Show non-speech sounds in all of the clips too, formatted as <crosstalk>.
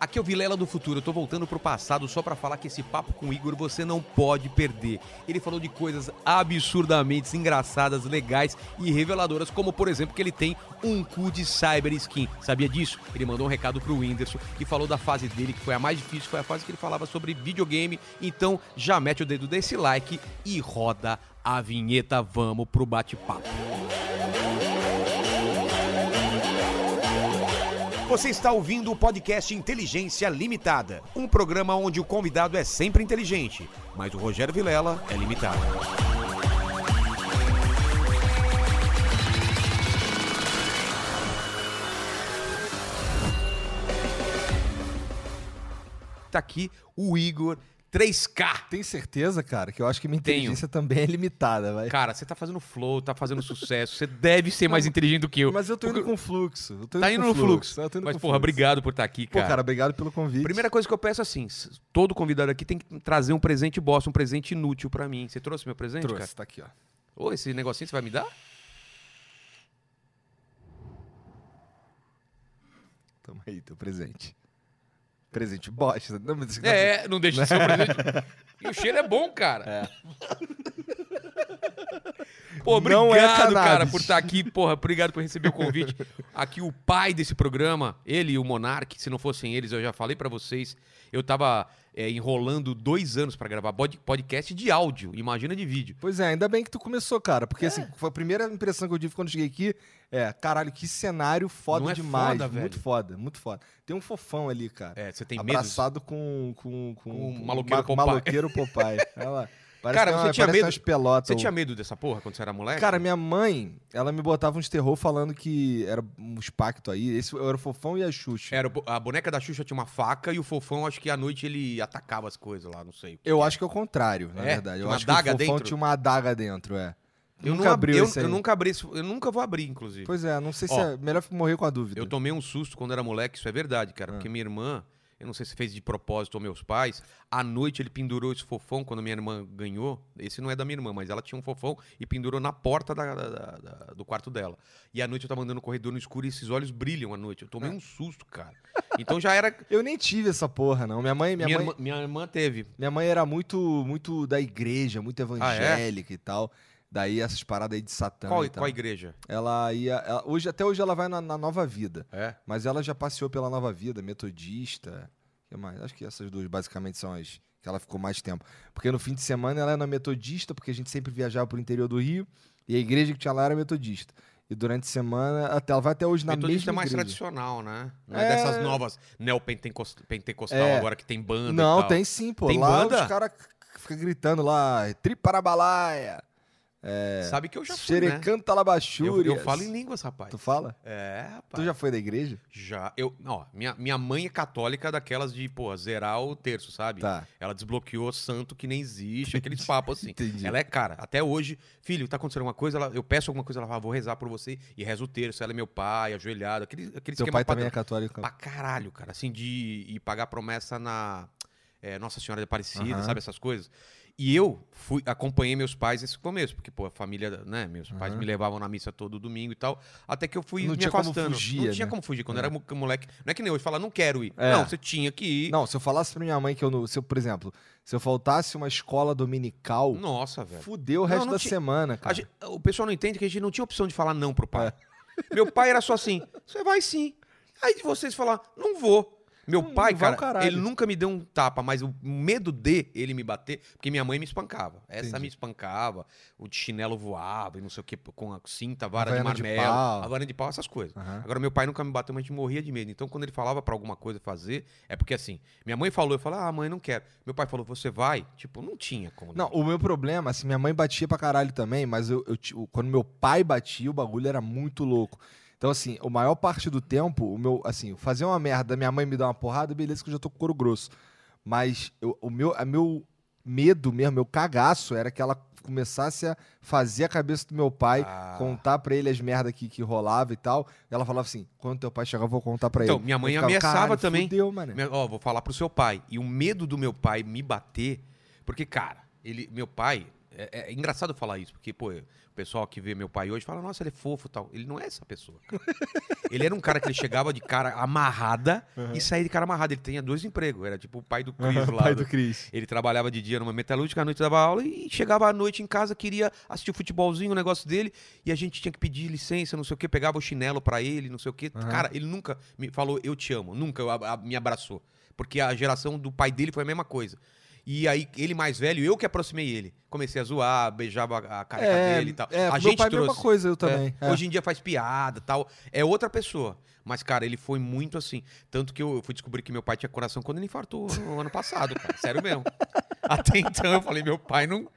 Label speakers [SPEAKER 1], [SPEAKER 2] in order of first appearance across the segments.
[SPEAKER 1] Aqui é o Vilela do Futuro, eu tô voltando pro passado só pra falar que esse papo com o Igor você não pode perder. Ele falou de coisas absurdamente engraçadas, legais e reveladoras, como por exemplo que ele tem um cu de cyber skin. Sabia disso? Ele mandou um recado pro Whindersson e falou da fase dele, que foi a mais difícil, foi a fase que ele falava sobre videogame. Então já mete o dedo desse like e roda a vinheta, vamos pro bate-papo. Você está ouvindo o podcast Inteligência Limitada, um programa onde o convidado é sempre inteligente, mas o Rogério Vilela é limitado. Tá aqui o Igor 3K.
[SPEAKER 2] Tem certeza, cara, que eu acho que minha
[SPEAKER 1] Tenho.
[SPEAKER 2] inteligência também é limitada, vai.
[SPEAKER 1] Cara, você tá fazendo flow, tá fazendo sucesso, você deve ser mais inteligente do que eu.
[SPEAKER 2] Mas eu tô
[SPEAKER 1] Porque-
[SPEAKER 2] indo com fluxo. eu tô
[SPEAKER 1] Tá
[SPEAKER 2] indo
[SPEAKER 1] indo
[SPEAKER 2] com
[SPEAKER 1] no fluxo.
[SPEAKER 2] eu tô indo
[SPEAKER 1] Mas,
[SPEAKER 2] com
[SPEAKER 1] porra,
[SPEAKER 2] fluxo.
[SPEAKER 1] obrigado por estar aqui,
[SPEAKER 2] Pô,
[SPEAKER 1] cara.
[SPEAKER 2] cara, obrigado pelo convite.
[SPEAKER 1] Primeira coisa que eu peço é assim: s- todo convidado aqui tem que trazer um presente bosta, um presente inútil pra mim. Você trouxe meu presente, cara?
[SPEAKER 2] trouxe, tá aqui, ó.
[SPEAKER 1] Ô, esse negocinho você vai me dar?
[SPEAKER 2] Toma aí, teu presente. Presente bosta. Não, mas... tá
[SPEAKER 1] É, não deixa de ser um
[SPEAKER 2] <laughs>
[SPEAKER 1] presente. E o cheiro é bom, cara. Pô,
[SPEAKER 2] Não é
[SPEAKER 1] obrigado,
[SPEAKER 2] cannabis.
[SPEAKER 1] cara, por estar aqui. Porra, obrigado por receber o convite. Aqui o pai desse programa, ele e o Monark, se não fossem eles, eu já falei pra vocês, eu tava é, enrolando dois anos pra gravar bod- podcast de áudio, imagina de vídeo.
[SPEAKER 2] Pois é, ainda bem que tu começou, cara,
[SPEAKER 1] É.
[SPEAKER 2] porque assim, foi a primeira impressão que eu tive quando cheguei aqui é, caralho, que cenário foda
[SPEAKER 1] Não é
[SPEAKER 2] demais.
[SPEAKER 1] foda, velho.
[SPEAKER 2] Muito foda, muito foda. Tem um fofão ali, cara.
[SPEAKER 1] É, você tem medo?
[SPEAKER 2] abraçado com, com, com, um
[SPEAKER 1] Com o maloqueiro Popeye. <laughs>
[SPEAKER 2] maloqueiro Popeye. Olha lá. Parece
[SPEAKER 1] Cara,
[SPEAKER 2] que é
[SPEAKER 1] você
[SPEAKER 2] uma-
[SPEAKER 1] tinha
[SPEAKER 2] parece
[SPEAKER 1] medo-
[SPEAKER 2] umas pelotas.
[SPEAKER 1] Você
[SPEAKER 2] o-
[SPEAKER 1] tinha medo dessa porra quando você era moleque?
[SPEAKER 2] Cara, minha mãe, ela me botava uns terror falando que era uns pactos aí. Esse eu era o fofão e a Xuxa.
[SPEAKER 1] Era, o bo- a boneca da Xuxa tinha uma faca e o Fofão, acho que à noite ele atacava as coisas lá, não sei.
[SPEAKER 2] Eu acho que é o contrário, na
[SPEAKER 1] É?
[SPEAKER 2] verdade.
[SPEAKER 1] Tinha
[SPEAKER 2] Eu
[SPEAKER 1] uma
[SPEAKER 2] acho que o
[SPEAKER 1] adaga
[SPEAKER 2] fofão
[SPEAKER 1] dentro?
[SPEAKER 2] tinha uma adaga dentro, é.
[SPEAKER 1] Eu
[SPEAKER 2] nunca
[SPEAKER 1] não ab-
[SPEAKER 2] abriu
[SPEAKER 1] eu,
[SPEAKER 2] isso aí.
[SPEAKER 1] eu nunca abri esse- eu nunca vou abrir, inclusive.
[SPEAKER 2] Pois é, não sei se
[SPEAKER 1] Ó,
[SPEAKER 2] é melhor morrer com a dúvida.
[SPEAKER 1] Eu tomei um susto quando era moleque, isso é verdade, cara.
[SPEAKER 2] Ah.
[SPEAKER 1] Porque minha irmã, eu não sei se fez de propósito ou meus pais, à noite ele pendurou esse fofão quando minha irmã ganhou. Esse não é da minha irmã, mas ela tinha um fofão e pendurou na porta da- da- da- da- do quarto dela. E à noite eu tava andando no corredor no escuro e esses olhos brilham à noite. Eu tomei
[SPEAKER 2] Ah.
[SPEAKER 1] um susto, cara. Então já
[SPEAKER 2] <laughs>
[SPEAKER 1] era.
[SPEAKER 2] Eu nem tive essa porra, não. Minha mãe, minha,
[SPEAKER 1] Minha,
[SPEAKER 2] mãe,
[SPEAKER 1] irmã, minha irmã teve.
[SPEAKER 2] minha mãe era muito muito da igreja,
[SPEAKER 1] Ah,
[SPEAKER 2] muito
[SPEAKER 1] é?
[SPEAKER 2] evangélica e tal. Daí essas paradas aí de satã
[SPEAKER 1] Qual,
[SPEAKER 2] e tal.
[SPEAKER 1] qual igreja?
[SPEAKER 2] Ela ia. ela- hoje, até hoje ela vai na, na nova vida.
[SPEAKER 1] É.
[SPEAKER 2] Mas ela já passeou pela Nova Vida, Metodista. que mais? Acho que essas duas basicamente são as que ela ficou mais tempo. Porque no fim de semana ela era Metodista, porque a gente sempre viajava pro interior do Rio. E a igreja que tinha lá era Metodista. E durante a semana, até, ela vai até hoje na
[SPEAKER 1] Metodista
[SPEAKER 2] mesma
[SPEAKER 1] é mais
[SPEAKER 2] igreja.
[SPEAKER 1] tradicional, né? Não é,
[SPEAKER 2] É.
[SPEAKER 1] dessas novas neopentecostal pentecostal
[SPEAKER 2] É.
[SPEAKER 1] agora que tem banda. e
[SPEAKER 2] Não,
[SPEAKER 1] tal.
[SPEAKER 2] tem sim, pô.
[SPEAKER 1] Tem
[SPEAKER 2] lá
[SPEAKER 1] banda?
[SPEAKER 2] os caras ficam gritando lá, Triparabalaia, É.
[SPEAKER 1] Sabe que eu já fui, né?
[SPEAKER 2] Xerecanta
[SPEAKER 1] Eu,
[SPEAKER 2] Labachúria.
[SPEAKER 1] eu falo em línguas, rapaz.
[SPEAKER 2] Tu fala?
[SPEAKER 1] É, rapaz.
[SPEAKER 2] Tu já foi da igreja?
[SPEAKER 1] Já. Eu, não, ó, minha, minha mãe é católica daquelas de, pô, zerar o terço, sabe?
[SPEAKER 2] Tá.
[SPEAKER 1] Ela desbloqueou santo que nem
[SPEAKER 2] <laughs>
[SPEAKER 1] existe, aqueles papos assim.
[SPEAKER 2] Entendi.
[SPEAKER 1] Ela é cara. Até hoje, filho, tá acontecendo alguma coisa, ela- eu peço alguma coisa, ela fala, "Ah, vou rezar por você e reza o terço. Ela é meu pai, ajoelhado, aquele, aquele
[SPEAKER 2] Teu
[SPEAKER 1] esquema
[SPEAKER 2] pai
[SPEAKER 1] padrão.
[SPEAKER 2] também é católico.
[SPEAKER 1] Pra caralho, cara. Assim, de ir pagar promessa na é, Nossa Senhora de Aparecida,
[SPEAKER 2] Aham.
[SPEAKER 1] sabe? Essas coisas. E eu fui, acompanhei meus pais nesse começo, porque, pô, a família, né? Meus pais
[SPEAKER 2] Aham.
[SPEAKER 1] me levavam na missa todo domingo e tal. Até que eu fui
[SPEAKER 2] Não
[SPEAKER 1] me
[SPEAKER 2] tinha como
[SPEAKER 1] afastando.
[SPEAKER 2] fugir,
[SPEAKER 1] não tinha
[SPEAKER 2] né?
[SPEAKER 1] como fugir. Quando
[SPEAKER 2] É.
[SPEAKER 1] era mo- moleque. Não é que nem hoje falar, não quero ir.
[SPEAKER 2] É.
[SPEAKER 1] Não, você tinha que ir.
[SPEAKER 2] Não, se eu falasse pra minha mãe que eu não. Se eu, por exemplo, se eu faltasse uma escola dominical,
[SPEAKER 1] Nossa, velho.
[SPEAKER 2] fudeu o
[SPEAKER 1] Não,
[SPEAKER 2] resto
[SPEAKER 1] não
[SPEAKER 2] da
[SPEAKER 1] tinha-
[SPEAKER 2] semana,
[SPEAKER 1] A
[SPEAKER 2] cara.
[SPEAKER 1] gente- o pessoal não entende que a gente não tinha opção de falar não pro pai.
[SPEAKER 2] É.
[SPEAKER 1] Meu pai era só assim, você vai sim. Aí vocês falar, não vou. Meu
[SPEAKER 2] Não,
[SPEAKER 1] pai,
[SPEAKER 2] não vai ao
[SPEAKER 1] cara,
[SPEAKER 2] caralho.
[SPEAKER 1] ele nunca me deu um tapa, mas o medo de ele me bater, porque minha mãe me espancava. Essa
[SPEAKER 2] Entendi.
[SPEAKER 1] me espancava, o de chinelo voava e não sei o que, com a cinta, a vara de
[SPEAKER 2] Havaiana de
[SPEAKER 1] marmelo,
[SPEAKER 2] pau.
[SPEAKER 1] a vara de pau, essas coisas.
[SPEAKER 2] Aham.
[SPEAKER 1] Agora, meu pai nunca me bateu, mas a gente morria de medo. Então, quando ele falava pra alguma coisa fazer, é porque assim, minha mãe falou, eu falava, ah, mãe, não quero. Meu pai falou, você vai? Tipo, não tinha como.
[SPEAKER 2] Não, o meu problema, assim, minha mãe batia pra caralho também, mas eu, eu ti- o- quando meu pai batia, o bagulho era muito louco. Então, assim, a maior parte do tempo, o meu, assim, fazer uma merda, minha mãe me dá uma porrada, beleza, que eu já tô com couro grosso. Mas eu- o meu, a meu medo mesmo, meu cagaço, era que ela começasse a fazer a cabeça do meu pai,
[SPEAKER 1] Ah.
[SPEAKER 2] contar pra ele as merdas que, que rolava e tal. Ela falava assim: quando teu pai chegar, eu vou contar pra
[SPEAKER 1] Então,
[SPEAKER 2] ele.
[SPEAKER 1] minha mãe
[SPEAKER 2] Eu ficava,
[SPEAKER 1] ameaçava
[SPEAKER 2] "Caralho,
[SPEAKER 1] também.
[SPEAKER 2] Fudeu, mané.
[SPEAKER 1] Minha- Ó, vou falar pro seu pai. E o medo do meu pai me bater, porque, cara, ele, meu pai, É, é engraçado falar isso, porque, pô, o pessoal que vê meu pai hoje fala, nossa, ele é fofo e tal. Ele não é essa pessoa. cara. <laughs> ele era um cara que ele chegava de cara amarrada e saía de cara amarrada. Ele tinha dois empregos. Era tipo o pai do Cris lá.
[SPEAKER 2] <laughs> pai
[SPEAKER 1] do-
[SPEAKER 2] do Cris.
[SPEAKER 1] Ele trabalhava de dia numa metalúrgica, à noite dava aula e chegava à noite em casa, queria assistir o futebolzinho, o negócio dele, e a gente tinha que pedir licença, não sei o quê, pegava o chinelo pra ele, não sei o quê.
[SPEAKER 2] Aham.
[SPEAKER 1] Cara, ele nunca me falou eu te amo, nunca a- a- me abraçou. Porque a geração do pai dele foi a mesma coisa. E aí, ele mais velho, eu que aproximei ele. Comecei a zoar, beijava a a careca dele e tal.
[SPEAKER 2] é,
[SPEAKER 1] a
[SPEAKER 2] meu
[SPEAKER 1] gente
[SPEAKER 2] pai
[SPEAKER 1] trouxe.
[SPEAKER 2] mesma coisa, eu também.
[SPEAKER 1] É.
[SPEAKER 2] É.
[SPEAKER 1] Hoje em dia faz piada tal. É outra pessoa. Mas, cara, ele foi muito assim. Tanto que eu fui descobrir que meu pai tinha coração quando ele infartou no ano passado, cara. Sério
[SPEAKER 2] <laughs>
[SPEAKER 1] mesmo. Até então eu falei, meu pai não.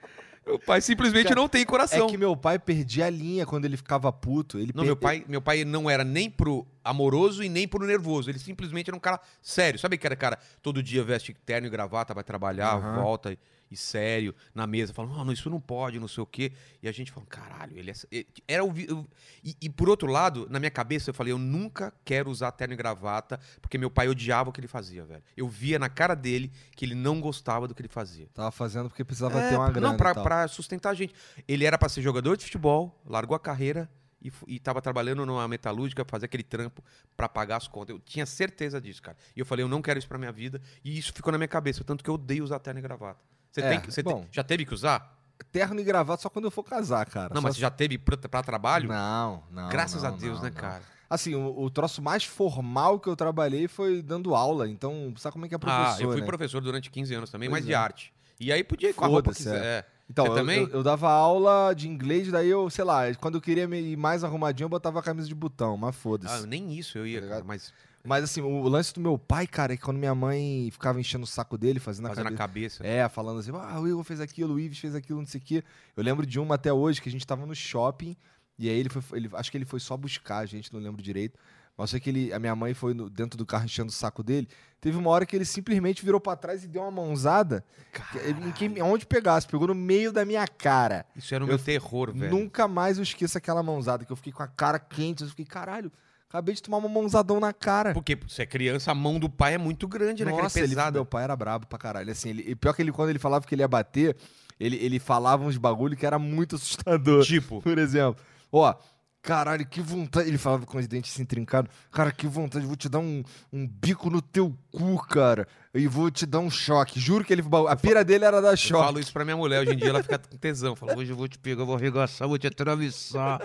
[SPEAKER 1] Meu pai simplesmente
[SPEAKER 2] Cara,
[SPEAKER 1] não tem
[SPEAKER 2] É
[SPEAKER 1] coração.
[SPEAKER 2] que meu pai perdia a linha quando ele ficava puto. Ele
[SPEAKER 1] Não,
[SPEAKER 2] per-
[SPEAKER 1] meu pai, meu pai não era nem pro amoroso e nem pro nervoso. Ele simplesmente era um cara sério. Sabe que era cara todo dia veste terno e gravata, vai trabalhar,
[SPEAKER 2] Aham.
[SPEAKER 1] volta e, e sério na mesa, fala: "Não, não, isso não pode, não sei o quê". E a gente fala: "Caralho, ele é s- ele- era o vi- eu- e, e por outro lado, na minha cabeça eu falei: "Eu nunca quero usar terno e gravata, porque meu pai odiava o que ele fazia, velho. Eu via na cara dele que ele não gostava do que ele fazia.
[SPEAKER 2] Tava fazendo porque precisava
[SPEAKER 1] É,
[SPEAKER 2] ter uma grana.
[SPEAKER 1] Não, pra,
[SPEAKER 2] e tal.
[SPEAKER 1] pra sustentar a gente. Ele era pra ser jogador de futebol, largou a carreira e, f- e tava trabalhando numa metalúrgica, fazer aquele trampo pra pagar as contas. Eu tinha certeza disso, cara. E eu falei, eu não quero isso pra minha vida. E isso ficou na minha cabeça, tanto que eu odeio usar terno e gravata. Você
[SPEAKER 2] É,
[SPEAKER 1] tem que- você tem-
[SPEAKER 2] bom.
[SPEAKER 1] já teve que usar?
[SPEAKER 2] Terno e gravata só quando eu for casar, cara.
[SPEAKER 1] não,
[SPEAKER 2] Só
[SPEAKER 1] mas você já teve pra, pra trabalho?
[SPEAKER 2] Não, não.
[SPEAKER 1] Graças
[SPEAKER 2] não,
[SPEAKER 1] a Deus,
[SPEAKER 2] não,
[SPEAKER 1] né,
[SPEAKER 2] não.
[SPEAKER 1] cara?
[SPEAKER 2] Assim, o, o troço mais formal que eu trabalhei foi dando aula. Então, sabe como é que é professor,
[SPEAKER 1] Ah, eu fui
[SPEAKER 2] né?
[SPEAKER 1] professor durante 15 anos também,
[SPEAKER 2] Pois
[SPEAKER 1] mas de
[SPEAKER 2] é.
[SPEAKER 1] arte. E aí podia ir com a roupa que
[SPEAKER 2] Foda-se,
[SPEAKER 1] quiser. É.
[SPEAKER 2] Então,
[SPEAKER 1] Você
[SPEAKER 2] eu,
[SPEAKER 1] também?
[SPEAKER 2] Eu, eu dava aula de inglês, daí eu, sei lá, quando eu queria me ir mais arrumadinho, eu botava a camisa de botão, mas
[SPEAKER 1] Ah,
[SPEAKER 2] foda-se.
[SPEAKER 1] nem isso eu ia,
[SPEAKER 2] Tá
[SPEAKER 1] cara,
[SPEAKER 2] ligado?
[SPEAKER 1] mas
[SPEAKER 2] Mas assim, o lance do meu pai, cara, é que quando minha mãe ficava enchendo o saco dele, fazendo a
[SPEAKER 1] fazendo
[SPEAKER 2] cabeça.
[SPEAKER 1] a cabeça.
[SPEAKER 2] É, falando assim, ah, o Igor fez aquilo, o Ives fez aquilo, não sei o quê. Eu lembro de uma até hoje que a gente tava no shopping e aí ele foi, ele- acho que ele foi só buscar a gente, não lembro direito. Mas eu sei que ele, a minha mãe foi no- dentro do carro enchendo o saco dele. Teve uma hora que ele simplesmente virou pra trás e deu uma mãozada que- em quem, onde pegasse, pegou no meio da minha cara.
[SPEAKER 1] Isso era o
[SPEAKER 2] Eu
[SPEAKER 1] meu terror, velho.
[SPEAKER 2] Nunca mais eu esqueço aquela mãozada que eu fiquei com a cara quente, eu fiquei, caralho, acabei de tomar uma mãozadão na cara.
[SPEAKER 1] Porque você é criança, a mão do pai é muito grande, né? Aquela
[SPEAKER 2] Nossa, ele,
[SPEAKER 1] pesada.
[SPEAKER 2] meu pai era brabo pra caralho. Assim, ele, e pior que ele, quando ele falava que ele ia bater, ele, ele falava uns bagulho que era muito
[SPEAKER 1] <laughs>
[SPEAKER 2] assustador.
[SPEAKER 1] Tipo,
[SPEAKER 2] Por exemplo, ó, caralho, que vontade. Ele falava com os dentes assim trincados. Cara, que vontade, vou te dar um, um bico no teu cu, cara. E vou te dar um choque. Juro que ele. A pira dele era dar
[SPEAKER 1] eu
[SPEAKER 2] choque.
[SPEAKER 1] falo isso pra minha mulher hoje em dia, ela fica com tesão. Fala, hoje eu vou te pegar, eu vou arregaçar, vou te atravessar.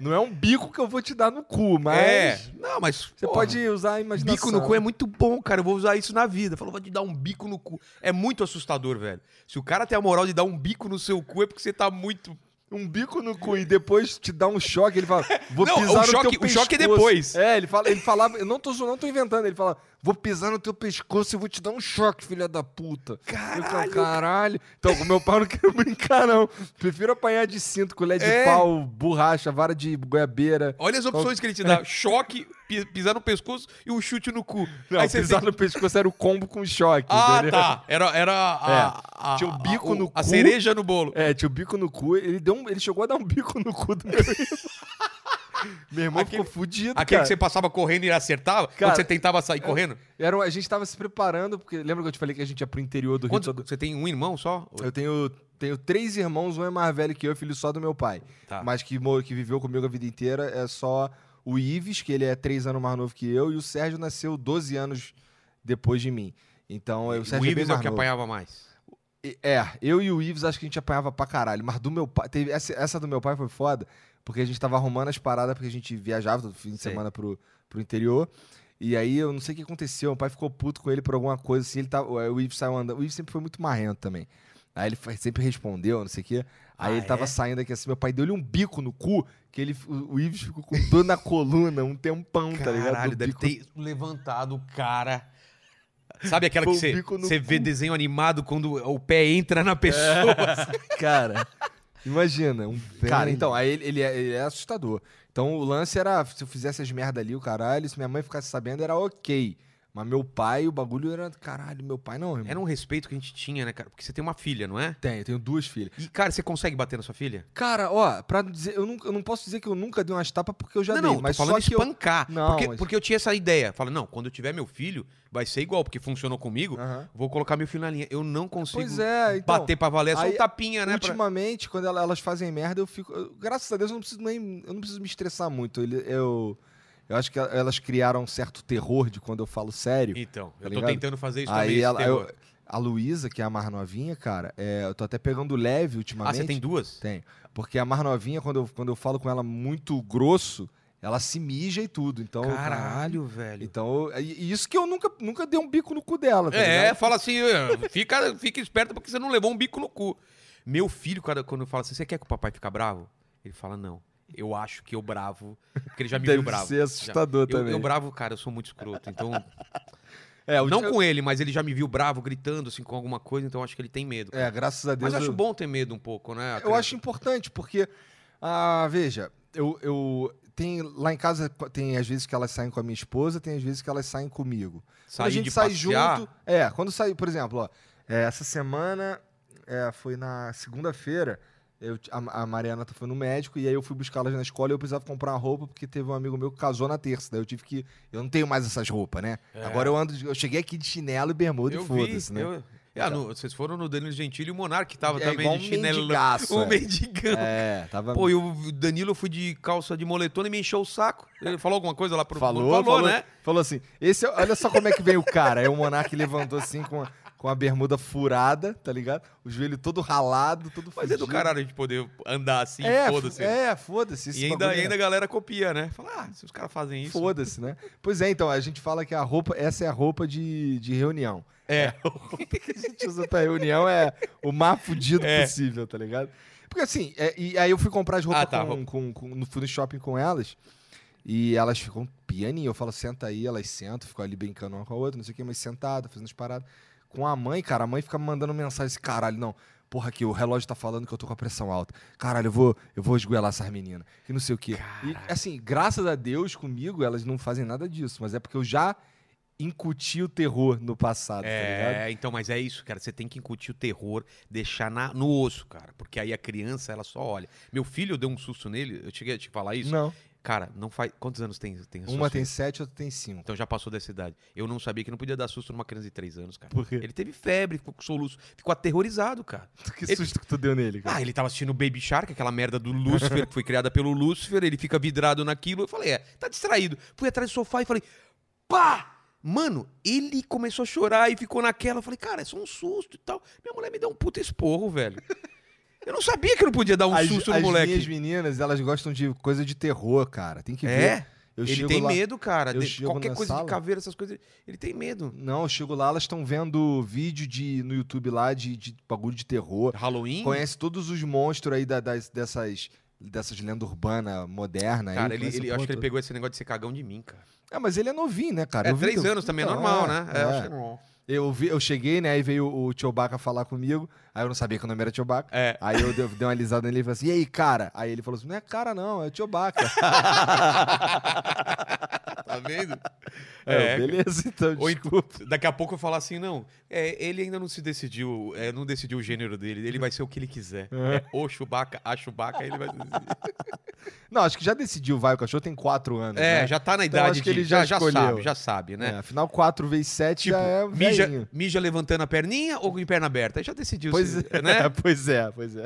[SPEAKER 2] Não é um bico que eu vou te dar no cu, mas.
[SPEAKER 1] É, não, mas.
[SPEAKER 2] Você
[SPEAKER 1] porra,
[SPEAKER 2] pode usar a imaginação.
[SPEAKER 1] Bico no cu é muito bom, cara. Eu vou usar isso na vida. Falou, vou te dar um bico no cu. É muito assustador, velho. Se o cara tem a moral de dar um bico no seu cu, é porque você tá muito.
[SPEAKER 2] um bico no cu e depois te dá um choque, ele fala, vou
[SPEAKER 1] Não,
[SPEAKER 2] pisar
[SPEAKER 1] o
[SPEAKER 2] no
[SPEAKER 1] choque-
[SPEAKER 2] teu
[SPEAKER 1] o
[SPEAKER 2] pescoço.
[SPEAKER 1] choque é depois.
[SPEAKER 2] É, ele fala, ele falava, eu não tô, zo- não tô inventando, ele fala, vou pisar no teu pescoço e vou te dar um choque, filha da puta. Eu falo, caralho. Então, com meu pau eu não quero brincar, não. Prefiro apanhar de cinto, colher de
[SPEAKER 1] É.
[SPEAKER 2] pau, borracha, vara de goiabeira.
[SPEAKER 1] Olha as opções que ele te
[SPEAKER 2] <laughs>
[SPEAKER 1] dá: choque, pi- pisar no pescoço e um chute no cu.
[SPEAKER 2] Não,
[SPEAKER 1] Aí você
[SPEAKER 2] pisar
[SPEAKER 1] tem-
[SPEAKER 2] no pescoço era o combo com choque,
[SPEAKER 1] Ah,
[SPEAKER 2] entendeu?
[SPEAKER 1] tá. Era, era a, a-
[SPEAKER 2] É. Tinha o bico
[SPEAKER 1] a-
[SPEAKER 2] no
[SPEAKER 1] a
[SPEAKER 2] cu.
[SPEAKER 1] cereja no bolo.
[SPEAKER 2] É, tinha o bico no cu, ele, deu um- ele chegou a dar um bico no cu do
[SPEAKER 1] <laughs>
[SPEAKER 2] meu irmão. meu irmão
[SPEAKER 1] Aquele-
[SPEAKER 2] ficou fudido,
[SPEAKER 1] Aquele
[SPEAKER 2] cara.
[SPEAKER 1] que você passava correndo e acertava?
[SPEAKER 2] Cara,
[SPEAKER 1] quando você tentava sair correndo?
[SPEAKER 2] Era, um- a gente tava se preparando, porque lembra que eu te falei que a gente ia pro interior do
[SPEAKER 1] Quantos-
[SPEAKER 2] Rio todo...
[SPEAKER 1] Você tem um irmão só?
[SPEAKER 2] Eu tenho, tenho três irmãos, um é mais velho que eu, filho só do meu pai.
[SPEAKER 1] Tá.
[SPEAKER 2] Mas que, mo- que viveu comigo a vida inteira é só o Ives, que ele é três anos mais novo que eu, e o Sérgio nasceu 12 anos depois de mim. Então, eu, o
[SPEAKER 1] o
[SPEAKER 2] Sérgio é bem
[SPEAKER 1] Ives é, o
[SPEAKER 2] mais
[SPEAKER 1] que
[SPEAKER 2] novo.
[SPEAKER 1] apanhava mais.
[SPEAKER 2] E- É, eu e o Ives acho que a gente apanhava pra caralho, mas do meu pai. Teve, essa, essa do meu pai foi foda, porque a gente tava arrumando as paradas, porque a gente viajava todo fim de
[SPEAKER 1] Sei.
[SPEAKER 2] semana pro, pro interior. E aí eu não sei o que aconteceu, meu pai ficou puto com ele por alguma coisa, assim, ele tava. O Ives saiu andando. O Ives sempre foi muito marrento também. Aí ele fa- sempre respondeu, não sei o quê. Aí
[SPEAKER 1] Ah,
[SPEAKER 2] ele tava
[SPEAKER 1] é?
[SPEAKER 2] saindo aqui assim, meu pai deu-lhe um bico no cu, que ele, o, o Ives ficou com dor na coluna um tempão, tá ligado?
[SPEAKER 1] Caralho,
[SPEAKER 2] Do
[SPEAKER 1] deve
[SPEAKER 2] bico
[SPEAKER 1] ter levantado o cara. Sabe aquela
[SPEAKER 2] Pô,
[SPEAKER 1] que
[SPEAKER 2] <laughs> o
[SPEAKER 1] você,
[SPEAKER 2] bico no
[SPEAKER 1] você vê
[SPEAKER 2] cu.
[SPEAKER 1] desenho animado quando o pé entra na pessoa?
[SPEAKER 2] <laughs> Cara, imagina. um- Cara,
[SPEAKER 1] Velho.
[SPEAKER 2] então, aí ele, ele é, ele é assustador. Então o lance era, se eu fizesse as merda ali, o caralho, se minha mãe ficasse sabendo, era ok. Mas meu pai, o bagulho era. Caralho, meu pai não,
[SPEAKER 1] <laughs>
[SPEAKER 2] irmão.
[SPEAKER 1] Era um respeito que a gente tinha, né, cara? Porque você tem uma filha, não é?
[SPEAKER 2] Tem, eu tenho duas filhas.
[SPEAKER 1] E, cara, você consegue bater na sua filha?
[SPEAKER 2] Cara, ó, pra dizer. Eu não, eu não posso dizer que eu nunca dei umas tapas porque eu já
[SPEAKER 1] não,
[SPEAKER 2] dei,
[SPEAKER 1] não,
[SPEAKER 2] mas
[SPEAKER 1] tô falando
[SPEAKER 2] só que. Eu...
[SPEAKER 1] espancar.
[SPEAKER 2] Não,
[SPEAKER 1] porque,
[SPEAKER 2] mas-
[SPEAKER 1] porque eu tinha essa ideia. Fala, não, quando eu tiver meu filho, vai ser igual, porque funcionou comigo,
[SPEAKER 2] Aham.
[SPEAKER 1] vou colocar meu filho na linha. Eu não consigo
[SPEAKER 2] Ah. Pois é, então.
[SPEAKER 1] bater pra valer, é só
[SPEAKER 2] aí-
[SPEAKER 1] um tapinha, né? pra-
[SPEAKER 2] Ultimamente, quando ela- elas fazem merda, eu fico. eu- graças a Deus, eu não preciso nem. Eu não preciso me estressar muito. Ele- Eu, eu acho que elas criaram um certo terror de quando eu falo sério.
[SPEAKER 1] Então, eu
[SPEAKER 2] Tá
[SPEAKER 1] tô
[SPEAKER 2] ligado?
[SPEAKER 1] tentando fazer isso também.
[SPEAKER 2] Aí
[SPEAKER 1] esse
[SPEAKER 2] ela,
[SPEAKER 1] terror.
[SPEAKER 2] eu- a Luísa, que é a mais novinha, cara, é, eu tô até pegando leve
[SPEAKER 1] Ah,
[SPEAKER 2] ultimamente.
[SPEAKER 1] você tem duas?
[SPEAKER 2] Tem. Porque a mais novinha, quando eu, quando eu falo com ela muito grosso, ela se mija e tudo. Então,
[SPEAKER 1] Caralho, velho.
[SPEAKER 2] Então, eu- e e isso que eu nunca, nunca dei um bico no cu dela, tá
[SPEAKER 1] É,
[SPEAKER 2] ligado?
[SPEAKER 1] fala assim, "Eh, fica, fica esperto porque você não levou um bico no cu. Meu filho, cara, quando eu falo assim, você quer que o papai fica bravo? Ele fala, não. Eu acho que eu bravo. Porque ele já me
[SPEAKER 2] Deve
[SPEAKER 1] viu bravo.
[SPEAKER 2] ser assustador
[SPEAKER 1] Já. Eu,
[SPEAKER 2] também.
[SPEAKER 1] eu bravo, cara, eu sou muito escroto. Então,
[SPEAKER 2] <laughs> É, o-
[SPEAKER 1] não
[SPEAKER 2] eu-
[SPEAKER 1] com ele, mas ele já me viu bravo, gritando assim com alguma coisa, então eu acho que ele tem medo.
[SPEAKER 2] é, graças a Deus.
[SPEAKER 1] mas eu acho
[SPEAKER 2] eu-
[SPEAKER 1] bom ter medo um pouco, né?
[SPEAKER 2] Eu acho importante, porque, ah, veja, eu, eu tem lá em casa tem às vezes que elas saem com a minha esposa, tem às vezes que elas saem comigo. Quando
[SPEAKER 1] Sair
[SPEAKER 2] a gente
[SPEAKER 1] de
[SPEAKER 2] sai
[SPEAKER 1] passear,
[SPEAKER 2] junto, é, quando sai, por exemplo, ó, é, essa semana é, foi na segunda-feira, eu, t- a, a Mariana foi no médico e aí eu fui buscá-las na escola e eu precisava comprar uma roupa porque teve um amigo meu que casou na terça, daí eu tive que, eu não tenho mais essas roupas, né?
[SPEAKER 1] É.
[SPEAKER 2] Agora eu ando, de- eu cheguei aqui de chinelo e bermuda
[SPEAKER 1] Eu
[SPEAKER 2] e
[SPEAKER 1] vi,
[SPEAKER 2] foda-se, né?
[SPEAKER 1] eu- Ah, no- vocês foram no Danilo Gentili e o Monark tava
[SPEAKER 2] É
[SPEAKER 1] também
[SPEAKER 2] igual
[SPEAKER 1] de
[SPEAKER 2] um
[SPEAKER 1] chinelo. <laughs>
[SPEAKER 2] mendigaço,
[SPEAKER 1] um
[SPEAKER 2] é.
[SPEAKER 1] mendigão.
[SPEAKER 2] <laughs> É, tava
[SPEAKER 1] Pô, e o Danilo eu fui de calça de moletom e me encheu o saco. Ele falou alguma coisa lá pro
[SPEAKER 2] Falou,
[SPEAKER 1] falou,
[SPEAKER 2] falou,
[SPEAKER 1] né?
[SPEAKER 2] Falou assim, esse, é- olha só como é que veio o cara. Aí o Monark levantou assim com a, com a bermuda furada, tá ligado? O joelho todo ralado, todo
[SPEAKER 1] Mas é do
[SPEAKER 2] fudido.
[SPEAKER 1] caralho a gente poder andar assim,
[SPEAKER 2] É,
[SPEAKER 1] foda-se.
[SPEAKER 2] foda-se. É, foda-se. esse
[SPEAKER 1] e ainda,
[SPEAKER 2] bagulho é-
[SPEAKER 1] ainda a galera copia, né? Fala, ah, se os caras fazem isso.
[SPEAKER 2] Foda-se, né? Pois é, então, a gente fala que a roupa, essa é a roupa de, de reunião.
[SPEAKER 1] É.
[SPEAKER 2] tá que a gente usa pra reunião é o mais fudido
[SPEAKER 1] É.
[SPEAKER 2] possível, tá ligado? Porque assim, é- e aí eu fui comprar as roupas
[SPEAKER 1] Ah, tá,
[SPEAKER 2] com,
[SPEAKER 1] roupa.
[SPEAKER 2] com- com- no, fui no shopping com elas. E elas ficam pianinho. Eu falo, senta aí, elas sentam, ficam ali brincando uma com a outra, não sei o que, mas sentada, fazendo as paradas. Com a mãe, cara, a mãe fica me mandando mensagem, esse caralho, não. Porra, aqui, o relógio tá falando que eu tô com a pressão alta. Caralho, eu vou, eu vou esgoelar essas meninas. Que não sei o quê. E, assim, graças a Deus, comigo, elas não fazem nada disso. Mas é porque eu já incuti o terror no passado, tá ligado?
[SPEAKER 1] <laughs> É, então, mas é isso, cara. Você tem que incutir o terror, deixar na- no osso, cara. Porque aí a criança, ela só olha. Meu filho, eu dei um susto nele, eu cheguei a te falar isso.
[SPEAKER 2] Não.
[SPEAKER 1] Cara, não faz. Quantos anos tem, tem
[SPEAKER 2] Uma
[SPEAKER 1] susto?
[SPEAKER 2] tem sete, outra tem cinco.
[SPEAKER 1] Então já passou dessa idade. Eu não sabia que não podia dar susto numa criança de 3 anos, cara.
[SPEAKER 2] Por quê?
[SPEAKER 1] Ele teve febre, ficou com soluço, ficou aterrorizado, cara.
[SPEAKER 2] Que
[SPEAKER 1] Ele-
[SPEAKER 2] susto que tu deu nele, cara.
[SPEAKER 1] Ah, ele tava assistindo Baby Shark, aquela merda do Lúcifer, que foi criada pelo Lúcifer, ele fica vidrado naquilo. Eu falei, é, tá distraído. Fui atrás do sofá e falei, pá! Mano, ele começou a chorar e ficou naquela. Eu falei, cara, é só um susto e tal. Minha mulher me deu um puta esporro, velho. Eu não sabia que não podia dar um
[SPEAKER 2] as,
[SPEAKER 1] susto
[SPEAKER 2] as
[SPEAKER 1] no moleque.
[SPEAKER 2] minhas meninas, elas gostam de coisa de terror, cara. Tem que ver.
[SPEAKER 1] É,
[SPEAKER 2] Eu
[SPEAKER 1] ele
[SPEAKER 2] chego
[SPEAKER 1] tem
[SPEAKER 2] lá-
[SPEAKER 1] medo, cara.
[SPEAKER 2] eu
[SPEAKER 1] de-
[SPEAKER 2] chego
[SPEAKER 1] qualquer
[SPEAKER 2] na
[SPEAKER 1] coisa
[SPEAKER 2] sala-
[SPEAKER 1] de caveira, essas coisas, ele tem medo.
[SPEAKER 2] Não, eu chego lá, elas estão vendo vídeo de, no YouTube lá de, de bagulho de terror.
[SPEAKER 1] Halloween?
[SPEAKER 2] Conhece todos os monstros aí da- das, dessas, dessas lendas urbanas modernas.
[SPEAKER 1] Cara, ele,
[SPEAKER 2] um
[SPEAKER 1] ele- eu acho que ele pegou esse negócio de ser cagão de mim, cara.
[SPEAKER 2] É, mas ele é novinho, né, cara?
[SPEAKER 1] é,
[SPEAKER 2] Eu vi
[SPEAKER 1] três
[SPEAKER 2] teu-
[SPEAKER 1] anos também é
[SPEAKER 2] Não,
[SPEAKER 1] normal,
[SPEAKER 2] é,
[SPEAKER 1] né? É,
[SPEAKER 2] é.
[SPEAKER 1] eu acho que é normal. <laughs>
[SPEAKER 2] Eu, vi, eu cheguei, né? Aí veio o Chewbacca falar comigo. Aí eu não sabia que o nome era Chewbacca.
[SPEAKER 1] É.
[SPEAKER 2] Aí eu dei, dei uma alisada nele e falei assim: e aí, cara? Aí ele falou assim: não é cara, não, é o Chewbacca.
[SPEAKER 1] Tá vendo?
[SPEAKER 2] É,
[SPEAKER 1] <laughs> É,
[SPEAKER 2] beleza, então,
[SPEAKER 1] Ou
[SPEAKER 2] desculpa.
[SPEAKER 1] Daqui a pouco eu falar assim, não, é, ele ainda não se decidiu, é, não decidiu o gênero dele, ele vai ser o que ele
[SPEAKER 2] <laughs>
[SPEAKER 1] quiser. É, o Chewbacca, a Chewbacca, ele vai decidir.
[SPEAKER 2] Não, acho que já decidiu, vai, o cachorro tem quatro anos,
[SPEAKER 1] É,
[SPEAKER 2] <laughs> né?
[SPEAKER 1] já tá na
[SPEAKER 2] Então,
[SPEAKER 1] idade
[SPEAKER 2] acho que
[SPEAKER 1] de-
[SPEAKER 2] ele já
[SPEAKER 1] já
[SPEAKER 2] escolheu.
[SPEAKER 1] sabe, já sabe, né?
[SPEAKER 2] É, afinal, quatro vezes sete
[SPEAKER 1] Tipo,
[SPEAKER 2] já é
[SPEAKER 1] mija,
[SPEAKER 2] velhinho.
[SPEAKER 1] mija levantando a perninha ou com perna aberta? Aí já decidiu.
[SPEAKER 2] Pois
[SPEAKER 1] se-
[SPEAKER 2] é, <laughs>
[SPEAKER 1] né?
[SPEAKER 2] pois é, pois é.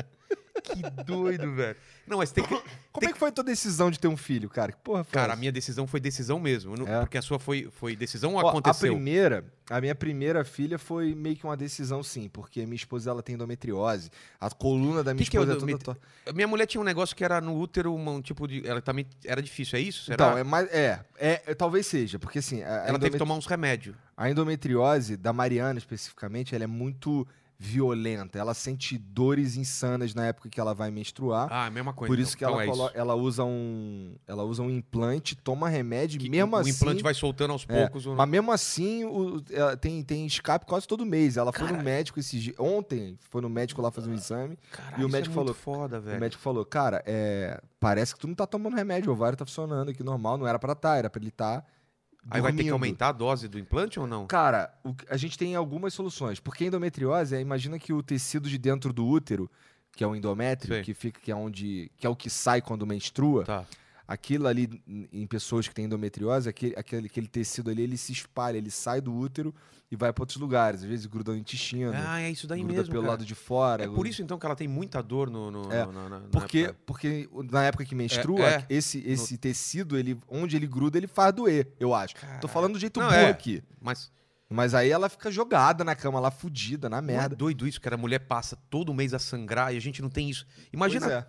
[SPEAKER 1] que doido, velho. Não, mas tem que...
[SPEAKER 2] Como é que foi a tua decisão de ter um filho, cara? Que porra foi
[SPEAKER 1] Cara, a
[SPEAKER 2] essa?
[SPEAKER 1] minha decisão foi decisão mesmo, eu não-
[SPEAKER 2] É.
[SPEAKER 1] porque a sua foi, foi decisão ou
[SPEAKER 2] Ó,
[SPEAKER 1] aconteceu?
[SPEAKER 2] A primeira, a minha primeira filha foi meio que uma decisão, sim, porque a minha esposa, ela tem endometriose. A coluna da minha
[SPEAKER 1] Que que é
[SPEAKER 2] esposa é toda...
[SPEAKER 1] endometri-
[SPEAKER 2] torta.
[SPEAKER 1] Minha mulher tinha um negócio que era no útero, um tipo de. Ela também era difícil, é isso? Será?
[SPEAKER 2] Então, é mais... É, é, é, talvez seja, porque assim... a- a
[SPEAKER 1] ela teve
[SPEAKER 2] endometri-
[SPEAKER 1] que tomar uns remédios.
[SPEAKER 2] A endometriose da Mariana, especificamente, ela é muito violenta. Ela sente dores insanas na época que ela vai menstruar.
[SPEAKER 1] Ah, mesma coisa.
[SPEAKER 2] Por
[SPEAKER 1] então.
[SPEAKER 2] isso que
[SPEAKER 1] Então
[SPEAKER 2] ela,
[SPEAKER 1] é
[SPEAKER 2] colo-
[SPEAKER 1] isso.
[SPEAKER 2] ela usa um ela usa um implante, toma remédio,
[SPEAKER 1] Que
[SPEAKER 2] mesmo
[SPEAKER 1] o
[SPEAKER 2] assim.
[SPEAKER 1] implante vai soltando aos
[SPEAKER 2] É,
[SPEAKER 1] poucos. o-
[SPEAKER 2] Mas mesmo assim, o- ela tem, tem escape quase todo mês. Ela foi no médico esses dias. Ontem foi no médico lá fazer um exame.
[SPEAKER 1] Caralho,
[SPEAKER 2] e o
[SPEAKER 1] isso
[SPEAKER 2] médico
[SPEAKER 1] é
[SPEAKER 2] falou-
[SPEAKER 1] Muito foda, velho.
[SPEAKER 2] O médico falou: Cara, é, parece que tu não tá tomando remédio, o ovário tá funcionando aqui normal, não era pra tá, era pra ele tá
[SPEAKER 1] Aí vai ter que
[SPEAKER 2] dormindo.
[SPEAKER 1] aumentar a dose do implante ou não?
[SPEAKER 2] Cara, o que- a gente tem algumas soluções. Porque a endometriose, é, imagina que o tecido de dentro do útero, que é o endométrio,
[SPEAKER 1] Sei.
[SPEAKER 2] que fica que é onde que é o que sai quando menstrua,
[SPEAKER 1] Tá.
[SPEAKER 2] aquilo ali n- em pessoas que têm endometriose, aquele, aquele, aquele tecido ali, ele se espalha, ele sai do útero e vai para outros lugares, às vezes gruda no intestino,
[SPEAKER 1] Ah, é isso daí
[SPEAKER 2] gruda
[SPEAKER 1] mesmo.
[SPEAKER 2] pelo
[SPEAKER 1] cara.
[SPEAKER 2] lado de fora.
[SPEAKER 1] É
[SPEAKER 2] gruda-
[SPEAKER 1] por isso então que ela tem muita dor no. no-
[SPEAKER 2] É,
[SPEAKER 1] no- na- na- na
[SPEAKER 2] porque,
[SPEAKER 1] época.
[SPEAKER 2] porque na época que menstrua,
[SPEAKER 1] é.
[SPEAKER 2] esse, esse tecido, ele, onde ele gruda, ele faz doer, eu acho.
[SPEAKER 1] Caraca.
[SPEAKER 2] Tô falando do jeito
[SPEAKER 1] Não,
[SPEAKER 2] burro
[SPEAKER 1] é.
[SPEAKER 2] aqui.
[SPEAKER 1] Mas
[SPEAKER 2] Mas aí ela fica jogada na cama lá, fudida, na
[SPEAKER 1] não é
[SPEAKER 2] merda.
[SPEAKER 1] doido isso, cara. A mulher passa todo mês a sangrar e a gente não tem isso.
[SPEAKER 2] Pois
[SPEAKER 1] Imagina.
[SPEAKER 2] é. O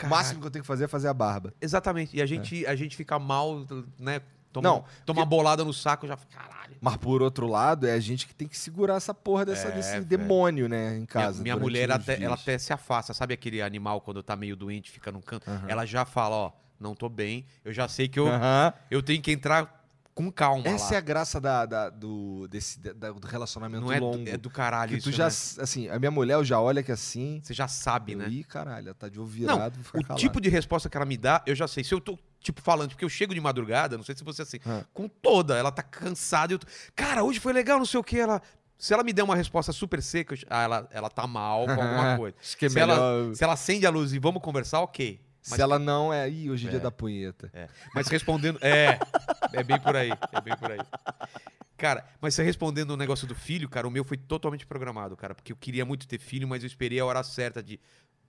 [SPEAKER 1] Caraca,
[SPEAKER 2] máximo que eu tenho que fazer é fazer a barba.
[SPEAKER 1] Exatamente. E a gente, a gente fica mal, né? Toma,
[SPEAKER 2] É. Não,
[SPEAKER 1] toma uma bolada no saco já. fica, Caralho.
[SPEAKER 2] Mas por outro lado, é a gente que tem que segurar essa porra dessa,
[SPEAKER 1] É,
[SPEAKER 2] desse
[SPEAKER 1] velho.
[SPEAKER 2] demônio, né, em casa.
[SPEAKER 1] minha minha
[SPEAKER 2] durante
[SPEAKER 1] mulher,
[SPEAKER 2] uns
[SPEAKER 1] até,
[SPEAKER 2] dias.
[SPEAKER 1] ela até se afasta. Sabe aquele animal quando tá meio doente, fica num canto?
[SPEAKER 2] Aham.
[SPEAKER 1] Ela já fala: Ó, não tô bem. Eu já sei que eu,
[SPEAKER 2] Aham.
[SPEAKER 1] eu tenho que entrar com calma.
[SPEAKER 2] Essa é
[SPEAKER 1] lá.
[SPEAKER 2] a graça da, da- do, desse, da- do relacionamento
[SPEAKER 1] não é,
[SPEAKER 2] longo.
[SPEAKER 1] do, é do caralho
[SPEAKER 2] que
[SPEAKER 1] isso.
[SPEAKER 2] tu já,
[SPEAKER 1] né?
[SPEAKER 2] assim, a minha mulher, eu já olha que assim...
[SPEAKER 1] Você já sabe,
[SPEAKER 2] Eu,
[SPEAKER 1] né?
[SPEAKER 2] Ih, caralho, ela tá de ouvido virado, vou ficar
[SPEAKER 1] O
[SPEAKER 2] calado."
[SPEAKER 1] tipo de resposta que ela me dá, eu já sei. Se eu tô, tipo, falando, porque eu chego de madrugada, não sei se você é assim,
[SPEAKER 2] Ah.
[SPEAKER 1] com toda, ela tá cansada. Eu tô, cara, hoje foi legal, não sei o que. Ela, se ela me der uma resposta super seca, eu já- ah, ela, ela tá mal com
[SPEAKER 2] <laughs>
[SPEAKER 1] alguma coisa.
[SPEAKER 2] Acho que é
[SPEAKER 1] se, ela,
[SPEAKER 2] melhor-
[SPEAKER 1] se ela acende a luz e vamos conversar, ok.
[SPEAKER 2] Se ela não é... Ih, hoje é dia da punheta.
[SPEAKER 1] Mas respondendo. É, é bem por aí. É bem por aí. Cara, mas você respondendo o negócio do filho, cara, o meu foi totalmente programado, cara. Porque eu queria muito ter filho, mas eu esperei a hora certa de.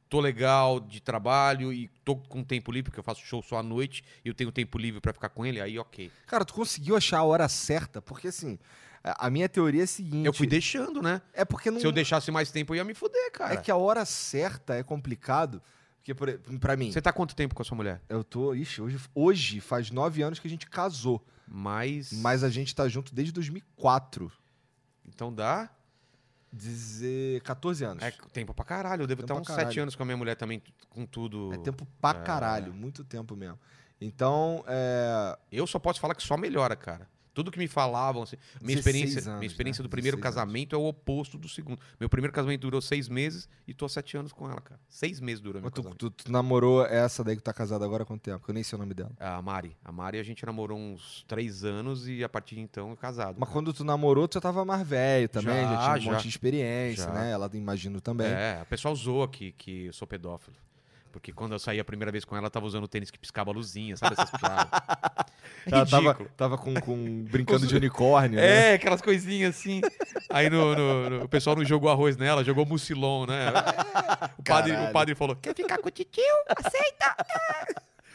[SPEAKER 1] Tô legal de trabalho e tô com tempo livre, porque eu faço show só à noite e eu tenho tempo livre pra ficar com ele, aí ok.
[SPEAKER 2] Cara, tu conseguiu achar a hora certa? Porque, assim, a, a minha teoria é a seguinte...
[SPEAKER 1] Eu fui deixando, né?
[SPEAKER 2] É porque não...
[SPEAKER 1] Se eu deixasse mais tempo, eu ia me fuder, cara.
[SPEAKER 2] É que a hora certa é complicado. Porque, por, pra mim,
[SPEAKER 1] Você tá quanto tempo com a sua mulher?
[SPEAKER 2] eu tô. Ixi, hoje, hoje faz nove anos que a gente casou.
[SPEAKER 1] Mais.
[SPEAKER 2] Mas a gente tá junto desde 2004.
[SPEAKER 1] Então dá.
[SPEAKER 2] Dizer. 14 anos.
[SPEAKER 1] É tempo pra caralho. Eu devo
[SPEAKER 2] Tempo
[SPEAKER 1] estar
[SPEAKER 2] pra
[SPEAKER 1] uns sete
[SPEAKER 2] caralho.
[SPEAKER 1] anos com a minha mulher também, com tudo.
[SPEAKER 2] É tempo pra caralho, muito tempo mesmo. Então, é.
[SPEAKER 1] Eu só posso falar que só melhora, cara. Tudo que me falavam, assim, minha
[SPEAKER 2] 16
[SPEAKER 1] experiência,
[SPEAKER 2] anos,
[SPEAKER 1] minha experiência
[SPEAKER 2] né?
[SPEAKER 1] do primeiro
[SPEAKER 2] 16 anos.
[SPEAKER 1] casamento é o oposto do segundo. Meu primeiro casamento durou seis meses e tô há sete anos com ela, cara. Seis meses durou meu
[SPEAKER 2] Mas tu,
[SPEAKER 1] casamento.
[SPEAKER 2] tu- tu namorou essa daí que tá casada agora há quanto tempo? Que eu nem sei o nome dela.
[SPEAKER 1] A Mari, a Mari a gente namorou uns três anos e a partir de então é casado.
[SPEAKER 2] Mas quando tu namorou, tu já tava mais velho também, já,
[SPEAKER 1] Já,
[SPEAKER 2] tinha um
[SPEAKER 1] já.
[SPEAKER 2] monte de experiência,
[SPEAKER 1] Já.
[SPEAKER 2] né? Ela imagino também.
[SPEAKER 1] É, o pessoal zoa que, que eu sou pedófilo. Porque quando eu saí a primeira vez com ela, eu tava usando tênis que piscava a luzinha, sabe essas piadas? É
[SPEAKER 2] <laughs> Ela tava,
[SPEAKER 1] ridículo.
[SPEAKER 2] tava com, com- brincando de unicórnio, né?
[SPEAKER 1] É, aquelas coisinhas assim. Aí no, no- no- o pessoal não jogou arroz nela, jogou mucilon, né? O padre,
[SPEAKER 2] Caralho.
[SPEAKER 1] o padre falou: Quer ficar com o titio? <laughs> Aceita!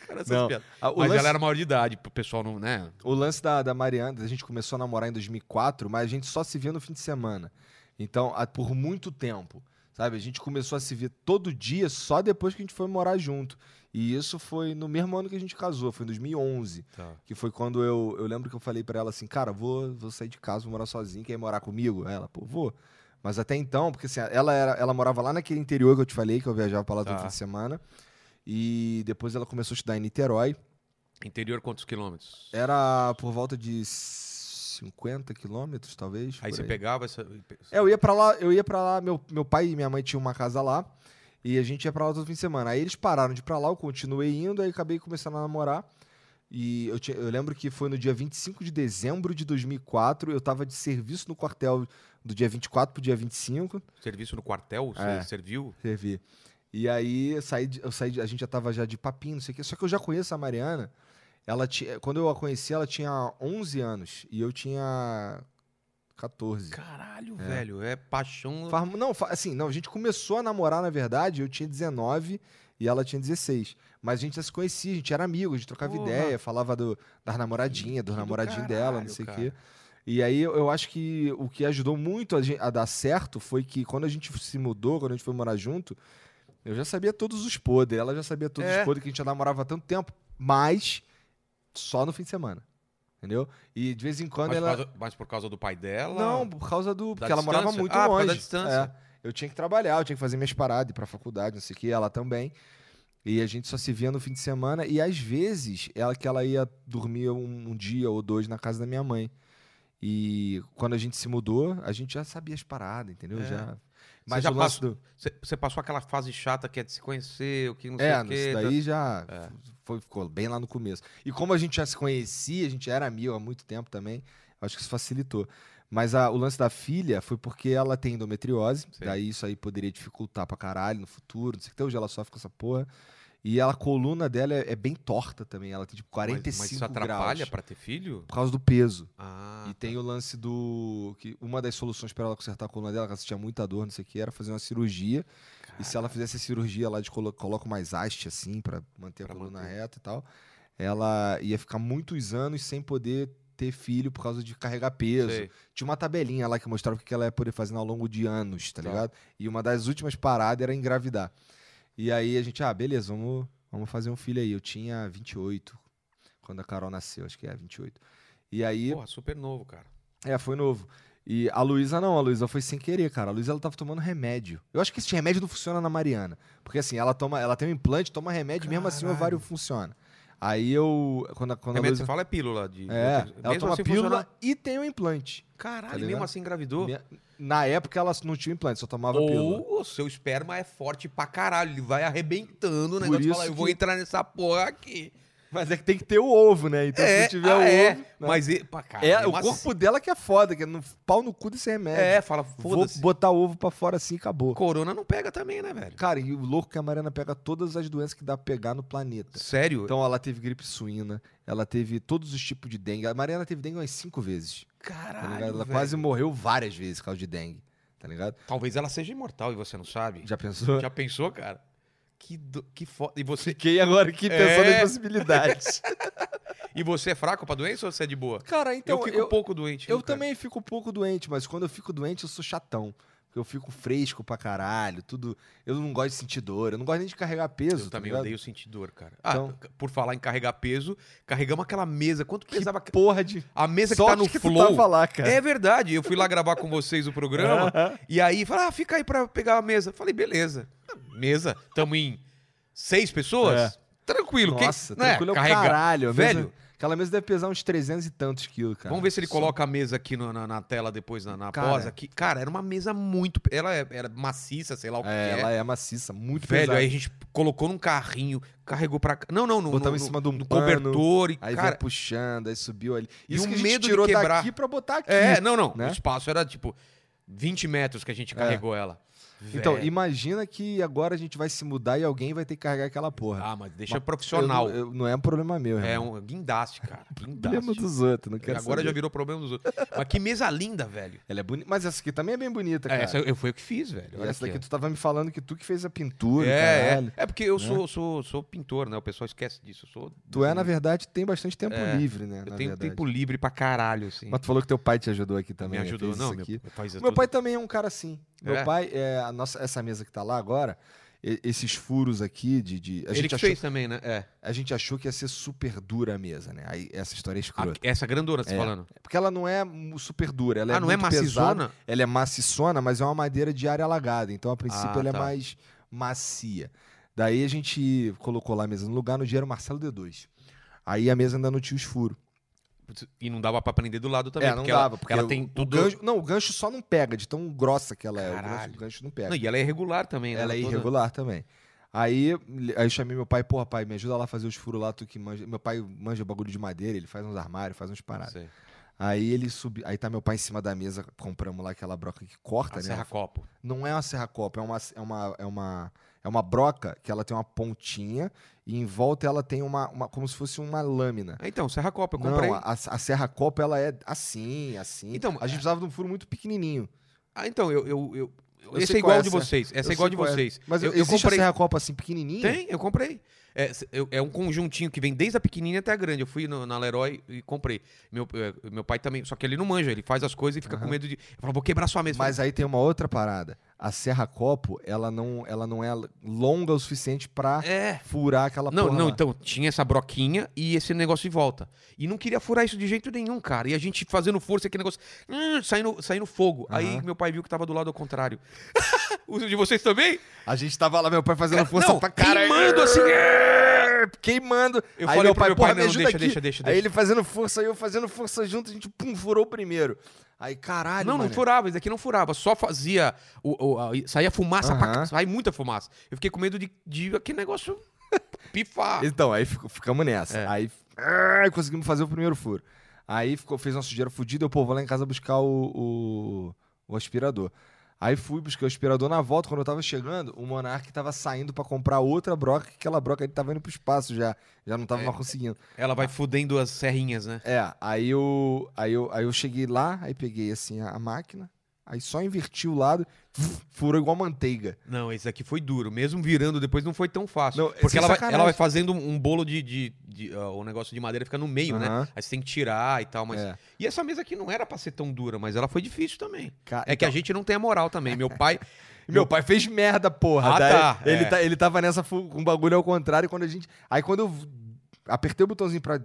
[SPEAKER 1] Cara, essas
[SPEAKER 2] Não,
[SPEAKER 1] piadas.
[SPEAKER 2] Ah, o
[SPEAKER 1] Mas
[SPEAKER 2] lance-
[SPEAKER 1] ela era maior de idade, o pessoal não, né?
[SPEAKER 2] O lance da, da Mariana, a gente começou a namorar em 2004, mas a gente só se via no fim de semana. Então, a- por muito tempo, sabe? A gente começou a se ver todo dia só depois que a gente foi morar junto. E isso foi no mesmo ano que a gente casou, foi em 2011,
[SPEAKER 1] Tá.
[SPEAKER 2] que foi quando eu, eu lembro que eu falei pra ela assim, cara, vou, vou sair de casa, vou morar sozinho, quer ir morar comigo? Aí Ela, pô, vou. Mas até então, porque assim, ela, era, ela morava lá naquele interior que eu te falei, que eu viajava pra lá todo
[SPEAKER 1] Tá.
[SPEAKER 2] fim de semana. E depois ela começou a estudar em Niterói.
[SPEAKER 1] Interior, quantos quilômetros?
[SPEAKER 2] Era por volta de 50 quilômetros, talvez.
[SPEAKER 1] aí
[SPEAKER 2] por
[SPEAKER 1] você pegava essa.
[SPEAKER 2] É, eu ia pra lá, eu ia para lá, meu, meu pai e minha mãe tinham uma casa lá. E a gente ia pra lá todo fim de semana. Aí eles pararam de ir pra lá, eu continuei indo, aí acabei começando a namorar. E eu, tinha- eu lembro que foi no dia 25 de dezembro de 2004. Eu tava de serviço no quartel do dia 24 pro dia 25.
[SPEAKER 1] Serviço no quartel? Você
[SPEAKER 2] É.
[SPEAKER 1] serviu?
[SPEAKER 2] Servi. E aí eu saí, de- eu saí, de- a gente já tava já de papinho, não sei o quê. Só que eu já conheço a Mariana. Ela ti- quando eu a conheci, ela tinha 11 anos e eu tinha 14.
[SPEAKER 1] Caralho, velho. É paixão.
[SPEAKER 2] Faz- não, fa- assim, não, a gente começou a namorar, na verdade, eu tinha 19 e ela tinha 16. Mas a gente já se conhecia, a gente era amigo, a gente trocava
[SPEAKER 1] Porra.
[SPEAKER 2] ideia, falava do, das namoradinhas,
[SPEAKER 1] Que
[SPEAKER 2] dos
[SPEAKER 1] do
[SPEAKER 2] namoradinhos
[SPEAKER 1] caralho,
[SPEAKER 2] dela, não sei o
[SPEAKER 1] cara.
[SPEAKER 2] quê. E aí eu, eu acho que o que ajudou muito a, gen- a dar certo foi que quando a gente se mudou, quando a gente foi morar junto, eu já sabia todos os podres, ela já sabia todos
[SPEAKER 1] É.
[SPEAKER 2] os podres que a gente já namorava há tanto tempo, mas só no fim de semana. Entendeu? E de vez em quando
[SPEAKER 1] mas,
[SPEAKER 2] ela.
[SPEAKER 1] por causa, mas por causa do pai dela?
[SPEAKER 2] Não, por causa do.
[SPEAKER 1] Da
[SPEAKER 2] Porque ela morava
[SPEAKER 1] distância?
[SPEAKER 2] muito
[SPEAKER 1] Ah, por causa
[SPEAKER 2] longe.
[SPEAKER 1] da distância.
[SPEAKER 2] É. Eu tinha que trabalhar, eu tinha que fazer minhas paradas, ir pra faculdade, não sei o que, ela também. E a gente só se via no fim de semana. E às vezes, ela que ela ia dormir um, um dia ou dois na casa da minha mãe. E quando a gente se mudou, a gente já sabia as paradas, entendeu?
[SPEAKER 1] É.
[SPEAKER 2] Já.
[SPEAKER 1] Mas
[SPEAKER 2] Mas
[SPEAKER 1] já
[SPEAKER 2] o lance
[SPEAKER 1] passou-
[SPEAKER 2] do-
[SPEAKER 1] Você você passou aquela fase chata que é de se conhecer, o que não sei
[SPEAKER 2] É,
[SPEAKER 1] o quê.
[SPEAKER 2] isso
[SPEAKER 1] tá-
[SPEAKER 2] daí já
[SPEAKER 1] É.
[SPEAKER 2] foi, ficou bem lá no começo. E como a gente já se conhecia, a gente era amigo há muito tempo também, acho que isso facilitou. Mas a- o lance da filha foi porque ela tem endometriose,
[SPEAKER 1] Sim.
[SPEAKER 2] daí isso aí poderia dificultar pra caralho no futuro, não sei o que, até hoje ela sofre com essa porra. E ela, a coluna dela é, é bem torta também, ela tem tipo
[SPEAKER 1] Mas-
[SPEAKER 2] 45
[SPEAKER 1] Mas isso atrapalha
[SPEAKER 2] graus.
[SPEAKER 1] pra ter filho?
[SPEAKER 2] Por causa do peso.
[SPEAKER 1] Ah.
[SPEAKER 2] e tem o lance do. que Uma das soluções pra ela consertar a coluna dela, que ela sentia muita dor, não sei o que, era fazer uma cirurgia. E se ela fizesse a cirurgia lá de colo coloca mais haste assim pra manter a
[SPEAKER 1] Pra
[SPEAKER 2] coluna
[SPEAKER 1] manter.
[SPEAKER 2] reta e tal, ela ia ficar muitos anos sem poder ter filho por causa de carregar peso.
[SPEAKER 1] Sei.
[SPEAKER 2] Tinha uma tabelinha lá que mostrava o que ela ia poder fazer ao longo de anos, tá
[SPEAKER 1] Tá.
[SPEAKER 2] ligado? E uma das últimas paradas era engravidar. E aí a gente, ah, beleza, vamos, vamos fazer um filho aí. Eu tinha 28 quando a Carol nasceu, acho que é 28. E aí,
[SPEAKER 1] Porra, super novo, cara.
[SPEAKER 2] é, foi novo. E a Luísa não, a Luísa foi sem querer, cara. A Luísa ela tava tomando remédio. Eu acho que esse remédio não funciona na Mariana. Porque assim, ela toma, ela tem um implante, toma remédio, mesmo assim o
[SPEAKER 1] Caralho.
[SPEAKER 2] ovário funciona. Aí eu. Quando, a- quando a
[SPEAKER 1] Remédio que você
[SPEAKER 2] Luísa.
[SPEAKER 1] fala é pílula de.
[SPEAKER 2] É,
[SPEAKER 1] mesmo
[SPEAKER 2] ela toma
[SPEAKER 1] assim
[SPEAKER 2] pílula
[SPEAKER 1] funciona-
[SPEAKER 2] e tem o implante.
[SPEAKER 1] Caralho,
[SPEAKER 2] tá
[SPEAKER 1] mesmo
[SPEAKER 2] ligado?
[SPEAKER 1] assim engravidou.
[SPEAKER 2] Minha- Na época ela não tinha implante, só tomava pílula.
[SPEAKER 1] Ou o seu esperma é forte pra caralho, ele vai arrebentando o
[SPEAKER 2] Por
[SPEAKER 1] negócio e fala,
[SPEAKER 2] isso
[SPEAKER 1] eu vou
[SPEAKER 2] que-
[SPEAKER 1] entrar nessa porra aqui.
[SPEAKER 2] Mas é que tem que ter o ovo, né? Então se
[SPEAKER 1] é,
[SPEAKER 2] não tiver
[SPEAKER 1] ah,
[SPEAKER 2] o ovo.
[SPEAKER 1] é,
[SPEAKER 2] né?
[SPEAKER 1] mas e- pá, cara,
[SPEAKER 2] É,
[SPEAKER 1] mesmo
[SPEAKER 2] o corpo
[SPEAKER 1] assim-
[SPEAKER 2] dela que é foda, que é no pau no cu desse remédio.
[SPEAKER 1] É, fala,
[SPEAKER 2] Vou
[SPEAKER 1] foda-se.
[SPEAKER 2] botar o ovo pra fora assim e acabou.
[SPEAKER 1] Corona não pega também, né, velho?
[SPEAKER 2] Cara, e o louco é que a Mariana pega todas as doenças que dá pra pegar no planeta.
[SPEAKER 1] Sério?
[SPEAKER 2] Então ela teve gripe suína, ela teve todos os tipos de dengue. A Mariana teve dengue umas cinco vezes. Tá
[SPEAKER 1] Caralho,
[SPEAKER 2] ligado? Ela
[SPEAKER 1] velho.
[SPEAKER 2] quase morreu várias vezes por causa de dengue. Tá ligado?
[SPEAKER 1] Talvez ela seja imortal e você não sabe. Já,
[SPEAKER 2] Já pensou?
[SPEAKER 1] pensou, cara? Que, do... que foda. E você...
[SPEAKER 2] <laughs> Fiquei agora aqui pensando
[SPEAKER 1] É.
[SPEAKER 2] em possibilidades.
[SPEAKER 1] e você é fraco pra doença ou você é de boa?
[SPEAKER 2] <laughs> Cara, então
[SPEAKER 1] eu
[SPEAKER 2] eu,
[SPEAKER 1] fico um pouco doente.
[SPEAKER 2] eu
[SPEAKER 1] viu, cara?
[SPEAKER 2] também fico um pouco doente, mas quando eu fico doente eu sou chatão. Porque eu fico fresco pra caralho, tudo. Eu não gosto de sentir dor, eu não gosto nem de carregar peso.
[SPEAKER 1] Eu
[SPEAKER 2] tá
[SPEAKER 1] também
[SPEAKER 2] ligado?
[SPEAKER 1] odeio sentir dor, cara. Ah,
[SPEAKER 2] Então-
[SPEAKER 1] c- por falar em carregar peso, carregamos aquela mesa. Quanto pesava
[SPEAKER 2] Que porra de.
[SPEAKER 1] a mesa que
[SPEAKER 2] Sorte
[SPEAKER 1] tá no
[SPEAKER 2] que tu
[SPEAKER 1] flow?
[SPEAKER 2] tava lá, <laughs> cara. É.
[SPEAKER 1] é verdade. Eu fui lá gravar com vocês o
[SPEAKER 2] <laughs>
[SPEAKER 1] programa e aí falaram, ah, fica aí pra pegar a mesa. Falei, beleza. Mesa, tamo em seis pessoas? Tranquilo. quem-
[SPEAKER 2] É. Nossa,
[SPEAKER 1] né,
[SPEAKER 2] tranquilo é o
[SPEAKER 1] carregar.
[SPEAKER 2] caralho. a mesa-
[SPEAKER 1] Velho.
[SPEAKER 2] aquela mesa deve pesar uns 300 e tantos quilos, cara.
[SPEAKER 1] Vamos ver se ele
[SPEAKER 2] Só-
[SPEAKER 1] coloca a mesa aqui no- na, na tela depois, na, na
[SPEAKER 2] Cara.
[SPEAKER 1] pós aqui. Cara, era uma mesa muito. Ela é- era maciça, sei lá o que
[SPEAKER 2] É,
[SPEAKER 1] é.
[SPEAKER 2] ela é maciça, muito
[SPEAKER 1] Velho,
[SPEAKER 2] pesada.
[SPEAKER 1] aí a gente colocou num carrinho, carregou pra cá. Não, não, no,
[SPEAKER 2] Botamos
[SPEAKER 1] no,
[SPEAKER 2] em cima de um
[SPEAKER 1] no
[SPEAKER 2] pano,
[SPEAKER 1] cobertor. E,
[SPEAKER 2] Aí vai
[SPEAKER 1] cara,
[SPEAKER 2] puxando, aí subiu ali.
[SPEAKER 1] E
[SPEAKER 2] Isso
[SPEAKER 1] o
[SPEAKER 2] que a gente
[SPEAKER 1] medo de
[SPEAKER 2] tirou
[SPEAKER 1] quebrar.
[SPEAKER 2] daqui pra botar aqui.
[SPEAKER 1] É, não, não.
[SPEAKER 2] né? É.
[SPEAKER 1] O espaço era tipo 20 metros que a gente carregou ela.
[SPEAKER 2] então,
[SPEAKER 1] Velho.
[SPEAKER 2] imagina que agora a gente vai se mudar e alguém vai ter que carregar aquela porra.
[SPEAKER 1] Ah, mas deixa
[SPEAKER 2] Mas
[SPEAKER 1] profissional.
[SPEAKER 2] Eu não- eu- não é um problema meu,
[SPEAKER 1] é
[SPEAKER 2] irmão.
[SPEAKER 1] um guindaste,
[SPEAKER 2] <laughs>
[SPEAKER 1] cara.
[SPEAKER 2] problema
[SPEAKER 1] Guindaste.
[SPEAKER 2] dos outros, não quero
[SPEAKER 1] Agora já
[SPEAKER 2] saber.
[SPEAKER 1] virou problema dos outros. Mas que mesa linda, velho.
[SPEAKER 2] Ela é bonita, mas essa aqui também é bem bonita, cara.
[SPEAKER 1] É, essa eu, foi eu que fiz, velho.
[SPEAKER 2] E
[SPEAKER 1] Olha
[SPEAKER 2] essa
[SPEAKER 1] aqui,
[SPEAKER 2] daqui
[SPEAKER 1] ó.
[SPEAKER 2] tu tava me falando que tu que fez a pintura,
[SPEAKER 1] é,
[SPEAKER 2] caralho.
[SPEAKER 1] É, é porque eu
[SPEAKER 2] né?
[SPEAKER 1] sou, sou, sou pintor, né? O pessoal esquece disso. Eu sou
[SPEAKER 2] Tu é, na verdade, tem bastante tempo
[SPEAKER 1] Uhum. É,
[SPEAKER 2] livre, né?
[SPEAKER 1] Eu
[SPEAKER 2] na
[SPEAKER 1] tenho
[SPEAKER 2] verdade.
[SPEAKER 1] tempo livre pra caralho, assim.
[SPEAKER 2] Mas tu falou que teu pai te ajudou aqui também.
[SPEAKER 1] me
[SPEAKER 2] né?
[SPEAKER 1] ajudou,
[SPEAKER 2] Fez
[SPEAKER 1] não?
[SPEAKER 2] isso aqui.
[SPEAKER 1] Meu, faz
[SPEAKER 2] O
[SPEAKER 1] tudo.
[SPEAKER 2] Meu pai também é um cara assim. Meu
[SPEAKER 1] É?
[SPEAKER 2] pai, é, a nossa, essa mesa que tá lá agora, e- esses furos aqui de. de- tá- a,
[SPEAKER 1] Ele
[SPEAKER 2] gente
[SPEAKER 1] que
[SPEAKER 2] achou,
[SPEAKER 1] fez também, né? É.
[SPEAKER 2] a gente achou que ia ser super dura a mesa, né? Aí essa história
[SPEAKER 1] A-
[SPEAKER 2] é escrota.
[SPEAKER 1] essa grandona, você tá
[SPEAKER 2] É.
[SPEAKER 1] falando.
[SPEAKER 2] É Porque ela não é mu- super dura, ela é
[SPEAKER 1] ah, não é
[SPEAKER 2] muito pesada,
[SPEAKER 1] macizona?
[SPEAKER 2] ela é maciçona, mas é uma madeira de área alagada. Então, a princípio,
[SPEAKER 1] Ah,
[SPEAKER 2] ela
[SPEAKER 1] tá.
[SPEAKER 2] é mais macia. Daí a gente colocou lá a mesa no lugar, no dia era o Marcelo D2. Aí a mesa ainda não tinha os furos.
[SPEAKER 1] Putz, E não dava pra prender do lado também.
[SPEAKER 2] É, não
[SPEAKER 1] porque ela,
[SPEAKER 2] dava, porque
[SPEAKER 1] ela
[SPEAKER 2] o-
[SPEAKER 1] tem
[SPEAKER 2] o
[SPEAKER 1] tudo.
[SPEAKER 2] gancho- não, o gancho só não pega, de tão grossa que ela é. O gancho,
[SPEAKER 1] Caralho.
[SPEAKER 2] o gancho não pega.
[SPEAKER 1] Não, e ela é irregular também, né?
[SPEAKER 2] Ela é
[SPEAKER 1] toda-
[SPEAKER 2] irregular também. Aí, aí eu chamei meu pai, porra, pai, me ajuda lá a fazer os furos lá, tu que manja. Meu pai manja bagulho de madeira, ele faz uns armários, faz uns paradas.
[SPEAKER 1] Sei.
[SPEAKER 2] Aí ele subi, aí tá meu pai em cima da mesa, compramos lá aquela broca que corta,
[SPEAKER 1] A
[SPEAKER 2] né?
[SPEAKER 1] serra copo.
[SPEAKER 2] Não é uma serra-copa, é uma, é, uma, é, uma, é uma broca que ela tem uma pontinha e em volta ela tem uma, uma como se fosse uma lâmina.
[SPEAKER 1] Ah, então, serra copo, eu comprei.
[SPEAKER 2] Não, a, a serra-copa ela é assim, assim.
[SPEAKER 1] Então,
[SPEAKER 2] a gente precisava de um furo muito pequenininho.
[SPEAKER 1] Ah, então, eu. eu, eu...
[SPEAKER 2] Eu
[SPEAKER 1] Esse
[SPEAKER 2] sei
[SPEAKER 1] é igual
[SPEAKER 2] qual é
[SPEAKER 1] de
[SPEAKER 2] essa.
[SPEAKER 1] vocês. Essa
[SPEAKER 2] Eu
[SPEAKER 1] é igual
[SPEAKER 2] sei
[SPEAKER 1] de
[SPEAKER 2] qual é.
[SPEAKER 1] vocês.
[SPEAKER 2] Mas
[SPEAKER 1] eu, eu
[SPEAKER 2] existe
[SPEAKER 1] comprei.
[SPEAKER 2] a serra-copa assim pequenininha?
[SPEAKER 1] Tem, eu comprei. É, se- eu- é um conjuntinho que vem desde a pequenininha até a grande. Eu fui no- na Leroy e comprei. Meu, eh, meu pai também, só que ele não manja, ele faz as coisas e fica com
[SPEAKER 2] Aham.
[SPEAKER 1] medo de. Eu falo, vou quebrar sua mesa.
[SPEAKER 2] Mas aí tem uma outra parada. A serra copo, ela não, ela não é longa o suficiente pra
[SPEAKER 1] É.
[SPEAKER 2] furar aquela
[SPEAKER 1] Não,
[SPEAKER 2] porra
[SPEAKER 1] não,
[SPEAKER 2] lá.
[SPEAKER 1] então tinha essa broquinha e esse negócio de volta. E não queria furar isso de jeito nenhum, cara. E a gente fazendo força, aquele negócio. hum, saindo, saindo fogo. Aí
[SPEAKER 2] Aham.
[SPEAKER 1] meu pai viu que tava do lado ao contrário. <laughs> o de vocês também?
[SPEAKER 2] A gente tava lá, meu pai fazendo
[SPEAKER 1] Cara,
[SPEAKER 2] força
[SPEAKER 1] não,
[SPEAKER 2] pra caralho.
[SPEAKER 1] queimando assim. é!
[SPEAKER 2] Queimando.
[SPEAKER 1] Eu
[SPEAKER 2] aí
[SPEAKER 1] falei
[SPEAKER 2] meu
[SPEAKER 1] pro
[SPEAKER 2] pai,
[SPEAKER 1] meu
[SPEAKER 2] porra,
[SPEAKER 1] pai,
[SPEAKER 2] me
[SPEAKER 1] não,
[SPEAKER 2] ajuda
[SPEAKER 1] deixa,
[SPEAKER 2] aqui.
[SPEAKER 1] deixa, deixa,
[SPEAKER 2] Aí
[SPEAKER 1] deixa.
[SPEAKER 2] ele fazendo força, eu fazendo força junto, a gente pum, furou o primeiro. Aí, caralho,
[SPEAKER 1] Não, não
[SPEAKER 2] Ah, mané.
[SPEAKER 1] furava, isso aqui não furava, só fazia. O, o- a- saía fumaça, pra
[SPEAKER 2] Aham.
[SPEAKER 1] ca- sai muita fumaça. Eu fiquei com medo de, de aquele negócio <laughs> pifar.
[SPEAKER 2] Então, aí fico- ficamos nessa.
[SPEAKER 1] Ah. É.
[SPEAKER 2] Aí ai, conseguimos fazer o primeiro furo. Aí ficou, fez uma sujeira fodida, eu, pô, vou lá em casa buscar o, o, o aspirador. Aí fui, busquei o aspirador na volta. Quando eu tava chegando, o Monark tava saindo pra comprar outra broca, que aquela broca ele tava indo pro espaço já. Já não tava mais conseguindo.
[SPEAKER 1] Ela vai fudendo as serrinhas, né?
[SPEAKER 2] É, aí eu, aí eu, aí eu cheguei lá, aí peguei assim a, a máquina, aí só inverti o lado, furou igual manteiga.
[SPEAKER 1] Não, esse aqui foi duro. Mesmo virando depois não foi tão fácil.
[SPEAKER 2] Não,
[SPEAKER 1] porque
[SPEAKER 2] sem
[SPEAKER 1] ela vai,
[SPEAKER 2] sacanagem.
[SPEAKER 1] ela vai fazendo um bolo de. de, de, ah, o negócio de madeira fica no meio, né?
[SPEAKER 2] Aham.
[SPEAKER 1] Aí você tem que tirar e tal. Mas...
[SPEAKER 2] É.
[SPEAKER 1] E essa mesa aqui não era pra ser tão dura, mas ela foi difícil também.
[SPEAKER 2] Ca-
[SPEAKER 1] É que a gente não tem a moral também. Meu pai.
[SPEAKER 2] Meu pai fez merda, porra.
[SPEAKER 1] Ah,
[SPEAKER 2] Daí
[SPEAKER 1] tá, é.
[SPEAKER 2] Ele, tá- ele tava nessa fu- com o bagulho ao contrário. Quando a gente. Aí quando eu apertei o botãozinho pra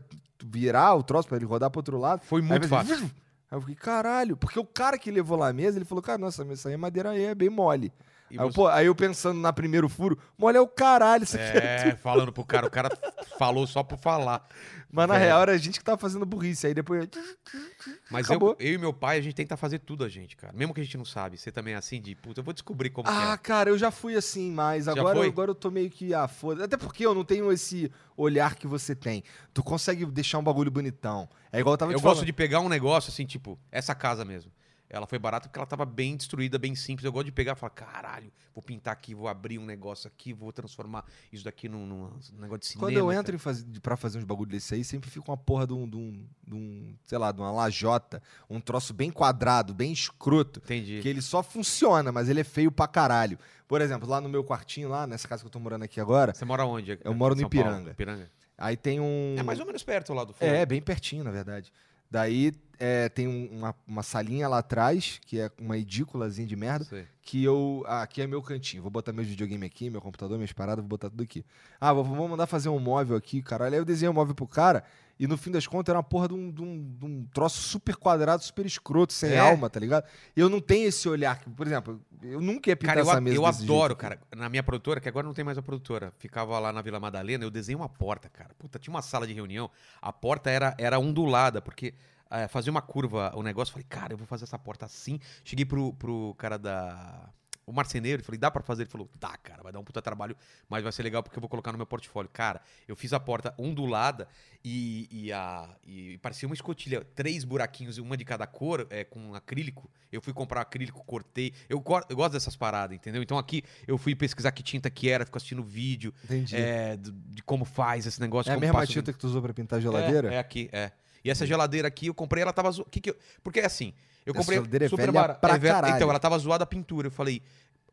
[SPEAKER 2] virar o troço, pra ele rodar pro outro lado.
[SPEAKER 1] Foi
[SPEAKER 2] aí
[SPEAKER 1] muito
[SPEAKER 2] fez-
[SPEAKER 1] fácil.
[SPEAKER 2] Aí eu fiquei, caralho. Porque o cara que levou lá a mesa, ele falou, cara, nossa, essa aí é madeira aí, é bem mole.
[SPEAKER 1] E
[SPEAKER 2] <laughs> Aí, eu,
[SPEAKER 1] você-
[SPEAKER 2] pô, aí eu pensando na primeiro furo, mole é o caralho, isso aqui é
[SPEAKER 1] É, falando pro cara, o cara falou só por falar.
[SPEAKER 2] Mas na
[SPEAKER 1] Velho.
[SPEAKER 2] real era a gente que tava fazendo burrice. Aí depois. eu-
[SPEAKER 1] Mas
[SPEAKER 2] Acabou.
[SPEAKER 1] eu, eu e meu pai, a gente tenta fazer tudo a gente, cara. Mesmo que a gente não sabe. Você também é assim de, puta, eu vou descobrir como é."
[SPEAKER 2] Ah, cara, eu já fui assim, mas
[SPEAKER 1] Já
[SPEAKER 2] agora,
[SPEAKER 1] foi?
[SPEAKER 2] agora eu tô meio que. Ah, foda. Até porque eu não tenho esse olhar que você tem. Tu consegue deixar um bagulho bonitão. É igual eu
[SPEAKER 1] que
[SPEAKER 2] tava
[SPEAKER 1] é.
[SPEAKER 2] te
[SPEAKER 1] Eu
[SPEAKER 2] falando.
[SPEAKER 1] gosto de pegar um negócio assim, tipo, essa casa mesmo. Ela foi barata porque ela tava bem destruída, bem simples. Eu gosto de pegar e falar, caralho, vou pintar aqui, vou abrir um negócio aqui, vou transformar isso daqui num, num negócio de cinema.
[SPEAKER 2] Quando eu
[SPEAKER 1] cara.
[SPEAKER 2] entro em faz... pra fazer uns bagulho desse aí, sempre fica uma porra de um, de um- de um, sei lá, de uma lajota, um troço bem quadrado, bem escroto.
[SPEAKER 1] Entendi.
[SPEAKER 2] Que ele só funciona, mas ele é feio pra caralho. Por exemplo, lá no meu quartinho, lá nessa casa que eu tô morando aqui agora,
[SPEAKER 1] Você mora onde?
[SPEAKER 2] Eu moro no
[SPEAKER 1] É, São Paulo?
[SPEAKER 2] Ipiranga.
[SPEAKER 1] Ipiranga.
[SPEAKER 2] aí tem um.
[SPEAKER 1] É mais ou menos perto lá do fundo.
[SPEAKER 2] É, bem pertinho, na verdade. Daí é, tem um- uma, uma salinha lá atrás, que é uma edículazinha de merda,
[SPEAKER 1] Sei.
[SPEAKER 2] que eu. ah, aqui é meu cantinho. Vou botar meus videogame aqui, meu computador, minhas paradas, vou botar tudo aqui. Ah, vou, vou mandar fazer um móvel aqui, caralho. Aí eu desenhei um móvel pro cara, e no fim das contas era uma porra de um, de um- de um troço super quadrado, super escroto, sem
[SPEAKER 1] É?
[SPEAKER 2] alma, tá ligado? Eu não tenho esse olhar. que- Por exemplo, eu nunca ia pintar
[SPEAKER 1] Cara, eu,
[SPEAKER 2] essa
[SPEAKER 1] a-
[SPEAKER 2] mesa.
[SPEAKER 1] eu
[SPEAKER 2] desse jeito
[SPEAKER 1] adoro,
[SPEAKER 2] aqui.
[SPEAKER 1] cara. Na minha produtora, que agora não tem mais a produtora, ficava lá na Vila Madalena, eu desenhei uma porta, cara. Puta, tinha uma sala de reunião, a porta era, era ondulada, porque eh, fazia uma curva o negócio. Falei, cara, eu vou fazer essa porta assim. Cheguei pro, pro cara da. O marceneiro, falei, dá pra fazer? Ele falou, dá, cara, vai dar um puta trabalho, mas vai ser legal porque eu vou colocar no meu portfólio. Cara, eu fiz a porta ondulada e, e a, e parecia uma escotilha, três buraquinhos, uma de cada cor, é, com acrílico. Eu fui comprar acrílico, cortei. Eu, go- eu gosto dessas paradas, entendeu? Então aqui eu fui pesquisar que tinta que era, fico assistindo vídeo
[SPEAKER 2] Entendi. É,
[SPEAKER 1] é, do- de como faz esse negócio.
[SPEAKER 2] a
[SPEAKER 1] como
[SPEAKER 2] mesma
[SPEAKER 1] passa o
[SPEAKER 2] tinta que tu usou pra pintar a geladeira?
[SPEAKER 1] é, é aqui, é. E essa geladeira aqui eu comprei, ela tava zo... que que eu- Porque assim, eu
[SPEAKER 2] Essa
[SPEAKER 1] comprei
[SPEAKER 2] geladeira é
[SPEAKER 1] super
[SPEAKER 2] velha
[SPEAKER 1] barata.
[SPEAKER 2] pra
[SPEAKER 1] É velha-
[SPEAKER 2] caralho.
[SPEAKER 1] Então, ela tava zoada a pintura. Eu falei,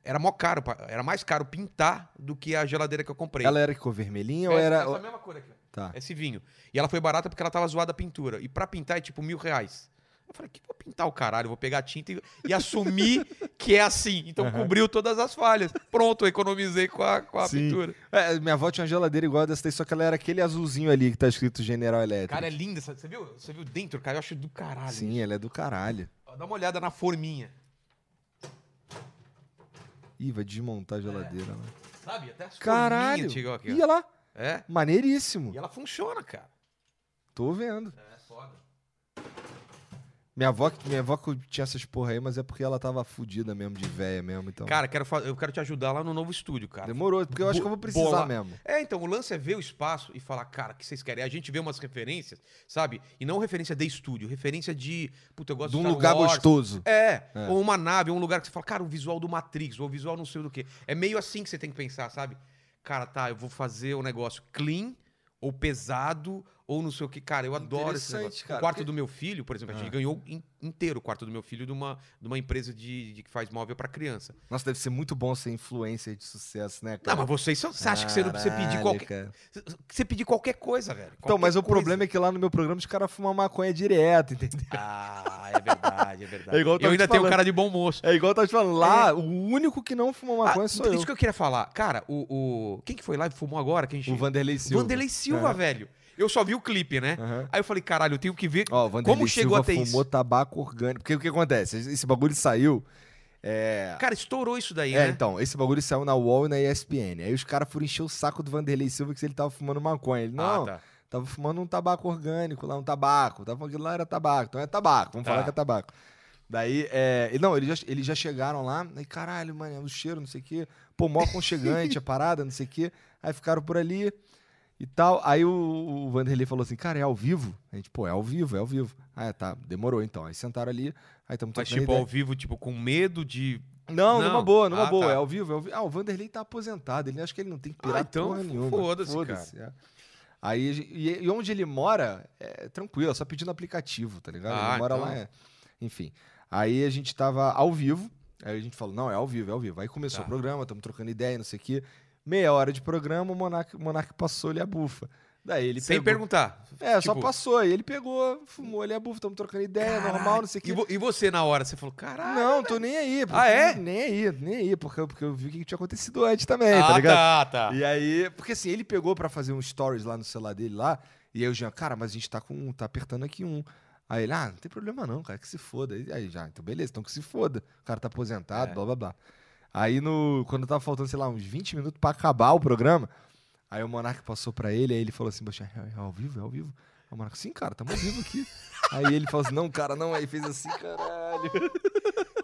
[SPEAKER 1] era mó caro, pa- era mais caro pintar do que a geladeira que eu comprei. É,
[SPEAKER 2] Ela era que cor vermelhinha ou
[SPEAKER 1] Essa-
[SPEAKER 2] era.
[SPEAKER 1] essa mesma cor aqui, ó.
[SPEAKER 2] Tá.
[SPEAKER 1] esse vinho. E ela foi barata porque ela tava zoada a pintura. E pra pintar é tipo mil reais. Eu falei, que vou pintar o caralho? Eu Vou pegar a tinta e, e assumir <laughs> que é assim. Então cobriu todas as falhas. Pronto, eu economizei com a, com a
[SPEAKER 2] Sim.
[SPEAKER 1] pintura.
[SPEAKER 2] É, minha avó tinha uma geladeira igual a dessa daí, só que ela era aquele azulzinho ali que tá escrito General Electric.
[SPEAKER 1] Cara, é linda. essa- Você viu, você viu dentro, cara? Eu acho do caralho.
[SPEAKER 2] Sim, ela é do caralho.
[SPEAKER 1] Ó, Dá uma olhada na forminha.
[SPEAKER 2] Ih, vai desmontar a geladeira lá.
[SPEAKER 1] É. Sabe? Até as
[SPEAKER 2] Caralho!
[SPEAKER 1] forminhas chegam aqui, ó.
[SPEAKER 2] Ia lá.
[SPEAKER 1] É.
[SPEAKER 2] Maneiríssimo.
[SPEAKER 1] E ela funciona, cara.
[SPEAKER 2] Tô vendo.
[SPEAKER 1] É, foda.
[SPEAKER 2] Minha avó, minha avó que tinha essas porra aí, mas é porque ela tava fudida mesmo, de véia mesmo. Então.
[SPEAKER 1] Cara, quero fa- eu quero te ajudar lá no novo estúdio, cara.
[SPEAKER 2] Demorou, porque eu acho que eu vou precisar
[SPEAKER 1] Bola.
[SPEAKER 2] mesmo.
[SPEAKER 1] É, então, o lance é ver o espaço e falar, cara, o que vocês querem? A gente vê umas referências, sabe? E não referência de estúdio, referência de. Puta, eu gosto
[SPEAKER 2] De um
[SPEAKER 1] Star
[SPEAKER 2] lugar
[SPEAKER 1] Wars.
[SPEAKER 2] gostoso.
[SPEAKER 1] É,
[SPEAKER 2] É.
[SPEAKER 1] ou uma nave, ou um lugar que você fala, cara, o visual do Matrix, ou o visual não sei do que. É meio assim que você tem que pensar, sabe? Cara, tá, eu vou fazer um negócio clean, ou pesado, ou não sei o que. Cara, eu adoro esse
[SPEAKER 2] Interessante,
[SPEAKER 1] negócio.
[SPEAKER 2] cara,
[SPEAKER 1] o quarto
[SPEAKER 2] porque-
[SPEAKER 1] do meu filho, por exemplo, a gente
[SPEAKER 2] Ah.
[SPEAKER 1] ganhou in- inteiro o quarto do meu filho de uma, de uma empresa de, de que faz móvel pra criança.
[SPEAKER 2] Nossa, deve ser muito bom ser influencer de sucesso, né,
[SPEAKER 1] Não,
[SPEAKER 2] cara?
[SPEAKER 1] mas vocês são, você acha que você não precisa pedir
[SPEAKER 2] Caralho,
[SPEAKER 1] qualquer.
[SPEAKER 2] cara.
[SPEAKER 1] Você pedir qualquer coisa, velho.
[SPEAKER 2] Então, mas o problema
[SPEAKER 1] é.
[SPEAKER 2] é que lá no meu programa os caras fumam maconha direto, entendeu?
[SPEAKER 1] <laughs> Ah, é verdade, é verdade.
[SPEAKER 2] <laughs> É igual eu
[SPEAKER 1] eu
[SPEAKER 2] tava
[SPEAKER 1] ainda
[SPEAKER 2] te
[SPEAKER 1] tenho
[SPEAKER 2] falando.
[SPEAKER 1] cara de bom moço.
[SPEAKER 2] É igual eu tava te falando, lá o único que não fuma maconha
[SPEAKER 1] Ah,
[SPEAKER 2] sou
[SPEAKER 1] isso
[SPEAKER 2] eu.
[SPEAKER 1] que eu queria falar. Cara, o. o- Quem que foi lá e fumou agora? Quem
[SPEAKER 2] O Vanderlei Silva. É.
[SPEAKER 1] Vanderlei Silva,
[SPEAKER 2] Aham.
[SPEAKER 1] velho. Eu só vi o clipe, né?
[SPEAKER 2] Aham.
[SPEAKER 1] Aí eu falei, caralho, eu tenho que ver.
[SPEAKER 2] Ó, o Vanderlei
[SPEAKER 1] Como chegou
[SPEAKER 2] Silva
[SPEAKER 1] até isso?
[SPEAKER 2] fumou tabaco orgânico. Porque o que acontece? Esse bagulho saiu. É,
[SPEAKER 1] Cara, estourou isso daí,
[SPEAKER 2] é,
[SPEAKER 1] né?
[SPEAKER 2] então, esse bagulho saiu na UOL e na ESPN. Aí os caras foram encher o saco do Vanderlei Silva que ele tava fumando maconha. Ele, não,
[SPEAKER 1] Ah, tá.
[SPEAKER 2] tava fumando um tabaco orgânico lá, um tabaco. Tava falando que lá era tabaco, então é tabaco, vamos
[SPEAKER 1] Tá.
[SPEAKER 2] falar que é tabaco. Daí, é, e não, eles já, eles já chegaram lá, aí, caralho, mano, é o cheiro, não sei o quê. Pô, mó aconchegante
[SPEAKER 1] <laughs>
[SPEAKER 2] a parada, não sei o quê. Aí ficaram por ali e tal. Aí o, o Vanderlei falou assim, cara, é ao vivo? A gente, pô, é ao vivo, é ao vivo. Ah, tá, demorou então. Aí sentaram ali, aí estamos
[SPEAKER 1] Mas, tipo, ao vivo, tipo, com medo de.
[SPEAKER 2] Não,
[SPEAKER 1] Não.
[SPEAKER 2] numa boa, numa
[SPEAKER 1] Ah,
[SPEAKER 2] boa.
[SPEAKER 1] tá.
[SPEAKER 2] É ao vivo, é ao vivo. Ah, o Vanderlei tá aposentado, ele acho que ele não tem que pirar
[SPEAKER 1] Ah, então,
[SPEAKER 2] porra nenhuma.
[SPEAKER 1] foda-se,
[SPEAKER 2] é. Aí, a gen- e, e onde ele mora, é tranquilo, é só pedindo aplicativo, tá ligado?
[SPEAKER 1] Ah,
[SPEAKER 2] ele mora
[SPEAKER 1] então.
[SPEAKER 2] lá, é. Enfim. Aí a gente tava ao vivo, aí a gente falou, não, é ao vivo, é ao vivo. Aí começou
[SPEAKER 1] Tá.
[SPEAKER 2] o programa, estamos trocando ideia, não sei o quê. Meia hora de programa, o Monark, o Monark passou ali a bufa. Daí ele
[SPEAKER 1] sem
[SPEAKER 2] pegou...
[SPEAKER 1] perguntar.
[SPEAKER 2] É, só
[SPEAKER 1] Tipo-
[SPEAKER 2] passou. Aí ele pegou, fumou ali a bufa, estamos trocando ideia, normal, não sei o quê.
[SPEAKER 1] E, vo- e você, na hora, você falou, caralho.
[SPEAKER 2] Não, tô nem aí. porque-
[SPEAKER 1] Tá, Ah, é?
[SPEAKER 2] Nem aí, nem aí, porque, porque eu vi o que tinha acontecido antes também,
[SPEAKER 1] ah,
[SPEAKER 2] tá ligado?
[SPEAKER 1] tá, tá.
[SPEAKER 2] E aí, porque assim, ele pegou pra fazer um stories lá no celular dele lá, e aí o Jean, cara, mas a gente tá com um, tá apertando aqui um. Aí ele, ah, não tem problema não, cara, que se foda. E Aí já, então beleza, então que se foda. O cara tá aposentado,
[SPEAKER 1] É.
[SPEAKER 2] blá blá blá. Aí no, quando tava faltando, sei lá, uns 20 minutos pra acabar o programa, aí o Monark passou pra ele, aí ele falou assim, "Poxa, é, é ao vivo, é ao vivo. Aí o Monark, sim, cara, tamo ao vivo
[SPEAKER 1] <laughs>
[SPEAKER 2] aqui. aí ele falou assim, não, cara, não, aí fez assim, caralho.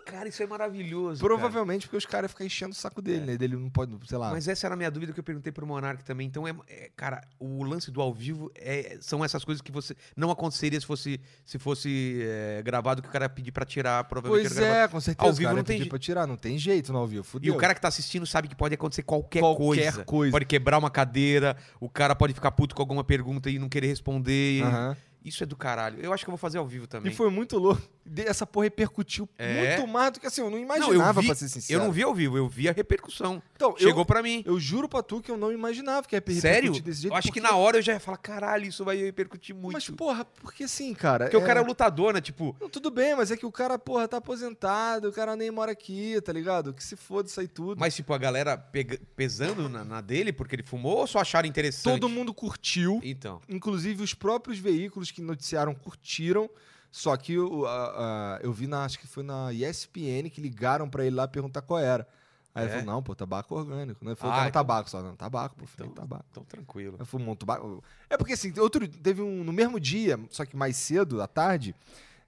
[SPEAKER 1] Cara, isso é maravilhoso. cara. É.
[SPEAKER 2] Provavelmente porque os caras ficam enchendo o saco dele, né? Dele não pode, sei lá.
[SPEAKER 1] Mas essa era a minha dúvida que eu perguntei pro Monark também. Então, é, é, cara, o lance do ao vivo é- são essas coisas que você não aconteceria se fosse, se fosse é, gravado, que o cara ia pedir pra tirar, provavelmente
[SPEAKER 2] pois
[SPEAKER 1] era gravado.
[SPEAKER 2] é, com certeza.
[SPEAKER 1] Ao vivo
[SPEAKER 2] cara,
[SPEAKER 1] não
[SPEAKER 2] é
[SPEAKER 1] tem
[SPEAKER 2] pedir
[SPEAKER 1] je-
[SPEAKER 2] pra tirar, não tem jeito no ao vivo.
[SPEAKER 1] E
[SPEAKER 2] Fudeu.
[SPEAKER 1] o cara que tá assistindo sabe que pode acontecer qualquer,
[SPEAKER 2] Qualquer
[SPEAKER 1] coisa.
[SPEAKER 2] coisa.
[SPEAKER 1] Pode quebrar uma cadeira, o cara pode ficar puto com alguma pergunta e não querer responder.
[SPEAKER 2] Aham.
[SPEAKER 1] Isso é do caralho. Eu acho que eu vou fazer ao vivo
[SPEAKER 2] E
[SPEAKER 1] também.
[SPEAKER 2] foi muito louco. De- Essa porra repercutiu
[SPEAKER 1] É.
[SPEAKER 2] muito mais do que assim, eu
[SPEAKER 1] Não,
[SPEAKER 2] não
[SPEAKER 1] eu
[SPEAKER 2] imaginava,
[SPEAKER 1] vi-
[SPEAKER 2] pra ser
[SPEAKER 1] Eu
[SPEAKER 2] sincero.
[SPEAKER 1] não vi ao vivo, eu vi a repercussão.
[SPEAKER 2] Então,
[SPEAKER 1] Chegou pra mim.
[SPEAKER 2] eu, eu juro pra tu que eu não imaginava que ia repercutir
[SPEAKER 1] Sério?
[SPEAKER 2] desse jeito.
[SPEAKER 1] eu acho que
[SPEAKER 2] porque-
[SPEAKER 1] na hora eu já ia falar, caralho, isso vai repercutir muito.
[SPEAKER 2] Mas, porra, porque assim, cara.
[SPEAKER 1] Porque o cara é lutador, né? Tipo,
[SPEAKER 2] Não, tudo bem, mas é que o cara, porra, tá aposentado, o cara nem mora aqui, tá ligado? Que se foda, sai tudo.
[SPEAKER 1] mas tipo, a galera pega- pesando na, na dele porque ele fumou ou só acharam interessante?
[SPEAKER 2] Todo mundo curtiu.
[SPEAKER 1] Então.
[SPEAKER 2] Inclusive, os próprios veículos que noticiaram curtiram. Só que o- a- a- eu vi na, acho que foi na ESPN que ligaram pra ele lá perguntar qual era. Aí
[SPEAKER 1] É?
[SPEAKER 2] ele falou: não, pô, tabaco orgânico. Né? Ele
[SPEAKER 1] Ah,
[SPEAKER 2] falou: ah, não,
[SPEAKER 1] então-
[SPEAKER 2] tabaco, só, não, tabaco, pô, fumei
[SPEAKER 1] Então-
[SPEAKER 2] tabaco.
[SPEAKER 1] Então tranquilo.
[SPEAKER 2] Eu fumei um tabaco. É porque assim, outro, teve um. No mesmo dia, só que mais cedo, à tarde,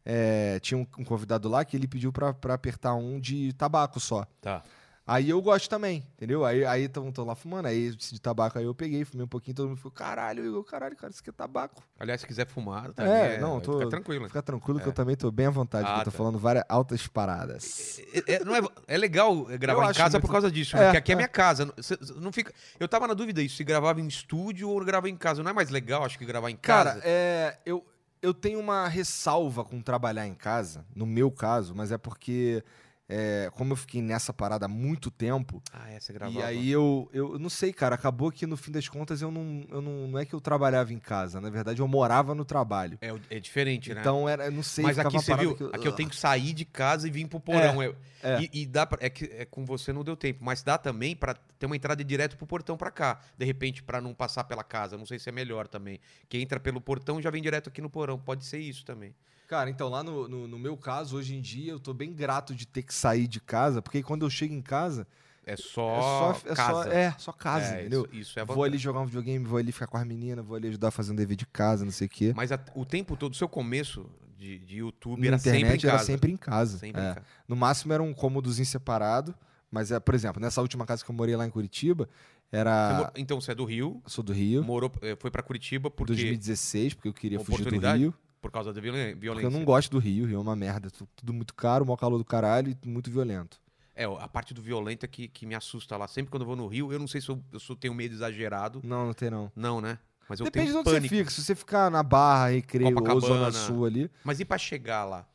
[SPEAKER 2] é, tinha um, um convidado lá que ele pediu pra, pra apertar um de tabaco só.
[SPEAKER 1] Tá.
[SPEAKER 2] Aí eu gosto também, entendeu? Aí, aí tão, tão lá fumando, aí esse de tabaco aí eu peguei, fumei um pouquinho, todo mundo ficou, caralho, eu, caralho, cara, isso aqui é tabaco.
[SPEAKER 1] Aliás, se quiser fumar, tá
[SPEAKER 2] É,
[SPEAKER 1] ali,
[SPEAKER 2] não,
[SPEAKER 1] vai
[SPEAKER 2] tô-
[SPEAKER 1] ficar tranquilo.
[SPEAKER 2] Fica tranquilo que
[SPEAKER 1] É.
[SPEAKER 2] eu também tô bem à vontade,
[SPEAKER 1] Ah,
[SPEAKER 2] porque eu tô
[SPEAKER 1] tá.
[SPEAKER 2] falando várias altas paradas.
[SPEAKER 1] É, é- não é, é legal é, gravar
[SPEAKER 2] Eu
[SPEAKER 1] em
[SPEAKER 2] acho
[SPEAKER 1] casa
[SPEAKER 2] muito-
[SPEAKER 1] por causa disso, né?
[SPEAKER 2] É,
[SPEAKER 1] Porque aqui é,
[SPEAKER 2] é.
[SPEAKER 1] minha casa. não- cê- cê não fica... Eu tava na dúvida isso, se gravava em estúdio ou gravar em casa. Não é mais legal, acho que gravar em casa.
[SPEAKER 2] Cara, é, eu, eu tenho uma ressalva com trabalhar em casa, no meu caso, mas é porque, é, como eu fiquei nessa parada há muito tempo,
[SPEAKER 1] Ah, é, você gravava.
[SPEAKER 2] E aí eu, eu eu não sei, cara, acabou que no fim das contas eu não, eu não, não é que eu trabalhava em casa, na verdade eu morava no trabalho.
[SPEAKER 1] É, o- é diferente, né?
[SPEAKER 2] Então era, eu não sei,
[SPEAKER 1] Mas
[SPEAKER 2] ficava
[SPEAKER 1] aqui
[SPEAKER 2] uma
[SPEAKER 1] você
[SPEAKER 2] parada
[SPEAKER 1] viu,
[SPEAKER 2] que Ah.
[SPEAKER 1] aqui eu tenho que sair de casa e vir pro porão. eu-
[SPEAKER 2] é.
[SPEAKER 1] E, e dá pra, é que é, com você não deu tempo, mas dá também pra ter uma entrada direto pro portão pra cá. De repente, pra não passar pela casa, não sei se é melhor também. Que entra pelo portão e já vem direto aqui no porão. Pode ser isso também.
[SPEAKER 2] Cara, então lá no, no, no meu caso, hoje em dia, eu tô bem grato de ter que sair de casa, porque quando eu chego em casa,
[SPEAKER 1] É só,
[SPEAKER 2] é só é
[SPEAKER 1] casa.
[SPEAKER 2] só, é, só casa,
[SPEAKER 1] É,
[SPEAKER 2] entendeu?
[SPEAKER 1] Isso, isso é
[SPEAKER 2] vou
[SPEAKER 1] vantagem.
[SPEAKER 2] ali jogar um videogame, vou ali ficar com as meninas, vou ali ajudar a fazer um dever de casa, não sei o quê.
[SPEAKER 1] Mas a- o tempo todo, seu começo de, de YouTube
[SPEAKER 2] Na
[SPEAKER 1] era sempre em
[SPEAKER 2] internet
[SPEAKER 1] casa.
[SPEAKER 2] era sempre em casa.
[SPEAKER 1] Sempre
[SPEAKER 2] é.
[SPEAKER 1] em casa.
[SPEAKER 2] No máximo era um cômodozinho separado, mas é, por exemplo, nessa última casa que eu morei lá em Curitiba,
[SPEAKER 1] Você
[SPEAKER 2] era
[SPEAKER 1] mor- Então, você é do Rio,
[SPEAKER 2] eu sou do Ah. Rio,
[SPEAKER 1] morou, eh, foi pra Curitiba porque,
[SPEAKER 2] 2016, porque eu queria fugir do
[SPEAKER 1] Oportunidade?
[SPEAKER 2] Rio.
[SPEAKER 1] por causa da violen-
[SPEAKER 2] Porque
[SPEAKER 1] violência.
[SPEAKER 2] eu não gosto do Rio, Rio é uma merda, tu- tudo muito caro, mau calor do caralho e muito violento.
[SPEAKER 1] É, a parte do violento é que, que me assusta lá. Sempre quando eu vou no Rio, eu não sei se eu, eu sou- tenho medo exagerado.
[SPEAKER 2] Não, não tem não.
[SPEAKER 1] Não, né? Mas eu
[SPEAKER 2] Depende de
[SPEAKER 1] tenho
[SPEAKER 2] onde
[SPEAKER 1] pânico.
[SPEAKER 2] você fica. Se você ficar na Barra, Recreio ou
[SPEAKER 1] Copacabana.
[SPEAKER 2] Zona Sul ali,
[SPEAKER 1] Mas e pra chegar lá?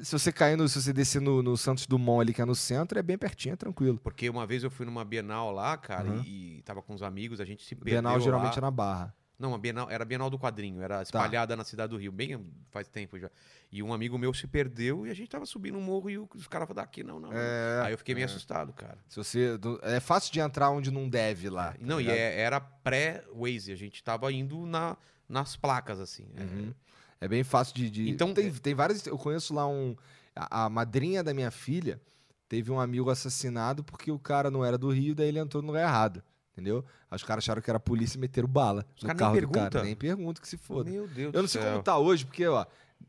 [SPEAKER 2] se você cair no, se você descer no, no Santos Dumont ali, que é no centro, é bem pertinho, é tranquilo.
[SPEAKER 1] Porque uma vez eu fui numa Bienal lá, cara,
[SPEAKER 2] Uhum.
[SPEAKER 1] e, e tava com os amigos, a gente se perdeu
[SPEAKER 2] Bienal geralmente Tá.
[SPEAKER 1] lá.
[SPEAKER 2] é na Barra.
[SPEAKER 1] Não, a Bienal, era a Bienal do Quadrinho, era espalhada na cidade do Rio, bem faz tempo já. E um amigo meu se perdeu e a gente tava subindo um morro e o- os caras falaram, daqui não, não. não."
[SPEAKER 2] É,
[SPEAKER 1] Aí eu fiquei meio assustado, cara.
[SPEAKER 2] Se você, do- é fácil de entrar onde não deve lá. tá
[SPEAKER 1] não, e
[SPEAKER 2] ligado?
[SPEAKER 1] é- era pré-Waze, a gente tava indo na, nas placas, assim. é.
[SPEAKER 2] Uhum. É bem fácil de. de-
[SPEAKER 1] Então,
[SPEAKER 2] tem, tem várias. Eu conheço lá um. A, a madrinha da minha filha teve um amigo assassinado porque o cara não era do Rio, daí ele entrou no lugar errado. Entendeu? Aí os caras acharam que era a polícia e meteram bala.
[SPEAKER 1] Os
[SPEAKER 2] no
[SPEAKER 1] cara nem
[SPEAKER 2] carro do
[SPEAKER 1] pergunta.
[SPEAKER 2] cara. Nem pergunta que se foda.
[SPEAKER 1] Meu Deus
[SPEAKER 2] Eu
[SPEAKER 1] do
[SPEAKER 2] não sei
[SPEAKER 1] céu.
[SPEAKER 2] como tá hoje, porque, ó,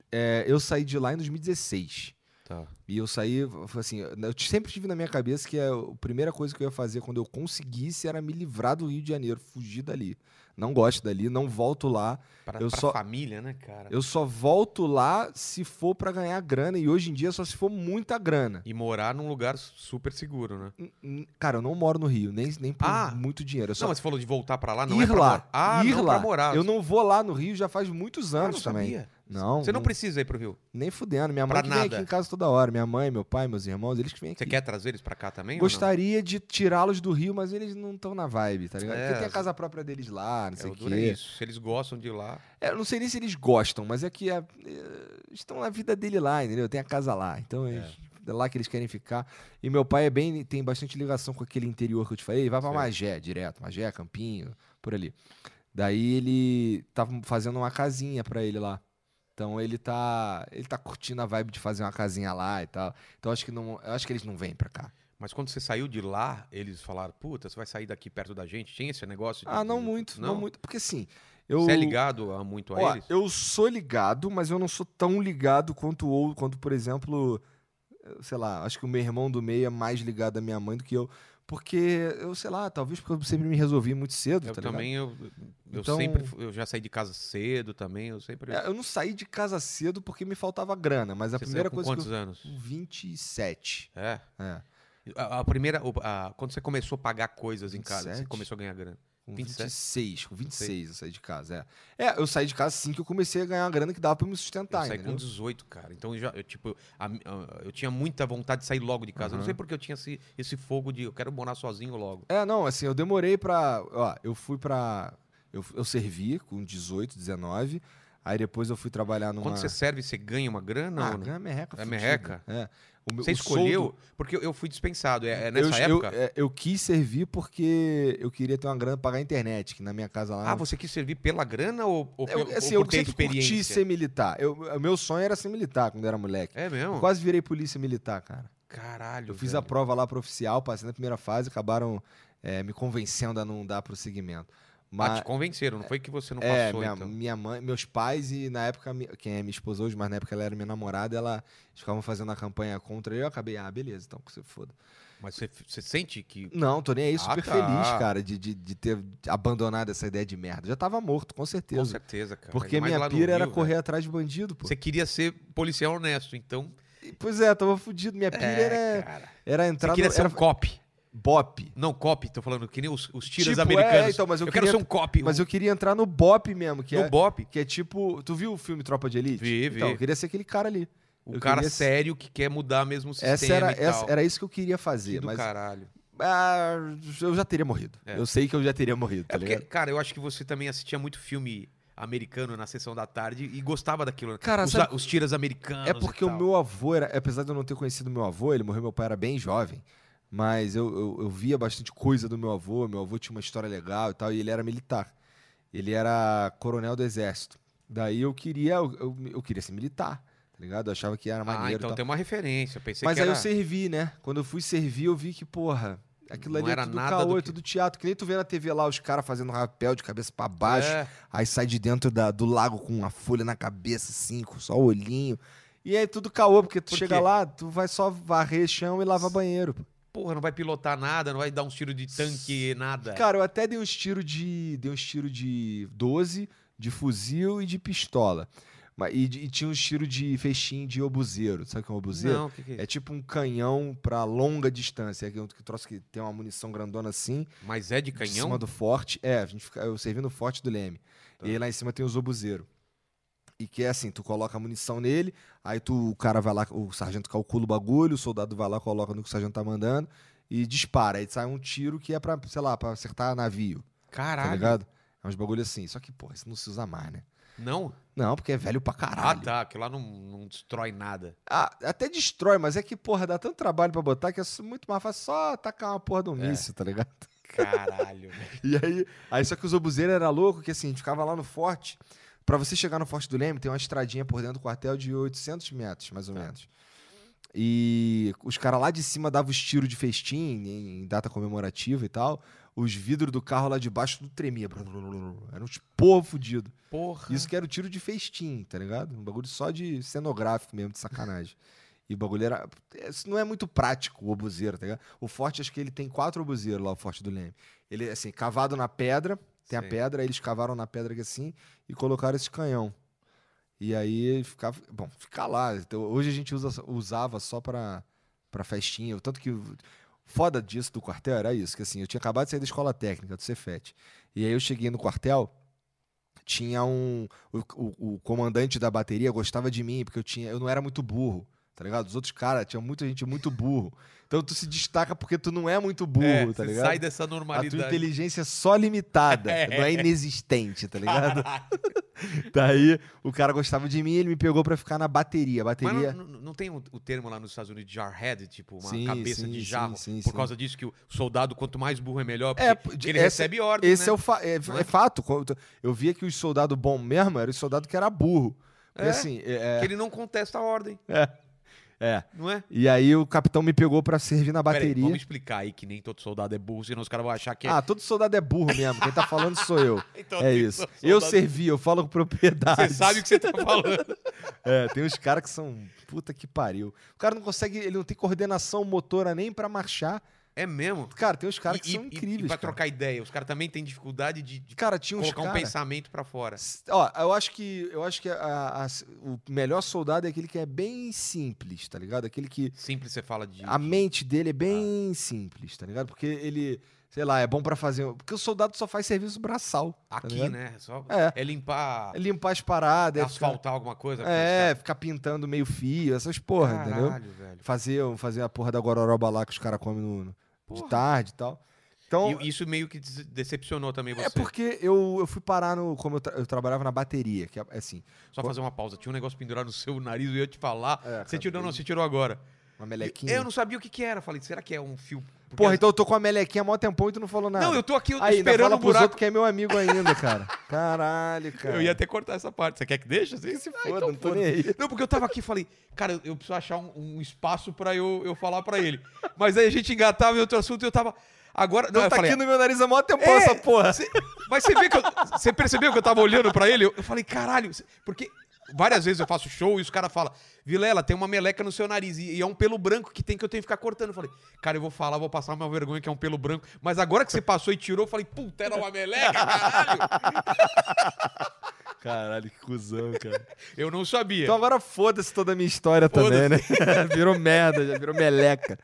[SPEAKER 2] é, eu saí de lá em 2016.
[SPEAKER 1] Tá.
[SPEAKER 2] E eu saí, assim, eu sempre tive na minha cabeça que é a primeira coisa que eu ia fazer quando eu conseguisse era me livrar do Rio de Janeiro, fugir dali. Não gosto dali, não volto lá.
[SPEAKER 1] Pra,
[SPEAKER 2] Eu
[SPEAKER 1] pra
[SPEAKER 2] só-
[SPEAKER 1] família, né, cara?
[SPEAKER 2] Eu só volto lá se for pra ganhar grana, e hoje em dia só se for muita grana.
[SPEAKER 1] E morar num lugar super seguro, né?
[SPEAKER 2] Hum, hum, Cara, eu não moro no Rio, nem, nem por
[SPEAKER 1] Ah.
[SPEAKER 2] muito dinheiro. Eu só
[SPEAKER 1] Não, mas você falou de voltar pra lá, não
[SPEAKER 2] ir
[SPEAKER 1] é pra
[SPEAKER 2] lá.
[SPEAKER 1] morar. Ah,
[SPEAKER 2] ir
[SPEAKER 1] não
[SPEAKER 2] lá.
[SPEAKER 1] pra morar.
[SPEAKER 2] Eu não vou lá no Rio já faz muitos
[SPEAKER 1] Ah, não
[SPEAKER 2] anos também.
[SPEAKER 1] sabia.
[SPEAKER 2] Não,
[SPEAKER 1] Você não
[SPEAKER 2] não-
[SPEAKER 1] precisa ir pro Rio.
[SPEAKER 2] nem fudendo. Minha
[SPEAKER 1] Pra
[SPEAKER 2] mãe que vem
[SPEAKER 1] nada.
[SPEAKER 2] aqui em casa toda hora. Minha mãe, meu pai, meus irmãos, eles que vêm aqui.
[SPEAKER 1] Você quer trazer eles pra cá também? ou não?
[SPEAKER 2] Gostaria de tirá-los do Rio, mas eles não estão na vibe, tá ligado?
[SPEAKER 1] É,
[SPEAKER 2] Porque tem a
[SPEAKER 1] as-
[SPEAKER 2] casa própria deles lá, não
[SPEAKER 1] É,
[SPEAKER 2] sei
[SPEAKER 1] o
[SPEAKER 2] o
[SPEAKER 1] duro é
[SPEAKER 2] quê.
[SPEAKER 1] isso. Se eles gostam de ir lá.
[SPEAKER 2] É, eu não sei nem se eles gostam, mas é que é, é, estão na vida dele lá, entendeu? Tem a casa lá. Então eles- é lá que eles querem ficar. E meu pai é bem, tem bastante ligação com aquele interior que eu te falei. Ele vai pra
[SPEAKER 1] Sei.
[SPEAKER 2] Magé direto, Magé, Campinho, por ali. Daí ele tá fazendo uma casinha pra ele lá. Então ele tá, ele tá curtindo a vibe de fazer uma casinha lá e tal. Então acho que não, eu acho que eles não vêm pra cá.
[SPEAKER 1] Mas quando você saiu de lá, eles falaram: puta, você vai sair daqui perto da gente? Tinha esse negócio? de-
[SPEAKER 2] Ah, não muito, não,
[SPEAKER 1] Não?
[SPEAKER 2] muito, porque assim, eu
[SPEAKER 1] Você é ligado a, muito a
[SPEAKER 2] Ó,
[SPEAKER 1] eles?
[SPEAKER 2] eu sou ligado, mas eu não sou tão ligado quanto ou quanto, por exemplo, eu sei lá, acho que o meu irmão do meio é mais ligado à minha mãe do que eu, porque eu sei lá, talvez porque eu sempre me resolvi muito cedo,
[SPEAKER 1] Eu
[SPEAKER 2] tá ligado?
[SPEAKER 1] também, eu, eu
[SPEAKER 2] Então-
[SPEAKER 1] sempre. fu- Eu já saí de casa cedo também, eu sempre.
[SPEAKER 2] É, eu não saí de casa cedo porque me faltava grana, mas a
[SPEAKER 1] Você saiu
[SPEAKER 2] primeira
[SPEAKER 1] com
[SPEAKER 2] coisa
[SPEAKER 1] quantos
[SPEAKER 2] que eu
[SPEAKER 1] anos?
[SPEAKER 2] com 27.
[SPEAKER 1] É.
[SPEAKER 2] É,
[SPEAKER 1] A, a primeira. o- a- quando você começou a pagar coisas em casa, você
[SPEAKER 2] 27?
[SPEAKER 1] começou a ganhar grana.
[SPEAKER 2] com
[SPEAKER 1] 27?
[SPEAKER 2] 26, com 26 eu saí de casa, é. É, eu saí de casa assim que eu comecei a ganhar uma grana que dava pra me sustentar,
[SPEAKER 1] eu saí com
[SPEAKER 2] tá entendeu?
[SPEAKER 1] 18, cara. Então, eu já, eu, tipo, a mi- a- eu tinha muita vontade de sair logo de casa. Eu não
[SPEAKER 2] Aham.
[SPEAKER 1] sei porque eu tinha esse, esse fogo de eu quero morar sozinho logo.
[SPEAKER 2] É, não, assim, eu demorei pra. Ó, eu fui pra. Eu, eu servi com 18, 19. Aí depois eu fui trabalhar numa.
[SPEAKER 1] Quando você serve, você ganha uma grana
[SPEAKER 2] ah,
[SPEAKER 1] ou não?
[SPEAKER 2] ganha merreca.
[SPEAKER 1] É
[SPEAKER 2] fudida.
[SPEAKER 1] merreca?
[SPEAKER 2] É. O meu-
[SPEAKER 1] Você
[SPEAKER 2] o
[SPEAKER 1] escolheu?
[SPEAKER 2] soldo-
[SPEAKER 1] Porque eu- eu fui dispensado. É, é
[SPEAKER 2] eu,
[SPEAKER 1] nessa
[SPEAKER 2] eu,
[SPEAKER 1] época?
[SPEAKER 2] é, eu quis servir porque eu queria ter uma grana pra pagar a internet, que na minha casa lá.
[SPEAKER 1] Ah, você quis servir pela grana ou, ou,
[SPEAKER 2] eu,
[SPEAKER 1] pe-
[SPEAKER 2] assim,
[SPEAKER 1] ou
[SPEAKER 2] eu
[SPEAKER 1] por ter
[SPEAKER 2] sempre curti
[SPEAKER 1] experiência?
[SPEAKER 2] ser militar. Eu, o meu sonho era ser militar quando eu era moleque.
[SPEAKER 1] É mesmo?
[SPEAKER 2] Quase virei polícia militar, cara.
[SPEAKER 1] Caralho.
[SPEAKER 2] Eu fiz
[SPEAKER 1] velho.
[SPEAKER 2] a
[SPEAKER 1] Ah,
[SPEAKER 2] prova lá pro oficial, passei na primeira fase, acabaram é, me convencendo a não dar prosseguimento.
[SPEAKER 1] Ah,
[SPEAKER 2] Mas,
[SPEAKER 1] te convenceram, não foi que você não
[SPEAKER 2] É,
[SPEAKER 1] passou,
[SPEAKER 2] minha,
[SPEAKER 1] então.
[SPEAKER 2] minha mãe, meus pais e na época, mi- quem é minha esposa hoje, mas na época ela era minha namorada, ela eles ficavam fazendo a campanha contra e eu acabei, ah, beleza, então que você foda.
[SPEAKER 1] Mas você, você sente que.
[SPEAKER 2] Não, tô nem aí, super
[SPEAKER 1] Ah, tá.
[SPEAKER 2] feliz, cara, de, de, de ter abandonado essa ideia de merda. Já tava morto, com certeza.
[SPEAKER 1] Com certeza, cara.
[SPEAKER 2] Porque
[SPEAKER 1] Ainda mais
[SPEAKER 2] minha
[SPEAKER 1] lá no
[SPEAKER 2] pira era
[SPEAKER 1] Rio, né?
[SPEAKER 2] correr
[SPEAKER 1] velho.
[SPEAKER 2] atrás de bandido, pô.
[SPEAKER 1] Você queria ser policial honesto, então.
[SPEAKER 2] E, Pois é, tava fudido. Minha pira
[SPEAKER 1] É,
[SPEAKER 2] era,
[SPEAKER 1] cara.
[SPEAKER 2] era
[SPEAKER 1] Você
[SPEAKER 2] entrar no...
[SPEAKER 1] queria ser
[SPEAKER 2] Era
[SPEAKER 1] um cop.
[SPEAKER 2] bop.
[SPEAKER 1] Não, cop, tô falando, que nem os, os tiras
[SPEAKER 2] Tipo, é,
[SPEAKER 1] americanos.
[SPEAKER 2] então, mas eu
[SPEAKER 1] quero
[SPEAKER 2] queria-
[SPEAKER 1] ser um cop.
[SPEAKER 2] Mas
[SPEAKER 1] um,
[SPEAKER 2] eu queria entrar no bop mesmo, que
[SPEAKER 1] no
[SPEAKER 2] é,
[SPEAKER 1] BOP,
[SPEAKER 2] que é tipo... Tu viu o filme Tropa de Elite?
[SPEAKER 1] Vi, vi.
[SPEAKER 2] Então, eu queria ser aquele cara ali.
[SPEAKER 1] o
[SPEAKER 2] eu
[SPEAKER 1] um cara
[SPEAKER 2] queria ser-
[SPEAKER 1] sério que quer mudar mesmo o sistema
[SPEAKER 2] Essa era,
[SPEAKER 1] e tal.
[SPEAKER 2] essa, era isso que eu queria
[SPEAKER 1] Que
[SPEAKER 2] fazer,
[SPEAKER 1] do
[SPEAKER 2] mas
[SPEAKER 1] caralho.
[SPEAKER 2] Ah, eu já teria morrido.
[SPEAKER 1] É.
[SPEAKER 2] Eu sei que eu já teria morrido, tá
[SPEAKER 1] É porque,
[SPEAKER 2] ligado?
[SPEAKER 1] cara, eu acho que você também assistia muito filme americano na sessão da tarde e gostava daquilo. né?
[SPEAKER 2] Cara,
[SPEAKER 1] os,
[SPEAKER 2] sabe-
[SPEAKER 1] os tiras americanos.
[SPEAKER 2] É
[SPEAKER 1] e
[SPEAKER 2] porque o
[SPEAKER 1] tal.
[SPEAKER 2] meu avô era. Apesar de eu não ter conhecido meu avô, ele morreu, meu pai era bem jovem. Mas eu, eu, eu via bastante coisa do meu avô. Meu avô tinha uma história legal e tal, e ele era militar. Ele era coronel do exército. Daí eu queria. Eu, eu, eu queria ser militar, tá ligado? Eu achava que era
[SPEAKER 1] Ah,
[SPEAKER 2] maneiro. e
[SPEAKER 1] então
[SPEAKER 2] tal.
[SPEAKER 1] tem uma referência. Pensei
[SPEAKER 2] Mas
[SPEAKER 1] que
[SPEAKER 2] aí
[SPEAKER 1] era...
[SPEAKER 2] eu servi, né? Quando eu fui servir, eu vi que, porra. Aquilo
[SPEAKER 1] Não
[SPEAKER 2] ali
[SPEAKER 1] era
[SPEAKER 2] é tudo
[SPEAKER 1] nada
[SPEAKER 2] caô,
[SPEAKER 1] do
[SPEAKER 2] é
[SPEAKER 1] que-
[SPEAKER 2] tudo teatro. Que nem tu vê na TV lá os caras fazendo rapel de cabeça pra baixo.
[SPEAKER 1] É.
[SPEAKER 2] Aí sai de dentro da- do lago com uma folha na cabeça, assim, com só o olhinho. E aí é tudo caô, porque tu
[SPEAKER 1] Por
[SPEAKER 2] chega
[SPEAKER 1] quê?
[SPEAKER 2] lá, tu vai só varrer chão e lavar banheiro. pô.
[SPEAKER 1] Porra, não vai pilotar nada, não vai dar uns tiros de tanque, nada.
[SPEAKER 2] Cara, eu até dei uns tiros de. Dei uns tiros de 12, de fuzil e de pistola. Mas- E, de- e tinha uns tiros de fechim de obuzeiro. Sabe o que é um obuzeiro?
[SPEAKER 1] não, que que...
[SPEAKER 2] É tipo um canhão pra longa distância. É um troço que tem uma munição grandona assim.
[SPEAKER 1] Mas é de
[SPEAKER 2] em cima
[SPEAKER 1] canhão?
[SPEAKER 2] do forte. É, a gente fica, eu servi no forte do Leme.
[SPEAKER 1] Tá.
[SPEAKER 2] E aí lá em cima tem os obuzeiro. E que é assim, tu coloca a munição nele, aí tu, o cara vai lá, o sargento calcula o bagulho, o soldado vai lá, coloca no que o sargento tá mandando e dispara. Aí sai um tiro que é pra, sei lá, pra acertar navio, tá
[SPEAKER 1] Caralho.
[SPEAKER 2] ligado? É uns bagulho assim. Só que, porra, isso não se usa mais, né?
[SPEAKER 1] não?
[SPEAKER 2] Não, porque é velho pra
[SPEAKER 1] Ah,
[SPEAKER 2] caralho.
[SPEAKER 1] tá. Que lá não, não destrói nada.
[SPEAKER 2] <laughs> Ah, até destrói, mas é que, porra, dá tanto trabalho pra botar que é muito mais fácil só tacar uma porra de um
[SPEAKER 1] É.
[SPEAKER 2] míssil, tá ligado? <laughs>
[SPEAKER 1] Caralho. velho.
[SPEAKER 2] E aí, aí só que os obuzeiros era louco, que assim, a gente ficava lá no forte. Pra você chegar no Forte do Leme, tem uma estradinha por dentro do quartel de 800 metros, mais ou
[SPEAKER 1] Tá.
[SPEAKER 2] menos. E os caras lá de cima davam os tiros de festim, em, em data comemorativa e tal. Os vidros do carro lá de baixo tudo tremia. Era uns porra fudido.
[SPEAKER 1] Porra.
[SPEAKER 2] Isso que era o tiro de festim, tá ligado? Um bagulho só de cenográfico mesmo, de sacanagem. E o bagulho era. Isso Não é muito prático o obuseiro, tá ligado? O forte, acho que ele tem quatro obuseiros lá, o forte do Leme. Ele, assim, cavado na pedra, tem a
[SPEAKER 1] Sei.
[SPEAKER 2] pedra, aí eles cavaram na pedra aqui assim e colocaram esse canhão. E aí ficava. Bom, fica lá. Então, hoje a gente usa- usava só pra, pra festinha. o Tanto que. o- Foda disso do quartel era isso, que assim, eu tinha acabado de sair da escola técnica, do Cefet. E aí eu cheguei no quartel, tinha um. O, o- o comandante da bateria gostava de mim, porque eu tinha. Eu não era muito burro, tá ligado? Os outros caras tinham muita gente muito burro. Então tu se destaca porque tu não é muito burro,
[SPEAKER 1] É,
[SPEAKER 2] tá
[SPEAKER 1] você
[SPEAKER 2] ligado?
[SPEAKER 1] sai dessa
[SPEAKER 2] A tua
[SPEAKER 1] normalidade.
[SPEAKER 2] inteligência é só
[SPEAKER 1] <laughs>
[SPEAKER 2] limitada,
[SPEAKER 1] É.
[SPEAKER 2] não é inexistente, tá ligado?
[SPEAKER 1] Caralho.
[SPEAKER 2] <laughs> Daí o cara gostava de mim ele me pegou pra ficar na bateria. A
[SPEAKER 1] Mas
[SPEAKER 2] bateria.
[SPEAKER 1] não, não- não tem um- o termo lá nos Estados Unidos de jarhead, tipo uma
[SPEAKER 2] Sim,
[SPEAKER 1] cabeça
[SPEAKER 2] sim,
[SPEAKER 1] de
[SPEAKER 2] sim,
[SPEAKER 1] jarro,
[SPEAKER 2] sim,
[SPEAKER 1] por
[SPEAKER 2] sim.
[SPEAKER 1] causa disso que o soldado quanto mais burro é melhor,
[SPEAKER 2] É,
[SPEAKER 1] porque ele
[SPEAKER 2] esse-
[SPEAKER 1] recebe ordem,
[SPEAKER 2] Esse
[SPEAKER 1] né?
[SPEAKER 2] é o fa- é,
[SPEAKER 1] Não é?
[SPEAKER 2] é fato. Quando Eu via que os soldados bom mesmo era o soldado que era burro. Porque
[SPEAKER 1] É.
[SPEAKER 2] assim, é,
[SPEAKER 1] Que ele não contesta a ordem,
[SPEAKER 2] é.
[SPEAKER 1] não é?
[SPEAKER 2] E aí o capitão me pegou pra servir na
[SPEAKER 1] Peraí,
[SPEAKER 2] bateria.
[SPEAKER 1] vamos explicar aí que nem todo soldado é burro, senão os caras vão achar que é.
[SPEAKER 2] Ah, todo soldado é burro mesmo. Quem tá falando sou eu.
[SPEAKER 1] <laughs> Então,
[SPEAKER 2] É
[SPEAKER 1] tem <laughs>
[SPEAKER 2] isso.
[SPEAKER 1] todo
[SPEAKER 2] Eu
[SPEAKER 1] soldado-
[SPEAKER 2] servi, eu falo com propriedade.
[SPEAKER 1] Você sabe o que você tá <laughs> falando.
[SPEAKER 2] É, tem uns caras que são. Puta que pariu. O cara não consegue. Ele não tem coordenação motora nem pra marchar.
[SPEAKER 1] É mesmo?
[SPEAKER 2] Cara, tem uns caras que
[SPEAKER 1] E-
[SPEAKER 2] são
[SPEAKER 1] e-
[SPEAKER 2] incríveis.
[SPEAKER 1] E, pra
[SPEAKER 2] cara.
[SPEAKER 1] trocar ideia, os caras também têm dificuldade de, de
[SPEAKER 2] Cara, tinha uns
[SPEAKER 1] colocar um
[SPEAKER 2] caras.
[SPEAKER 1] pensamento pra fora.
[SPEAKER 2] Ó, eu acho que, eu acho que a- a- o melhor soldado é aquele que é bem simples, tá ligado? Aquele que
[SPEAKER 1] Simples você fala de.
[SPEAKER 2] a mente
[SPEAKER 1] Ah.
[SPEAKER 2] dele é bem simples, tá ligado? Porque ele, sei lá, é bom pra fazer. Porque o soldado só faz serviço braçal. tá
[SPEAKER 1] Aqui,
[SPEAKER 2] ligado?
[SPEAKER 1] né? Só
[SPEAKER 2] É.
[SPEAKER 1] é limpar,
[SPEAKER 2] É limpar as paradas, é ficar,
[SPEAKER 1] asfaltar alguma coisa.
[SPEAKER 2] é, ficar pintando meio fio, essas porra, entendeu?
[SPEAKER 1] Caralho, velho.
[SPEAKER 2] Fazer, um, fazer a porra da gororoba lá que os caras comem no- no- de
[SPEAKER 1] Porra.
[SPEAKER 2] tarde e tal. Então,
[SPEAKER 1] E isso meio que des- decepcionou também você.
[SPEAKER 2] é porque eu, eu fui parar no. Como eu, tra- eu trabalhava na bateria, que é assim.
[SPEAKER 1] Só fazer uma pausa. Tinha um negócio pendurado no seu nariz, eu ia te falar.
[SPEAKER 2] É,
[SPEAKER 1] você tirou, não,
[SPEAKER 2] acabei-
[SPEAKER 1] você tirou agora.
[SPEAKER 2] Uma
[SPEAKER 1] E
[SPEAKER 2] melequinha.
[SPEAKER 1] Eu não sabia o que que era. Falei, será que é um fio? Porque
[SPEAKER 2] Porra,
[SPEAKER 1] as-
[SPEAKER 2] então eu tô com a melequinha há mó tempão e tu não falou nada.
[SPEAKER 1] Não, eu tô aqui eu-
[SPEAKER 2] Aí, ainda
[SPEAKER 1] esperando
[SPEAKER 2] fala
[SPEAKER 1] um
[SPEAKER 2] pros
[SPEAKER 1] buraco.
[SPEAKER 2] outros que é meu amigo
[SPEAKER 1] <laughs>
[SPEAKER 2] ainda, cara. Caralho, cara.
[SPEAKER 1] Eu ia até cortar essa parte. Você quer que deixe? Assim?
[SPEAKER 2] se
[SPEAKER 1] Ah,
[SPEAKER 2] foda,
[SPEAKER 1] então
[SPEAKER 2] É. não tô
[SPEAKER 1] foda.
[SPEAKER 2] nem aí.
[SPEAKER 1] Não, porque eu tava aqui e falei, cara, eu- eu preciso achar um, um espaço pra eu, eu falar pra ele. Mas aí a gente engatava em outro assunto e eu tava. Agora. Não,
[SPEAKER 2] Então
[SPEAKER 1] eu
[SPEAKER 2] tá
[SPEAKER 1] falei,
[SPEAKER 2] aqui no meu nariz há mó tempão
[SPEAKER 1] É,
[SPEAKER 2] essa porra.
[SPEAKER 1] Cê- mas você vê que eu, você percebeu que eu tava olhando pra ele? Eu, eu falei, caralho, cê- porque várias vezes eu faço show e os caras falam, Vilela, tem uma meleca no seu nariz e, e é um pelo branco que tem que eu tenho que ficar cortando. Eu falei, cara, eu vou falar, vou passar uma vergonha que é um pelo branco, mas agora que você passou e tirou, eu falei, puta, era uma meleca, caralho.
[SPEAKER 2] Caralho, que cuzão, cara.
[SPEAKER 1] Eu não sabia.
[SPEAKER 2] Então agora foda-se toda a minha história também, né? <laughs> virou merda, já virou meleca.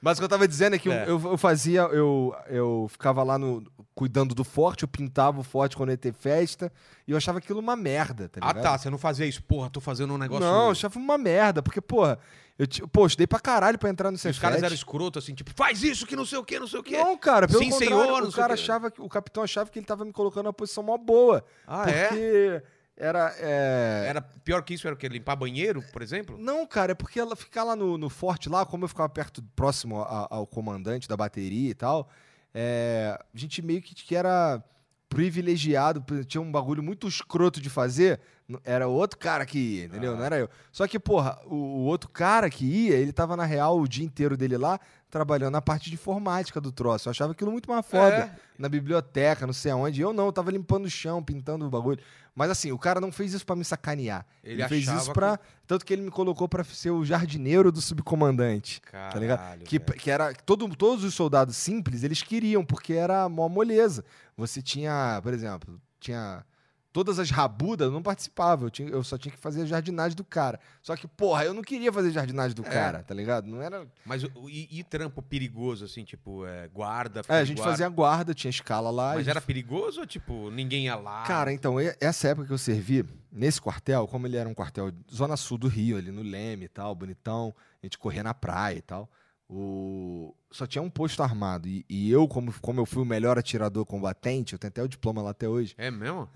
[SPEAKER 2] Mas o que eu tava dizendo é que eu-
[SPEAKER 1] É.
[SPEAKER 2] Eu, eu fazia, eu, eu ficava lá no, cuidando do forte, eu pintava o forte quando ia ter festa, e eu achava aquilo uma merda, tá
[SPEAKER 1] ah
[SPEAKER 2] ligado?
[SPEAKER 1] tá, você não fazia isso, porra, tô fazendo um negócio...
[SPEAKER 2] Não, eu achava uma merda, porque, porra, eu, ti- pô, eu estudei pra caralho pra entrar no
[SPEAKER 1] E
[SPEAKER 2] Cefet.
[SPEAKER 1] os caras eram escroto assim, tipo, faz isso que não sei o que, não sei o que.
[SPEAKER 2] Não, cara, pelo
[SPEAKER 1] Sim,
[SPEAKER 2] contrário,
[SPEAKER 1] senhor, não
[SPEAKER 2] o
[SPEAKER 1] sei
[SPEAKER 2] cara
[SPEAKER 1] o quê.
[SPEAKER 2] achava que o capitão achava que ele tava me colocando numa posição mó boa,
[SPEAKER 1] Ah, é?
[SPEAKER 2] porque era é...
[SPEAKER 1] Era pior que isso, era o quê? Limpar banheiro, por exemplo?
[SPEAKER 2] Não, cara, é porque ela ficar lá no, no forte lá, como eu ficava perto, próximo a- ao comandante da bateria e tal, é, a gente meio que, que era privilegiado, por- tinha um bagulho muito escroto de fazer, n- era o outro cara que ia, entendeu?
[SPEAKER 1] Ah.
[SPEAKER 2] Não era eu. Só que, porra, o, o outro cara que ia, ele tava na real o dia inteiro dele lá, trabalhando na parte de informática do troço. Eu achava aquilo muito mais foda
[SPEAKER 1] É.
[SPEAKER 2] na biblioteca, não sei aonde. Eu não, eu tava limpando o chão, pintando o bagulho. Mas assim, o cara não fez isso pra me sacanear. Ele, fez isso
[SPEAKER 1] achava
[SPEAKER 2] pra. Tanto que ele me colocou pra ser o jardineiro do subcomandante.
[SPEAKER 1] que- Caralho,
[SPEAKER 2] tá ligado? Que,
[SPEAKER 1] velho.
[SPEAKER 2] que era. que Todo, todos os soldados simples, eles queriam, porque era mó moleza. Você tinha, por exemplo, tinha. Todas as rabudas eu não participava, eu, tinha- eu só tinha que fazer a jardinagem do cara. Só que, porra, eu não queria fazer jardinagem do
[SPEAKER 1] É.
[SPEAKER 2] cara, tá ligado? Não era
[SPEAKER 1] Mas o- e, e trampo perigoso, assim, tipo, é, guarda, fica
[SPEAKER 2] É, a
[SPEAKER 1] de
[SPEAKER 2] gente
[SPEAKER 1] guarda.
[SPEAKER 2] fazia guarda, tinha escala lá. a
[SPEAKER 1] Mas
[SPEAKER 2] gente
[SPEAKER 1] era perigoso ou, tipo, ninguém ia lá?
[SPEAKER 2] Cara, então, e- essa época que eu servi, nesse quartel, como ele era um quartel zona sul do Rio, ali no Leme e tal, bonitão, a gente corria na praia e tal, o... só tinha um posto armado. E, e eu, como, como eu fui o melhor atirador combatente, eu tenho até o diploma lá até hoje,
[SPEAKER 1] É mesmo?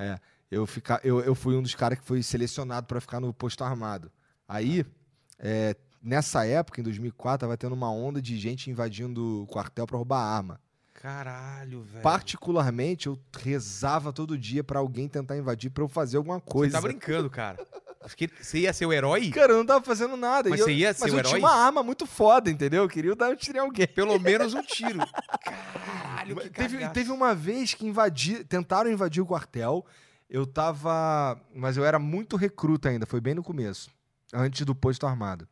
[SPEAKER 2] eu, fica, eu, eu fui um dos caras que foi selecionado pra ficar no posto armado. Aí, é, nessa época, em 2004, tava tendo uma onda de gente invadindo o quartel pra roubar arma.
[SPEAKER 1] Caralho, velho.
[SPEAKER 2] Particularmente, eu rezava todo dia pra alguém tentar invadir pra eu fazer alguma
[SPEAKER 1] Você
[SPEAKER 2] coisa.
[SPEAKER 1] tá brincando, cara. Acho que Você ia ser o herói?
[SPEAKER 2] <laughs> Cara, eu não tava fazendo nada.
[SPEAKER 1] Mas
[SPEAKER 2] e eu,
[SPEAKER 1] você ia
[SPEAKER 2] mas
[SPEAKER 1] ser o
[SPEAKER 2] eu
[SPEAKER 1] herói?
[SPEAKER 2] tinha uma arma muito foda, entendeu? Eu queria dar um tiro em alguém.
[SPEAKER 1] Pelo menos um
[SPEAKER 2] <laughs>
[SPEAKER 1] tiro. Caralho, que
[SPEAKER 2] Teve,
[SPEAKER 1] cagaço.
[SPEAKER 2] teve uma vez que invadi, tentaram invadir o quartel. Eu tava. Mas eu era muito recruta ainda, foi bem no começo. Antes do posto armado.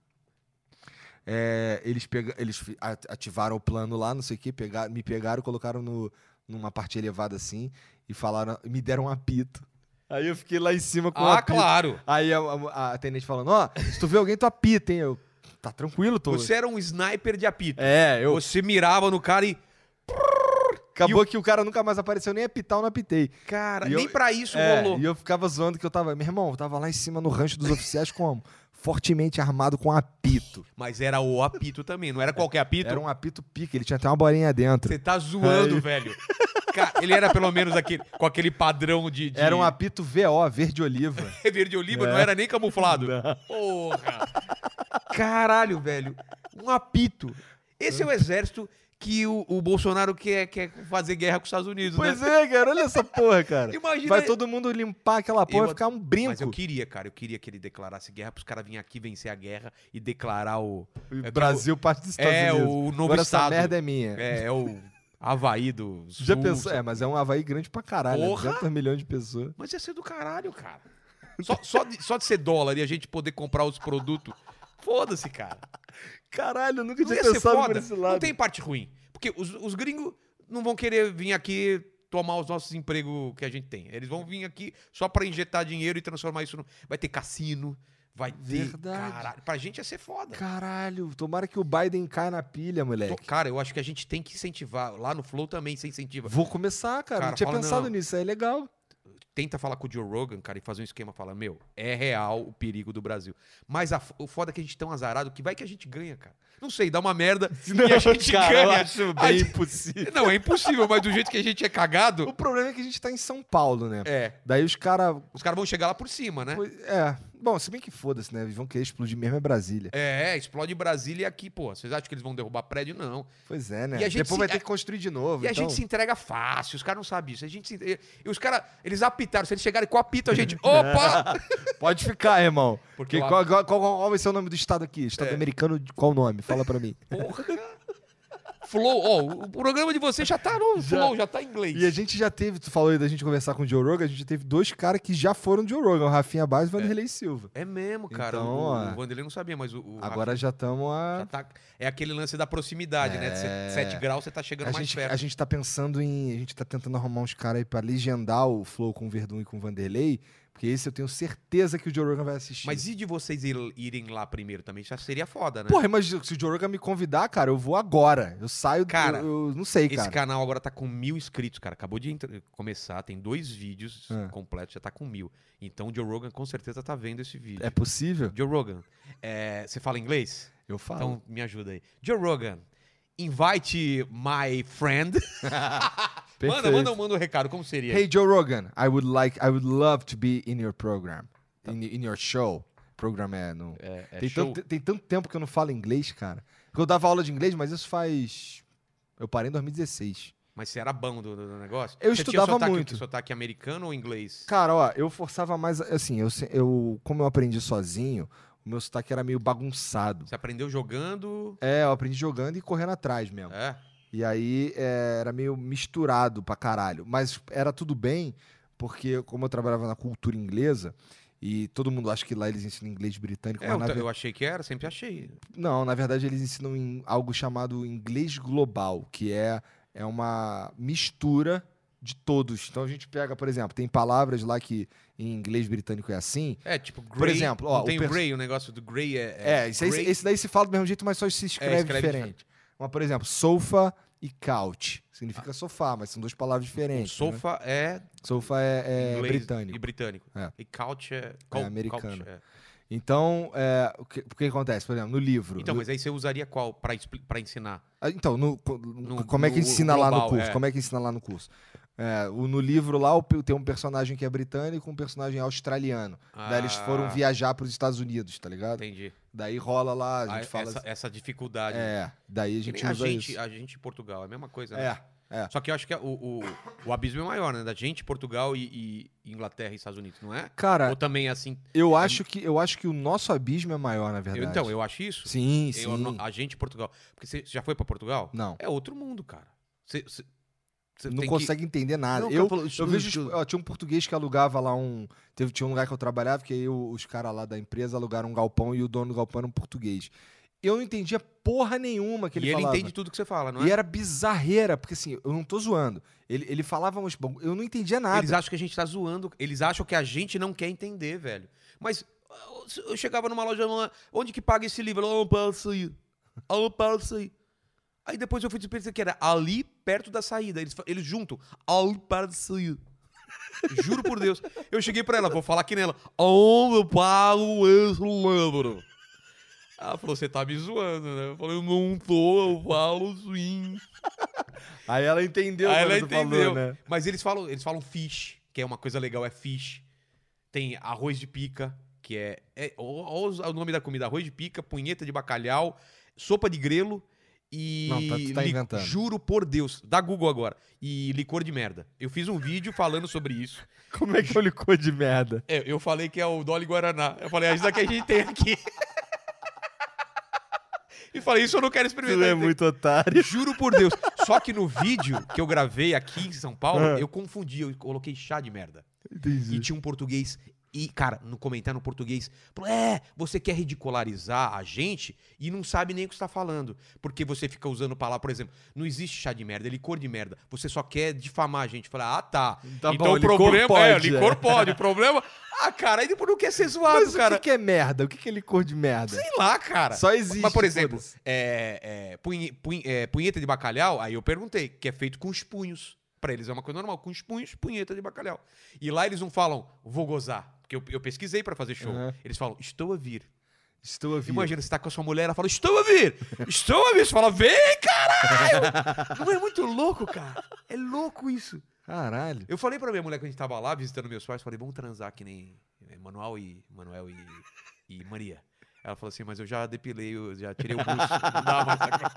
[SPEAKER 2] É, eles, pega, eles fi- a- ativaram o plano lá, não sei o que, pegar, me pegaram, colocaram no, numa parte elevada assim e falaram, me deram um apito. Aí eu fiquei lá em cima com o
[SPEAKER 1] Ah,
[SPEAKER 2] apito.
[SPEAKER 1] claro.
[SPEAKER 2] Aí a, a- a tenente falando, ó, se tu vê alguém, tu apita, hein? Eu, tá tranquilo, tô.
[SPEAKER 1] Você era um sniper de apito.
[SPEAKER 2] É, eu.
[SPEAKER 1] Você mirava no cara e.
[SPEAKER 2] Acabou que o cara nunca mais apareceu, nem apitar, eu não apitei.
[SPEAKER 1] Cara,
[SPEAKER 2] E eu-
[SPEAKER 1] nem pra isso
[SPEAKER 2] É,
[SPEAKER 1] rolou.
[SPEAKER 2] e eu ficava zoando que eu tava. Meu irmão, eu tava lá em cima no rancho dos oficiais como? Fortemente armado com apito.
[SPEAKER 1] Mas era o apito também, não era qualquer apito.
[SPEAKER 2] Era um apito pique, ele tinha até uma bolinha dentro.
[SPEAKER 1] Você tá zoando,
[SPEAKER 2] Aí.
[SPEAKER 1] velho. Cara, ele era pelo menos aquele, com aquele padrão de. de <laughs>
[SPEAKER 2] Era um apito VO, verde oliva.
[SPEAKER 1] verde oliva,
[SPEAKER 2] É.
[SPEAKER 1] não era nem camuflado.
[SPEAKER 2] Não.
[SPEAKER 1] Porra! <laughs> Caralho, velho. Um apito. Esse é o exército que o, o Bolsonaro quer, quer fazer guerra com os Estados Unidos,
[SPEAKER 2] pois
[SPEAKER 1] né?
[SPEAKER 2] é, cara, olha essa porra, cara.
[SPEAKER 1] é. Imagina.
[SPEAKER 2] Vai todo mundo limpar aquela porra
[SPEAKER 1] Eu-
[SPEAKER 2] e ficar um
[SPEAKER 1] Mas é eu
[SPEAKER 2] brinco.
[SPEAKER 1] queria, cara, eu queria que ele declarasse guerra pros caras virem aqui vencer a guerra e declarar o.
[SPEAKER 2] O
[SPEAKER 1] é
[SPEAKER 2] Brasil, parte dos Estados
[SPEAKER 1] é,
[SPEAKER 2] Unidos.
[SPEAKER 1] o novo
[SPEAKER 2] Agora essa
[SPEAKER 1] estado.
[SPEAKER 2] merda é minha.
[SPEAKER 1] é, é o Havaí do Sul.
[SPEAKER 2] <laughs> Já pensou? É, mas é um Havaí grande pra caralho. né?
[SPEAKER 1] assim. Porra!
[SPEAKER 2] 200 milhões de pessoas.
[SPEAKER 1] Mas ia ser do caralho, cara. Só, só, de, só de ser dólar e a gente poder comprar os produtos. Foda-se, cara.
[SPEAKER 2] Caralho, eu nunca
[SPEAKER 1] Não ia ser foda. Não tem parte ruim. Porque os, os gringos não vão querer vir aqui tomar os nossos empregos que a gente tem. Eles vão vir aqui só pra injetar dinheiro e transformar isso no. Vai ter cassino, vai ter.
[SPEAKER 2] Verdade.
[SPEAKER 1] Caralho. Pra gente ia ser foda.
[SPEAKER 2] Caralho, tomara que o Biden caia na pilha,
[SPEAKER 1] Tô-
[SPEAKER 2] moleque.
[SPEAKER 1] Cara, eu acho que a gente tem que incentivar. Lá no Flow também se incentiva.
[SPEAKER 2] Vou começar, cara.
[SPEAKER 1] Cara,
[SPEAKER 2] não tinha
[SPEAKER 1] fala
[SPEAKER 2] pensado
[SPEAKER 1] não.
[SPEAKER 2] nisso, é legal.
[SPEAKER 1] Tenta falar com o Joe Rogan, cara, e fazer um esquema. Fala, meu, é real o perigo do Brasil. Mas a f- o foda é que a gente é tão azarado que vai que a gente ganha, cara. Não sei, dá uma
[SPEAKER 2] <laughs>
[SPEAKER 1] merda. e a gente ganha.
[SPEAKER 2] acho
[SPEAKER 1] A gente-
[SPEAKER 2] impossível.
[SPEAKER 1] Não, é impossível, mas do jeito que a gente é cagado.
[SPEAKER 2] <laughs> O problema é que a gente tá em São Paulo, né?
[SPEAKER 1] É.
[SPEAKER 2] Daí os caras.
[SPEAKER 1] Os caras vão chegar lá por cima, né?
[SPEAKER 2] É. Bom, se bem que foda-se, né? Eles vão querer explodir mesmo é Brasília.
[SPEAKER 1] É, explode Brasília e aqui, pô. Vocês acham que eles vão derrubar prédio? Não.
[SPEAKER 2] Pois é, né?
[SPEAKER 1] E a gente
[SPEAKER 2] Depois
[SPEAKER 1] se-
[SPEAKER 2] vai ter que construir de novo.
[SPEAKER 1] E a
[SPEAKER 2] então-
[SPEAKER 1] gente se entrega fácil, os caras não sabem isso. A gente se... e- E os caras, eles apitaram. Se eles chegarem com apito, a
[SPEAKER 2] <laughs>
[SPEAKER 1] gente. Opa!
[SPEAKER 2] Pode ficar, irmão.
[SPEAKER 1] Porque
[SPEAKER 2] Que-
[SPEAKER 1] o
[SPEAKER 2] qual, qual- qual- qual vai ser o nome do estado aqui? Estado
[SPEAKER 1] É.
[SPEAKER 2] americano, de qual nome? Fala
[SPEAKER 1] <laughs>
[SPEAKER 2] pra mim.
[SPEAKER 1] Flow, ó, o- o programa de você já tá no
[SPEAKER 2] Já.
[SPEAKER 1] Flow, já tá em inglês.
[SPEAKER 2] E a gente já teve, tu falou aí da gente conversar com o Joe Rogan, a gente já teve dois caras que já foram do Joe Rogan, o Rafinha Baz e o Vanderlei Silva.
[SPEAKER 1] É mesmo, cara.
[SPEAKER 2] Então,
[SPEAKER 1] o,
[SPEAKER 2] ó.
[SPEAKER 1] o Vanderlei não sabia, mas o. o
[SPEAKER 2] Agora já estamos
[SPEAKER 1] Rafinha já
[SPEAKER 2] a.
[SPEAKER 1] tá- É aquele lance da proximidade, né?
[SPEAKER 2] É.
[SPEAKER 1] 7 graus, você tá chegando
[SPEAKER 2] A
[SPEAKER 1] mais
[SPEAKER 2] gente,
[SPEAKER 1] perto.
[SPEAKER 2] a gente tá pensando em. A gente tá tentando arrumar uns caras aí pra legendar o Flow com o Verdun e com o Vanderlei, porque esse eu tenho certeza que o Joe Rogan vai assistir.
[SPEAKER 1] Mas e de vocês ir- irem lá primeiro também? Já seria foda, né?
[SPEAKER 2] Porra, imagina, se o Joe Rogan me convidar, cara, eu vou agora. Eu saio.
[SPEAKER 1] Cara,
[SPEAKER 2] eu, eu não sei,
[SPEAKER 1] Esse
[SPEAKER 2] cara.
[SPEAKER 1] canal agora tá com mil inscritos, cara. Acabou de entra- começar, tem dois vídeos
[SPEAKER 2] É.
[SPEAKER 1] completos, já tá com mil. Então o Joe Rogan com certeza tá vendo esse vídeo.
[SPEAKER 2] É possível?
[SPEAKER 1] Joe Rogan, é, você fala inglês?
[SPEAKER 2] Eu falo.
[SPEAKER 1] Então me ajuda aí. Joe Rogan, invite my friend. manda,
[SPEAKER 2] Perfeito.
[SPEAKER 1] manda, manda um recado, como seria?
[SPEAKER 2] Hey Joe Rogan, I would like, I would love to be in your program,
[SPEAKER 1] Tá.
[SPEAKER 2] in, in your show. Program é no.
[SPEAKER 1] É- é
[SPEAKER 2] tem,
[SPEAKER 1] show?
[SPEAKER 2] tanto, tem tanto tempo que eu não falo inglês, cara. Porque eu dava aula de inglês, mas isso faz. Eu parei em 2016.
[SPEAKER 1] Mas você era bom do, do negócio?
[SPEAKER 2] Eu
[SPEAKER 1] Você
[SPEAKER 2] estudava
[SPEAKER 1] tinha o sotaque,
[SPEAKER 2] muito.
[SPEAKER 1] o Sotaque americano ou inglês?
[SPEAKER 2] Cara, ó, eu forçava mais. Assim, eu, se- eu como eu aprendi sozinho, o meu sotaque era meio bagunçado.
[SPEAKER 1] Você aprendeu jogando?
[SPEAKER 2] É, eu aprendi jogando e correndo atrás mesmo.
[SPEAKER 1] É.
[SPEAKER 2] E aí é, era meio misturado pra caralho. Mas era tudo bem, porque como eu trabalhava na cultura inglesa, e todo mundo acha que lá eles ensinam inglês britânico,
[SPEAKER 1] É,
[SPEAKER 2] mas
[SPEAKER 1] eu,
[SPEAKER 2] na
[SPEAKER 1] ta-
[SPEAKER 2] ver-
[SPEAKER 1] eu achei que era, sempre achei.
[SPEAKER 2] Não, na verdade eles ensinam em algo chamado inglês global, que é, é uma mistura de todos. Então a gente pega, por exemplo, tem palavras lá que em inglês britânico é assim.
[SPEAKER 1] É, tipo, Grey.
[SPEAKER 2] exemplo, ó,
[SPEAKER 1] não
[SPEAKER 2] o
[SPEAKER 1] tem
[SPEAKER 2] perso-
[SPEAKER 1] Grey, o negócio do Grey é.
[SPEAKER 2] É, esse, aí-
[SPEAKER 1] Grey.
[SPEAKER 2] esse daí se fala do mesmo jeito, mas só se escreve,
[SPEAKER 1] escreve
[SPEAKER 2] diferente. Mas, por exemplo, sofa e couch. Significa sofá, mas são duas palavras diferentes. né?
[SPEAKER 1] Ah. Sofa é
[SPEAKER 2] Sofa é, é
[SPEAKER 1] inglês E
[SPEAKER 2] britânico.
[SPEAKER 1] britânico.
[SPEAKER 2] É.
[SPEAKER 1] E couch é. cou-
[SPEAKER 2] americano.
[SPEAKER 1] couch é.
[SPEAKER 2] Então, é, o, que, o que acontece? Por exemplo, no livro.
[SPEAKER 1] Então,
[SPEAKER 2] No-
[SPEAKER 1] mas aí você usaria qual pra, expli- pra ensinar?
[SPEAKER 2] Ah, então, no- co-
[SPEAKER 1] No-
[SPEAKER 2] como é que
[SPEAKER 1] no
[SPEAKER 2] ensina lá
[SPEAKER 1] global,
[SPEAKER 2] no curso?
[SPEAKER 1] é.
[SPEAKER 2] Como é que ensina lá no curso? É, o- no livro lá o pe- tem um personagem que é britânico um personagem australiano. Daí eles foram
[SPEAKER 1] Ah,
[SPEAKER 2] viajar para os Estados Unidos, tá ligado?
[SPEAKER 1] Entendi.
[SPEAKER 2] Daí rola lá, a
[SPEAKER 1] Ah,
[SPEAKER 2] gente fala. assim,
[SPEAKER 1] essa, essa dificuldade. né?
[SPEAKER 2] É, daí a
[SPEAKER 1] Que
[SPEAKER 2] gente
[SPEAKER 1] nem a
[SPEAKER 2] usa
[SPEAKER 1] gente,
[SPEAKER 2] isso.
[SPEAKER 1] a gente em Portugal, é a mesma coisa, né?
[SPEAKER 2] É, é.
[SPEAKER 1] Só que eu acho que o, o, o abismo é maior, né? Da gente, Portugal e, e Inglaterra e Estados Unidos, não é?
[SPEAKER 2] Cara,
[SPEAKER 1] Ou também é assim.
[SPEAKER 2] eu acho que eu acho que o nosso abismo é maior, na
[SPEAKER 1] Eu-
[SPEAKER 2] verdade.
[SPEAKER 1] então, eu acho isso.
[SPEAKER 2] Sim, sim.
[SPEAKER 1] Eu- no- a gente, Portugal. Porque você já foi pra Portugal?
[SPEAKER 2] Não.
[SPEAKER 1] É outro mundo, cara. Você, você- você
[SPEAKER 2] não
[SPEAKER 1] tem
[SPEAKER 2] consegue entender nada.
[SPEAKER 1] Não, tipo,
[SPEAKER 2] eu,
[SPEAKER 1] cara,
[SPEAKER 2] eu vejo. os- ó, tinha um português que alugava lá um. Teve, tinha um lugar que eu trabalhava, que aí o- os caras lá da empresa alugaram um galpão e o dono do galpão era um português. eu não entendia porra nenhuma que
[SPEAKER 1] E
[SPEAKER 2] ele
[SPEAKER 1] ele
[SPEAKER 2] falava.
[SPEAKER 1] entende tudo que você fala, não é?
[SPEAKER 2] E era bizarreira, porque assim, eu não tô zoando. Ele, ele falava uns bagulho, eu não entendia nada.
[SPEAKER 1] Eles acham que a gente tá zoando. Eles acham que a gente não quer entender, velho. Mas ah, eu chegava numa loja, lá, onde que paga esse livro? Ela não passa aí. Ela não passa aí. Aí depois eu fui pensar que era ali perto da saída. Eles, fa- eles juntam. Ela passa aí. <laughs> Juro por Deus. Eu cheguei pra ela, vou falar aqui nela. Onde eu pago esse livro? Ela falou, você tá me zoando, né? Eu falei, eu não tô, eu falo sim.
[SPEAKER 2] Aí ela entendeu
[SPEAKER 1] Aí
[SPEAKER 2] quando
[SPEAKER 1] ela
[SPEAKER 2] tu falou,
[SPEAKER 1] entendeu.
[SPEAKER 2] né?
[SPEAKER 1] Mas eles falam, eles falam fish, que é uma coisa legal, é fish. Tem arroz de pica, que é. é Olha o nome da comida: arroz de pica, punheta de bacalhau, sopa de grelo e.
[SPEAKER 2] Não, tá- tu tá
[SPEAKER 1] li-
[SPEAKER 2] inventando.
[SPEAKER 1] Juro por Deus, dá Google agora. E licor de merda. Eu fiz um vídeo falando sobre isso.
[SPEAKER 2] Como é que eu licor de merda?
[SPEAKER 1] <laughs> É, eu falei que é o Dolly Guaraná. Eu falei, ah, isso daqui a gente tem aqui. <laughs> e falei, isso eu não quero
[SPEAKER 2] Tu
[SPEAKER 1] experimentar.
[SPEAKER 2] é
[SPEAKER 1] isso daqui.
[SPEAKER 2] muito otário.
[SPEAKER 1] Juro por Deus. Só que no vídeo que eu gravei aqui em São Paulo,
[SPEAKER 2] Ah.
[SPEAKER 1] eu confundi, eu coloquei chá de merda. E
[SPEAKER 2] Entendi.
[SPEAKER 1] tinha um português. E, cara, no comentário no português, falou: é, você quer ridicularizar a gente e não sabe nem o que está falando. Porque você fica usando palavra, por exemplo, não existe chá de merda, é licor de merda. Você só quer difamar a gente. Falar, ah, tá.
[SPEAKER 2] Tá
[SPEAKER 1] então
[SPEAKER 2] bom,
[SPEAKER 1] o
[SPEAKER 2] licor
[SPEAKER 1] problema é, o
[SPEAKER 2] pode,
[SPEAKER 1] licor pode. O problema. Ah, cara, aí depois não quer ser zoado,
[SPEAKER 2] Mas
[SPEAKER 1] cara.
[SPEAKER 2] o que que é merda? O que que é licor de merda?
[SPEAKER 1] Sei lá, cara.
[SPEAKER 2] Só existe.
[SPEAKER 1] Mas, por exemplo,
[SPEAKER 2] foda-se.
[SPEAKER 1] é, é, punhe- punhe- é, punheta de bacalhau, aí eu perguntei, que é feito com os punhos. Pra eles é uma coisa normal, com os punhos, punheta de bacalhau. E lá eles não falam, vou gozar. Porque eu, eu pesquisei pra fazer show.
[SPEAKER 2] Aham.
[SPEAKER 1] Eles falam, estou a vir.
[SPEAKER 2] Estou a vir.
[SPEAKER 1] Imagina, você tá com a sua mulher, ela fala, estou a vir! Estou a vir! Você fala, vem,
[SPEAKER 2] <laughs>
[SPEAKER 1] caralho! não é muito louco, cara? É louco isso.
[SPEAKER 2] Caralho.
[SPEAKER 1] Eu falei pra minha mulher que a gente tava lá visitando meus pais, falei, vamos transar que nem Manuel e, Manuel e, e Maria. Ela falou assim, mas eu já depilei, eu já tirei o buço. Não dá mais agora.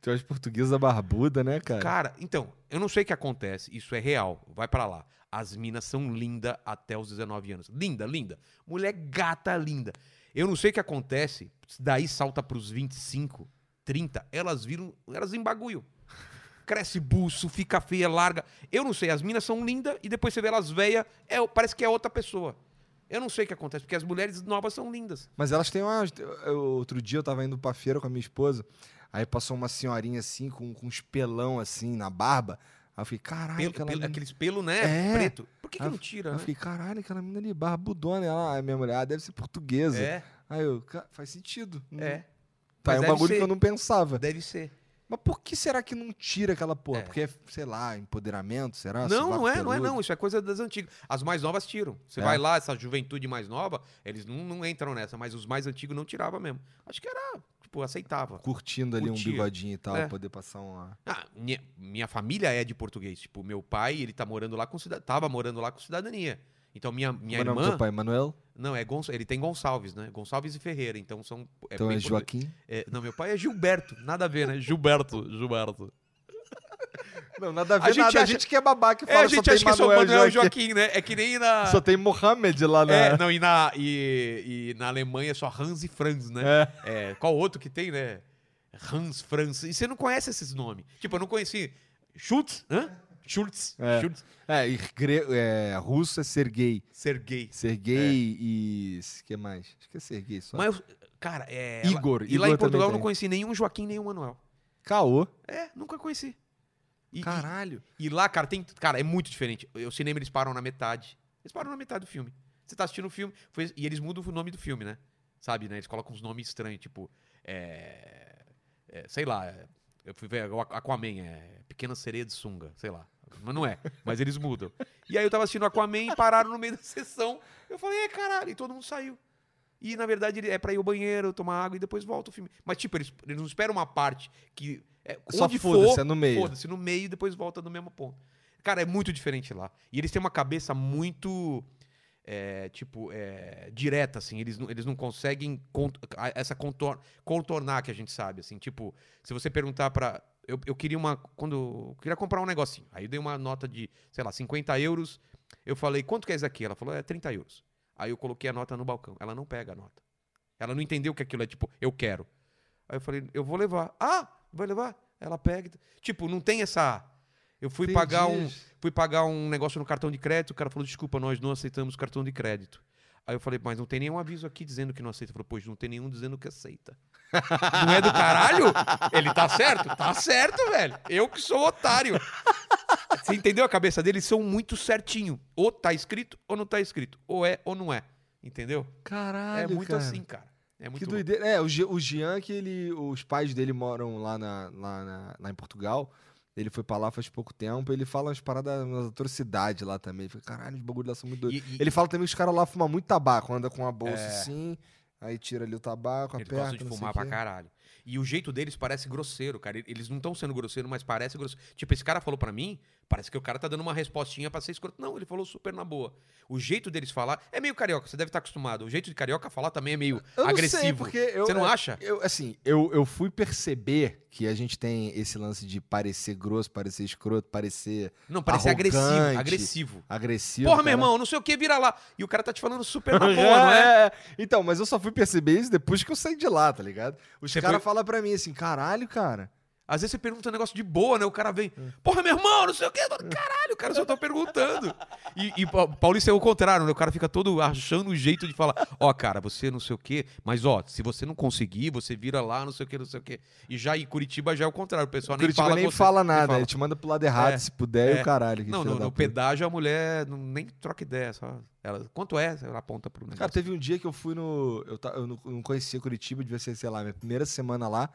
[SPEAKER 2] Tu és portuguesa barbuda, né, cara?
[SPEAKER 1] Cara, então, eu não sei o que acontece, isso é real, vai pra lá. As minas são linda até os 19 anos. Linda, linda. Mulher gata, linda. Eu não sei o que acontece, daí salta pros 25, 30, elas viram, elas embagulham. Cresce buço, fica feia, larga. Eu não sei, as minas são lindas e depois você vê elas velhas, é, parece que é outra pessoa. Eu não sei o que acontece, porque as mulheres novas são lindas.
[SPEAKER 2] Mas elas têm uma. eu- Outro dia eu tava indo pra feira com a minha esposa. Aí passou uma senhorinha assim, com, com uns pelão assim na barba. Aí eu fiquei, caralho,
[SPEAKER 1] Pelo-
[SPEAKER 2] aquela
[SPEAKER 1] pelo-
[SPEAKER 2] mina-
[SPEAKER 1] aqueles pelos, né?
[SPEAKER 2] É.
[SPEAKER 1] Preto. Por que, que
[SPEAKER 2] Ah,
[SPEAKER 1] não tira?
[SPEAKER 2] Aí eu
[SPEAKER 1] Né?
[SPEAKER 2] fiquei, caralho, aquela menina ali, barbudona. Ela, ah, minha mulher, ah, deve ser portuguesa.
[SPEAKER 1] É,
[SPEAKER 2] Aí eu, "Ca- faz sentido. Não-
[SPEAKER 1] é.
[SPEAKER 2] Tá,
[SPEAKER 1] Mas
[SPEAKER 2] é um
[SPEAKER 1] deve
[SPEAKER 2] bagulho
[SPEAKER 1] ser.
[SPEAKER 2] que eu não pensava.
[SPEAKER 1] Deve ser.
[SPEAKER 2] Mas por que será que não tira aquela porra?
[SPEAKER 1] É.
[SPEAKER 2] Porque é, sei lá, empoderamento,
[SPEAKER 1] Não,
[SPEAKER 2] será? Sovaco
[SPEAKER 1] não é, não é
[SPEAKER 2] peludo?
[SPEAKER 1] não. Isso é coisa das antigas. As mais novas tiram. Você
[SPEAKER 2] É?
[SPEAKER 1] vai lá, essa juventude mais nova, eles não, não entram nessa, mas os mais antigos não tiravam mesmo. Acho que era, tipo, aceitava.
[SPEAKER 2] Curtindo ali
[SPEAKER 1] Curtia.
[SPEAKER 2] um bigodinho e tal,
[SPEAKER 1] É.
[SPEAKER 2] poder passar uma.
[SPEAKER 1] Ah, minha, minha família é de português. Tipo, meu pai, ele tá morando lá com cidadania. Tava morando lá com cidadania. Então, minha, minha
[SPEAKER 2] Como é o nome do
[SPEAKER 1] irmã.
[SPEAKER 2] teu pai, Manuel?
[SPEAKER 1] Não, é Gonça- ele tem Gonçalves, né? Gonçalves e Ferreira. Então são. é
[SPEAKER 2] então
[SPEAKER 1] bem
[SPEAKER 2] é
[SPEAKER 1] português.
[SPEAKER 2] Joaquim.
[SPEAKER 1] É, não, meu pai é Gilberto. Nada a ver, né? <laughs> Gilberto. Gilberto.
[SPEAKER 2] Não, nada a
[SPEAKER 1] ver, nada. A gente
[SPEAKER 2] que é babaca
[SPEAKER 1] É, a gente acha que é só Manuel e Joaquim, né? É que nem na.
[SPEAKER 2] Só tem Mohamed lá na.
[SPEAKER 1] É, não, e na, e, e na Alemanha é só Hans e Franz, né?
[SPEAKER 2] É.
[SPEAKER 1] É, qual outro que tem, né? Hans, Franz. E você não conhece esses nomes. Tipo, eu não conheci. Schultz? Hã? Schultz?
[SPEAKER 2] É.
[SPEAKER 1] Schultz?
[SPEAKER 2] <laughs> É, e gre- é, russo é Sergei.
[SPEAKER 1] Sergei.
[SPEAKER 2] Sergei
[SPEAKER 1] É.
[SPEAKER 2] e. O que mais? Acho que é Sergei só.
[SPEAKER 1] Mas, eu- cara, é. lá-
[SPEAKER 2] Igor,
[SPEAKER 1] E lá em Portugal
[SPEAKER 2] Igor
[SPEAKER 1] eu
[SPEAKER 2] também
[SPEAKER 1] não
[SPEAKER 2] tem.
[SPEAKER 1] conheci nenhum Joaquim, nenhum Manuel.
[SPEAKER 2] Caô.
[SPEAKER 1] É, nunca conheci. E, e-
[SPEAKER 2] Caralho.
[SPEAKER 1] e lá, cara, tem. Cara, é muito diferente. O cinema eles param na metade. Eles param na metade do filme. Você tá assistindo o filme foi- e eles mudam o nome do filme, né? Sabe, né? Eles colocam uns nomes estranhos, tipo. É, é, sei lá. é, Eu fui ver o Aqu- Aquaman, é Pequena Sereia de Sunga, sei lá. Mas não é, mas eles mudam. E aí eu tava assistindo Aquaman e pararam no meio da sessão. Eu falei, é caralho, e todo mundo saiu. E na verdade ele- é pra ir ao banheiro, tomar água e depois volta o filme. Mas tipo, eles, eles não esperam uma parte que. É,
[SPEAKER 2] Só
[SPEAKER 1] onde for,
[SPEAKER 2] foda-se, é no meio.
[SPEAKER 1] Foda-se, no meio e depois volta no mesmo ponto. Cara, é muito diferente lá. E eles têm uma cabeça muito. é, tipo, é, direta, assim. Eles, não- eles não conseguem cont- a- essa contor- contornar que a gente sabe, assim. Tipo, se você perguntar pra. Eu, eu queria uma. Quando. Eu queria comprar um negocinho. Aí eu dei uma nota de, sei lá, 50 euros. Eu falei, quanto que é isso aqui? Ela falou, é 30 euros. Aí eu coloquei a nota no balcão. Ela não pega a nota. Ela não entendeu que aquilo é tipo, eu quero. Aí eu falei, eu vou levar. Ah, vai levar? Ela pega. Tipo, não tem essa. Eu fui
[SPEAKER 2] Tem
[SPEAKER 1] pagar um,
[SPEAKER 2] dias.
[SPEAKER 1] fui pagar um negócio no cartão de crédito, o cara falou, desculpa, nós não aceitamos cartão de crédito. Aí eu falei, mas não tem nenhum aviso aqui dizendo que não aceita. Ele falou, pois não tem nenhum dizendo que aceita. não é do caralho? Ele tá certo? Tá certo, velho. Eu que sou otário. Você entendeu a cabeça deles? São muito certinho. Ou tá escrito ou não tá escrito. Ou é ou não é. Entendeu?
[SPEAKER 2] Caralho,
[SPEAKER 1] é muito
[SPEAKER 2] cara.
[SPEAKER 1] assim, cara. É muito
[SPEAKER 2] que doideira. É, o, Ge- o Jean, que ele. Os pais dele moram lá, na, lá, na- lá em Portugal. Ele foi pra lá faz pouco tempo. Ele fala umas paradas, umas atrocidades lá também. Ele Fica, caralho, os bagulho lá são muito doidos.
[SPEAKER 1] E- e-
[SPEAKER 2] Ele fala também que os caras lá fumam muito tabaco. Anda com uma bolsa assim, aí tira ali o tabaco,
[SPEAKER 1] Eles
[SPEAKER 2] aperta.
[SPEAKER 1] gostam de
[SPEAKER 2] não sei
[SPEAKER 1] fumar
[SPEAKER 2] o
[SPEAKER 1] pra
[SPEAKER 2] quê.
[SPEAKER 1] caralho. E o jeito deles parece grosseiro, cara. E- Eles não estão sendo grosseiro, mas parece grosseiro. Tipo, esse cara falou pra mim, parece que o cara tá dando uma respostinha pra ser escroto. Não, ele falou super na boa. O jeito deles falar é meio carioca, você deve estar acostumado. O jeito de carioca falar também é meio
[SPEAKER 2] Eu não
[SPEAKER 1] agressivo.
[SPEAKER 2] Sei, porque eu,
[SPEAKER 1] você não acha?
[SPEAKER 2] Eu, assim, eu, eu fui perceber que a gente tem esse lance de parecer grosso, parecer escroto, parecer
[SPEAKER 1] Não, parece
[SPEAKER 2] arrogante.
[SPEAKER 1] agressivo, agressivo.
[SPEAKER 2] agressivo.
[SPEAKER 1] Porra, meu
[SPEAKER 2] cara.
[SPEAKER 1] irmão, não sei o que, vira lá. E o cara tá te falando super
[SPEAKER 2] <laughs>
[SPEAKER 1] na boa, não é?
[SPEAKER 2] Então, mas eu só fui perceber isso depois que eu saí de lá, tá ligado? Os
[SPEAKER 1] Você
[SPEAKER 2] caras
[SPEAKER 1] foi-
[SPEAKER 2] falam pra mim assim, caralho, cara.
[SPEAKER 1] Às vezes você pergunta um negócio de boa, né? O cara vem, porra, meu irmão, não sei o quê. Caralho, o cara só tá perguntando. E, e pa- paulista é o contrário, né? O cara fica todo achando o jeito de falar, ó, cara, você não sei o quê, mas ó, se você não conseguir, você vira lá, não sei o quê, não sei o quê. E já em Curitiba já é o contrário, o pessoal
[SPEAKER 2] Curitiba
[SPEAKER 1] nem fala
[SPEAKER 2] nem
[SPEAKER 1] com você,
[SPEAKER 2] fala nada,
[SPEAKER 1] fala.
[SPEAKER 2] ele te manda pro lado errado,
[SPEAKER 1] É,
[SPEAKER 2] se puder, e
[SPEAKER 1] é.
[SPEAKER 2] o caralho. que
[SPEAKER 1] Não,
[SPEAKER 2] filho
[SPEAKER 1] no,
[SPEAKER 2] da
[SPEAKER 1] no
[SPEAKER 2] puta.
[SPEAKER 1] pedágio a mulher não, nem troca ideia, só. Ela, quanto é? Ela aponta pro
[SPEAKER 2] Cara,
[SPEAKER 1] negócio.
[SPEAKER 2] teve um dia que eu fui no. Eu, ta- eu não- não conhecia Curitiba, devia ser, sei lá, minha primeira semana lá.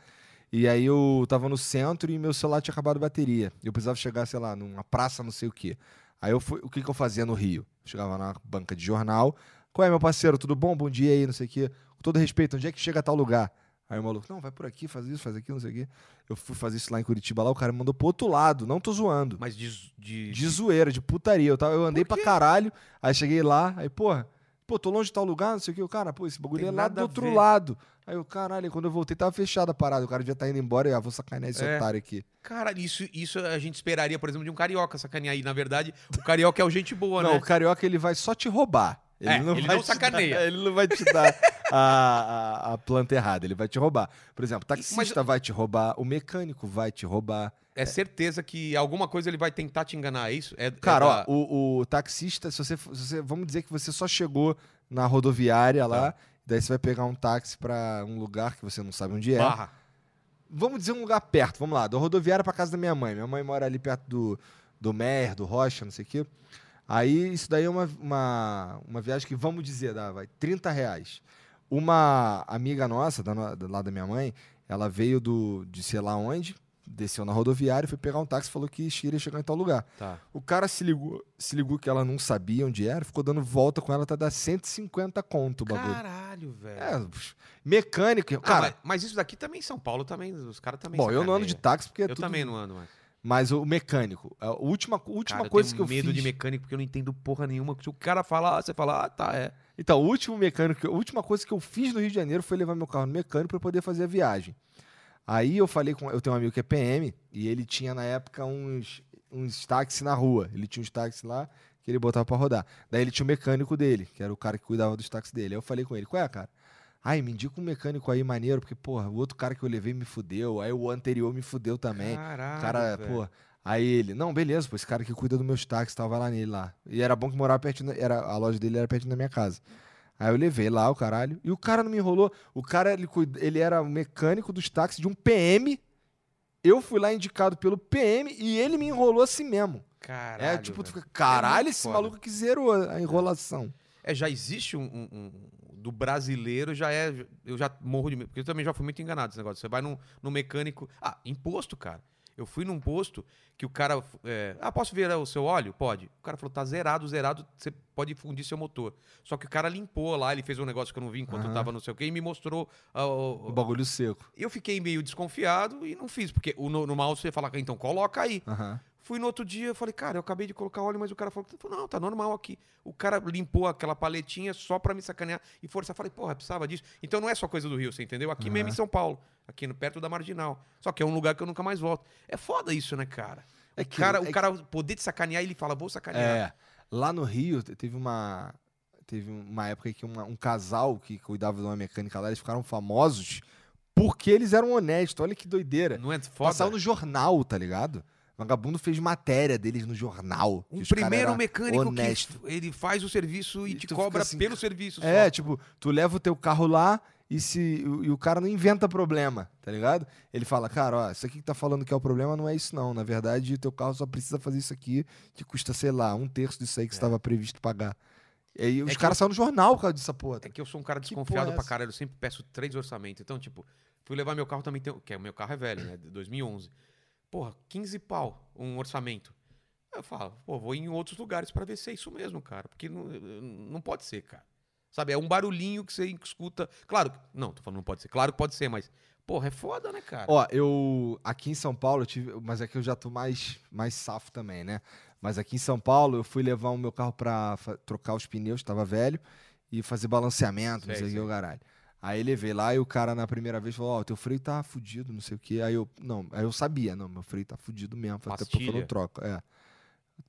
[SPEAKER 2] E aí eu tava no centro e meu celular tinha acabado a bateria. Eu precisava chegar, sei lá, numa praça, não sei o quê. Aí eu fui. O que, que eu fazia no Rio? Chegava na banca de jornal. Qual é, meu parceiro? Tudo bom? Bom dia aí, não sei o quê. Com todo respeito, onde é que chega tal lugar? Aí o maluco, não, vai por aqui, faz isso, faz aquilo, não sei o quê. Eu fui fazer isso lá em Curitiba, lá o cara me mandou pro outro lado, não tô zoando.
[SPEAKER 1] Mas de. de-
[SPEAKER 2] De zoeira, de putaria. Eu, tava, eu andei pra caralho, aí cheguei lá, aí, porra, pô, tô longe de tal lugar, não sei o que. O cara, pô, esse bagulho
[SPEAKER 1] Tem
[SPEAKER 2] é lá
[SPEAKER 1] nada
[SPEAKER 2] do
[SPEAKER 1] a
[SPEAKER 2] outro
[SPEAKER 1] ver.
[SPEAKER 2] lado. Aí eu, caralho, quando eu voltei, tava fechada a parada. O cara devia tá indo embora e ah, vou sacanear esse
[SPEAKER 1] É.
[SPEAKER 2] otário aqui.
[SPEAKER 1] Cara, isso, isso a gente esperaria, por exemplo, de um carioca sacanear aí. Na verdade, o carioca é o gente boa,
[SPEAKER 2] não,
[SPEAKER 1] né?
[SPEAKER 2] o carioca, ele vai só te roubar. Ele
[SPEAKER 1] É,
[SPEAKER 2] não
[SPEAKER 1] ele
[SPEAKER 2] vai
[SPEAKER 1] não
[SPEAKER 2] te
[SPEAKER 1] sacaneia.
[SPEAKER 2] dar- <laughs> ele não vai te dar a, a, a planta errada, ele vai te roubar. Por exemplo, taxista vai te roubar, o mecânico vai te roubar.
[SPEAKER 1] É certeza que alguma coisa ele vai tentar te enganar, é isso? É,
[SPEAKER 2] Cara,
[SPEAKER 1] é
[SPEAKER 2] ó,
[SPEAKER 1] da-
[SPEAKER 2] o, o taxista, se você, fo- se você- Vamos dizer que você só chegou na rodoviária lá, daí você vai pegar um táxi pra um lugar que você não sabe onde é.
[SPEAKER 1] barra.
[SPEAKER 2] Vamos dizer um lugar perto, vamos lá, da rodoviária pra casa da minha mãe. Minha mãe mora ali perto do, do Mer, do Rocha, não sei o quê. Aí isso daí é uma, uma, uma viagem que, vamos dizer, dá, vai, 30 reais. Uma amiga nossa, da no- da- lá da minha mãe, ela veio do, de sei lá onde, desceu na rodoviária, foi pegar um táxi, falou que iria chegar em tal lugar.
[SPEAKER 1] Tá.
[SPEAKER 2] O cara se ligou, se ligou que ela não sabia onde era, ficou dando volta com ela, tá dando 150 conto o bagulho.
[SPEAKER 1] Caralho, velho.
[SPEAKER 2] É, pux, mecânico.
[SPEAKER 1] Ah,
[SPEAKER 2] Cara,
[SPEAKER 1] mas, mas isso daqui também em São Paulo também, os caras também
[SPEAKER 2] bom, eu não ando de
[SPEAKER 1] sacaneiam.
[SPEAKER 2] táxi porque é
[SPEAKER 1] Eu
[SPEAKER 2] tudo.
[SPEAKER 1] também não ando mais.
[SPEAKER 2] Mas o mecânico, a última, a última
[SPEAKER 1] Cara,
[SPEAKER 2] coisa
[SPEAKER 1] eu
[SPEAKER 2] que eu
[SPEAKER 1] tenho medo
[SPEAKER 2] fiz.
[SPEAKER 1] de mecânico porque eu não entendo porra nenhuma. Se o cara falar, você fala, ah, tá, é.
[SPEAKER 2] Então, o último mecânico, a última coisa que eu fiz no Rio de Janeiro foi levar meu carro no mecânico para poder fazer a viagem. Aí eu falei com, eu tenho um amigo que é PM e ele tinha na época uns uns táxis na rua. Ele tinha uns táxis lá que ele botava para rodar. Daí ele tinha o mecânico dele, que era o cara que cuidava dos táxis dele. Aí eu falei com ele: "Qual é, cara? Ai, me indica um mecânico aí maneiro, porque porra, o outro cara que eu levei me fudeu, aí o anterior me fudeu também.
[SPEAKER 1] Caralho,
[SPEAKER 2] O cara,
[SPEAKER 1] velho.
[SPEAKER 2] pô. É, Aí ele, não, beleza, pô, esse cara que cuida dos meus táxis e tal, vai lá nele lá. E era bom que morava pertinho, da- era, a loja dele era pertinho da minha casa. Aí eu levei lá o caralho, e o cara não me enrolou. O cara, ele, cuida- ele era o mecânico dos táxis de um PM. Eu fui lá indicado pelo PM e ele me enrolou assim mesmo.
[SPEAKER 1] Caralho,
[SPEAKER 2] é tipo, tu
[SPEAKER 1] velho.
[SPEAKER 2] fica, caralho,
[SPEAKER 1] muito
[SPEAKER 2] esse
[SPEAKER 1] foda.
[SPEAKER 2] maluco que zerou a a enrolação.
[SPEAKER 1] É, já existe um, um- um- Do brasileiro já é. Eu já morro de medo. Porque eu também já fui muito enganado nesse negócio. Você vai num, num mecânico. Ah, imposto, cara. Eu fui num posto que o cara. é, ah, posso ver o seu óleo? Pode. O cara falou, tá zerado, zerado, você pode fundir seu motor. Só que o cara limpou lá, ele fez um negócio que eu não vi enquanto eu
[SPEAKER 2] Aham.
[SPEAKER 1] tava não sei o quê e me mostrou. ah, o-
[SPEAKER 2] O bagulho seco.
[SPEAKER 1] eu fiquei meio desconfiado e não fiz, porque o no- normal você fala, então coloca aí.
[SPEAKER 2] Aham.
[SPEAKER 1] Fui no outro dia, eu falei, cara, eu acabei de colocar óleo, mas o cara falou, falou, não, tá normal aqui. O cara limpou aquela paletinha só pra me sacanear e forçar. Falei, porra, precisava disso. Então não é só coisa do Rio, você entendeu? Aqui mesmo em São Paulo, aqui no, perto da Marginal. Só que é um lugar que eu nunca mais volto. É foda isso, né, cara?
[SPEAKER 2] É
[SPEAKER 1] O cara,
[SPEAKER 2] é
[SPEAKER 1] o cara poder te sacanear, ele fala, vou sacanear.
[SPEAKER 2] É. Lá no Rio, te- teve uma. Teve uma época que uma- um casal que cuidava de uma mecânica lá, eles ficaram famosos porque eles eram honestos. Olha que doideira.
[SPEAKER 1] Não é foda?
[SPEAKER 2] Passaram no jornal, tá ligado? Vagabundo fez matéria deles no jornal. que
[SPEAKER 1] Um
[SPEAKER 2] os cara
[SPEAKER 1] primeiro
[SPEAKER 2] era
[SPEAKER 1] mecânico
[SPEAKER 2] honesto.
[SPEAKER 1] que ele faz o serviço e,
[SPEAKER 2] E
[SPEAKER 1] te
[SPEAKER 2] tu fica
[SPEAKER 1] cobra
[SPEAKER 2] assim,
[SPEAKER 1] pelo serviço só.
[SPEAKER 2] É, tipo, tu leva o teu carro lá e, se, e o cara não inventa problema, tá ligado? Ele fala, cara, ó, isso aqui que tá falando que é o problema não é isso não. Na verdade, o teu carro só precisa fazer isso aqui, que custa, sei lá, um terço disso aí que estava previsto pagar. E aí os
[SPEAKER 1] É. que
[SPEAKER 2] caras saíram no jornal por causa dessa porra. tá
[SPEAKER 1] É que eu sou um cara
[SPEAKER 2] Que
[SPEAKER 1] desconfiado
[SPEAKER 2] porra é
[SPEAKER 1] pra
[SPEAKER 2] essa?
[SPEAKER 1] caralho, eu sempre peço três orçamentos. Então, tipo, fui levar meu carro também, tem, que é, o meu carro é velho, né? de 2011. Porra, 15 pau um orçamento. Aí Eu falo, pô, vou em outros lugares pra ver se é isso mesmo, cara. Porque não, não pode ser, cara. Sabe, é um barulhinho que você escuta. Claro, que- não, tô falando não pode ser. Claro que pode ser, mas, porra, é foda, né, cara?
[SPEAKER 2] Ó, eu aqui em São Paulo, eu tive, mas aqui eu já tô mais mais safo também, né? Mas aqui em São Paulo eu fui levar o meu carro pra fa- trocar os pneus, tava velho, e fazer balanceamento,
[SPEAKER 1] Sei,
[SPEAKER 2] não sei o que
[SPEAKER 1] sei.
[SPEAKER 2] o caralho. Aí levei lá e o cara na primeira vez falou: "Ó, teu freio tá fudido, não sei o que". Aí eu, não, aí eu sabia, não, meu freio tá fudido mesmo, faz tempo que eu
[SPEAKER 1] Pastilha.
[SPEAKER 2] não troco, é.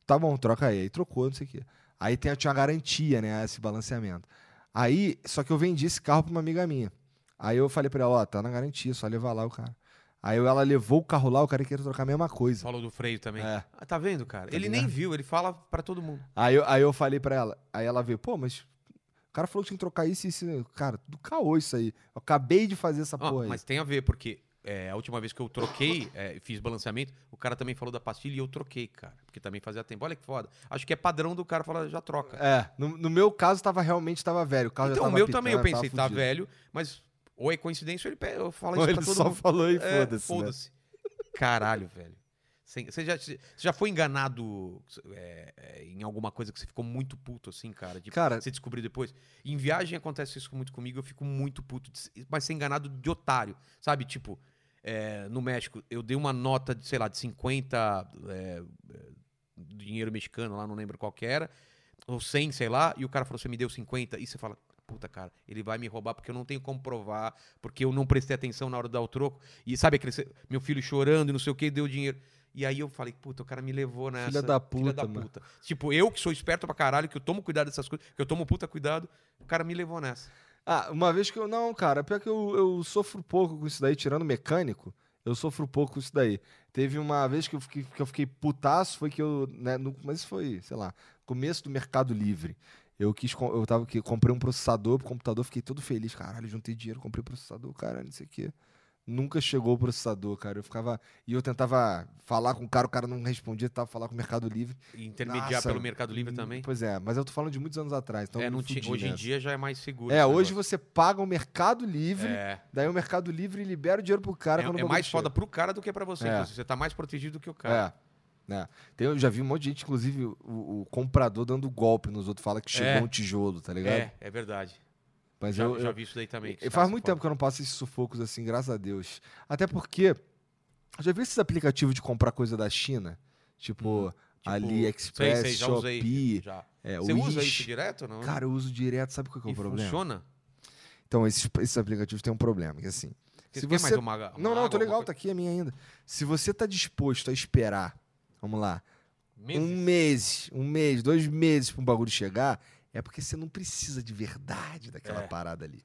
[SPEAKER 2] Tá bom, troca aí. Aí trocou, não sei o que. Aí tem, tinha uma garantia, né? Esse balanceamento. Aí, só que eu vendi esse carro pra uma amiga minha. Aí eu falei pra ela, ó, tá na garantia, só levar lá o cara. Aí ela levou o carro lá, o cara queria trocar a mesma coisa.
[SPEAKER 1] Falou do freio também.
[SPEAKER 2] É.
[SPEAKER 1] Ah, tá vendo, cara?
[SPEAKER 2] Tá
[SPEAKER 1] ele
[SPEAKER 2] ligado?
[SPEAKER 1] nem viu, ele fala pra todo mundo.
[SPEAKER 2] Aí eu, aí eu falei pra ela, aí ela veio, pô, mas o cara falou que tinha que trocar isso e isso. né? Cara, do caô isso aí. Eu acabei de fazer essa
[SPEAKER 1] Ah,
[SPEAKER 2] porra aí.
[SPEAKER 1] mas tem a ver, porque é, a última vez que eu troquei, é, fiz balanceamento, o cara também falou da pastilha e eu troquei, cara. Porque também fazia tempo. Olha que foda. Acho que é padrão do cara falar, já troca.
[SPEAKER 2] É, no, no meu caso tava realmente tava velho. O carro já
[SPEAKER 1] então, o
[SPEAKER 2] tava
[SPEAKER 1] meu também eu
[SPEAKER 2] pitando, tava
[SPEAKER 1] pensei, tá
[SPEAKER 2] fudido.
[SPEAKER 1] velho, mas ou é coincidência ou ele, pe- eu falo
[SPEAKER 2] Ou
[SPEAKER 1] isso
[SPEAKER 2] ele
[SPEAKER 1] pra todo
[SPEAKER 2] só
[SPEAKER 1] mundo.
[SPEAKER 2] falou e
[SPEAKER 1] É,
[SPEAKER 2] foda-se. né?
[SPEAKER 1] Foda-se. Caralho, velho. Sem- Você já, você já foi enganado é, é, em alguma coisa que você ficou muito puto, assim, cara? De
[SPEAKER 2] Cara-
[SPEAKER 1] você descobriu depois? Em viagem acontece isso muito comigo, eu fico muito puto, de se- mas ser enganado de otário, sabe? Tipo, é, no México, eu dei uma nota de, sei lá, de 50 é, é, dinheiro mexicano lá, não lembro qual que era, ou 100, sei lá, e o cara falou, você me deu 50, e você fala, puta, cara, ele vai me roubar porque eu não tenho como provar, porque eu não prestei atenção na hora de dar o troco, e sabe aquele, meu filho chorando, e não sei o que, deu dinheiro. E aí eu falei, puta, o cara me levou nessa.
[SPEAKER 2] da puta, mano.
[SPEAKER 1] Tipo, eu que sou esperto pra caralho, que eu tomo cuidado dessas coisas, que eu tomo puta cuidado, o cara me levou nessa.
[SPEAKER 2] Ah, uma vez que eu. Não, cara, pior que eu, eu sofro pouco com isso daí, tirando mecânico, eu sofro pouco com isso daí. Teve uma vez que eu fiquei, que eu fiquei putaço, foi que eu. Né, no- mas isso foi, sei lá, começo do Mercado Livre. Eu quis. com- Eu tava que comprei um processador pro computador, fiquei todo feliz. Caralho, juntei dinheiro, comprei processador, caralho, não sei o quê. Nunca chegou o processador, cara. Eu ficava. E eu tentava falar com o cara, o cara não respondia, tava falar com o Mercado Livre.
[SPEAKER 1] E intermediar
[SPEAKER 2] Nossa,
[SPEAKER 1] pelo Mercado Livre também.
[SPEAKER 2] Pois é, mas eu tô falando de muitos anos atrás. Então
[SPEAKER 1] é,
[SPEAKER 2] eu me
[SPEAKER 1] não tinha-
[SPEAKER 2] fudi
[SPEAKER 1] hoje em
[SPEAKER 2] nessa.
[SPEAKER 1] dia já é mais seguro.
[SPEAKER 2] É,
[SPEAKER 1] esse
[SPEAKER 2] hoje
[SPEAKER 1] negócio.
[SPEAKER 2] você paga o Mercado Livre,
[SPEAKER 1] É,
[SPEAKER 2] daí o Mercado Livre libera o dinheiro pro cara
[SPEAKER 1] é,
[SPEAKER 2] quando
[SPEAKER 1] é
[SPEAKER 2] o bagulho
[SPEAKER 1] mais
[SPEAKER 2] chega.
[SPEAKER 1] foda pro cara do que pra você.
[SPEAKER 2] É.
[SPEAKER 1] inclusive. Você tá mais protegido que o cara.
[SPEAKER 2] É. né? Tem, eu já vi um monte de gente, inclusive o, o comprador dando golpe nos outros, fala que chegou
[SPEAKER 1] É.
[SPEAKER 2] um tijolo, tá ligado?
[SPEAKER 1] É, é verdade.
[SPEAKER 2] Mas
[SPEAKER 1] já,
[SPEAKER 2] eu,
[SPEAKER 1] já
[SPEAKER 2] eu-
[SPEAKER 1] vi isso daí também. é que
[SPEAKER 2] eu-
[SPEAKER 1] os
[SPEAKER 2] faz
[SPEAKER 1] caras
[SPEAKER 2] muito
[SPEAKER 1] falam.
[SPEAKER 2] tempo que eu não passo esses sufocos assim, graças a Deus. Até porque eu já vi esses aplicativos de comprar coisa da China, tipo,
[SPEAKER 1] Tipo,
[SPEAKER 2] AliExpress,
[SPEAKER 1] sei, sei, já usei,
[SPEAKER 2] Shopee,
[SPEAKER 1] já.
[SPEAKER 2] é,
[SPEAKER 1] Você usa
[SPEAKER 2] Wish.
[SPEAKER 1] isso direto ou não?
[SPEAKER 2] Cara, eu uso direto, sabe qual que é o
[SPEAKER 1] e
[SPEAKER 2] problema?
[SPEAKER 1] funciona?
[SPEAKER 2] Então, esses, esses aplicativos têm um problema, que assim,
[SPEAKER 1] Você
[SPEAKER 2] Se
[SPEAKER 1] quer mais
[SPEAKER 2] você-
[SPEAKER 1] uma, uma
[SPEAKER 2] Não, não,
[SPEAKER 1] água,
[SPEAKER 2] tô legal,
[SPEAKER 1] alguma
[SPEAKER 2] tá aqui a minha ainda. Se você tá disposto a esperar, vamos lá,
[SPEAKER 1] coisa? Meses?
[SPEAKER 2] um mês, um mês, dois meses pra um bagulho chegar, é porque você não precisa de verdade daquela
[SPEAKER 1] É.
[SPEAKER 2] parada ali.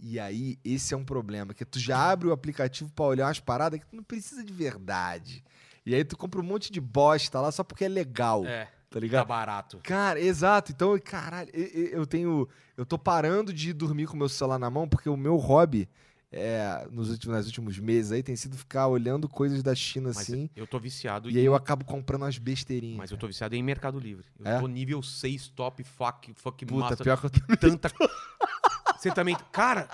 [SPEAKER 2] E aí, esse é um problema, que tu já abre o aplicativo pra olhar umas paradas que tu não precisa de verdade. E aí tu compra um monte de bosta lá só porque é legal,
[SPEAKER 1] É,
[SPEAKER 2] tá
[SPEAKER 1] tá
[SPEAKER 2] ligado?
[SPEAKER 1] barato.
[SPEAKER 2] Cara, exato. Então, caralho, e- e- eu tenho. Eu tô parando de dormir com o meu celular na mão, porque o meu hobby é, nos últimos, nos últimos meses aí tem sido ficar olhando coisas da China
[SPEAKER 1] Mas
[SPEAKER 2] assim.
[SPEAKER 1] eu tô viciado
[SPEAKER 2] E aí eu acabo comprando umas besteirinhas.
[SPEAKER 1] Mas eu
[SPEAKER 2] cara.
[SPEAKER 1] tô viciado em Mercado Livre. Eu
[SPEAKER 2] É?
[SPEAKER 1] tô nível 6, top, fuck, fuck
[SPEAKER 2] Puta,
[SPEAKER 1] master.
[SPEAKER 2] pior que eu tô. <laughs>
[SPEAKER 1] Tanta. Você também. Cara,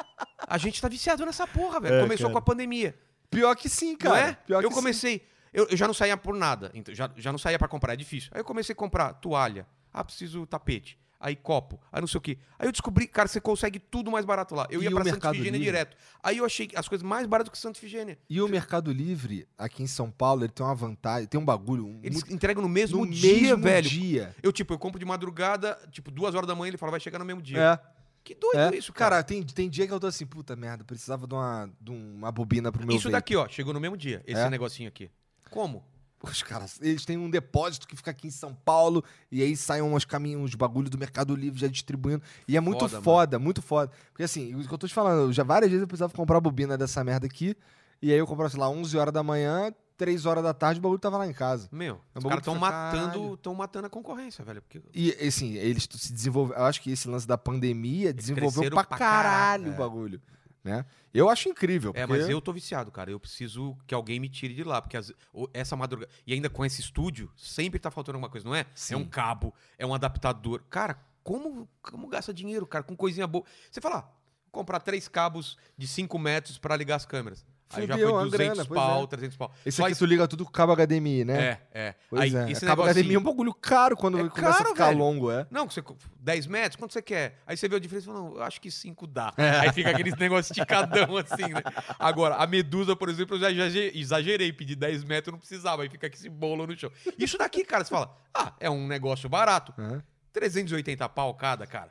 [SPEAKER 1] a gente tá viciado nessa porra, velho.
[SPEAKER 2] É,
[SPEAKER 1] Começou
[SPEAKER 2] cara.
[SPEAKER 1] com a pandemia.
[SPEAKER 2] Pior que sim,
[SPEAKER 1] Não
[SPEAKER 2] cara.
[SPEAKER 1] é?
[SPEAKER 2] Pior
[SPEAKER 1] eu
[SPEAKER 2] que
[SPEAKER 1] comecei. Eu, eu já não saía por nada. Então, já, já não saía pra comprar, é difícil. Aí eu comecei a comprar toalha. Ah, preciso tapete. Aí copo. Aí não sei o quê. Aí eu descobri, cara, você consegue tudo mais barato lá. Eu
[SPEAKER 2] E
[SPEAKER 1] ia
[SPEAKER 2] o
[SPEAKER 1] pra Santa
[SPEAKER 2] Mercado
[SPEAKER 1] Figênia
[SPEAKER 2] Livre?
[SPEAKER 1] direto. Aí eu achei as coisas mais baratas que Santa Figênia.
[SPEAKER 2] sim. E o Mercado Livre, aqui em São Paulo, ele tem uma vantagem, tem um bagulho. Um,
[SPEAKER 1] Eles
[SPEAKER 2] muito-
[SPEAKER 1] entregam no mesmo
[SPEAKER 2] no
[SPEAKER 1] dia,
[SPEAKER 2] mesmo
[SPEAKER 1] velho.
[SPEAKER 2] dia.
[SPEAKER 1] Eu, tipo, eu compro de madrugada, tipo, duas horas da manhã, ele fala, vai chegar no mesmo dia.
[SPEAKER 2] É.
[SPEAKER 1] Que doido
[SPEAKER 2] É.
[SPEAKER 1] isso, cara.
[SPEAKER 2] Cara, tem, tem dia que eu tô assim, puta merda, precisava de uma, de uma bobina pro meu
[SPEAKER 1] isso
[SPEAKER 2] vape.
[SPEAKER 1] daqui, ó, chegou no mesmo dia, esse
[SPEAKER 2] É?
[SPEAKER 1] negocinho aqui. Como?
[SPEAKER 2] Os caras, eles têm um depósito que fica aqui em São Paulo, e aí saem uns caminhos, uns bagulho do Mercado Livre já distribuindo. E é muito
[SPEAKER 1] Foda,
[SPEAKER 2] foda, muito foda. Porque assim, o que eu tô te falando, eu já várias vezes eu precisava comprar a bobina dessa merda aqui, e aí eu comprava, sei lá, 11 horas da manhã, três horas da tarde, o bagulho tava lá em casa.
[SPEAKER 1] Meu,
[SPEAKER 2] É um
[SPEAKER 1] os
[SPEAKER 2] bagulho
[SPEAKER 1] caras
[SPEAKER 2] que
[SPEAKER 1] estão
[SPEAKER 2] foi,
[SPEAKER 1] matando,
[SPEAKER 2] caralho.
[SPEAKER 1] tão matando a concorrência, velho. Porque
[SPEAKER 2] E, assim, eles t- se desenvolveram. Eu acho que esse lance da pandemia desenvolveu
[SPEAKER 1] cresceram
[SPEAKER 2] pra
[SPEAKER 1] pra
[SPEAKER 2] caralho
[SPEAKER 1] caralho,
[SPEAKER 2] o
[SPEAKER 1] é.
[SPEAKER 2] bagulho. Né? Eu acho incrível.
[SPEAKER 1] É,
[SPEAKER 2] porque-
[SPEAKER 1] mas eu tô viciado, cara. Eu preciso que alguém me tire de lá, porque as- o- essa madrugada. E ainda com esse estúdio, sempre tá faltando alguma coisa, não é?
[SPEAKER 2] Sim.
[SPEAKER 1] É um cabo, é um adaptador. Cara, como, como gasta dinheiro, cara, com coisinha boa? Você fala, ah, vou comprar três cabos de 5 metros pra ligar as câmeras. Aí já
[SPEAKER 2] Fudeu,
[SPEAKER 1] foi
[SPEAKER 2] a
[SPEAKER 1] 200
[SPEAKER 2] grana, pois
[SPEAKER 1] pau,
[SPEAKER 2] é.
[SPEAKER 1] 300 pau.
[SPEAKER 2] Esse
[SPEAKER 1] Só
[SPEAKER 2] aqui
[SPEAKER 1] isso-
[SPEAKER 2] tu liga tudo com cabo HDMI, né?
[SPEAKER 1] É, é.
[SPEAKER 2] Pois
[SPEAKER 1] Aí,
[SPEAKER 2] é.
[SPEAKER 1] esse
[SPEAKER 2] cabo HDMI é
[SPEAKER 1] negocinho-
[SPEAKER 2] um bagulho caro quando
[SPEAKER 1] É
[SPEAKER 2] começa a
[SPEAKER 1] caro,
[SPEAKER 2] ficar
[SPEAKER 1] velho.
[SPEAKER 2] longo, é.
[SPEAKER 1] Não, você, co- 10 metros, quanto você quer? Aí você vê a diferença e fala, não, eu acho que 5
[SPEAKER 2] <laughs>
[SPEAKER 1] dá.
[SPEAKER 2] É.
[SPEAKER 1] Aí fica aqueles negócio esticadão assim, né? Agora, a medusa, por exemplo, eu já, já ge- exagerei, pedi 10 metros, não precisava, aí fica esse bolo no chão. Isso daqui, cara, você fala, ah, é um negócio barato.
[SPEAKER 2] Aham.
[SPEAKER 1] 380 pau cada, cara.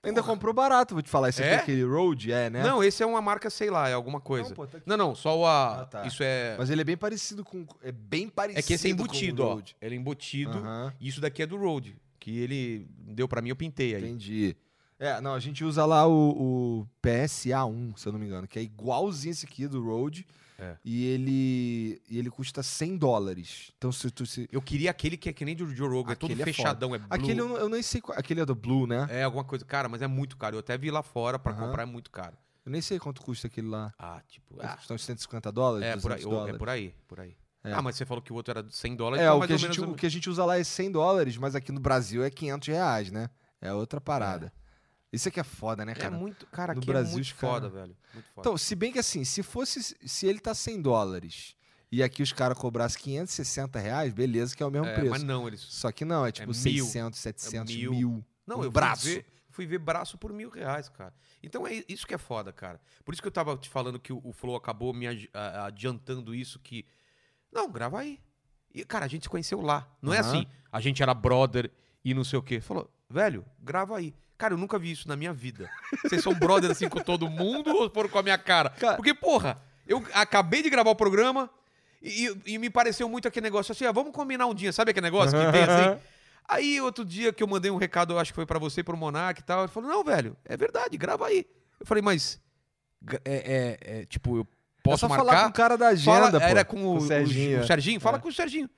[SPEAKER 2] Ainda
[SPEAKER 1] Porra.
[SPEAKER 2] comprou barato, vou te falar. Esse aqui é
[SPEAKER 1] É?
[SPEAKER 2] aquele Road, é, né?
[SPEAKER 1] Não, esse é uma marca, sei lá, é alguma coisa.
[SPEAKER 2] Não,
[SPEAKER 1] Não,
[SPEAKER 2] pô, tá aqui.
[SPEAKER 1] não, só o a.
[SPEAKER 2] Ah, tá.
[SPEAKER 1] Isso é.
[SPEAKER 2] Mas ele é bem parecido com. É bem parecido.
[SPEAKER 1] É que esse é embutido,
[SPEAKER 2] com o
[SPEAKER 1] ó.
[SPEAKER 2] Road.
[SPEAKER 1] Ele é embutido.
[SPEAKER 2] Aham,
[SPEAKER 1] E isso daqui é do Road. Que ele deu pra mim, eu pintei aí.
[SPEAKER 2] entendi. É, não, a gente usa lá o, o PSA1, se eu não me engano, que é igualzinho esse aqui do Road.
[SPEAKER 1] É.
[SPEAKER 2] E ele. E ele custa 100 dólares. Então, se tu. Se...
[SPEAKER 1] Eu queria aquele que é que nem do Joe Rogan, é todo
[SPEAKER 2] Aquele é foda.
[SPEAKER 1] fechadão, é, blue.
[SPEAKER 2] Aquele eu, não- eu nem sei qual. Aquele é do Blue, né?
[SPEAKER 1] É, alguma coisa. Cara, mas é muito caro. Eu até vi lá fora pra
[SPEAKER 2] Aham.
[SPEAKER 1] comprar, é muito caro.
[SPEAKER 2] Eu nem sei quanto custa aquele lá.
[SPEAKER 1] Ah, tipo.
[SPEAKER 2] Deve
[SPEAKER 1] ah,
[SPEAKER 2] custar uns 150 dólares?
[SPEAKER 1] é, por aí,
[SPEAKER 2] 200
[SPEAKER 1] ou-
[SPEAKER 2] dólares.
[SPEAKER 1] é por aí, por aí.
[SPEAKER 2] É.
[SPEAKER 1] Ah, mas você falou que o outro era de 100 dólares,
[SPEAKER 2] É,
[SPEAKER 1] então
[SPEAKER 2] o
[SPEAKER 1] mais
[SPEAKER 2] que, a
[SPEAKER 1] ou
[SPEAKER 2] gente,
[SPEAKER 1] menos...
[SPEAKER 2] o que a gente usa lá é 100 dólares, mas aqui no Brasil é 500 reais, né? É outra parada. Isso aqui é foda, né,
[SPEAKER 1] É,
[SPEAKER 2] cara?
[SPEAKER 1] muito. Cara,
[SPEAKER 2] no
[SPEAKER 1] aqui
[SPEAKER 2] Brasil
[SPEAKER 1] é
[SPEAKER 2] os
[SPEAKER 1] muito
[SPEAKER 2] cara-
[SPEAKER 1] foda, velho. Muito foda.
[SPEAKER 2] Então, se bem que assim, se fosse, se ele tá 100 dólares e aqui os caras cobrassem 560 reais, beleza, que é o mesmo
[SPEAKER 1] É,
[SPEAKER 2] preço.
[SPEAKER 1] mas não, eles.
[SPEAKER 2] Só que não, é tipo
[SPEAKER 1] mil.
[SPEAKER 2] 600, 700, mil.
[SPEAKER 1] mil. Não,
[SPEAKER 2] um
[SPEAKER 1] eu
[SPEAKER 2] braço.
[SPEAKER 1] Fui ver, fui ver braço por mil reais, cara. Então é isso que é foda, cara. Por isso que eu tava te falando que o, o Flow acabou me adi- a- adiantando isso que. Não, grava aí. E, cara, a gente se conheceu lá. Não é
[SPEAKER 2] Aham.
[SPEAKER 1] assim, a gente era brother e não sei o quê. Falou, velho, grava aí. Cara, eu nunca vi isso na minha vida. Vocês são brothers assim com todo mundo ou foram com a minha cara?
[SPEAKER 2] Cara-
[SPEAKER 1] Porque, porra, eu acabei de gravar o programa e, e- e me pareceu muito aquele negócio assim, ah, vamos combinar um dia. Sabe aquele negócio que tem assim?
[SPEAKER 2] <laughs>
[SPEAKER 1] Aí outro dia que eu mandei um recado, eu acho que foi pra você e pro Monark e tal, ele falou: "Não, velho, é verdade, grava aí". Eu falei: "Mas gra- é, é- é, tipo, eu posso
[SPEAKER 2] é só falar com
[SPEAKER 1] marcar?"
[SPEAKER 2] o cara da agenda,
[SPEAKER 1] Fala-
[SPEAKER 2] pô.
[SPEAKER 1] era com, o,
[SPEAKER 2] o
[SPEAKER 1] o
[SPEAKER 2] Serginho.
[SPEAKER 1] Serginho. fala
[SPEAKER 2] É.
[SPEAKER 1] com o Serginho. Eu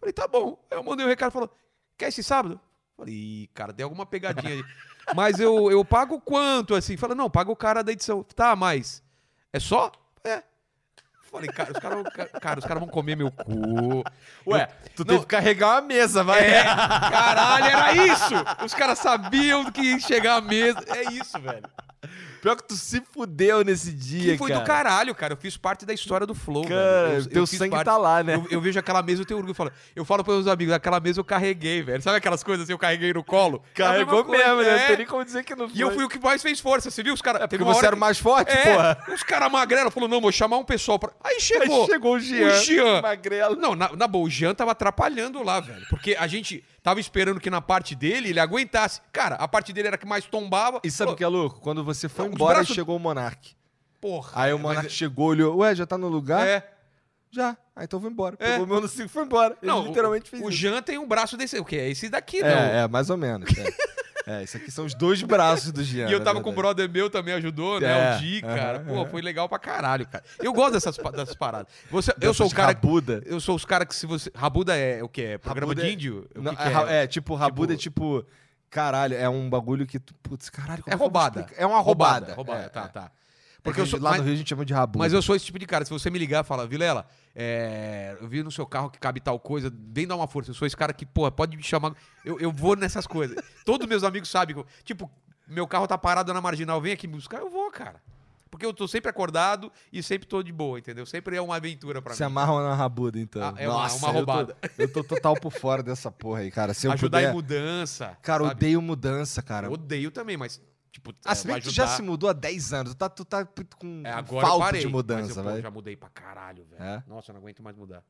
[SPEAKER 1] Falei: "Tá bom". Aí eu mandei um recado, falou: "Quer esse sábado?" Eu Falei: Ih, "Cara, tem alguma pegadinha
[SPEAKER 2] <laughs>
[SPEAKER 1] aí". mas eu, eu pago quanto assim? Fala: "Não, paga o cara da edição". Tá, mas é só? É. Eu Falei, cara, os caras cara, os caras vão comer meu cu.
[SPEAKER 2] Ué, tu tem
[SPEAKER 1] Não.
[SPEAKER 2] que carregar uma mesa, vai.
[SPEAKER 1] É, caralho, era isso! Os caras sabiam que ia chegar a mesa. É isso, velho.
[SPEAKER 2] <laughs> Pior que tu se fudeu nesse dia,
[SPEAKER 1] Que foi
[SPEAKER 2] cara.
[SPEAKER 1] do caralho, cara. Eu fiz parte da história do Flow,
[SPEAKER 2] Cara,
[SPEAKER 1] velho.
[SPEAKER 2] teu
[SPEAKER 1] fiz
[SPEAKER 2] sangue
[SPEAKER 1] parte-
[SPEAKER 2] tá lá, né?
[SPEAKER 1] Eu, eu vejo aquela mesa, eu tenho orgulho. Eu falo, eu falo pros meus amigos, aquela mesa eu carreguei, velho. Sabe aquelas coisas assim, eu carreguei no colo? É a mesma
[SPEAKER 2] Carregou
[SPEAKER 1] coisa,
[SPEAKER 2] mesmo, né? Não
[SPEAKER 1] é.
[SPEAKER 2] tem nem como dizer que não foi.
[SPEAKER 1] E eu fui o que mais fez força, você viu? Os caras...
[SPEAKER 2] É porque você era o mais forte, porra.
[SPEAKER 1] É, os caras magrelos falaram, não, vou chamar um pessoal pra... Aí chegou.
[SPEAKER 2] Aí chegou o Jean.
[SPEAKER 1] O Jean.
[SPEAKER 2] Magrelo.
[SPEAKER 1] Não, na, na boa, o Jean tava atrapalhando lá, velho. Porque a gente tava esperando que na parte dele ele aguentasse. Cara, a parte dele era a que mais tombava.
[SPEAKER 2] E sabe o
[SPEAKER 1] Pô,
[SPEAKER 2] que é louco? Quando você foi
[SPEAKER 1] Não, os
[SPEAKER 2] embora,
[SPEAKER 1] braços-
[SPEAKER 2] chegou o Monark.
[SPEAKER 1] Porra.
[SPEAKER 2] Aí o Monark chegou, olhou, ué, já tá no lugar?
[SPEAKER 1] É.
[SPEAKER 2] Já. Ah, então eu vou embora.
[SPEAKER 1] É.
[SPEAKER 2] Pegou o meu no cinco e foi embora. Ele
[SPEAKER 1] Não,
[SPEAKER 2] literalmente
[SPEAKER 1] o,
[SPEAKER 2] fez
[SPEAKER 1] o
[SPEAKER 2] isso.
[SPEAKER 1] Jean tem um braço desse. O que? É esse daqui, não.
[SPEAKER 2] É, é, mais ou menos. É. é, isso aqui são os dois braços do Jean.
[SPEAKER 1] E eu tava
[SPEAKER 2] na
[SPEAKER 1] com um
[SPEAKER 2] é, verdade.
[SPEAKER 1] brother meu também ajudou, né?
[SPEAKER 2] É,
[SPEAKER 1] O Di,
[SPEAKER 2] aham,
[SPEAKER 1] cara. Pô,
[SPEAKER 2] aham.
[SPEAKER 1] foi legal pra caralho, cara. Eu gosto dessas, pa- dessas paradas. Você, eu
[SPEAKER 2] Dessas
[SPEAKER 1] sou o cara.
[SPEAKER 2] Rabuda.
[SPEAKER 1] Eu sou os caras que se você. Rabuda é o que? É programa
[SPEAKER 2] Rabuda
[SPEAKER 1] de
[SPEAKER 2] é-
[SPEAKER 1] índio? O
[SPEAKER 2] Não,
[SPEAKER 1] que que
[SPEAKER 2] é, ra- é, tipo, Rabuda é tipo. Caralho, é um bagulho que. tu- Putz, caralho.
[SPEAKER 1] É
[SPEAKER 2] como que eu vou
[SPEAKER 1] roubada.
[SPEAKER 2] explicar? É uma roubada.
[SPEAKER 1] Roubada,
[SPEAKER 2] É,
[SPEAKER 1] tá,
[SPEAKER 2] é.
[SPEAKER 1] tá.
[SPEAKER 2] Porque eu sou, lá
[SPEAKER 1] mas-
[SPEAKER 2] no Rio a gente chama de Rabuda.
[SPEAKER 1] Mas eu sou esse tipo de cara. Se você me ligar e falar, Vilela, é, eu vi no seu carro que cabe tal coisa, vem dar uma força. Eu sou esse cara que, porra, pode me chamar. Eu, eu vou nessas coisas. <laughs> Todos meus amigos sabem. que eu- Tipo, meu carro tá parado na marginal, vem aqui me buscar, eu vou, cara. Porque eu tô sempre acordado e sempre tô de boa, entendeu? Sempre é uma aventura pra
[SPEAKER 2] Se
[SPEAKER 1] mim.
[SPEAKER 2] amarram na rabuda, então.
[SPEAKER 1] Ah, é uma- uma
[SPEAKER 2] eu tô-
[SPEAKER 1] roubada.
[SPEAKER 2] Eu tô, total por fora dessa porra aí, cara. Se eu
[SPEAKER 1] Ajudar
[SPEAKER 2] puder...
[SPEAKER 1] em mudança.
[SPEAKER 2] Cara,
[SPEAKER 1] sabe?
[SPEAKER 2] odeio mudança, cara.
[SPEAKER 1] Odeio também, mas, tipo,
[SPEAKER 2] Ah, se bem que tu já se mudou há 10 anos. Tu tá, tu tá p- com
[SPEAKER 1] é, agora eu
[SPEAKER 2] falta
[SPEAKER 1] parei,
[SPEAKER 2] de
[SPEAKER 1] mas
[SPEAKER 2] mudança,
[SPEAKER 1] eu, pô,
[SPEAKER 2] velho.
[SPEAKER 1] já mudei pra caralho, velho.
[SPEAKER 2] É?
[SPEAKER 1] Nossa, eu não aguento mais mudar.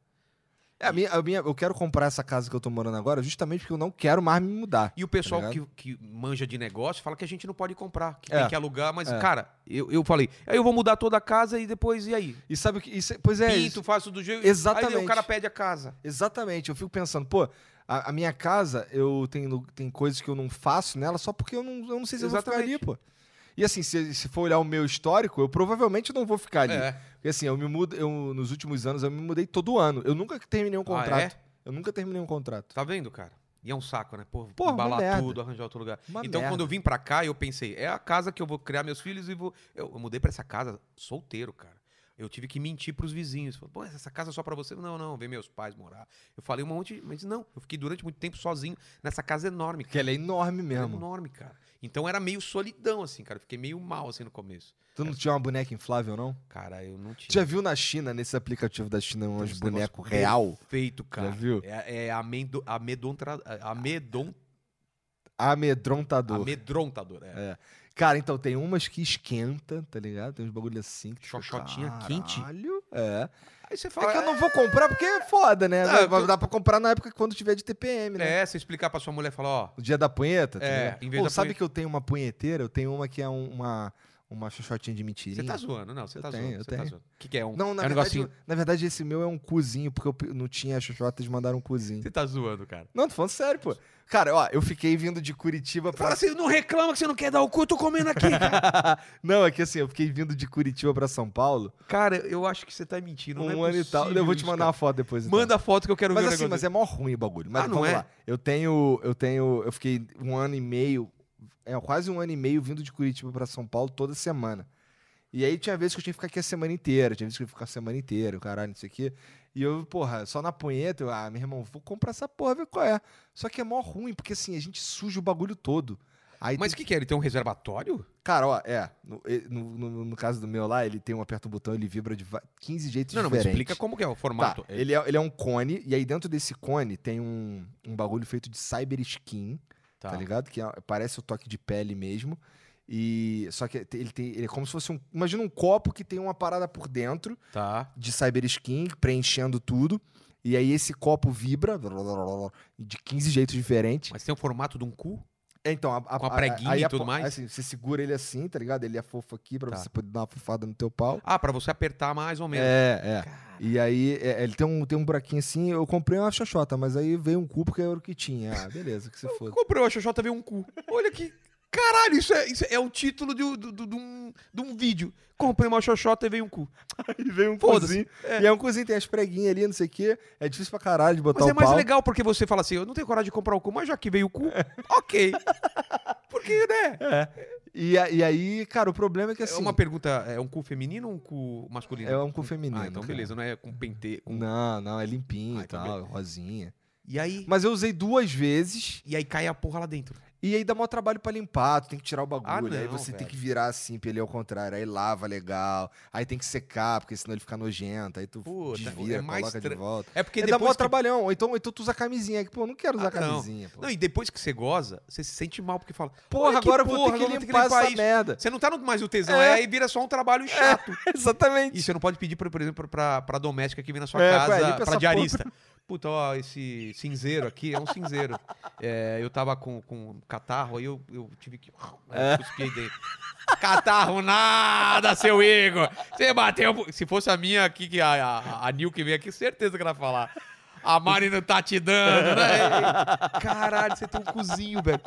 [SPEAKER 2] É, a minha, a minha- eu quero comprar essa casa que eu tô morando agora justamente porque eu não quero mais me mudar.
[SPEAKER 1] E o pessoal
[SPEAKER 2] Tá
[SPEAKER 1] que, que manja de negócio fala que a gente não pode comprar, que
[SPEAKER 2] É.
[SPEAKER 1] tem que alugar, mas,
[SPEAKER 2] É.
[SPEAKER 1] cara, eu, eu falei, aí eu vou mudar toda a casa e depois, e aí?
[SPEAKER 2] E sabe o que... Isso, pois é,
[SPEAKER 1] Pinto,
[SPEAKER 2] isso,
[SPEAKER 1] faço do jeito.
[SPEAKER 2] Exatamente.
[SPEAKER 1] Aí o cara pede a casa.
[SPEAKER 2] exatamente. Eu fico pensando, pô, a, a minha casa, eu tenho tem coisas que eu não faço nela só porque eu não, eu não sei se eu vou ficar ali,
[SPEAKER 1] Exatamente.
[SPEAKER 2] pô. E assim, se, se for olhar o meu histórico, eu provavelmente não vou ficar ali.
[SPEAKER 1] É.
[SPEAKER 2] E assim, eu me mudo, eu, nos últimos anos eu me mudei todo ano. Eu nunca terminei um
[SPEAKER 1] Ah, é?
[SPEAKER 2] contrato. Eu nunca terminei um contrato.
[SPEAKER 1] Tá vendo, cara? E é um saco, né? Pô,
[SPEAKER 2] Porra, uma
[SPEAKER 1] embalar
[SPEAKER 2] merda.
[SPEAKER 1] tudo, arranjar outro lugar.
[SPEAKER 2] Uma
[SPEAKER 1] então,
[SPEAKER 2] merda.
[SPEAKER 1] quando eu vim pra cá, eu pensei, é a casa que eu vou criar meus filhos e vou. Eu, eu mudei pra essa casa solteiro, cara. Eu tive que mentir pros vizinhos. Falei, pô, essa casa é só pra você? Não, não, vem meus pais morar. Eu falei um monte, mas não, eu fiquei durante muito tempo sozinho nessa casa enorme.
[SPEAKER 2] Porque ela é enorme
[SPEAKER 1] Era
[SPEAKER 2] mesmo.
[SPEAKER 1] enorme, cara. Então era meio solidão, assim, cara. Eu fiquei meio mal, assim, no começo.
[SPEAKER 2] Tu não tinha uma boneca inflável, não?
[SPEAKER 1] Cara, eu não
[SPEAKER 2] Tu
[SPEAKER 1] tinha.
[SPEAKER 2] já viu na China, nesse aplicativo da China,
[SPEAKER 1] Tem
[SPEAKER 2] uns
[SPEAKER 1] esse negócio
[SPEAKER 2] boneco real?
[SPEAKER 1] Feito, cara.
[SPEAKER 2] viu?
[SPEAKER 1] É, é amendo, amedontra, é, amedon,
[SPEAKER 2] Amedrontador.
[SPEAKER 1] amedrontador. É.
[SPEAKER 2] Cara, então tem umas que esquenta, tá ligado? Tem uns bagulho assim. Que
[SPEAKER 1] Xoxotinha
[SPEAKER 2] Caralho,
[SPEAKER 1] quente?
[SPEAKER 2] É.
[SPEAKER 1] Aí você fala.
[SPEAKER 2] É que eu não vou comprar porque é foda, né?
[SPEAKER 1] Ah,
[SPEAKER 2] Vai
[SPEAKER 1] tu-
[SPEAKER 2] Dá pra comprar na época quando tiver de TPM, né?
[SPEAKER 1] É, você explicar pra sua mulher, falar, ó,
[SPEAKER 2] O dia da punheta. tá
[SPEAKER 1] É,
[SPEAKER 2] ligado?
[SPEAKER 1] em vez
[SPEAKER 2] Pô,
[SPEAKER 1] da
[SPEAKER 2] sabe
[SPEAKER 1] punheta.
[SPEAKER 2] que eu tenho uma punheteira? Eu tenho uma que é um- uma, uma xoxotinha de mentirinha.
[SPEAKER 1] você tá zoando. Não, você
[SPEAKER 2] Eu
[SPEAKER 1] tá
[SPEAKER 2] tenho,
[SPEAKER 1] zoando,
[SPEAKER 2] eu
[SPEAKER 1] você tá
[SPEAKER 2] tenho.
[SPEAKER 1] zoando. O que, que é um?
[SPEAKER 2] Não, na,
[SPEAKER 1] é um
[SPEAKER 2] verdade,
[SPEAKER 1] negocinho.
[SPEAKER 2] na verdade esse meu é um cuzinho, porque eu pe- não tinha xoxota, eles mandaram um cuzinho.
[SPEAKER 1] Você tá zoando, cara.
[SPEAKER 2] Não, tô falando sério, pô. Cara, ó, eu fiquei vindo de Curitiba pra... <laughs>
[SPEAKER 1] Fala assim, não reclama que você não quer dar o cu, eu tô comendo <laughs> aqui. cara.
[SPEAKER 2] não, é que assim, eu fiquei vindo de Curitiba pra São Paulo
[SPEAKER 1] cara, eu acho que você tá mentindo. não é
[SPEAKER 2] um ano e tal.
[SPEAKER 1] possível
[SPEAKER 2] Eu vou te
[SPEAKER 1] isso,
[SPEAKER 2] mandar
[SPEAKER 1] cara.
[SPEAKER 2] uma foto depois. então.
[SPEAKER 1] Manda a foto que eu quero
[SPEAKER 2] Mas
[SPEAKER 1] ver
[SPEAKER 2] assim,
[SPEAKER 1] o
[SPEAKER 2] mas
[SPEAKER 1] negócio.
[SPEAKER 2] é mó ruim o bagulho. Mas
[SPEAKER 1] Ah, não
[SPEAKER 2] vamos
[SPEAKER 1] é?
[SPEAKER 2] lá. Eu tenho, eu tenho, eu fiquei um ano e meio, é quase um ano e meio vindo de Curitiba pra São Paulo toda semana. E aí tinha vezes que eu tinha que ficar aqui a semana inteira, tinha vezes que eu ia ficar a semana inteira, o caralho, não sei o quê. E eu, porra, só na punheta, eu, ah, meu irmão, vou comprar essa porra, ver qual é. Só que é mó ruim, porque assim, a gente suja o bagulho todo. Aí
[SPEAKER 1] Mas o
[SPEAKER 2] tem-
[SPEAKER 1] que, que é? Ele tem um reservatório?
[SPEAKER 2] cara, ó, é, no, e- no, no- no caso do meu lá, ele tem um aperta um botão, ele vibra de va- 15 jeitos
[SPEAKER 1] Não, não, mas
[SPEAKER 2] diferentes.
[SPEAKER 1] explica como que é o formato.
[SPEAKER 2] Tá, ele, é, ele é um cone, e aí dentro desse cone tem um, um bagulho feito de cyber skin, tá, ligado? Que é- parece o toque de pele mesmo. E só que ele tem, ele é como se fosse um, imagina um copo que tem uma parada por dentro
[SPEAKER 1] Tá.
[SPEAKER 2] de cyber skin preenchendo tudo. E aí esse copo vibra de 15 jeitos diferentes.
[SPEAKER 1] Mas tem o formato de um cu?
[SPEAKER 2] É, Então, a, a,
[SPEAKER 1] Com a preguinha
[SPEAKER 2] aí
[SPEAKER 1] e
[SPEAKER 2] a-
[SPEAKER 1] tudo mais?
[SPEAKER 2] Assim, você segura ele assim, tá ligado? Ele é fofo aqui pra
[SPEAKER 1] Tá.
[SPEAKER 2] você poder dar uma fofada no teu pau.
[SPEAKER 1] Ah, pra você apertar mais ou menos.
[SPEAKER 2] É, é.
[SPEAKER 1] Cara,
[SPEAKER 2] E aí, é, ele tem um, tem um buraquinho assim, eu comprei uma xoxota, mas aí veio um cu porque era o que tinha. Ah, beleza,
[SPEAKER 1] <laughs>
[SPEAKER 2] que se
[SPEAKER 1] eu
[SPEAKER 2] foda.
[SPEAKER 1] comprei uma xoxota veio um cu. Olha que... Caralho, isso é, isso é o título de, um- do- do- de um, de um vídeo. Comprei uma xoxota e veio um cu.
[SPEAKER 2] E veio um
[SPEAKER 1] Foda-se.
[SPEAKER 2] cozinho. E é um cozinho, tem as preguinhas ali, não sei o quê. É difícil pra caralho de botar
[SPEAKER 1] Mas
[SPEAKER 2] o
[SPEAKER 1] é mais
[SPEAKER 2] um pau.
[SPEAKER 1] legal porque você fala assim, eu não tenho coragem de comprar o cu, mas já que veio o
[SPEAKER 2] <laughs>
[SPEAKER 1] cu, ok. Porque, né?
[SPEAKER 2] E, a- e aí, cara, o problema é que
[SPEAKER 1] É
[SPEAKER 2] assim...
[SPEAKER 1] uma pergunta, é um cu feminino ou um cu masculino?
[SPEAKER 2] É um cu feminino,
[SPEAKER 1] Ah, então
[SPEAKER 2] cara.
[SPEAKER 1] beleza, não é com pente... com-
[SPEAKER 2] Não, não, é limpinho
[SPEAKER 1] Ah,
[SPEAKER 2] e
[SPEAKER 1] então
[SPEAKER 2] tal, rosinha.
[SPEAKER 1] E aí...
[SPEAKER 2] Mas eu usei duas vezes
[SPEAKER 1] E aí cai a porra lá dentro.
[SPEAKER 2] e aí dá maior trabalho pra limpar, tu tem que tirar o bagulho.
[SPEAKER 1] Ah,
[SPEAKER 2] aí
[SPEAKER 1] não,
[SPEAKER 2] você tem
[SPEAKER 1] velho.
[SPEAKER 2] que virar assim pra ele ao contrário, aí lava legal, aí tem que secar, porque senão ele fica nojento, aí tu
[SPEAKER 1] Puta,
[SPEAKER 2] desvia,
[SPEAKER 1] é mais
[SPEAKER 2] coloca de
[SPEAKER 1] tra-
[SPEAKER 2] volta.
[SPEAKER 1] É porque
[SPEAKER 2] é dá mó
[SPEAKER 1] depois que
[SPEAKER 2] trabalhão. Ou então, ou então tu usa camisinha. Que, pô, eu não quero usar
[SPEAKER 1] Ah, não.
[SPEAKER 2] camisinha, pô.
[SPEAKER 1] Não, e depois que você goza, você se sente mal, porque fala,
[SPEAKER 2] porra,
[SPEAKER 1] olha que
[SPEAKER 2] agora eu
[SPEAKER 1] porra,
[SPEAKER 2] vou ter que
[SPEAKER 1] agora eu
[SPEAKER 2] limpar, essa
[SPEAKER 1] isso.
[SPEAKER 2] merda.
[SPEAKER 1] Você não tá no- mais no tesão,
[SPEAKER 2] É.
[SPEAKER 1] é. aí vira só um trabalho chato.
[SPEAKER 2] <laughs> Exatamente.
[SPEAKER 1] E você não pode pedir, por, por exemplo, pra, pra doméstica que vem na sua
[SPEAKER 2] É,
[SPEAKER 1] casa,
[SPEAKER 2] ué, limpa
[SPEAKER 1] pra
[SPEAKER 2] essa
[SPEAKER 1] diarista. Puta, ó, esse cinzeiro aqui é um cinzeiro. <laughs> É, eu tava com, com catarro, aí eu, eu tive que.
[SPEAKER 2] É.
[SPEAKER 1] É. Cuspir aí dentro. <laughs> Catarro nada, seu Igor! Você bateu. um Se fosse a minha aqui, que a, a, a Nil que veio aqui, certeza que ela ia falar. A Mari não tá te dando,
[SPEAKER 2] <laughs>
[SPEAKER 1] né? Caralho, você tem um cozinho, velho.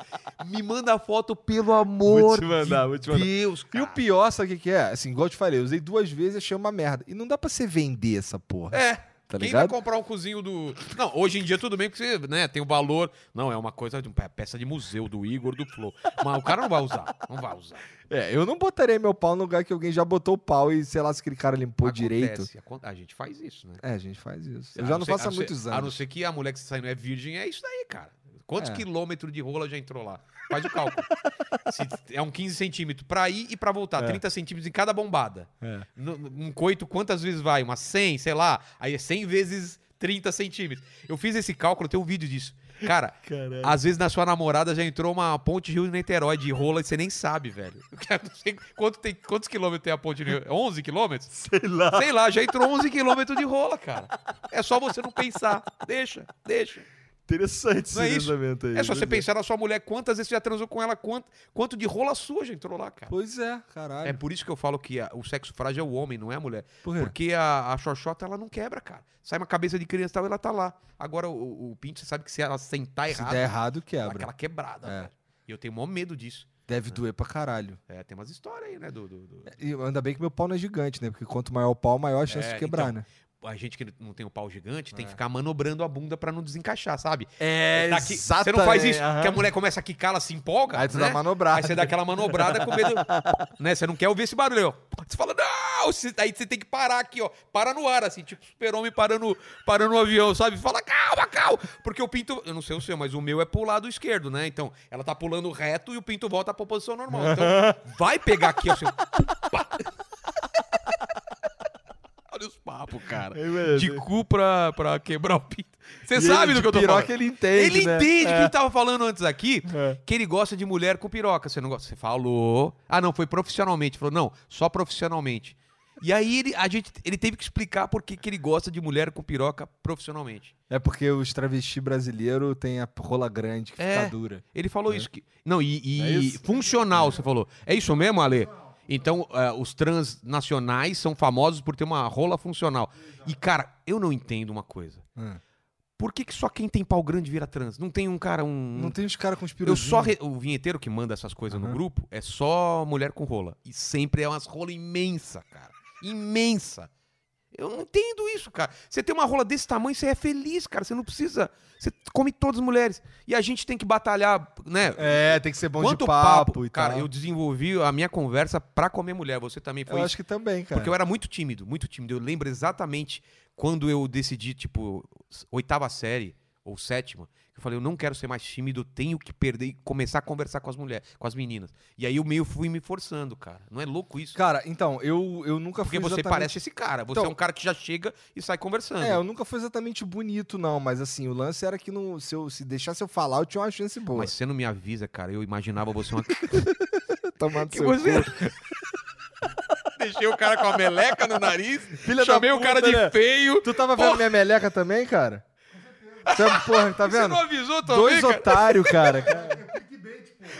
[SPEAKER 1] Me manda a foto, pelo amor
[SPEAKER 2] Vou te mandar, vou te
[SPEAKER 1] de
[SPEAKER 2] mandar.
[SPEAKER 1] Deus,
[SPEAKER 2] E
[SPEAKER 1] cara.
[SPEAKER 2] o pior, sabe o que, que é? Assim, igual eu te falei, eu usei duas vezes e achei uma merda. E não dá pra você vender essa porra.
[SPEAKER 1] É.
[SPEAKER 2] Tá
[SPEAKER 1] Quem
[SPEAKER 2] ligado?
[SPEAKER 1] vai comprar um cozinho do. Não, hoje em dia tudo bem, porque você, né, tem o valor. Não, é uma coisa de uma peça de museu do Igor, do Flo. Mas o cara não vai usar. Não vai usar.
[SPEAKER 2] É, eu não botaria meu pau no lugar que alguém já botou o pau e, sei lá, se aquele cara limpou
[SPEAKER 1] Acontece,
[SPEAKER 2] direito.
[SPEAKER 1] acon- A gente faz isso, né?
[SPEAKER 2] É, a gente faz isso.
[SPEAKER 1] A
[SPEAKER 2] Eu já não
[SPEAKER 1] ser-
[SPEAKER 2] faço
[SPEAKER 1] a
[SPEAKER 2] há
[SPEAKER 1] ser-
[SPEAKER 2] muitos
[SPEAKER 1] A não
[SPEAKER 2] anos.
[SPEAKER 1] ser que a mulher que você sai não é virgem, é isso daí, cara. Quantos
[SPEAKER 2] É.
[SPEAKER 1] quilômetros de rola já entrou lá? Faz o cálculo. Se é um 15 centímetros pra ir e pra voltar.
[SPEAKER 2] É.
[SPEAKER 1] 30 centímetros em cada bombada.
[SPEAKER 2] É.
[SPEAKER 1] No- Um coito, quantas vezes vai? Umas 100, sei lá. Aí é 100 vezes 30 centímetros. Eu fiz esse cálculo, tem um vídeo disso. Cara,
[SPEAKER 2] Caralho.
[SPEAKER 1] Às vezes na sua namorada já entrou uma ponte Rio de Niterói de rola e você nem sabe, velho. <laughs> Eu não sei quanto tem, quantos quilômetros tem a ponte Rio? 11 quilômetros?
[SPEAKER 2] Sei lá.
[SPEAKER 1] Sei lá, já entrou 11 quilômetros de rola, cara. É só você não pensar. Deixa, deixa.
[SPEAKER 2] Interessante
[SPEAKER 1] Não é isso?
[SPEAKER 2] pensamento aí.
[SPEAKER 1] É só você
[SPEAKER 2] pois
[SPEAKER 1] pensar na sua mulher quantas vezes você já transou com ela, quanto, quanto de rola sua já entrou lá, cara.
[SPEAKER 2] Pois é,
[SPEAKER 1] É
[SPEAKER 2] caralho.
[SPEAKER 1] por isso que eu falo que a- o sexo frágil é o homem, não é a mulher.
[SPEAKER 2] Por quê?
[SPEAKER 1] Porque a, a xoxota, ela não quebra, cara. Sai uma cabeça de criança e tal, ela tá lá. Agora, o, o, o pinto, você sabe que se ela sentar
[SPEAKER 2] Se
[SPEAKER 1] errado,
[SPEAKER 2] der errado,
[SPEAKER 1] dá
[SPEAKER 2] quebra.
[SPEAKER 1] aquela quebrada,
[SPEAKER 2] É.
[SPEAKER 1] velho. E eu tenho o maior medo disso.
[SPEAKER 2] Deve doer pra caralho.
[SPEAKER 1] É, tem umas histórias aí, né? Do, do- do-
[SPEAKER 2] E ainda bem que meu pau não é gigante, né? Porque quanto maior o pau, maior a chance
[SPEAKER 1] É,
[SPEAKER 2] de quebrar, né?
[SPEAKER 1] A gente que não tem o pau gigante tem que
[SPEAKER 2] É.
[SPEAKER 1] ficar manobrando a bunda pra não desencaixar, sabe?
[SPEAKER 2] É,
[SPEAKER 1] Tá aqui- você não faz isso, que a mulher começa a quicar, ela se empolga.
[SPEAKER 2] Aí tu
[SPEAKER 1] né?
[SPEAKER 2] dá manobrada.
[SPEAKER 1] Aí
[SPEAKER 2] <laughs>
[SPEAKER 1] você dá aquela manobrada com medo. né? Você não quer ouvir esse barulho, ó. Você fala, não! Você- aí você tem que parar aqui, ó. Para no ar, assim, tipo super-homem parando, parando o avião, sabe? Fala, calma, calma! Porque o pinto, eu não sei o seu, mas o meu é pro lado esquerdo, né? Então, ela tá pulando reto e o pinto volta pra posição normal. Então, vai pegar aqui, ó. Seu... Pá. Olha os papos, cara. De cu pra, pra quebrar o pinto. Você sabe do que eu tô falando.
[SPEAKER 2] É ele entende,
[SPEAKER 1] Ele
[SPEAKER 2] né?
[SPEAKER 1] entende que
[SPEAKER 2] É.
[SPEAKER 1] ele tava falando antes aqui
[SPEAKER 2] É.
[SPEAKER 1] que ele gosta de mulher com piroca. Você não gosta? Você falou. Ah, não, foi profissionalmente. Falou, não, só profissionalmente. E aí ele, a gente, ele teve que explicar por que, que ele gosta de mulher com piroca profissionalmente.
[SPEAKER 2] É porque os travesti brasileiro tem a rola grande que
[SPEAKER 1] É.
[SPEAKER 2] fica dura.
[SPEAKER 1] Ele falou isso. Que, não, e, e
[SPEAKER 2] É isso?
[SPEAKER 1] funcional, você falou. É isso mesmo, Ale? Então, é, os transnacionais são famosos por ter uma rola funcional. E, cara, eu não entendo uma coisa.
[SPEAKER 2] Hum.
[SPEAKER 1] Por que, que só quem tem pau grande vira trans? Não tem um cara, um.
[SPEAKER 2] Não tem os caras com os
[SPEAKER 1] Eu
[SPEAKER 2] piruzinhos.
[SPEAKER 1] só. re- O vinheteiro que manda essas coisas no
[SPEAKER 2] Aham.
[SPEAKER 1] grupo é só mulher com rola. E sempre é umas rola imensa, cara. Imensa. Eu não entendo isso, cara. Você tem uma rola desse tamanho, você é feliz, cara. Você não precisa. Você come todas as mulheres. E a gente tem que batalhar, né?
[SPEAKER 2] É, tem que ser bom
[SPEAKER 1] Quanto
[SPEAKER 2] de papo, e tal.
[SPEAKER 1] cara, eu desenvolvi a minha conversa pra comer mulher. Você também
[SPEAKER 2] Eu
[SPEAKER 1] foi isso.
[SPEAKER 2] acho que também, cara.
[SPEAKER 1] Porque eu era muito tímido, muito tímido. Eu lembro exatamente quando eu decidi, tipo, s- oitava série ou sétima, eu falei, eu não quero ser mais tímido, eu tenho que perder e começar a conversar com as mulheres, com as meninas. E aí eu meio fui me forçando, cara. Não é louco isso?
[SPEAKER 2] Cara, então, eu, eu nunca
[SPEAKER 1] Porque
[SPEAKER 2] fui
[SPEAKER 1] você
[SPEAKER 2] exatamente-
[SPEAKER 1] parece esse cara. Você é
[SPEAKER 2] Então-
[SPEAKER 1] um cara que já chega e sai conversando.
[SPEAKER 2] É, eu nunca fui exatamente bonito, não. Mas assim, o lance era que não, se, eu, se deixasse eu falar, eu tinha uma chance boa.
[SPEAKER 1] Mas você não me avisa, cara. Eu imaginava você
[SPEAKER 2] <laughs>
[SPEAKER 1] uma.
[SPEAKER 2] Tomando
[SPEAKER 1] Que você- <laughs> Deixei o cara com a meleca no nariz,
[SPEAKER 2] Filha
[SPEAKER 1] chamei
[SPEAKER 2] da
[SPEAKER 1] o cara
[SPEAKER 2] puta,
[SPEAKER 1] de
[SPEAKER 2] né?
[SPEAKER 1] feio.
[SPEAKER 2] Tu tava vendo minha meleca também, cara? Tá, porra, tá
[SPEAKER 1] Você
[SPEAKER 2] vendo?
[SPEAKER 1] não avisou também,
[SPEAKER 2] Dois
[SPEAKER 1] cara?
[SPEAKER 2] otários, cara.
[SPEAKER 1] <laughs>
[SPEAKER 2] cara.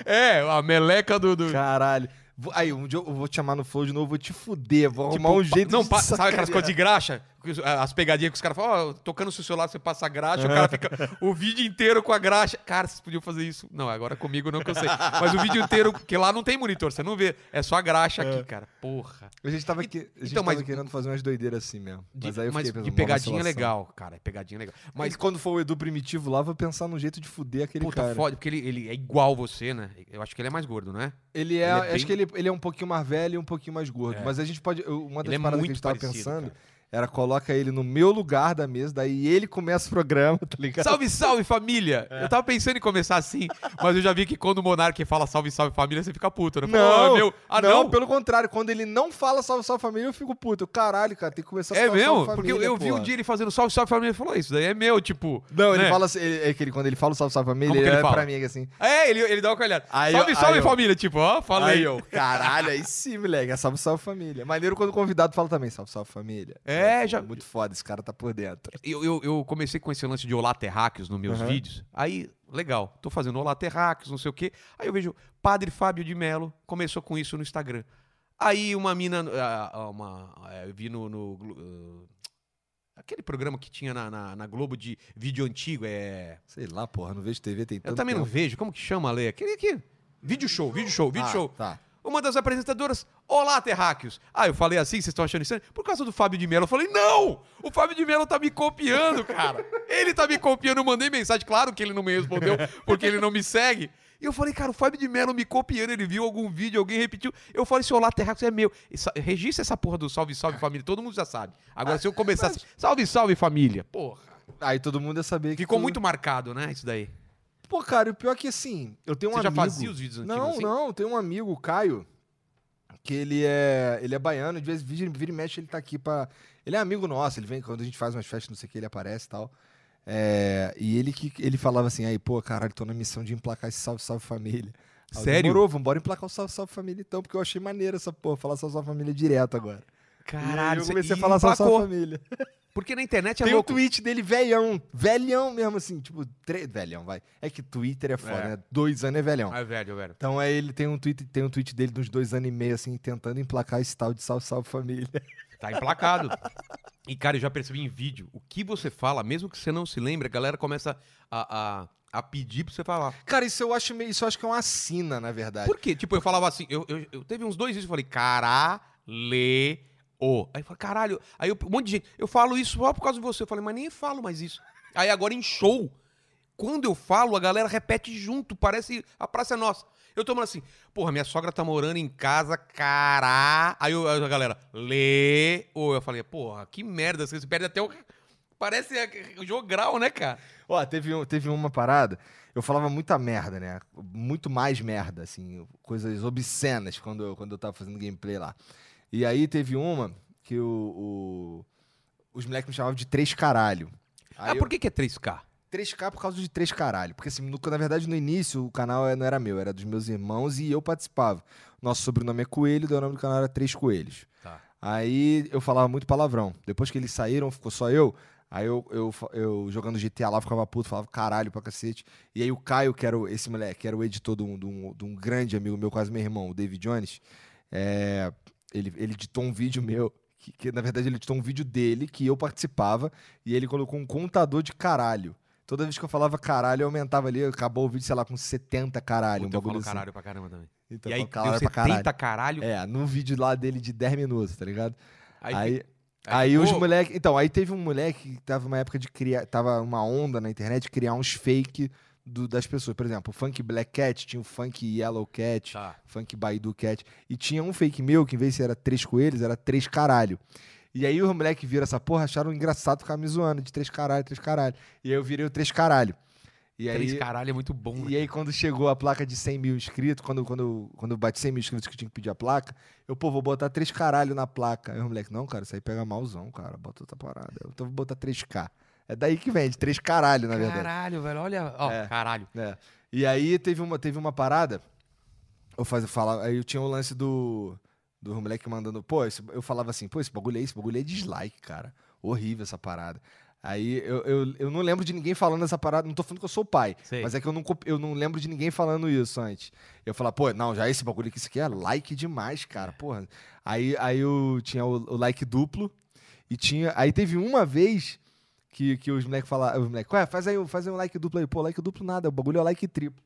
[SPEAKER 1] É, a meleca do. do...
[SPEAKER 2] Caralho. Vou- Aí, um dia eu vou te chamar no flow de novo, vou te fuder, vou
[SPEAKER 1] Tipo,
[SPEAKER 2] arrumar um
[SPEAKER 1] pa-
[SPEAKER 2] jeito
[SPEAKER 1] Não,
[SPEAKER 2] de
[SPEAKER 1] pa-
[SPEAKER 2] te
[SPEAKER 1] sabe aquelas
[SPEAKER 2] sacanear.
[SPEAKER 1] coisas de graxa? Que os- As pegadinhas que os caras falam, ó, tocando o seu celular, você passa a graxa, o
[SPEAKER 2] É.
[SPEAKER 1] cara fica o vídeo inteiro com a graxa. Cara, vocês podiam fazer isso. Não, agora comigo não que eu sei. Mas o vídeo inteiro, porque lá não tem monitor, você não vê. É só a graxa aqui, cara. Porra.
[SPEAKER 2] A gente tava, que, a gente
[SPEAKER 1] Então,
[SPEAKER 2] tava
[SPEAKER 1] mas-
[SPEAKER 2] querendo fazer umas doideiras assim mesmo.
[SPEAKER 1] De,
[SPEAKER 2] mas aí eu fiquei pensando,
[SPEAKER 1] de
[SPEAKER 2] uma
[SPEAKER 1] pegadinha é
[SPEAKER 2] vacilação.
[SPEAKER 1] legal, cara. É pegadinha legal. Mas,
[SPEAKER 2] Mas quando for o Edu primitivo lá, eu vou pensar num jeito de fuder aquele
[SPEAKER 1] puta,
[SPEAKER 2] cara.
[SPEAKER 1] foda, porque ele, ele é igual você, né? Eu acho que ele é mais gordo, né?
[SPEAKER 2] Ele
[SPEAKER 1] Ele
[SPEAKER 2] é,
[SPEAKER 1] é
[SPEAKER 2] acho
[SPEAKER 1] bem- É.
[SPEAKER 2] que ele, ele é um pouquinho mais velho e um pouquinho mais gordo. Mas a gente pode. eu- Uma das
[SPEAKER 1] Ele é
[SPEAKER 2] paradas que a
[SPEAKER 1] muito
[SPEAKER 2] gente tava
[SPEAKER 1] parecido,
[SPEAKER 2] pensando
[SPEAKER 1] cara.
[SPEAKER 2] era coloca ele no meu lugar da mesa, daí ele começa o programa, <laughs> tá ligado?
[SPEAKER 1] Salve, salve, família!
[SPEAKER 2] É.
[SPEAKER 1] Eu tava pensando em começar assim, mas eu já vi que quando o Monark fala salve, salve, família, você fica puto, né? Fala, "Ô, é meu. Ah,
[SPEAKER 2] não,
[SPEAKER 1] não?
[SPEAKER 2] pelo contrário, quando ele não fala salve, salve família, eu fico puto. Eu, Caralho, cara, tem que começar
[SPEAKER 1] É
[SPEAKER 2] salve,
[SPEAKER 1] meu?
[SPEAKER 2] salve
[SPEAKER 1] Porque eu,
[SPEAKER 2] família,
[SPEAKER 1] eu vi
[SPEAKER 2] porra.
[SPEAKER 1] um dia ele fazendo salve, salve família e falou isso. Daí é meu, tipo.
[SPEAKER 2] Não, ele
[SPEAKER 1] né?
[SPEAKER 2] fala assim, ele- é que ele, quando ele fala salve, salve família,
[SPEAKER 1] Como
[SPEAKER 2] ele,
[SPEAKER 1] que ele
[SPEAKER 2] olha
[SPEAKER 1] fala?
[SPEAKER 2] pra mim assim.
[SPEAKER 1] É, ele, ele dá uma colhada.
[SPEAKER 2] Aí eu-
[SPEAKER 1] salve, salve
[SPEAKER 2] aí eu-
[SPEAKER 1] família, tipo, ó, fala aí, ó.
[SPEAKER 2] <laughs> Caralho, aí sim, moleque. É salve, salve família. Maneiro quando o convidado fala também, salve, salve família.
[SPEAKER 1] É,
[SPEAKER 2] Pô,
[SPEAKER 1] já-
[SPEAKER 2] Muito foda, esse cara tá por dentro.
[SPEAKER 1] Eu, eu, eu comecei com esse lance de Olá Terráqueos nos meus
[SPEAKER 2] Aham.
[SPEAKER 1] vídeos. Aí, legal, tô fazendo Olá Terráqueos, não sei o quê. Aí eu vejo Padre Fábio de Mello começou com isso no Instagram. Aí uma mina, ah, ah, uma, ah, eu vi no, no Glo- ah, aquele programa que tinha na, na, na Globo de vídeo antigo, é...
[SPEAKER 2] Sei lá, porra, não vejo TV, tem tanto
[SPEAKER 1] Eu também não
[SPEAKER 2] tempo.
[SPEAKER 1] vejo, como que chama, Lê? Aquele aqui, vídeo show, vídeo show, vídeo
[SPEAKER 2] Ah,
[SPEAKER 1] show.
[SPEAKER 2] Tá.
[SPEAKER 1] Uma das apresentadoras, olá, terráqueos. Ah, eu falei assim, vocês estão achando estranho? Por causa do Fábio de Mello. Eu falei, não! O Fábio de Mello tá me copiando, <laughs> cara. Ele tá me copiando. Eu mandei mensagem, claro que ele não me respondeu, porque ele não me segue. E eu falei, cara, o Fábio de Mello me copiando. Ele viu algum vídeo, alguém repetiu. Eu falei, esse olá, terráqueos é meu. Essa- registra essa porra do salve, salve, família. Todo mundo já sabe. Agora, se eu começasse, salve, salve, família. Porra.
[SPEAKER 2] Aí todo mundo ia saber que.
[SPEAKER 1] Ficou
[SPEAKER 2] tu-
[SPEAKER 1] muito marcado, né, isso daí.
[SPEAKER 2] Pô, cara, e o pior é que assim, eu tenho um
[SPEAKER 1] Você já
[SPEAKER 2] amigo.
[SPEAKER 1] fazia os vídeos antigos
[SPEAKER 2] Não,
[SPEAKER 1] assim?
[SPEAKER 2] não, tem um amigo, o Caio, que ele é, ele é baiano, de vez em vira, vira e mexe, ele tá aqui pra. Ele é amigo nosso, ele vem quando a gente faz umas festas, não sei o que, ele aparece e tal. É, e ele que ele falava assim, aí, pô, caralho, tô na missão de emplacar esse salve, salve família. Aí eu,
[SPEAKER 1] Sério?
[SPEAKER 2] Demorou, vambora emplacar o salve, salve família então, porque eu achei maneiro essa porra, falar salve, salve família direto agora. e aí eu
[SPEAKER 1] você-
[SPEAKER 2] comecei a
[SPEAKER 1] e
[SPEAKER 2] falar salve, salve
[SPEAKER 1] emplacou.
[SPEAKER 2] família.
[SPEAKER 1] Porque na internet é
[SPEAKER 2] Tem um o
[SPEAKER 1] louco.
[SPEAKER 2] tweet dele velhão, velhão mesmo assim, tipo, tre... velhão, vai. É que Twitter é foda,
[SPEAKER 1] É.
[SPEAKER 2] né? Dois anos é velhão.
[SPEAKER 1] Ah, velho, velho.
[SPEAKER 2] Então aí ele tem um tweet, tem um tweet dele dos dois anos e meio, assim, tentando emplacar esse tal de salve, salve família. <laughs>
[SPEAKER 1] Tá emplacado. E, cara, eu já percebi em vídeo, o que você fala, mesmo que você não se lembre, a galera começa a, a a pedir pra você falar.
[SPEAKER 2] Cara, isso eu acho meio- isso eu acho que é uma sina, na verdade.
[SPEAKER 1] Por quê? Tipo, eu falava assim, eu, eu, eu- teve uns dois dias que eu falei, caralho. Aí eu falei, caralho. Aí eu- um monte de gente, eu falo isso só por causa de você. Eu falei, mas nem falo mais isso. Aí agora em show, quando eu falo, a galera repete junto, parece a praça é nossa. Eu tô falando assim, porra, minha sogra tá morando em casa, cará. Aí, eu- aí a galera, lê. Ou eu falei, porra, que merda, você perde até o. Parece eh, jogral, né, cara?
[SPEAKER 2] Ó, teve, um- teve uma parada, eu falava muita merda, né? Muito mais merda, assim, coisas obscenas quando eu, quando eu tava fazendo gameplay lá. E aí teve uma que o, o- os moleques me chamavam de três caralho. Aí
[SPEAKER 1] ah,
[SPEAKER 2] eu-
[SPEAKER 1] por que, que é 3K?
[SPEAKER 2] 3K por causa de três caralho. Porque, assim, no- na verdade, no início, o canal eh, não era meu, era dos meus irmãos e eu participava. Nosso sobrenome é Coelho, daí o nome do canal era Três Coelhos.
[SPEAKER 1] Tá.
[SPEAKER 2] Aí eu falava muito palavrão. Depois que eles saíram, ficou só eu. Aí eu, eu, fa- eu jogando GTA lá, ficava puto, falava caralho pra cacete. E aí o Caio, que era o- esse moleque, que era o editor de um, de um- de um grande amigo meu, quase meu irmão, o David Jones, é, ele, ele editou um vídeo meu, que, que, na verdade ele editou um vídeo dele, que eu participava, e ele colocou um contador de caralho. Toda vez que eu falava caralho, eu aumentava ali, acabou o vídeo, sei lá, com 70
[SPEAKER 1] Puta,
[SPEAKER 2] caralho. um
[SPEAKER 1] eu falo
[SPEAKER 2] bagulho assim.
[SPEAKER 1] caralho pra caramba também. e
[SPEAKER 2] Então, eu
[SPEAKER 1] aí,
[SPEAKER 2] falo caralho
[SPEAKER 1] deu
[SPEAKER 2] pra caralho.
[SPEAKER 1] 70 caralho.
[SPEAKER 2] É, num vídeo lá dele de 10 minutos, tá ligado?
[SPEAKER 1] Aí,
[SPEAKER 2] Aí,
[SPEAKER 1] aí
[SPEAKER 2] aí os
[SPEAKER 1] ficou-
[SPEAKER 2] moleques. Então, aí teve um moleque que tava uma época de criar. Tava uma onda na internet de criar uns fake do- das pessoas. Por exemplo, o Funk Black Cat, tinha o Funk Yellow Cat,
[SPEAKER 1] Tá.
[SPEAKER 2] Funk Baidu Cat. E tinha um fake meu que, em vez de era três coelhos, era três caralho. E aí os moleques viram essa porra, acharam engraçado ficar me zoando de três caralho, três caralho. E aí eu virei o três caralho. E
[SPEAKER 1] Três
[SPEAKER 2] aí,
[SPEAKER 1] caralho é muito bom. né?
[SPEAKER 2] e aí, quando chegou a placa de 100 mil inscritos, quando, quando, quando eu bati 100 mil inscritos que eu tinha que pedir a placa, eu, pô, vou botar três caralho na placa. Aí o moleque, não, cara, isso aí pega malzão, cara, bota outra parada. Eu então, vou botar 3K. É daí que vem, de três caralho, na verdade.
[SPEAKER 1] Caralho, velho. Olha, ó,
[SPEAKER 2] É.
[SPEAKER 1] caralho.
[SPEAKER 2] É. E aí, teve uma, teve uma parada, eu fazia, falava, aí eu tinha o lance do, do moleque mandando, pô, esse- eu falava assim, pô, esse bagulho aí, esse bagulho aí é dislike, cara. Horrível essa parada. Aí eu, eu, eu não lembro de ninguém falando essa parada, não tô falando que eu sou o pai.
[SPEAKER 1] Sei.
[SPEAKER 2] Mas é que eu não, cop- eu não lembro de ninguém falando isso antes. Eu falava, pô, não, já esse bagulho aqui, isso aqui é like demais, cara, porra. Aí, aí eu tinha o, o like duplo e tinha... Aí teve uma vez que, que os moleques falaram, os moleques, ué, faz aí, um- faz aí um like duplo aí. Pô, like duplo nada, o bagulho é
[SPEAKER 1] <laughs>
[SPEAKER 2] like triplo.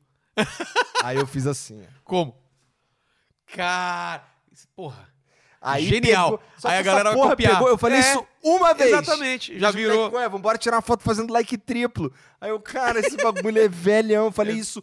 [SPEAKER 2] aí eu fiz assim, ó.
[SPEAKER 1] Como? Cara. esse- Porra.
[SPEAKER 2] Aí
[SPEAKER 1] Genial.
[SPEAKER 2] pegou- só
[SPEAKER 1] Aí a
[SPEAKER 2] que essa
[SPEAKER 1] galera vai
[SPEAKER 2] porra
[SPEAKER 1] copiar.
[SPEAKER 2] pegou, eu falei
[SPEAKER 1] É,
[SPEAKER 2] isso uma vez.
[SPEAKER 1] Exatamente. Já
[SPEAKER 2] Os
[SPEAKER 1] virou.
[SPEAKER 2] moleque, Ué, vambora tirar uma foto fazendo like triplo. Aí eu, cara, esse bagulho é velhão. Eu falei isso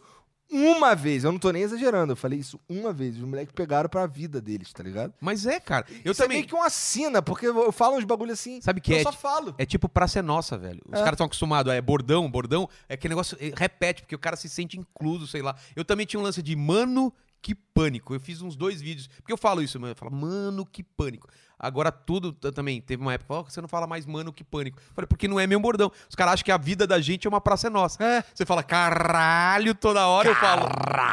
[SPEAKER 2] uma vez. Eu não tô nem exagerando. Eu falei isso uma vez. Os moleques pegaram pra vida deles, tá ligado?
[SPEAKER 1] Mas é, cara. Eu
[SPEAKER 2] isso é
[SPEAKER 1] também.
[SPEAKER 2] meio que uma sina, porque eu eu falo uns bagulho assim.
[SPEAKER 1] Sabe que
[SPEAKER 2] eu
[SPEAKER 1] é?
[SPEAKER 2] só falo.
[SPEAKER 1] É tipo praça é nossa, velho. Os
[SPEAKER 2] É.
[SPEAKER 1] caras estão acostumados. É bordão, bordão. É aquele negócio. é, Repete, porque o cara se sente incluso, sei lá. Eu também tinha um lance de, mano, que pânico. Eu fiz uns dois vídeos. Porque eu falo isso, mano. Eu falo, mano, que pânico. Agora tudo t- também. Teve uma época que falou, "Ó, você não fala mais, mano, que pânico. Eu falei, porque não é meu bordão. Os caras acham que a vida da gente é uma praça é nossa.
[SPEAKER 2] É.
[SPEAKER 1] Você fala, caralho, toda hora eu falo.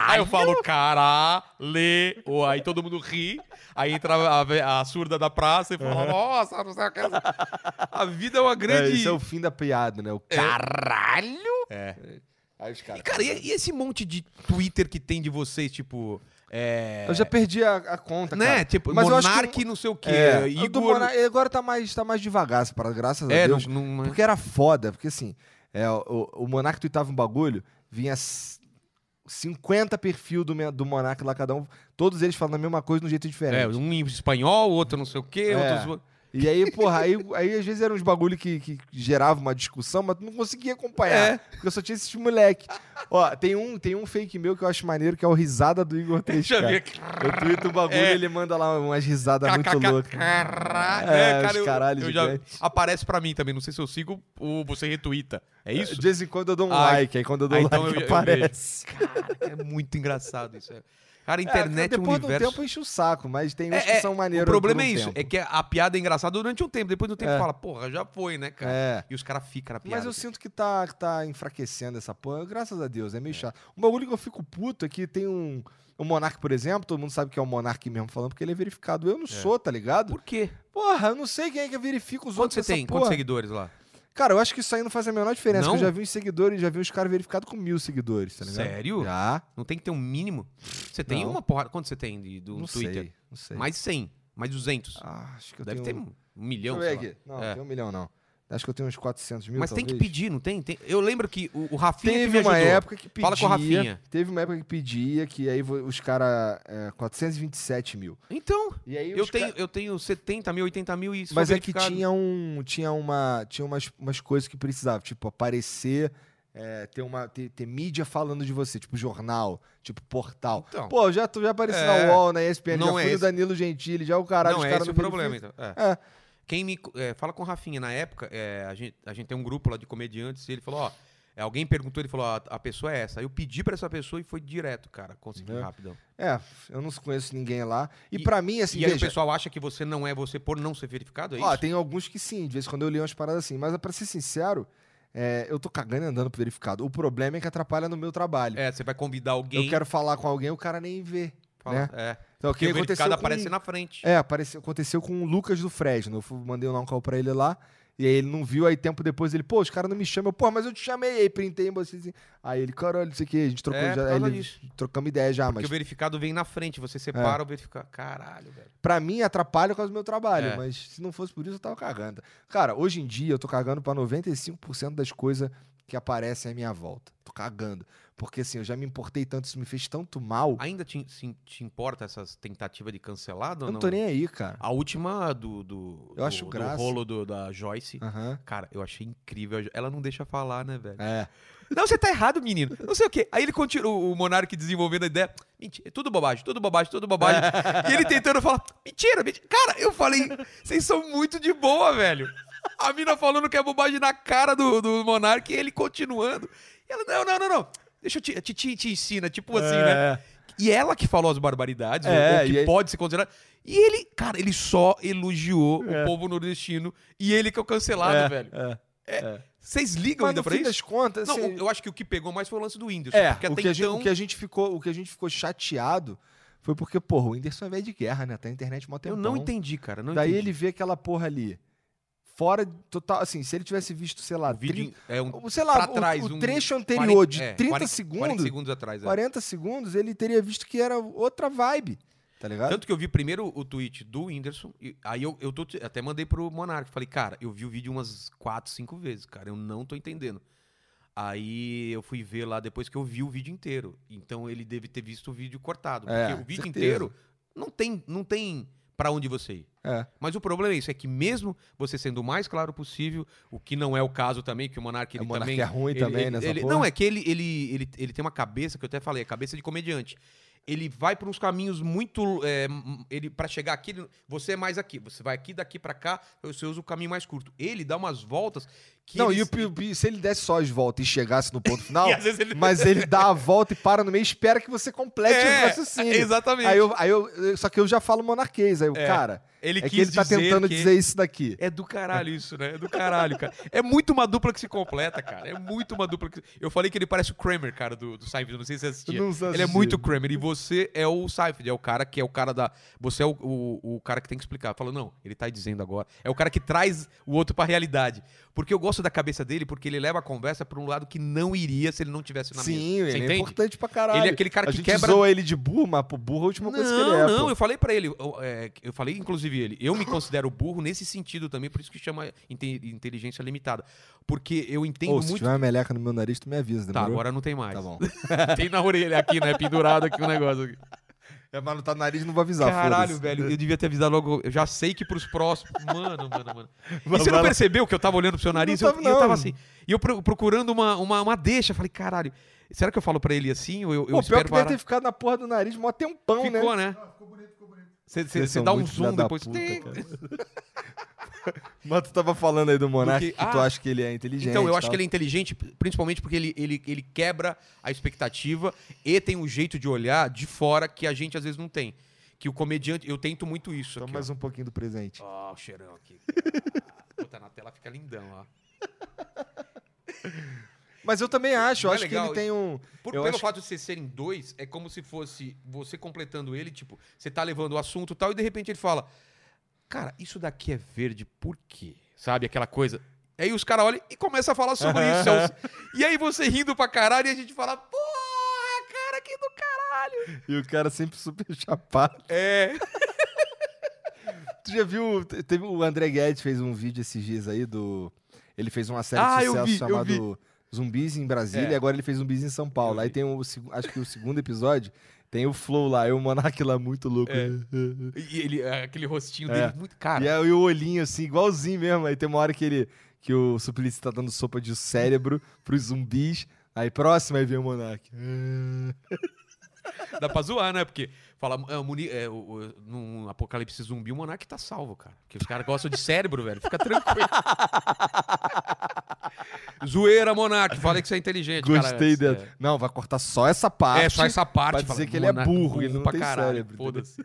[SPEAKER 1] Aí eu falo, caralho. Aí todo mundo ri. Aí entra a, ve- a surda da praça e fala, nossa, não sei o que. A vida é uma
[SPEAKER 2] É,
[SPEAKER 1] grande.
[SPEAKER 2] isso é o fim da piada, né? O cara.
[SPEAKER 1] Caralho!
[SPEAKER 2] Aí os
[SPEAKER 1] É. E, cara, e, e esse monte de Twitter que tem de vocês, tipo. É.
[SPEAKER 2] Eu já perdi a, a conta,
[SPEAKER 1] né?
[SPEAKER 2] cara.
[SPEAKER 1] Tipo,
[SPEAKER 2] Tá Mas eu acho que-
[SPEAKER 1] Monark, não sei o quê.
[SPEAKER 2] É, o do
[SPEAKER 1] Igor.
[SPEAKER 2] Mona- agora tá mais, tá mais devagar, essa parada, graças a
[SPEAKER 1] É, não,
[SPEAKER 2] Deus. né?
[SPEAKER 1] não-
[SPEAKER 2] Porque era foda, porque assim, é, o, o Monark tuitava um bagulho, vinha c- 50 perfil do, me- do Monark lá, cada um, todos eles falando a mesma coisa de um jeito diferente.
[SPEAKER 1] é, um em espanhol, outro não sei o quê,
[SPEAKER 2] É.
[SPEAKER 1] outros.
[SPEAKER 2] E aí, porra, aí, aí às vezes eram uns bagulho que, que gerava uma discussão, mas tu não conseguia acompanhar.
[SPEAKER 1] É.
[SPEAKER 2] Porque eu só tinha esses moleque. Ó, tem um, tem um fake meu que eu acho maneiro, que é o risada do Igor Teixeira.
[SPEAKER 1] Deixa <laughs> eu ver.
[SPEAKER 2] Eu tuito o bagulho
[SPEAKER 1] É.
[SPEAKER 2] e ele manda lá umas risadas muito
[SPEAKER 1] KKK,
[SPEAKER 2] loucas.
[SPEAKER 1] Caralho,
[SPEAKER 2] É,
[SPEAKER 1] é, cara,
[SPEAKER 2] os
[SPEAKER 1] eu,
[SPEAKER 2] caralho
[SPEAKER 1] eu já
[SPEAKER 2] gigantes.
[SPEAKER 1] aparece pra mim também. Não sei se eu sigo ou você retuita. É isso?
[SPEAKER 2] De vez em quando eu dou um
[SPEAKER 1] Ai.
[SPEAKER 2] like, aí quando eu dou
[SPEAKER 1] Ah,
[SPEAKER 2] um
[SPEAKER 1] então
[SPEAKER 2] like
[SPEAKER 1] eu- eu
[SPEAKER 2] aparece.
[SPEAKER 1] Cara, é muito engraçado isso. é. Cara, a
[SPEAKER 2] É,
[SPEAKER 1] internet é um
[SPEAKER 2] depois de um
[SPEAKER 1] universo.
[SPEAKER 2] tempo enche o saco, mas tem uns
[SPEAKER 1] É,
[SPEAKER 2] que
[SPEAKER 1] é,
[SPEAKER 2] são maneiros.
[SPEAKER 1] o problema
[SPEAKER 2] por um
[SPEAKER 1] é isso,
[SPEAKER 2] tempo.
[SPEAKER 1] é que a piada é engraçada durante um tempo, depois do tempo
[SPEAKER 2] É.
[SPEAKER 1] fala, porra, já foi, né, cara?
[SPEAKER 2] É.
[SPEAKER 1] E os caras ficam na piada.
[SPEAKER 2] Mas eu sinto que tá, que tá enfraquecendo essa porra. Graças a Deus, é meio chato. Um bagulho que eu fico puto é que tem um. O Monark, por exemplo, todo mundo sabe que é o Monark mesmo falando, porque ele é verificado. Eu não sou, tá ligado?
[SPEAKER 1] Por quê?
[SPEAKER 2] Porra, eu não sei quem é que verifica os
[SPEAKER 1] Quanto você
[SPEAKER 2] outros.
[SPEAKER 1] tem?
[SPEAKER 2] nessa
[SPEAKER 1] Quantos
[SPEAKER 2] porra.
[SPEAKER 1] seguidores lá?
[SPEAKER 2] Cara, eu acho que isso aí não faz a menor diferença.
[SPEAKER 1] Não?
[SPEAKER 2] que Eu já vi uns seguidores, já vi uns caras verificados com mil seguidores, tá ligado?
[SPEAKER 1] Sério?
[SPEAKER 2] Já.
[SPEAKER 1] Não tem que ter um mínimo? Você tem
[SPEAKER 2] Não.
[SPEAKER 1] uma porrada. Quanto você tem de, do
[SPEAKER 2] Não
[SPEAKER 1] Twitter?
[SPEAKER 2] sei, não sei.
[SPEAKER 1] Mais 100, mais 200.
[SPEAKER 2] Ah, acho que eu
[SPEAKER 1] Deve
[SPEAKER 2] tenho...
[SPEAKER 1] ter um milhão,
[SPEAKER 2] Deixa
[SPEAKER 1] sei
[SPEAKER 2] eu ver
[SPEAKER 1] lá.
[SPEAKER 2] aqui. Não,
[SPEAKER 1] É.
[SPEAKER 2] tem um milhão, não. Acho que eu tenho uns 400 mil,
[SPEAKER 1] Mas tem
[SPEAKER 2] talvez.
[SPEAKER 1] que pedir, não tem? Tem- Eu lembro que o, o Rafinha que
[SPEAKER 2] Teve
[SPEAKER 1] me
[SPEAKER 2] uma
[SPEAKER 1] ajudou.
[SPEAKER 2] época que pedia.
[SPEAKER 1] Fala com o Rafinha.
[SPEAKER 2] Teve uma época que pedia, que aí vo- os caras. É, 427 mil.
[SPEAKER 1] Então,
[SPEAKER 2] E aí
[SPEAKER 1] eu
[SPEAKER 2] os ca-
[SPEAKER 1] tenho, eu tenho 70 mil, 80 mil e
[SPEAKER 2] Mas
[SPEAKER 1] sou
[SPEAKER 2] é que
[SPEAKER 1] verificado.
[SPEAKER 2] tinha, um, tinha, uma, tinha umas, umas coisas que precisava, tipo, aparecer, é, ter, uma, ter, ter mídia falando de você, tipo jornal, tipo portal.
[SPEAKER 1] Então,
[SPEAKER 2] Pô, já, tu já apareci
[SPEAKER 1] É.
[SPEAKER 2] na UOL, na ESPN,
[SPEAKER 1] Não é
[SPEAKER 2] já fui no
[SPEAKER 1] esse.
[SPEAKER 2] Danilo Gentili, já o caralho,
[SPEAKER 1] não
[SPEAKER 2] os
[SPEAKER 1] é
[SPEAKER 2] caras
[SPEAKER 1] esse
[SPEAKER 2] no
[SPEAKER 1] o problema,
[SPEAKER 2] Benefício.
[SPEAKER 1] então. É.
[SPEAKER 2] É.
[SPEAKER 1] Quem me. é, fala com o Rafinha. Na época, é, a, gente, a gente tem um grupo lá de comediantes e ele falou: ó, é, alguém perguntou, ele falou: ó, a pessoa é essa. Aí eu pedi pra essa pessoa e foi direto, cara. Consegui
[SPEAKER 2] É.
[SPEAKER 1] rápido.
[SPEAKER 2] É, eu não conheço ninguém lá. E,
[SPEAKER 1] E-
[SPEAKER 2] pra mim, assim,
[SPEAKER 1] E aí o
[SPEAKER 2] veja,
[SPEAKER 1] pessoal acha que você não é você por não ser verificado? É
[SPEAKER 2] ó,
[SPEAKER 1] isso?
[SPEAKER 2] tem alguns que sim, de vez em quando eu li umas paradas assim, mas pra ser sincero, é, eu tô cagando e andando pro verificado. O problema é que atrapalha no meu trabalho.
[SPEAKER 1] É, você vai convidar alguém.
[SPEAKER 2] eu quero falar com alguém, o cara nem vê.
[SPEAKER 1] fala, É.
[SPEAKER 2] Então, o
[SPEAKER 1] Porque
[SPEAKER 2] que
[SPEAKER 1] o
[SPEAKER 2] aconteceu
[SPEAKER 1] verificado
[SPEAKER 2] com...
[SPEAKER 1] aparece na frente.
[SPEAKER 2] É, apareceu, aconteceu com o Lucas do Fresno. Eu fui- mandei um call pra ele lá. E aí ele não viu, aí tempo depois ele, pô, os caras não me chamam. Eu, pô, mas eu te chamei. Aí printei em vocês. assim. Aí ele, caralho, isso aqui, a gente trocou
[SPEAKER 1] É,
[SPEAKER 2] já.
[SPEAKER 1] por
[SPEAKER 2] aí
[SPEAKER 1] causa
[SPEAKER 2] ele-
[SPEAKER 1] disso.
[SPEAKER 2] trocamos ideia já,
[SPEAKER 1] Porque o
[SPEAKER 2] mas. É.
[SPEAKER 1] verificado vem na frente, você separa o verificado. Caralho, velho.
[SPEAKER 2] Pra mim atrapalha por causa do meu trabalho,
[SPEAKER 1] É.
[SPEAKER 2] mas se não fosse por isso eu tava cagando. Cara, hoje em dia eu tô cagando pra 95% das coisas que aparecem à minha volta. Tô cagando. Porque assim, eu já me importei tanto, isso me fez tanto mal.
[SPEAKER 1] Ainda te, se- te importa essas tentativas de cancelado?
[SPEAKER 2] eu
[SPEAKER 1] ou
[SPEAKER 2] não tô nem aí, cara.
[SPEAKER 1] A última do, do,
[SPEAKER 2] Eu
[SPEAKER 1] do-
[SPEAKER 2] acho
[SPEAKER 1] do
[SPEAKER 2] graça.
[SPEAKER 1] rolo do- da Joyce.
[SPEAKER 2] Aham.
[SPEAKER 1] Cara, eu achei incrível. Ela não deixa falar, né, velho?
[SPEAKER 2] É.
[SPEAKER 1] Não, você tá errado, menino. Não sei o quê. Aí ele continua, o Monark desenvolvendo a ideia. Mentira, tudo bobagem, tudo bobagem, tudo bobagem. e ele tentando falar, mentira, mentira. Cara, eu falei, vocês são muito de boa, velho. A mina falando que é bobagem na cara do, do Monark e ele continuando. E ela, não, não, não, não. Deixa eu te, te, te, te ensina, tipo assim, né?
[SPEAKER 2] É.
[SPEAKER 1] E ela que falou as barbaridades, o-
[SPEAKER 2] É,
[SPEAKER 1] o que
[SPEAKER 2] e aí-
[SPEAKER 1] pode ser considerado. E ele, cara, ele só elogiou o
[SPEAKER 2] É.
[SPEAKER 1] povo nordestino e ele que é o cancelado,
[SPEAKER 2] é,
[SPEAKER 1] velho.
[SPEAKER 2] é.
[SPEAKER 1] Vocês ligam
[SPEAKER 2] Mas
[SPEAKER 1] ainda
[SPEAKER 2] no
[SPEAKER 1] pra
[SPEAKER 2] fim
[SPEAKER 1] isso?
[SPEAKER 2] das contas,
[SPEAKER 1] Não,
[SPEAKER 2] assim,
[SPEAKER 1] o- eu acho que o que pegou mais foi o lance do Windows.
[SPEAKER 2] É,
[SPEAKER 1] porque
[SPEAKER 2] o
[SPEAKER 1] até
[SPEAKER 2] que, a gente,
[SPEAKER 1] então.
[SPEAKER 2] o, que a gente ficou, o que a gente ficou chateado foi porque, porra, o Whindersson é velho de guerra, né? Tá na internet mó
[SPEAKER 1] eu
[SPEAKER 2] tempão.
[SPEAKER 1] não entendi, cara. Não
[SPEAKER 2] Daí
[SPEAKER 1] entendi.
[SPEAKER 2] ele vê aquela porra ali. Fora de- total, assim, se ele tivesse visto, sei lá,
[SPEAKER 1] O vídeo é um.
[SPEAKER 2] 30 sei lá,
[SPEAKER 1] pra
[SPEAKER 2] o,
[SPEAKER 1] trás,
[SPEAKER 2] o
[SPEAKER 1] um
[SPEAKER 2] trecho
[SPEAKER 1] 40
[SPEAKER 2] anterior de
[SPEAKER 1] é,
[SPEAKER 2] 30
[SPEAKER 1] 40 40
[SPEAKER 2] segundos, 40 segundos,
[SPEAKER 1] segundos atrás. é.
[SPEAKER 2] ele teria visto que era outra vibe, tá ligado?
[SPEAKER 1] Tanto que eu vi primeiro o tweet do Whindersson, e aí eu, eu tô, até mandei pro Monark. Falei, cara, eu vi o vídeo umas 4, 5 vezes, cara, eu não tô entendendo. Aí eu fui ver lá depois que eu vi o vídeo inteiro. Então ele deve ter visto o vídeo cortado. Porque
[SPEAKER 2] É,
[SPEAKER 1] o vídeo
[SPEAKER 2] certeza.
[SPEAKER 1] inteiro não tem, não tem para onde você ir.
[SPEAKER 2] É.
[SPEAKER 1] Mas o problema é isso, é que mesmo você sendo o mais claro possível, o que não é o caso também, que o Monark ele
[SPEAKER 2] o Monark
[SPEAKER 1] também
[SPEAKER 2] é ruim
[SPEAKER 1] ele-
[SPEAKER 2] também
[SPEAKER 1] ele-
[SPEAKER 2] nessa
[SPEAKER 1] ele-
[SPEAKER 2] porra.
[SPEAKER 1] Não, é que ele, ele, ele, ele tem uma cabeça, que eu até falei, é cabeça de comediante. Ele vai para uns caminhos muito. é, m- ele para chegar aqui, ele- você é mais aqui. Você vai aqui, daqui para cá, você usa o caminho mais curto. Ele dá umas voltas que.
[SPEAKER 2] não,
[SPEAKER 1] eles-
[SPEAKER 2] e o pi- pi- se ele desse só as voltas e chegasse no ponto final,
[SPEAKER 1] <laughs> e às vezes ele-
[SPEAKER 2] mas ele dá a volta e para no meio e espera que você complete
[SPEAKER 1] É,
[SPEAKER 2] o
[SPEAKER 1] <laughs>
[SPEAKER 2] raciocínio.
[SPEAKER 1] Exatamente.
[SPEAKER 2] Aí eu, aí eu- eu- só que eu já falo monarquês. Aí eu, cara,
[SPEAKER 1] ele
[SPEAKER 2] é
[SPEAKER 1] quis
[SPEAKER 2] que ele tá
[SPEAKER 1] dizer
[SPEAKER 2] tentando
[SPEAKER 1] que-
[SPEAKER 2] dizer isso daqui.
[SPEAKER 1] É do caralho isso, né? É do caralho, cara. É muito uma dupla que se completa, cara. É muito uma dupla que. Eu falei que ele parece o Kramer, cara, do, do Seinfeld. Não sei se você assistia.
[SPEAKER 2] Não assisti.
[SPEAKER 1] Ele é muito Kramer. E você é o Seinfeld. É o cara que é o cara da. Você é o, o, o cara que tem que explicar. Falou, não, ele tá dizendo agora. É o cara que traz o outro pra realidade. Porque eu gosto da cabeça dele, porque ele leva a conversa pra um lado que não iria se ele não tivesse na mesa.
[SPEAKER 2] Sim,
[SPEAKER 1] Você
[SPEAKER 2] ele é
[SPEAKER 1] entende?
[SPEAKER 2] importante pra caralho.
[SPEAKER 1] Ele é aquele cara
[SPEAKER 2] a
[SPEAKER 1] que
[SPEAKER 2] gente
[SPEAKER 1] quebra-
[SPEAKER 2] zoa ele de burro, mas pro burro é a última coisa que ele é.
[SPEAKER 1] não,
[SPEAKER 2] pô.
[SPEAKER 1] eu falei pra ele, eu, é, eu falei inclusive ele, eu me considero burro nesse sentido também, por isso que chama inte- inteligência limitada. Porque eu entendo
[SPEAKER 2] Ô, se
[SPEAKER 1] muito.
[SPEAKER 2] tiver uma meleca no meu nariz, tu me avisa,
[SPEAKER 1] Tá,
[SPEAKER 2] demorou?
[SPEAKER 1] agora não tem mais.
[SPEAKER 2] Tá bom.
[SPEAKER 1] Tem na orelha aqui, né? Pendurado aqui o negócio. aqui.
[SPEAKER 2] É, <laughs> mas não tá no nariz, não vou avisar,
[SPEAKER 1] Caralho,
[SPEAKER 2] foda-se.
[SPEAKER 1] velho, eu devia ter avisado logo. Eu já sei que pros próximos. Mano, mano, mano. E
[SPEAKER 2] <laughs> Mas
[SPEAKER 1] você não
[SPEAKER 2] vai lá.
[SPEAKER 1] percebeu que eu tava olhando pro seu nariz?
[SPEAKER 2] Não
[SPEAKER 1] Eu-
[SPEAKER 2] tava,
[SPEAKER 1] e eu,
[SPEAKER 2] não.
[SPEAKER 1] tava assim. E eu pro- procurando uma, uma, uma deixa. Falei, caralho, será que eu falo pra ele assim? Ou eu, eu
[SPEAKER 2] Pô, pior
[SPEAKER 1] espero
[SPEAKER 2] que
[SPEAKER 1] parar?
[SPEAKER 2] deve ter ficado na porra do nariz mó tempão, né?
[SPEAKER 1] Ficou, né? Ficou bonito, ficou bonito.
[SPEAKER 2] Vocês
[SPEAKER 1] Você
[SPEAKER 2] são
[SPEAKER 1] dá um
[SPEAKER 2] muito filha
[SPEAKER 1] zoom
[SPEAKER 2] da
[SPEAKER 1] depois.
[SPEAKER 2] puta, Mas tu tava falando aí do Monark
[SPEAKER 1] Porque-
[SPEAKER 2] que tu
[SPEAKER 1] ah.
[SPEAKER 2] acha que ele é inteligente.
[SPEAKER 1] Então, eu acho
[SPEAKER 2] tal.
[SPEAKER 1] que ele é inteligente, principalmente porque ele, ele, ele quebra a expectativa e tem um jeito de olhar de fora que a gente às vezes não tem. Que o comediante. Eu tento muito isso.
[SPEAKER 2] Toma
[SPEAKER 1] aqui,
[SPEAKER 2] mais um pouquinho do presente.
[SPEAKER 1] ó. Ó, o cheirão aqui. Puta, na tela fica lindão, ó.
[SPEAKER 2] Mas eu também acho, eu
[SPEAKER 1] Não é
[SPEAKER 2] acho que
[SPEAKER 1] legal
[SPEAKER 2] ele tem um.
[SPEAKER 1] Por-
[SPEAKER 2] Eu
[SPEAKER 1] pelo
[SPEAKER 2] acho-
[SPEAKER 1] fato de vocês serem dois, é como se fosse você completando ele, tipo, você tá levando o assunto e tal, e de repente ele fala: Cara, isso daqui é verde, por quê? Sabe aquela coisa? Aí os caras olham e começam a falar sobre isso. Celso. E aí você rindo pra caralho e a gente fala: Porra, cara, que do caralho.
[SPEAKER 2] <laughs> E o cara sempre super chapado.
[SPEAKER 1] É.
[SPEAKER 2] Tu já viu? Teve, o André Guedes fez um vídeo esses dias aí do. Ele fez uma série
[SPEAKER 1] Ah,
[SPEAKER 2] de
[SPEAKER 1] eu
[SPEAKER 2] sucesso
[SPEAKER 1] vi, eu
[SPEAKER 2] chamado Zumbis em Brasília
[SPEAKER 1] É.
[SPEAKER 2] e agora ele fez zumbis em São Paulo.
[SPEAKER 1] Eu
[SPEAKER 2] Aí
[SPEAKER 1] vi.
[SPEAKER 2] tem o. seg- Acho que o segundo episódio tem o Flow lá, e o Monark lá muito louco.
[SPEAKER 1] É.
[SPEAKER 2] <laughs>
[SPEAKER 1] E ele, é, aquele rostinho
[SPEAKER 2] É.
[SPEAKER 1] dele, muito cara.
[SPEAKER 2] E aí o olhinho, assim, igualzinho mesmo. Aí tem uma hora que ele. Que o Suplicy tá dando sopa de cérebro pros zumbis. Aí próximo aí vem o Monark.
[SPEAKER 1] Dá pra zoar, né? Porque fala, é, o Muni- é, o- o- num apocalipse zumbi, o Monark tá salvo, cara. Porque os caras gostam de cérebro, velho. Fica
[SPEAKER 2] <laughs>
[SPEAKER 1] tranquilo. Zoeira, Monark. Fala que você é inteligente, cara.
[SPEAKER 2] Gostei
[SPEAKER 1] É,
[SPEAKER 2] dela. Não, vai cortar só essa parte.
[SPEAKER 1] É, só essa parte.
[SPEAKER 2] pra dizer que ele é burro, ele não tem cérebro,
[SPEAKER 1] Foda-se.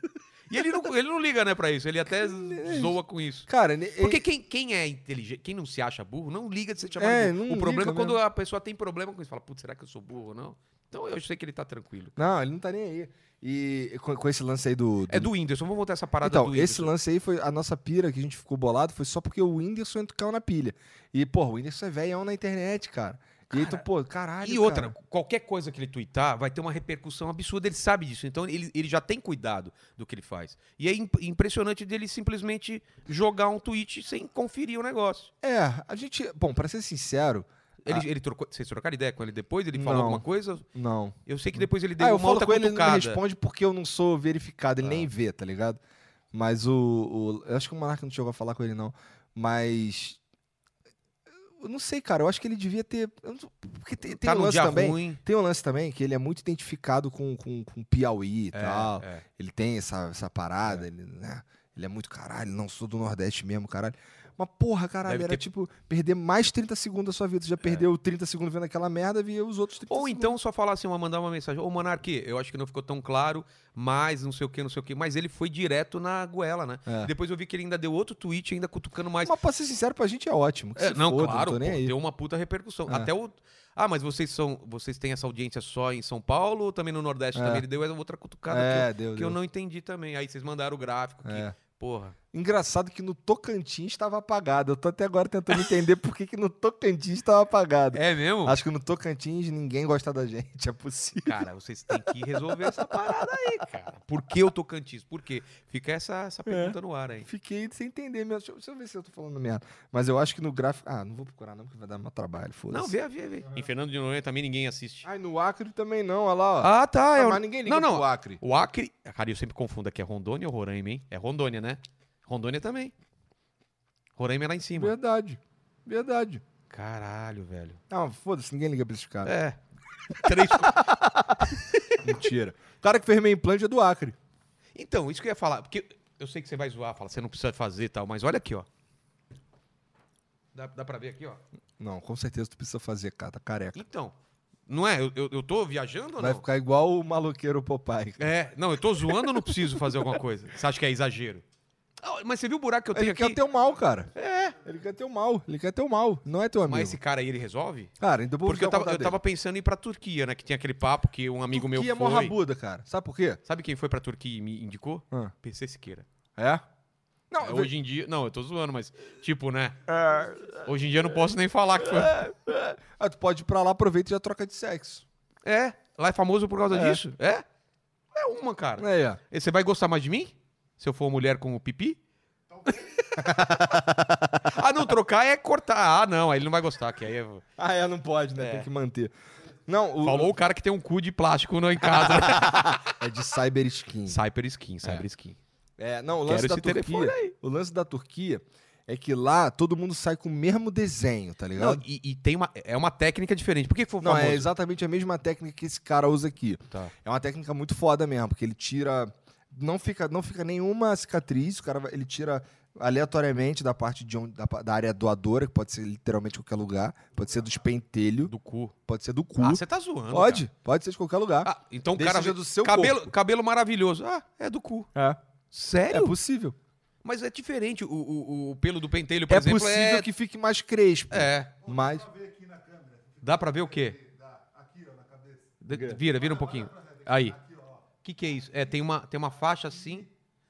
[SPEAKER 1] E ele não, ele não liga, né, pra isso. Ele
[SPEAKER 2] <laughs>
[SPEAKER 1] até
[SPEAKER 2] é
[SPEAKER 1] zoa com isso.
[SPEAKER 2] Cara, ne-
[SPEAKER 1] Porque quem, quem é inteligente, quem não se acha burro, não liga de ser chamado
[SPEAKER 2] É,
[SPEAKER 1] de burro.
[SPEAKER 2] não
[SPEAKER 1] O problema é
[SPEAKER 2] liga
[SPEAKER 1] quando a pessoa tem problema com isso. Fala, putz, será que eu sou burro ou não? Então eu sei que ele tá tranquilo.
[SPEAKER 2] Não, ele não tá nem aí. E com, com esse lance aí do. do-
[SPEAKER 1] É do Whindersson, vamos voltar essa parada do né?
[SPEAKER 2] então,
[SPEAKER 1] Whindersson.
[SPEAKER 2] esse lance aí foi a nossa pira que a gente ficou bolado, foi só porque o Whindersson entrou- caiu na pilha. E, pô, o Whindersson é velhão na internet, cara. E aí tu,
[SPEAKER 1] Cara,
[SPEAKER 2] pô, caralho.
[SPEAKER 1] E outra,
[SPEAKER 2] cara.
[SPEAKER 1] qualquer coisa que ele tuitar vai ter uma repercussão absurda, ele sabe disso. Então ele, ele já tem cuidado do que ele faz. E é imp- impressionante dele simplesmente jogar um tweet sem conferir o negócio.
[SPEAKER 2] É, a gente. Bom, pra ser sincero,
[SPEAKER 1] Ele, ele trocou, vocês trocaram ideia com ele depois? Ele falou
[SPEAKER 2] Ah. Não.
[SPEAKER 1] alguma coisa?
[SPEAKER 2] não.
[SPEAKER 1] Eu sei que depois ele deu
[SPEAKER 2] Ah, eu
[SPEAKER 1] uma
[SPEAKER 2] falo
[SPEAKER 1] outra
[SPEAKER 2] com ele, ele não me
[SPEAKER 1] cutucada.
[SPEAKER 2] responde porque eu não sou verificado, ele
[SPEAKER 1] Ah.
[SPEAKER 2] nem vê, tá ligado? Mas o, o- Eu acho que o Monarca não chegou a falar com ele, não. Mas. Eu não sei, cara. Eu acho que ele devia ter. eu não- Porque tem, tem
[SPEAKER 1] tá
[SPEAKER 2] um
[SPEAKER 1] num
[SPEAKER 2] lance
[SPEAKER 1] dia
[SPEAKER 2] também.
[SPEAKER 1] ruim.
[SPEAKER 2] Tem um lance também que ele é muito identificado com, com, com Piauí e
[SPEAKER 1] É,
[SPEAKER 2] tal.
[SPEAKER 1] é.
[SPEAKER 2] Ele tem essa, essa parada, ele, né? Ele é muito caralho, não sou do Nordeste mesmo, caralho. Mas porra, caralho,
[SPEAKER 1] Deve
[SPEAKER 2] era
[SPEAKER 1] ter- É.
[SPEAKER 2] tipo perder mais 30 segundos da sua vida. Tu já perdeu 30 segundos vendo aquela merda, via os outros 30
[SPEAKER 1] Ou
[SPEAKER 2] segundos.
[SPEAKER 1] então só falar assim, uma, mandar uma mensagem. Ô, Monarque, eu acho que não ficou tão claro, mas não sei o que, não sei o que. Mas ele foi direto na goela, né?
[SPEAKER 2] É.
[SPEAKER 1] Depois eu vi que ele ainda deu outro tweet, ainda cutucando mais.
[SPEAKER 2] Mas pra ser sincero, pra gente é ótimo. que
[SPEAKER 1] É,
[SPEAKER 2] se
[SPEAKER 1] não,
[SPEAKER 2] foda,
[SPEAKER 1] claro,
[SPEAKER 2] não tô nem
[SPEAKER 1] pô,
[SPEAKER 2] aí.
[SPEAKER 1] deu uma puta repercussão.
[SPEAKER 2] É.
[SPEAKER 1] Até o. Ah, mas vocês são. Vocês têm essa audiência só em São Paulo ou também no Nordeste
[SPEAKER 2] É.
[SPEAKER 1] também? Ele deu outra cutucada que,
[SPEAKER 2] é,
[SPEAKER 1] eu-
[SPEAKER 2] deu,
[SPEAKER 1] que eu
[SPEAKER 2] deu.
[SPEAKER 1] não entendi também. Aí vocês mandaram o gráfico que,
[SPEAKER 2] É.
[SPEAKER 1] porra.
[SPEAKER 2] Engraçado que no Tocantins estava apagado. Eu tô até agora tentando entender por que, que no Tocantins estava apagado.
[SPEAKER 1] É mesmo?
[SPEAKER 2] Acho que no Tocantins ninguém gosta da gente, é possível.
[SPEAKER 1] Cara, vocês têm que resolver essa parada aí, cara. Por que o Tocantins? Por quê? Fica essa,
[SPEAKER 2] É.
[SPEAKER 1] essa pergunta no ar aí.
[SPEAKER 2] <laughs> Fiquei sem entender mesmo. Deixa eu, deixa eu ver se eu tô falando merda. Mas eu acho que no gráfico. Ah, não vou procurar não, porque vai dar meu trabalho. Foda-se.
[SPEAKER 1] Não, vê, vê, vê. Em Fernando de Noronha também ninguém assiste.
[SPEAKER 2] Ai, no Acre também não, olha lá, ó.
[SPEAKER 1] Ah, tá. é
[SPEAKER 2] Ah,
[SPEAKER 1] o-
[SPEAKER 2] mas ninguém liga
[SPEAKER 1] Não, não.
[SPEAKER 2] pro Acre.
[SPEAKER 1] O Acre. Cara, eu sempre confundo aqui. É Rondônia ou Roraima, hein? É Rondônia, né? Rondônia também. Roraima é lá em cima.
[SPEAKER 2] Verdade. Verdade.
[SPEAKER 1] Caralho, velho.
[SPEAKER 2] Ah, foda-se, ninguém liga pra esses <laughs> caras.
[SPEAKER 1] É. <laughs> Três-
[SPEAKER 2] Mentira. O cara que fez meu implante é do Acre.
[SPEAKER 1] Então, isso que eu ia falar, porque eu sei que você vai zoar, fala, você não precisa fazer e tal, mas olha aqui, ó. Dá, dá pra ver aqui, ó.
[SPEAKER 2] Não, com certeza tu precisa fazer, cara. Tá careca.
[SPEAKER 1] Então, não é? Eu, eu, eu tô viajando ou
[SPEAKER 2] Vai
[SPEAKER 1] não?
[SPEAKER 2] ficar igual o maloqueiro Popeye.
[SPEAKER 1] É, não, eu tô zoando ou não preciso fazer alguma coisa? Você acha que é exagero? Ah, mas você viu o buraco que eu tenho
[SPEAKER 2] Ele
[SPEAKER 1] aqui?
[SPEAKER 2] quer ter o mal, cara. É. Ele quer ter o mal. Ele quer ter o mal. Não é teu amigo.
[SPEAKER 1] Mas esse cara aí, ele resolve?
[SPEAKER 2] Cara, então
[SPEAKER 1] Porque eu tava, eu tava pensando em ir pra Turquia, né? Que tinha aquele papo que um amigo
[SPEAKER 2] Que é
[SPEAKER 1] meu
[SPEAKER 2] mó
[SPEAKER 1] foi.
[SPEAKER 2] rabuda, cara. Sabe por quê?
[SPEAKER 1] Sabe quem foi pra Turquia e me indicou?
[SPEAKER 2] Ah.
[SPEAKER 1] PC Siqueira.
[SPEAKER 2] É?
[SPEAKER 1] É, hoje em dia... Não, eu tô zoando, mas... Tipo, né?
[SPEAKER 2] É.
[SPEAKER 1] Hoje em dia eu não posso nem falar que foi...
[SPEAKER 2] Ah, tu pode ir pra lá, aproveita e já troca de sexo.
[SPEAKER 1] É. Lá é famoso por causa
[SPEAKER 2] É.
[SPEAKER 1] disso? É? É uma, cara.
[SPEAKER 2] É, é.
[SPEAKER 1] E Você vai gostar mais de mim? Se eu for mulher com o pipi? <laughs> ah, não, trocar é cortar. Ah, não, aí ele não vai gostar, que aí é...
[SPEAKER 2] Ah, é, não pode, né?
[SPEAKER 1] É.
[SPEAKER 2] Tem que manter. Não, o...
[SPEAKER 1] Falou o cara que tem um cu de plástico no- em casa. né?
[SPEAKER 2] <laughs> É de cyber skin.
[SPEAKER 1] cyber skin, cyber skin.
[SPEAKER 2] É, não, o
[SPEAKER 1] Quero
[SPEAKER 2] lance da
[SPEAKER 1] esse telefone
[SPEAKER 2] Turquia. O lance da Turquia é que lá todo mundo sai com o mesmo desenho, tá
[SPEAKER 1] Não,
[SPEAKER 2] ligado?
[SPEAKER 1] e, e tem uma... É uma técnica diferente. Por que que foi
[SPEAKER 2] Não,
[SPEAKER 1] famoso?
[SPEAKER 2] é exatamente a mesma técnica que esse cara usa aqui.
[SPEAKER 1] Tá.
[SPEAKER 2] É uma técnica muito foda mesmo, porque ele tira. Não fica, não fica nenhuma cicatriz, o cara vai- ele tira aleatoriamente da parte de onde, da, pa- da área doadora, que pode ser literalmente qualquer lugar, pode ser dos pentelhos,
[SPEAKER 1] Do cu.
[SPEAKER 2] pode ser do cu.
[SPEAKER 1] Ah, você tá zoando,
[SPEAKER 2] pode, pode ser de qualquer lugar.
[SPEAKER 1] cara. Ah, então o
[SPEAKER 2] Desde
[SPEAKER 1] cara...
[SPEAKER 2] seja do seu
[SPEAKER 1] cabelo, cabelo maravilhoso. Ah, é do cu.
[SPEAKER 2] É.
[SPEAKER 1] Sério?
[SPEAKER 2] É possível.
[SPEAKER 1] Mas é diferente. O, o, o pelo do pentelho, por
[SPEAKER 2] é
[SPEAKER 1] exemplo,
[SPEAKER 2] possível
[SPEAKER 1] é...
[SPEAKER 2] que fique mais crespo.
[SPEAKER 1] É.
[SPEAKER 2] Mas.
[SPEAKER 1] Dá pra ver o quê? De- Vira, vira um pouquinho. Aí. O que, que é isso? É, tem uma, tem uma faixa assim.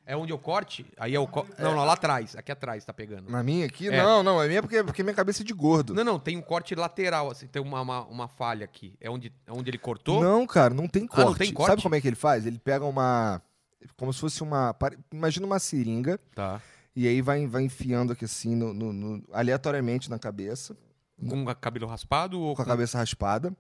[SPEAKER 1] É onde eu corte? Aí é o. co- Não, não, lá atrás. Aqui atrás tá pegando.
[SPEAKER 2] Na minha aqui?
[SPEAKER 1] É.
[SPEAKER 2] Não, não. A minha é porque, porque minha cabeça é de gordo.
[SPEAKER 1] Não, não, tem um corte lateral, assim, tem uma, uma, uma falha aqui. É onde, é onde ele cortou?
[SPEAKER 2] Não, cara, não tem
[SPEAKER 1] Ah, não
[SPEAKER 2] corte.
[SPEAKER 1] tem corte?
[SPEAKER 2] Sabe como é que ele faz? Ele pega uma. Como se fosse uma. pare- Imagina uma seringa.
[SPEAKER 1] Tá.
[SPEAKER 2] E aí vai, vai enfiando aqui assim, no- no- no- aleatoriamente na cabeça,
[SPEAKER 1] Com o cabelo raspado ou
[SPEAKER 2] com a cabeça raspada.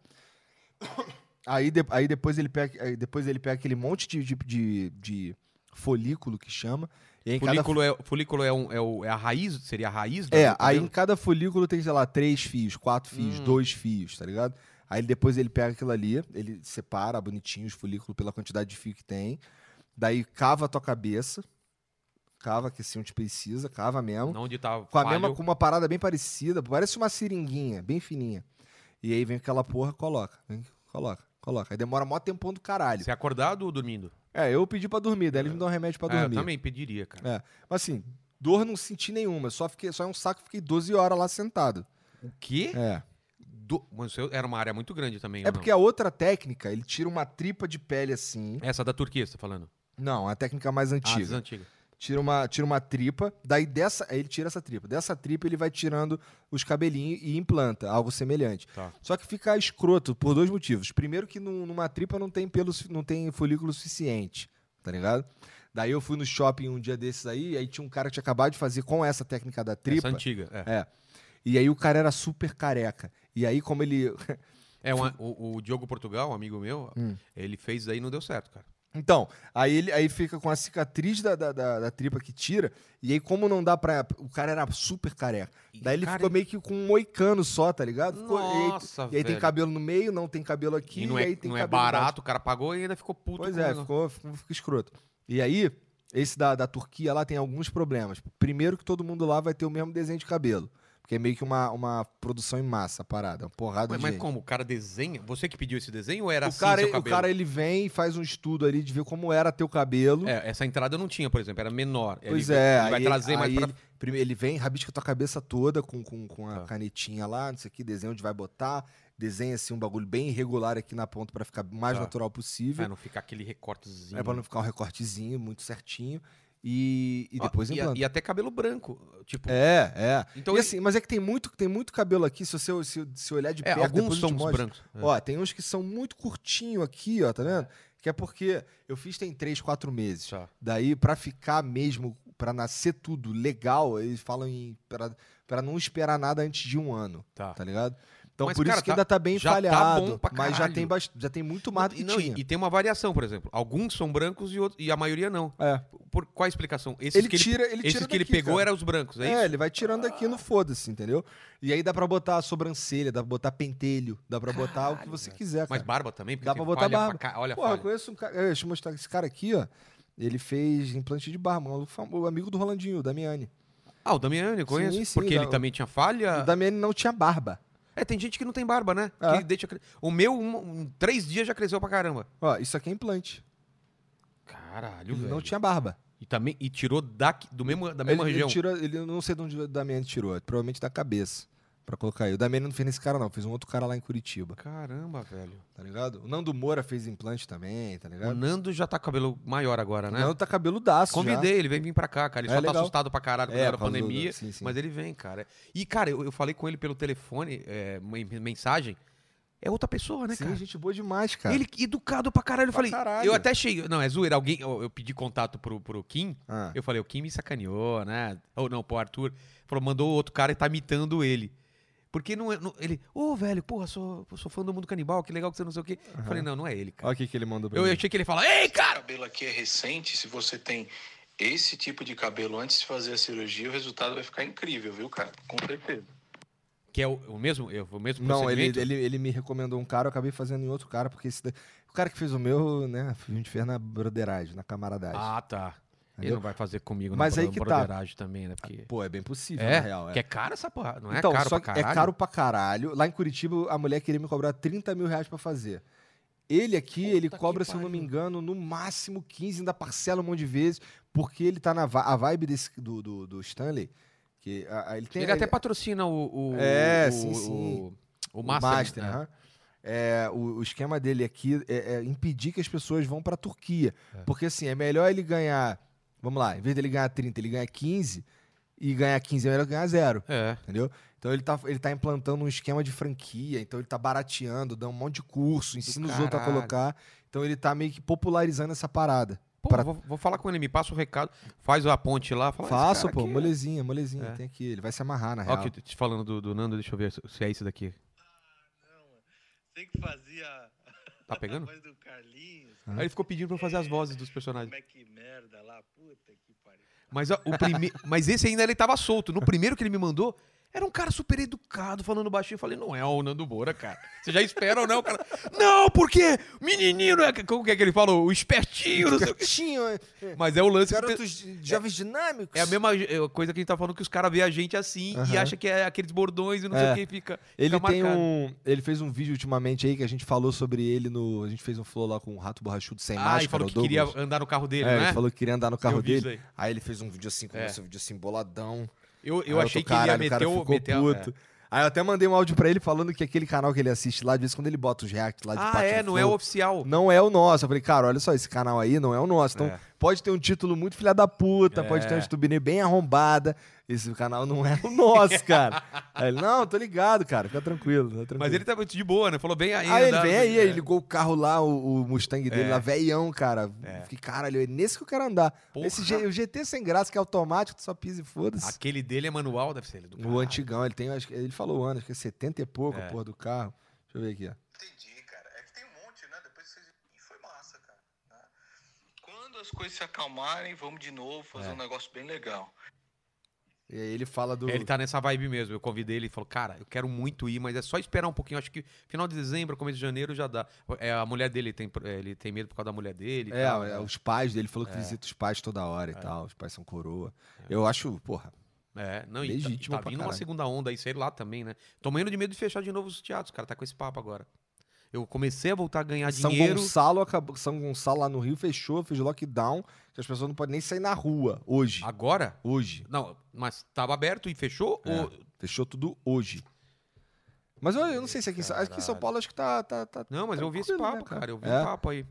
[SPEAKER 2] Aí, de- aí depois, ele pega, aí depois ele pega aquele monte de, de, de- de folículo que chama. E aí em cada
[SPEAKER 1] Folículo, é, folículo é, um- é o- é a raiz? Seria a raiz? do- do
[SPEAKER 2] É, aí
[SPEAKER 1] cabelo?
[SPEAKER 2] em cada folículo tem, sei lá, três fios, quatro fios,
[SPEAKER 1] Hum.
[SPEAKER 2] dois fios, tá ligado? Aí depois ele pega aquilo ali, ele separa bonitinho os folículos pela quantidade de fio que tem. Daí cava a tua cabeça. Cava que assim onde precisa, cava mesmo.
[SPEAKER 1] Não, Onde tá
[SPEAKER 2] Com a
[SPEAKER 1] falho.
[SPEAKER 2] mesma, com uma parada bem parecida, parece uma seringuinha, bem fininha. E aí vem aquela porra, coloca, vem, coloca, coloca. Aí demora mó tempão do caralho.
[SPEAKER 1] Você é acordado ou dormindo?
[SPEAKER 2] É, eu pedi pra dormir, daí eles me dão um remédio pra
[SPEAKER 1] Ah, eu
[SPEAKER 2] dormir.
[SPEAKER 1] também pediria, cara.
[SPEAKER 2] Mas assim, dor não senti nenhuma, só fiquei, só é um saco, fiquei 12 horas lá sentado.
[SPEAKER 1] O quê?
[SPEAKER 2] É.
[SPEAKER 1] Do- Mas isso era uma área muito grande também.
[SPEAKER 2] É
[SPEAKER 1] ou não?
[SPEAKER 2] porque a outra técnica, ele tira uma tripa de pele assim.
[SPEAKER 1] Essa da Turquia, você tá falando?
[SPEAKER 2] Não, é a técnica mais
[SPEAKER 1] Ah, das
[SPEAKER 2] antiga.
[SPEAKER 1] antigas.
[SPEAKER 2] Tira uma, tira uma tripa, daí dessa, aí ele tira essa tripa. Dessa tripa ele vai tirando os cabelinhos e implanta, algo semelhante.
[SPEAKER 1] Tá.
[SPEAKER 2] Só que fica escroto por dois motivos. Primeiro que num- numa tripa não tem pelo, su- não tem folículo suficiente, tá ligado? Daí eu fui no shopping um dia desses aí, aí tinha um cara que tinha acabado de fazer com essa técnica da
[SPEAKER 1] Essa
[SPEAKER 2] tripa.
[SPEAKER 1] antiga. É,
[SPEAKER 2] e aí o cara era super careca. E aí como ele <laughs>
[SPEAKER 1] É, uma- o, o Diogo Portugal, um amigo meu,
[SPEAKER 2] Hum.
[SPEAKER 1] ele fez aí e não deu certo, cara.
[SPEAKER 2] Então, aí ele aí fica com a cicatriz da, da, da- da tripa que tira, e aí, como não dá pra. O cara era super careca. Daí ele
[SPEAKER 1] Cara,
[SPEAKER 2] ficou meio que com um moicano só, tá ligado? Ficou- e aí-
[SPEAKER 1] Nossa,
[SPEAKER 2] e aí, tem
[SPEAKER 1] velho.
[SPEAKER 2] cabelo no meio, não tem cabelo aqui,
[SPEAKER 1] E não
[SPEAKER 2] e
[SPEAKER 1] é,
[SPEAKER 2] aí tem
[SPEAKER 1] não é
[SPEAKER 2] cabelo embaixo.
[SPEAKER 1] barato, o cara pagou e ainda ficou puto.
[SPEAKER 2] Pois
[SPEAKER 1] com o
[SPEAKER 2] é,
[SPEAKER 1] negócio.
[SPEAKER 2] ficou, ficou, fica escroto. E aí, esse da, da Turquia lá tem alguns problemas. Primeiro que todo mundo lá vai ter o mesmo desenho de cabelo. Porque é meio que uma, uma produção em massa, a parada. Uma porrada
[SPEAKER 1] Mas,
[SPEAKER 2] de
[SPEAKER 1] mas
[SPEAKER 2] gente.
[SPEAKER 1] como? O cara desenha? Você que pediu esse desenho ou era
[SPEAKER 2] o
[SPEAKER 1] assim
[SPEAKER 2] cara, é,
[SPEAKER 1] seu
[SPEAKER 2] o
[SPEAKER 1] cabelo?
[SPEAKER 2] cara ele vem e faz um estudo ali de ver como era teu cabelo.
[SPEAKER 1] É, essa entrada eu não tinha, por exemplo, era menor.
[SPEAKER 2] Pois
[SPEAKER 1] ele,
[SPEAKER 2] é,
[SPEAKER 1] ele vai
[SPEAKER 2] aí
[SPEAKER 1] trazer
[SPEAKER 2] ele,
[SPEAKER 1] mais
[SPEAKER 2] aí
[SPEAKER 1] pra... Ah,
[SPEAKER 2] ele, primeiro ele vem, rabisca tua cabeça toda com, com, com a
[SPEAKER 1] Tá.
[SPEAKER 2] canetinha lá, não sei o que, desenha onde vai botar, desenha assim um bagulho bem irregular aqui na ponta pra ficar mais
[SPEAKER 1] Tá.
[SPEAKER 2] natural
[SPEAKER 1] pra
[SPEAKER 2] possível.
[SPEAKER 1] não ficar aquele recortezinho.
[SPEAKER 2] É pra não ficar um recortezinho muito certinho e, e
[SPEAKER 1] Ó,
[SPEAKER 2] depois
[SPEAKER 1] e, a-
[SPEAKER 2] implanta.
[SPEAKER 1] e até cabelo branco. Tipo,
[SPEAKER 2] É, é.
[SPEAKER 1] então
[SPEAKER 2] e
[SPEAKER 1] ele-
[SPEAKER 2] assim, mas é que tem muito, tem muito cabelo aqui, se você se, se olhar de
[SPEAKER 1] é,
[SPEAKER 2] perto,
[SPEAKER 1] alguns
[SPEAKER 2] depois eu te
[SPEAKER 1] são
[SPEAKER 2] mostro.
[SPEAKER 1] brancos. É.
[SPEAKER 2] Ó, tem uns que são muito curtinho aqui, ó, tá vendo? Que é porque eu fiz tem 3, 4 meses.
[SPEAKER 1] Tá.
[SPEAKER 2] Daí, pra ficar mesmo, pra nascer tudo legal, eles falam em. pra, pra não esperar nada antes de um ano,
[SPEAKER 1] Tá.
[SPEAKER 2] tá ligado? Então,
[SPEAKER 1] Mas,
[SPEAKER 2] por
[SPEAKER 1] cara,
[SPEAKER 2] isso que
[SPEAKER 1] tá-
[SPEAKER 2] ainda tá bem
[SPEAKER 1] já tá
[SPEAKER 2] falhado.
[SPEAKER 1] bom pra
[SPEAKER 2] mas já
[SPEAKER 1] caralho.
[SPEAKER 2] tem, bast- já tem muito mais do que
[SPEAKER 1] Não, e,
[SPEAKER 2] tinha.
[SPEAKER 1] e tem uma variação, por exemplo. Alguns são brancos e, outros- e a maioria não.
[SPEAKER 2] É.
[SPEAKER 1] Por qual a explicação? Esses
[SPEAKER 2] Ele
[SPEAKER 1] que ele,
[SPEAKER 2] tira, ele tira
[SPEAKER 1] esses que ele
[SPEAKER 2] daqui,
[SPEAKER 1] pegou
[SPEAKER 2] cara.
[SPEAKER 1] eram os brancos, é,
[SPEAKER 2] É,
[SPEAKER 1] isso?
[SPEAKER 2] ele vai tirando daqui no foda-se, entendeu? E aí dá pra botar a sobrancelha, dá pra botar pentelho, dá pra botar o que você quiser.
[SPEAKER 1] Mas
[SPEAKER 2] é, cara.
[SPEAKER 1] barba também, porque
[SPEAKER 2] Dá
[SPEAKER 1] tem
[SPEAKER 2] pra botar
[SPEAKER 1] falha
[SPEAKER 2] barba.
[SPEAKER 1] pra ca- Olha a
[SPEAKER 2] Porra, eu
[SPEAKER 1] falha.
[SPEAKER 2] conheço um cara. é, Deixa eu mostrar esse cara aqui, ó. Ele fez implante de barba, um maluco fam- o amigo do Rolandinho, o Damiani.
[SPEAKER 1] Ah, o Damiani eu conheço,
[SPEAKER 2] sim,
[SPEAKER 1] porque ele
[SPEAKER 2] dá-
[SPEAKER 1] também tinha
[SPEAKER 2] O
[SPEAKER 1] falha.
[SPEAKER 2] Damiani não tinha barba.
[SPEAKER 1] É, tem gente que não tem barba, né?
[SPEAKER 2] É.
[SPEAKER 1] Que ele deixa... cre- O meu, um- em três dias já cresceu pra caramba.
[SPEAKER 2] Ó, isso aqui é implante.
[SPEAKER 1] Caralho,
[SPEAKER 2] Ele
[SPEAKER 1] velho.
[SPEAKER 2] não tinha barba.
[SPEAKER 1] E, também, e tirou daqui- do mesmo, da
[SPEAKER 2] Ele,
[SPEAKER 1] mesma região.
[SPEAKER 2] ele tirou, ele eu não sei de onde o Damiani tirou, provavelmente da cabeça. Pra colocar aí. O Damiani não fez nesse cara, não. Fez um outro cara lá em Curitiba,
[SPEAKER 1] Caramba, velho.
[SPEAKER 2] tá ligado? O Nando Moura fez implante também, tá
[SPEAKER 1] O
[SPEAKER 2] ligado?
[SPEAKER 1] Nando já tá com cabelo maior agora,
[SPEAKER 2] O
[SPEAKER 1] né?
[SPEAKER 2] Nando tá cabeludaço,
[SPEAKER 1] Convidei, ele vem vir pra cá, cara. Ele
[SPEAKER 2] É,
[SPEAKER 1] só tá
[SPEAKER 2] legal.
[SPEAKER 1] assustado pra caralho
[SPEAKER 2] já.
[SPEAKER 1] com é, a
[SPEAKER 2] por causa do-
[SPEAKER 1] pandemia.
[SPEAKER 2] sim, sim.
[SPEAKER 1] Mas ele é vem, cara. E, cara, eu, eu falei com ele pelo telefone, é, men- mensagem. É outra pessoa, né,
[SPEAKER 2] Sim,
[SPEAKER 1] cara?
[SPEAKER 2] gente boa demais, cara.
[SPEAKER 1] Ele educado pra caralho. Eu
[SPEAKER 2] Pra
[SPEAKER 1] falei,
[SPEAKER 2] caralho.
[SPEAKER 1] eu até cheguei. Não, é zoeira. Alguém, eu, eu pedi contato pro, pro Kim.
[SPEAKER 2] Ah.
[SPEAKER 1] Eu falei, o Kim me sacaneou, né? Ou não, pro Arthur. Falou, mandou outro cara e tá imitando ele. Porque não é. não- ele, ô, velho, porra, sou, sou fã do mundo canibal, que legal que você não sei o quê. Eu falei, não, não é ele, cara.
[SPEAKER 2] Olha o que que ele mandou pra
[SPEAKER 1] Eu,
[SPEAKER 2] mim.
[SPEAKER 1] eu achei que ele fala, ei,
[SPEAKER 3] O
[SPEAKER 1] cara!
[SPEAKER 3] cabelo aqui é recente, se você tem esse tipo de cabelo antes de fazer a cirurgia, o resultado vai ficar incrível, viu, cara? Com certeza.
[SPEAKER 1] Que é o, o mesmo, eu, o mesmo
[SPEAKER 2] Não, ele,
[SPEAKER 1] procedimento?
[SPEAKER 2] ele, ele me recomendou um cara, eu acabei fazendo em outro cara, porque esse daí- o cara que fez o meu, né, a gente fez na broderagem, na camaradagem.
[SPEAKER 1] Ah, tá. Ele
[SPEAKER 2] Entendeu?
[SPEAKER 1] não vai fazer comigo
[SPEAKER 2] Mas
[SPEAKER 1] na
[SPEAKER 2] aí
[SPEAKER 1] bro-
[SPEAKER 2] que tá.
[SPEAKER 1] broderagem também, né? Porque...
[SPEAKER 2] Pô, é bem possível,
[SPEAKER 1] É,
[SPEAKER 2] na real. É.
[SPEAKER 1] que é caro essa porra, não é
[SPEAKER 2] então,
[SPEAKER 1] caro
[SPEAKER 2] só
[SPEAKER 1] pra
[SPEAKER 2] que é
[SPEAKER 1] caralho?
[SPEAKER 2] caro pra caralho. Lá em Curitiba, a mulher queria me cobrar 30 mil reais pra fazer. Ele aqui, ele
[SPEAKER 1] Puta que
[SPEAKER 2] cobra, se eu não me
[SPEAKER 1] pariu.
[SPEAKER 2] engano, no máximo 15, ainda parcela um monte de vezes, porque ele tá na va- a vibe desse, do, do, do Stanley, que a- a- ele tem...
[SPEAKER 1] Ele até patrocina o... o-
[SPEAKER 2] É,
[SPEAKER 1] o-
[SPEAKER 2] sim,
[SPEAKER 1] o-
[SPEAKER 2] sim.
[SPEAKER 1] O, o
[SPEAKER 2] o
[SPEAKER 1] Master. né?
[SPEAKER 2] aham. É, o, o esquema dele aqui é, é impedir que as pessoas vão pra Turquia.
[SPEAKER 1] É.
[SPEAKER 2] Porque assim, é melhor ele ganhar. Vamos lá, em vez dele ganhar 30, ele ganha 15. E ganhar 15 é melhor ganhar zero,
[SPEAKER 1] É.
[SPEAKER 2] entendeu? Então ele tá, ele tá implantando um esquema de franquia, então ele tá barateando, dá um monte de curso, ensina os outros a
[SPEAKER 1] caralho.
[SPEAKER 2] colocar. Então ele tá meio que popularizando essa parada,
[SPEAKER 1] Pô,
[SPEAKER 2] Pra-
[SPEAKER 1] vou, vou falar com ele, me passa o recado, faz a ponte lá. Fala,
[SPEAKER 2] Faço,
[SPEAKER 1] "Esse cara
[SPEAKER 2] pô,
[SPEAKER 1] aqui é-"
[SPEAKER 2] molezinha, molezinha,
[SPEAKER 1] É.
[SPEAKER 2] tem aqui. Ele vai se amarrar, na
[SPEAKER 1] Ó,
[SPEAKER 2] real. <laughs>
[SPEAKER 1] aqui, te falando do, do Nando, deixa eu ver se se é esse daqui.
[SPEAKER 4] Você que fazia
[SPEAKER 1] Tá pegando?
[SPEAKER 4] a voz do Carlinhos.
[SPEAKER 2] Ah.
[SPEAKER 1] Aí ele ficou pedindo pra eu fazer as vozes dos personagens.
[SPEAKER 4] Como é que merda lá, puta que pariu.
[SPEAKER 1] Mas, ó, o
[SPEAKER 2] <laughs>
[SPEAKER 1] prime... Mas esse ainda ele tava solto. No primeiro que ele me mandou, era um cara super educado, falando baixinho. Eu falei, não é o Nando Moura, cara. Você já espera ou não, o
[SPEAKER 2] <laughs>
[SPEAKER 1] cara? Não, porque menininho, não é... como que é que ele falou? O espertinho, não sei o quê.
[SPEAKER 2] Gatinho, é-
[SPEAKER 1] Mas é o lance... que o
[SPEAKER 2] garotos de- jovens dinâmicos.
[SPEAKER 1] É a mesma é a coisa que a gente tá falando que os caras veem a gente assim e
[SPEAKER 2] Aham.
[SPEAKER 1] acham que é aqueles bordões e não sei
[SPEAKER 2] É.
[SPEAKER 1] o que fica.
[SPEAKER 2] Ele
[SPEAKER 1] fica
[SPEAKER 2] tem
[SPEAKER 1] marcado.
[SPEAKER 2] um. Ele fez um vídeo ultimamente aí que a gente falou sobre ele no. A gente fez um flow lá com o rato borrachudo sem
[SPEAKER 1] Ah,
[SPEAKER 2] máscara.
[SPEAKER 1] ele falou
[SPEAKER 2] o
[SPEAKER 1] que queria
[SPEAKER 2] Douglas.
[SPEAKER 1] andar no carro dele,
[SPEAKER 2] É,
[SPEAKER 1] né?
[SPEAKER 2] ele falou que queria andar no carro
[SPEAKER 1] Eu vi isso
[SPEAKER 2] dele.
[SPEAKER 1] aí. É.
[SPEAKER 2] Aí ele fez um vídeo assim, começou um vídeo assim, boladão.
[SPEAKER 1] Eu,
[SPEAKER 2] Aí
[SPEAKER 1] eu achei
[SPEAKER 2] tô,
[SPEAKER 1] que ele ia
[SPEAKER 2] "Caralho, o cara
[SPEAKER 1] meter o.
[SPEAKER 2] ficou
[SPEAKER 1] meter a- É.
[SPEAKER 2] puto. Aí eu até mandei um áudio pra ele falando que aquele canal que ele assiste lá, de vez em quando ele bota os reacts lá de
[SPEAKER 1] Ah,
[SPEAKER 2] Pátio
[SPEAKER 1] é,
[SPEAKER 2] do
[SPEAKER 1] não
[SPEAKER 2] Flow,
[SPEAKER 1] é o oficial.
[SPEAKER 2] Não é o nosso. Eu falei, cara, olha só, esse canal aí não é o nosso. Então,
[SPEAKER 1] É.
[SPEAKER 2] pode ter um título muito filha da puta, pode ter uma estubiné bem arrombada. Esse canal não é
[SPEAKER 1] <laughs>
[SPEAKER 2] o nosso, cara. aí ele, não, tô ligado, cara, fica tranquilo, tá tranquilo.
[SPEAKER 1] Mas ele tava de boa, né? Falou bem aí.
[SPEAKER 2] Aí Ah, ele
[SPEAKER 1] andar,
[SPEAKER 2] vem
[SPEAKER 1] não sei o
[SPEAKER 2] aí,
[SPEAKER 1] quê.
[SPEAKER 2] aí ligou o carro lá, o, o Mustang dele,
[SPEAKER 1] É.
[SPEAKER 2] lá, veião, cara. Fiquei, caralho, é nesse que eu quero andar.
[SPEAKER 1] É, Porra.
[SPEAKER 2] Esse G- o GT sem graça, que é automático, tu só pisa e foda-se.
[SPEAKER 1] Aquele dele é manual, deve ser ele do
[SPEAKER 2] O antigão, ele tem, acho que- ele falou o ano, acho que é 70 e pouco, a porra do carro. Deixa eu ver aqui, ó.
[SPEAKER 3] Entendi, cara. É que tem um monte, né? Depois que vocês. E foi massa, cara. né? Quando as coisas se acalmarem, vamos de novo fazer um negócio bem legal.
[SPEAKER 2] E aí ele fala do.
[SPEAKER 1] Ele tá nessa vibe mesmo. Eu convidei ele e falou: Cara, eu quero muito ir, mas é só esperar um pouquinho. Acho que final de dezembro, começo de janeiro já dá. É, a mulher dele tem, pro- é, ele tem medo por causa da mulher dele. e
[SPEAKER 2] É,
[SPEAKER 1] tal,
[SPEAKER 2] é,
[SPEAKER 1] né?
[SPEAKER 2] os pais dele falou que visita os pais toda hora e tal. Os pais são coroa. Eu acho, porra,
[SPEAKER 1] É, não, e tá, e
[SPEAKER 2] Legítimo
[SPEAKER 1] tá
[SPEAKER 2] pra
[SPEAKER 1] vindo uma
[SPEAKER 2] caralho.
[SPEAKER 1] segunda onda aí, sei lá também, né? Tô morrendo de medo de fechar de novo os teatros, cara. Tá com esse papo agora. Eu comecei a voltar a ganhar
[SPEAKER 2] São
[SPEAKER 1] dinheiro.
[SPEAKER 2] Gonçalo acabou. São Gonçalo lá no Rio fechou, fez lockdown, que as pessoas não podem nem sair na rua hoje.
[SPEAKER 1] Agora?
[SPEAKER 2] Hoje.
[SPEAKER 1] Não, mas tava aberto e fechou?
[SPEAKER 2] É.
[SPEAKER 1] Ou...
[SPEAKER 2] Fechou tudo hoje. Mas eu, eu não sei se aqui, em São- aqui em São
[SPEAKER 1] Caralho.
[SPEAKER 2] Paulo acho que tá. tá, tá
[SPEAKER 1] Não, mas eu ouvi esse
[SPEAKER 2] tranquilo,
[SPEAKER 1] papo,
[SPEAKER 2] né,
[SPEAKER 1] cara. Eu vi
[SPEAKER 2] É.
[SPEAKER 1] o papo aí.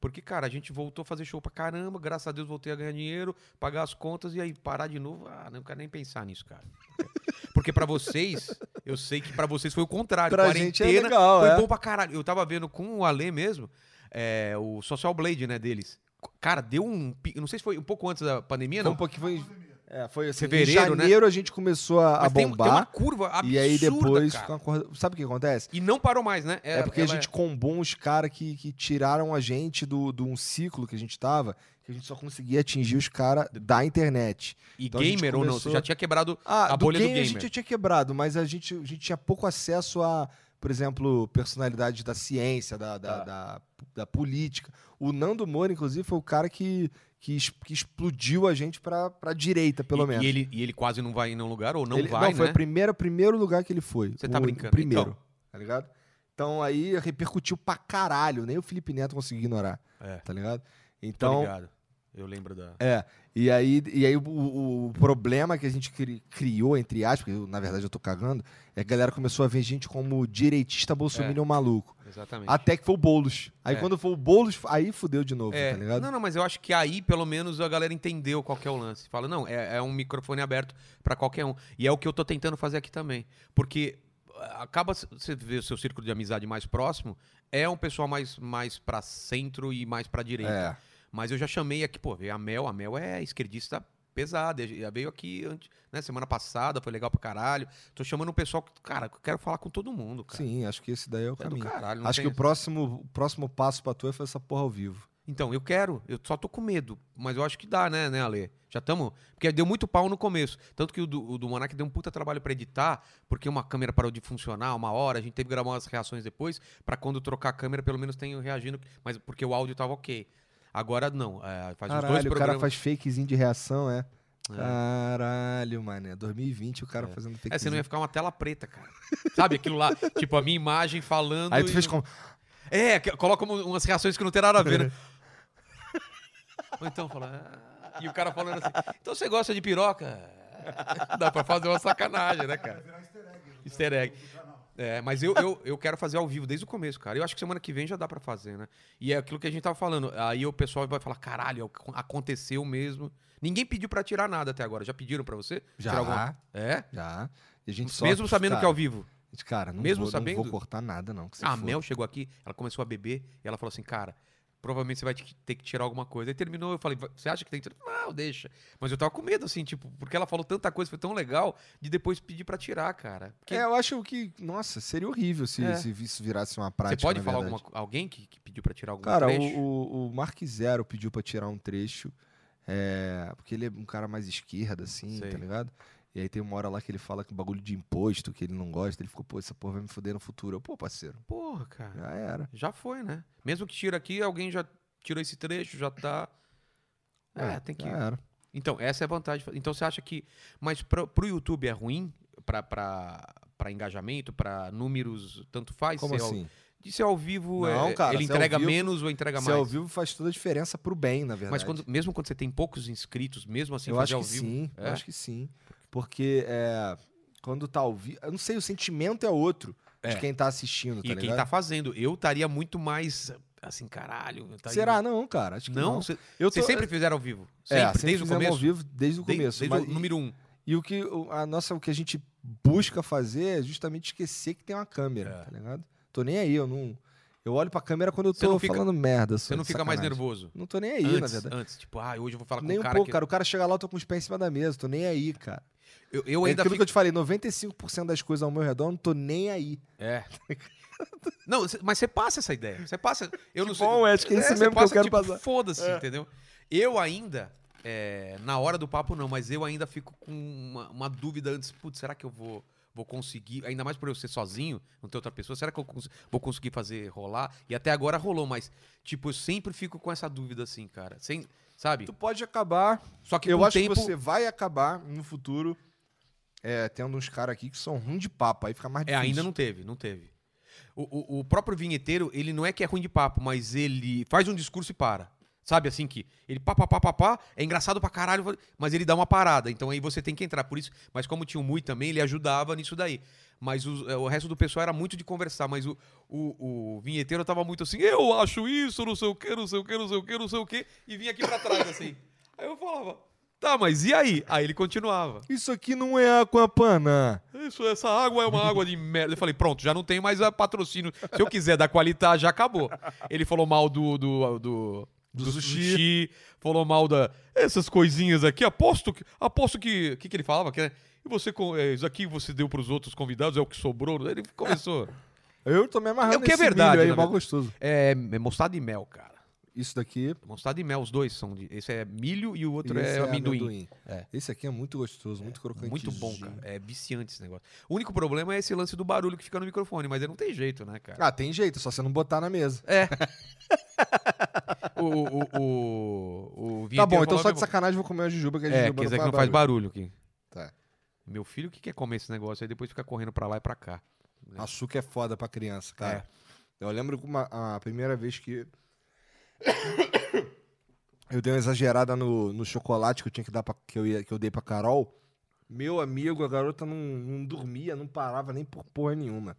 [SPEAKER 1] Porque, cara, a gente voltou a fazer show pra caramba, graças a Deus voltei a ganhar dinheiro, pagar as contas e aí parar de novo. Ah, não quero nem pensar nisso, cara. <laughs> Porque pra vocês, eu sei que pra vocês foi o contrário.
[SPEAKER 2] Pra gente é
[SPEAKER 1] Quarentena
[SPEAKER 2] legal,
[SPEAKER 1] foi
[SPEAKER 2] é.
[SPEAKER 1] bom pra caralho. Eu tava vendo com o Ale mesmo, é, o Social Blade, né, deles. Cara, deu um. pi- eu Não sei se foi um pouco antes da pandemia,
[SPEAKER 2] Foi
[SPEAKER 1] não.
[SPEAKER 2] um pouquinho. Foi, é, foi assim,
[SPEAKER 1] Fevereiro, né?
[SPEAKER 2] em janeiro a gente começou a, a
[SPEAKER 1] mas tem, tem uma
[SPEAKER 2] bombar.
[SPEAKER 1] curva absurda.
[SPEAKER 2] e aí depois.
[SPEAKER 1] cara.
[SPEAKER 2] ficou uma corda- Sabe o que acontece?
[SPEAKER 1] E não parou mais, né?
[SPEAKER 2] É porque a
[SPEAKER 1] ela
[SPEAKER 2] gente combou uns caras que, que tiraram a gente do, de um ciclo que a gente tava, que a gente só conseguia atingir os caras da internet.
[SPEAKER 1] E
[SPEAKER 2] então a gente
[SPEAKER 1] gamer ou não? Você
[SPEAKER 2] começou-
[SPEAKER 1] já tinha quebrado
[SPEAKER 2] Ah,
[SPEAKER 1] A
[SPEAKER 2] do
[SPEAKER 1] bolha do
[SPEAKER 2] game a
[SPEAKER 1] gamer.
[SPEAKER 2] gente já tinha quebrado, mas a gente, a gente tinha pouco acesso a, por exemplo, personalidade da ciência, da, da,
[SPEAKER 1] Tá.
[SPEAKER 2] da- da política. O Nando Moura, inclusive, foi o cara que, que, es- que explodiu a gente pra, pra direita, pelo
[SPEAKER 1] e,
[SPEAKER 2] menos.
[SPEAKER 1] E ele, e ele quase não vai em nenhum lugar, ou não
[SPEAKER 2] Ele-
[SPEAKER 1] vai,
[SPEAKER 2] não, foi
[SPEAKER 1] né?
[SPEAKER 2] o primeiro, primeiro lugar que ele foi.
[SPEAKER 1] Você tá
[SPEAKER 2] O
[SPEAKER 1] brincando.
[SPEAKER 2] Primeiro,
[SPEAKER 1] Então.
[SPEAKER 2] tá ligado? Então aí repercutiu pra caralho. Nem o Felipe Neto conseguiu ignorar,
[SPEAKER 1] É.
[SPEAKER 2] tá ligado?
[SPEAKER 1] Tô
[SPEAKER 2] Então,
[SPEAKER 1] ligado. Eu lembro da...
[SPEAKER 2] e aí, e aí o, o- o problema que a gente cri- criou, entre aspas, que eu, na verdade eu tô cagando, é que a galera começou a ver gente como direitista bolsominion maluco.
[SPEAKER 1] Exatamente.
[SPEAKER 2] Até que foi o Boulos. Aí
[SPEAKER 1] É.
[SPEAKER 2] quando foi o Boulos, aí fudeu de novo,
[SPEAKER 1] É,
[SPEAKER 2] tá ligado?
[SPEAKER 1] não, não, mas eu acho que aí, pelo menos, a galera entendeu qual que é o lance. Fala, não, é, é um microfone aberto pra qualquer um. E é o que eu tô tentando fazer aqui também. Porque ah, acaba, c- você vê o seu círculo de amizade mais próximo, é um pessoal mais, mais pra centro e mais pra direita.
[SPEAKER 2] é.
[SPEAKER 1] Mas eu já chamei aqui, pô, veio a Mel, a Mel é esquerdista pesada, já veio aqui ante- né, semana passada, foi legal pra caralho. Tô chamando o pessoal, que, cara, eu quero falar com todo mundo, cara.
[SPEAKER 2] Sim, acho que esse daí é o
[SPEAKER 1] É do
[SPEAKER 2] caminho.
[SPEAKER 1] caralho, não
[SPEAKER 2] acho
[SPEAKER 1] tem
[SPEAKER 2] que o próximo, o próximo passo pra tu é fazer essa porra ao vivo.
[SPEAKER 1] Então, eu quero, eu só tô com medo, mas eu acho que dá, né, né, Ale? Já estamos. Porque deu muito pau no começo. Tanto que o do, o do Monark deu um puta trabalho pra editar, porque uma câmera parou de funcionar uma hora, a gente teve que gravar umas reações depois, pra quando trocar a câmera, pelo menos tenho reagindo, mas porque o áudio tava ok. Agora não, é, faz uns dois
[SPEAKER 2] Caralho, o cara
[SPEAKER 1] programas.
[SPEAKER 2] faz fakezinho de reação, é.
[SPEAKER 1] É.
[SPEAKER 2] Caralho, mané. 2020 o cara
[SPEAKER 1] É.
[SPEAKER 2] fazendo
[SPEAKER 1] É, você não
[SPEAKER 2] fakezinho.
[SPEAKER 1] ia ficar uma tela preta, cara. Sabe aquilo
[SPEAKER 2] <laughs>
[SPEAKER 1] lá, tipo a minha imagem falando.
[SPEAKER 2] Aí tu
[SPEAKER 1] e
[SPEAKER 2] fez
[SPEAKER 1] não-
[SPEAKER 2] como.
[SPEAKER 1] É, que- coloca um- umas reações que não tem nada a
[SPEAKER 2] <laughs>
[SPEAKER 1] ver, né? Ou então fala. "Ah", E o cara falando assim: então você gosta de piroca? <laughs> Dá pra fazer uma sacanagem, né, cara? Easter egg. É, mas eu, eu, eu quero fazer ao vivo desde o começo, cara. Eu acho que semana que vem já dá pra fazer, né? E é aquilo que a gente tava falando. Aí o pessoal vai falar: caralho, ac- aconteceu mesmo. Ninguém pediu pra tirar nada até agora. Já pediram pra você?
[SPEAKER 2] Já,
[SPEAKER 1] Tirar alguma- É?
[SPEAKER 2] já. E a gente só.
[SPEAKER 1] Mesmo sabendo
[SPEAKER 2] cara,
[SPEAKER 1] que é ao vivo.
[SPEAKER 2] vivo. Cara, não,
[SPEAKER 1] Mesmo
[SPEAKER 2] vou, não
[SPEAKER 1] sabendo? Ah,
[SPEAKER 2] vou cortar nada, não. que se
[SPEAKER 1] A
[SPEAKER 2] foda.
[SPEAKER 1] Mel chegou aqui, ela começou a beber e ela falou assim: Cara, provavelmente você vai te- ter que tirar alguma coisa. Aí terminou, eu falei, "Va- você acha que tem que tirar? Não, deixa. Mas eu tava com medo, assim, tipo, porque ela falou tanta coisa, foi tão legal, de depois pedir pra tirar, cara. Porque
[SPEAKER 2] É, eu acho que, nossa, seria horrível se,
[SPEAKER 1] É.
[SPEAKER 2] se isso virasse uma
[SPEAKER 1] você
[SPEAKER 2] prática.
[SPEAKER 1] pode
[SPEAKER 2] na
[SPEAKER 1] falar
[SPEAKER 2] verdade.
[SPEAKER 1] alguma, co- alguém que, que pediu pra tirar algum
[SPEAKER 2] Cara,
[SPEAKER 1] trecho?
[SPEAKER 2] o, o, o Mark Zero pediu pra tirar um trecho, é, porque ele é um cara mais esquerda, assim,
[SPEAKER 1] Sei.
[SPEAKER 2] tá ligado? E aí tem uma hora lá que ele fala que o bagulho de imposto, que ele não gosta, ele ficou, pô, essa porra vai me foder no futuro. Eu, pô, parceiro,
[SPEAKER 1] Porra, cara.
[SPEAKER 2] já era.
[SPEAKER 1] Já foi, né? Mesmo que tira aqui, alguém já tirou esse trecho, já tá. É, tem que.
[SPEAKER 2] Já era.
[SPEAKER 1] Então, essa é a vantagem. Então, você acha que. Mas pro, pro YouTube é ruim? Pra, pra, pra engajamento, pra números, tanto faz?
[SPEAKER 2] Como
[SPEAKER 1] Se é ao-
[SPEAKER 2] assim?
[SPEAKER 1] De ser ao vivo,
[SPEAKER 2] Não,
[SPEAKER 1] é,
[SPEAKER 2] cara,
[SPEAKER 1] ele
[SPEAKER 2] se é ao
[SPEAKER 1] entrega
[SPEAKER 2] vivo-
[SPEAKER 1] menos ou entrega
[SPEAKER 2] Se é
[SPEAKER 1] mais?
[SPEAKER 2] ao vivo faz toda a diferença pro bem, na verdade.
[SPEAKER 1] Mas quando, mesmo quando você tem poucos inscritos, mesmo assim,
[SPEAKER 2] eu
[SPEAKER 1] fazer
[SPEAKER 2] acho
[SPEAKER 1] ao
[SPEAKER 2] que
[SPEAKER 1] vivo.
[SPEAKER 2] sim,
[SPEAKER 1] É?
[SPEAKER 2] eu acho que sim. Porque é, quando tá ao vivo, eu não sei, o sentimento é outro
[SPEAKER 1] É.
[SPEAKER 2] de quem tá assistindo, tá
[SPEAKER 1] e quem
[SPEAKER 2] ligado?
[SPEAKER 1] tá fazendo, eu estaria muito mais assim, caralho. eu estaria-
[SPEAKER 2] Tá Será? Não, cara, acho que não.
[SPEAKER 1] Não? Cê-
[SPEAKER 2] Eu
[SPEAKER 1] Vocês
[SPEAKER 2] tô-
[SPEAKER 1] sempre fizeram ao vivo?
[SPEAKER 2] É,
[SPEAKER 1] Sempre,
[SPEAKER 2] sempre
[SPEAKER 1] desde o
[SPEAKER 2] fizemos
[SPEAKER 1] começo?
[SPEAKER 2] ao vivo desde o
[SPEAKER 1] Desde-
[SPEAKER 2] começo.
[SPEAKER 1] Desde,
[SPEAKER 2] mas-
[SPEAKER 1] o número um.
[SPEAKER 2] E o que o- a nossa, o que a gente busca fazer é justamente esquecer que tem uma câmera,
[SPEAKER 1] É.
[SPEAKER 2] tá ligado? Tô nem aí, eu não. Eu olho pra câmera quando eu
[SPEAKER 1] Você
[SPEAKER 2] tô
[SPEAKER 1] não fica-
[SPEAKER 2] falando merda. só
[SPEAKER 1] Você não
[SPEAKER 2] de
[SPEAKER 1] fica mais
[SPEAKER 2] sacanagem.
[SPEAKER 1] nervoso?
[SPEAKER 2] Não tô nem aí,
[SPEAKER 1] antes,
[SPEAKER 2] na verdade.
[SPEAKER 1] antes, tipo, ah, hoje eu vou falar com
[SPEAKER 2] Nem
[SPEAKER 1] um
[SPEAKER 2] um
[SPEAKER 1] cara
[SPEAKER 2] pouco,
[SPEAKER 1] que...
[SPEAKER 2] cara. O cara chega lá, eu tô com os pés em cima da mesa, tô nem aí, cara.
[SPEAKER 1] Eu, eu
[SPEAKER 2] é
[SPEAKER 1] ainda
[SPEAKER 2] aquilo
[SPEAKER 1] fico...
[SPEAKER 2] que eu te falei, 95% das coisas ao meu redor, eu não tô nem aí.
[SPEAKER 1] É. Não, cê- mas você passa essa ideia. Você passa. Eu não
[SPEAKER 2] bom,
[SPEAKER 1] sei.
[SPEAKER 2] Ed, que é isso
[SPEAKER 1] cê
[SPEAKER 2] mesmo que eu
[SPEAKER 1] passa,
[SPEAKER 2] quero
[SPEAKER 1] tipo,
[SPEAKER 2] passar. É.
[SPEAKER 1] Foda-se, entendeu? Eu ainda, é, na hora do papo não, mas eu ainda fico com uma, uma dúvida antes. Putz, será que eu vou, vou conseguir? Ainda mais por eu ser sozinho, não ter outra pessoa. Será que eu cons- vou conseguir fazer rolar? E até agora rolou, mas, tipo, eu sempre fico com essa dúvida assim, cara. Sem, sabe?
[SPEAKER 2] Tu pode acabar.
[SPEAKER 1] Só que
[SPEAKER 2] eu
[SPEAKER 1] com o
[SPEAKER 2] acho
[SPEAKER 1] tempo.
[SPEAKER 2] que você vai acabar no futuro é, tendo uns caras aqui que são ruim de papo. Aí fica mais
[SPEAKER 1] É,
[SPEAKER 2] difícil.
[SPEAKER 1] ainda não teve, não teve. O, o- o próprio vinheteiro, ele não é que é ruim de papo, mas ele faz um discurso e para. Sabe assim que ele pá, pá, pá, pá, pá, é engraçado pra caralho, mas ele dá uma parada. Então aí você tem que entrar. Por isso, mas como tinha o Mui também, ele ajudava nisso daí. Mas os- eh, o, resto do pessoal era muito de conversar, mas o, o, o vinheteiro tava muito assim, eu acho isso, não sei o que, não sei o que, não sei o que, não sei o que, e vinha aqui pra trás assim. Aí eu falava, tá, mas e aí? Aí ele continuava.
[SPEAKER 2] Isso aqui não é Aquapanã.
[SPEAKER 1] Isso, essa água é uma água de merda. Eu falei, pronto, já não tem mais a patrocínio. Se eu quiser dar qualidade, já acabou. Ele falou mal do. do, do do sushi. falou mal da. Essas coisinhas aqui, aposto que. Aposto que. O que, que ele falava? Que, né? E você. com- é, Isso aqui você deu pros outros convidados, é o que sobrou. Ele começou.
[SPEAKER 2] Eu tô me amarrando
[SPEAKER 1] É o que é
[SPEAKER 2] nesse milho
[SPEAKER 1] verdade,
[SPEAKER 2] aí,
[SPEAKER 1] na
[SPEAKER 2] mal
[SPEAKER 1] verdade.
[SPEAKER 2] gostoso.
[SPEAKER 1] É, é mostarda e mel, cara.
[SPEAKER 2] Isso daqui.
[SPEAKER 1] Mostarda e mel, os dois são. De, esse é milho e o outro
[SPEAKER 2] esse
[SPEAKER 1] é, amendoim. É.
[SPEAKER 2] Esse aqui é muito gostoso, muito crocante.
[SPEAKER 1] Muito bom, cara. É viciante esse negócio. O único problema é esse lance do barulho que fica no microfone, mas aí não tem jeito, né, cara?
[SPEAKER 2] Ah, tem jeito, é só você não botar na mesa.
[SPEAKER 1] O, o, o, o, o
[SPEAKER 2] tá
[SPEAKER 1] vinheteiro
[SPEAKER 2] bom,
[SPEAKER 1] falou
[SPEAKER 2] então só de
[SPEAKER 1] mesmo-
[SPEAKER 2] sacanagem eu vou comer a jujuba que a
[SPEAKER 1] É,
[SPEAKER 2] jujuba
[SPEAKER 1] quer dizer que não faz barulho aqui.
[SPEAKER 2] Tá.
[SPEAKER 1] Meu filho que quer comer esse negócio aí depois fica correndo pra lá e pra cá. É, barulho.
[SPEAKER 2] Açúcar é foda pra criança, cara. Eu lembro que uma- a primeira vez que. <coughs> eu dei uma exagerada no, no chocolate que eu tinha que dar pra, que, eu ia- que eu dei pra Carol. Meu amigo, a garota não, não dormia, não parava nem por porra nenhuma.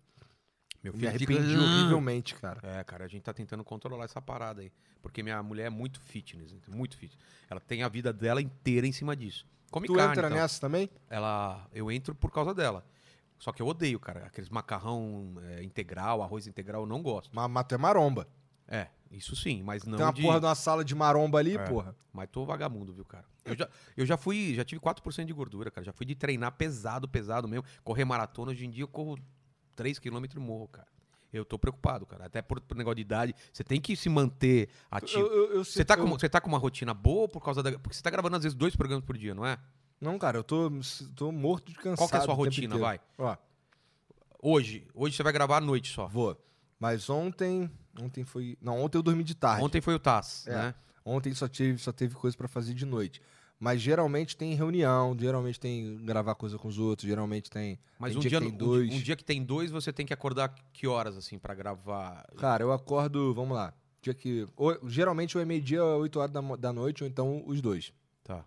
[SPEAKER 1] Meu
[SPEAKER 2] Eu me
[SPEAKER 1] filho
[SPEAKER 2] arrependi
[SPEAKER 1] fica...
[SPEAKER 2] horrivelmente, cara.
[SPEAKER 1] É, cara, a gente tá tentando controlar essa parada aí. Porque minha mulher é muito fitness, né? muito fitness. Ela tem a vida dela inteira em cima disso. Come
[SPEAKER 2] tu
[SPEAKER 1] carne,
[SPEAKER 2] entra
[SPEAKER 1] então.
[SPEAKER 2] nessa também?
[SPEAKER 1] Ela, eu entro por causa dela. Só que eu odeio, cara. Aqueles macarrão é, integral, arroz integral, eu não gosto.
[SPEAKER 2] Mas mas tu é maromba.
[SPEAKER 1] É, isso sim, mas não
[SPEAKER 2] Tem uma
[SPEAKER 1] de...
[SPEAKER 2] porra de uma sala de maromba ali,
[SPEAKER 1] É.
[SPEAKER 2] porra.
[SPEAKER 1] Mas tô vagabundo, viu, cara? Eu já, eu já fui, já tive 4% de gordura, cara. Já fui de treinar pesado, pesado mesmo. Correr maratona, hoje em dia eu corro 3km e morro, cara. Eu tô preocupado, cara. Até por, por negócio de idade, você tem que se manter ativo. Você tá, com,
[SPEAKER 2] como?
[SPEAKER 1] uma- você tá com uma rotina boa por causa da. Porque você tá gravando às vezes dois programas por dia, não é?
[SPEAKER 2] Não, cara, eu tô, tô morto de cansado.
[SPEAKER 1] Qual que é a sua
[SPEAKER 2] o tempo
[SPEAKER 1] rotina,
[SPEAKER 2] inteiro.
[SPEAKER 1] vai?
[SPEAKER 2] Ó,
[SPEAKER 1] Hoje. Hoje você vai gravar à noite só.
[SPEAKER 2] vou. Mas ontem. Ontem foi. Não, ontem eu dormi de tarde. Ontem,
[SPEAKER 1] Ontem foi o Taz,
[SPEAKER 2] É.
[SPEAKER 1] né?
[SPEAKER 2] só, tive, só teve coisa pra fazer de noite. Mas geralmente tem reunião, geralmente tem gravar coisa com os outros, geralmente tem.
[SPEAKER 1] Mas
[SPEAKER 2] Tem
[SPEAKER 1] um
[SPEAKER 2] dia
[SPEAKER 1] dia,
[SPEAKER 2] que
[SPEAKER 1] um,
[SPEAKER 2] tem
[SPEAKER 1] di-
[SPEAKER 2] dois.
[SPEAKER 1] um dia que tem dois, você tem que acordar que horas, assim, pra gravar?
[SPEAKER 2] Cara, eu acordo, vamos lá. Dia que. ou- geralmente ou é meio-dia ou é 8 horas da, mo- da noite, ou então os dois.
[SPEAKER 1] Tá.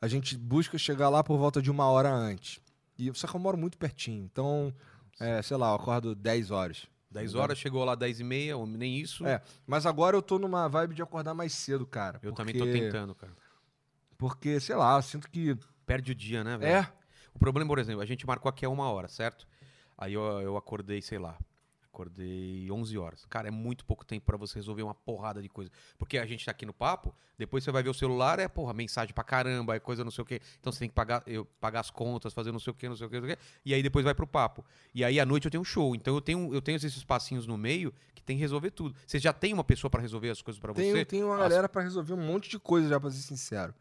[SPEAKER 2] A gente busca chegar lá por volta de uma hora antes. E só que eu moro muito pertinho. Então, é, sei lá, eu acordo 10 horas.
[SPEAKER 1] 10 horas, chegou lá 10 e meia, ou nem isso.
[SPEAKER 2] É, Mas agora eu tô numa vibe de acordar mais cedo, cara.
[SPEAKER 1] eu também tô
[SPEAKER 2] porque-
[SPEAKER 1] tentando, cara.
[SPEAKER 2] Porque, sei lá, eu sinto que.
[SPEAKER 1] Perde o dia, né, velho?
[SPEAKER 2] É.
[SPEAKER 1] O problema, por exemplo, a gente marcou aqui a uma hora, certo? Aí eu, eu acordei, sei lá, Acordei 11 horas. Cara, é muito pouco tempo pra você resolver uma porrada de coisa. Porque a gente tá aqui no papo, depois você vai ver o celular, é porra, mensagem pra caramba, é coisa não sei o quê. Então você tem que pagar, eu, pagar as contas, fazer não sei o quê, não sei o quê, não sei o quê. E aí depois vai pro papo. E aí à noite eu tenho um show. Então eu tenho, eu tenho esses espacinhos no meio que tem que resolver tudo. Você já tem uma pessoa pra resolver as coisas pra você?
[SPEAKER 2] Tem, tem uma
[SPEAKER 1] Nossa.
[SPEAKER 2] galera pra resolver um monte de coisa já, pra ser sincero.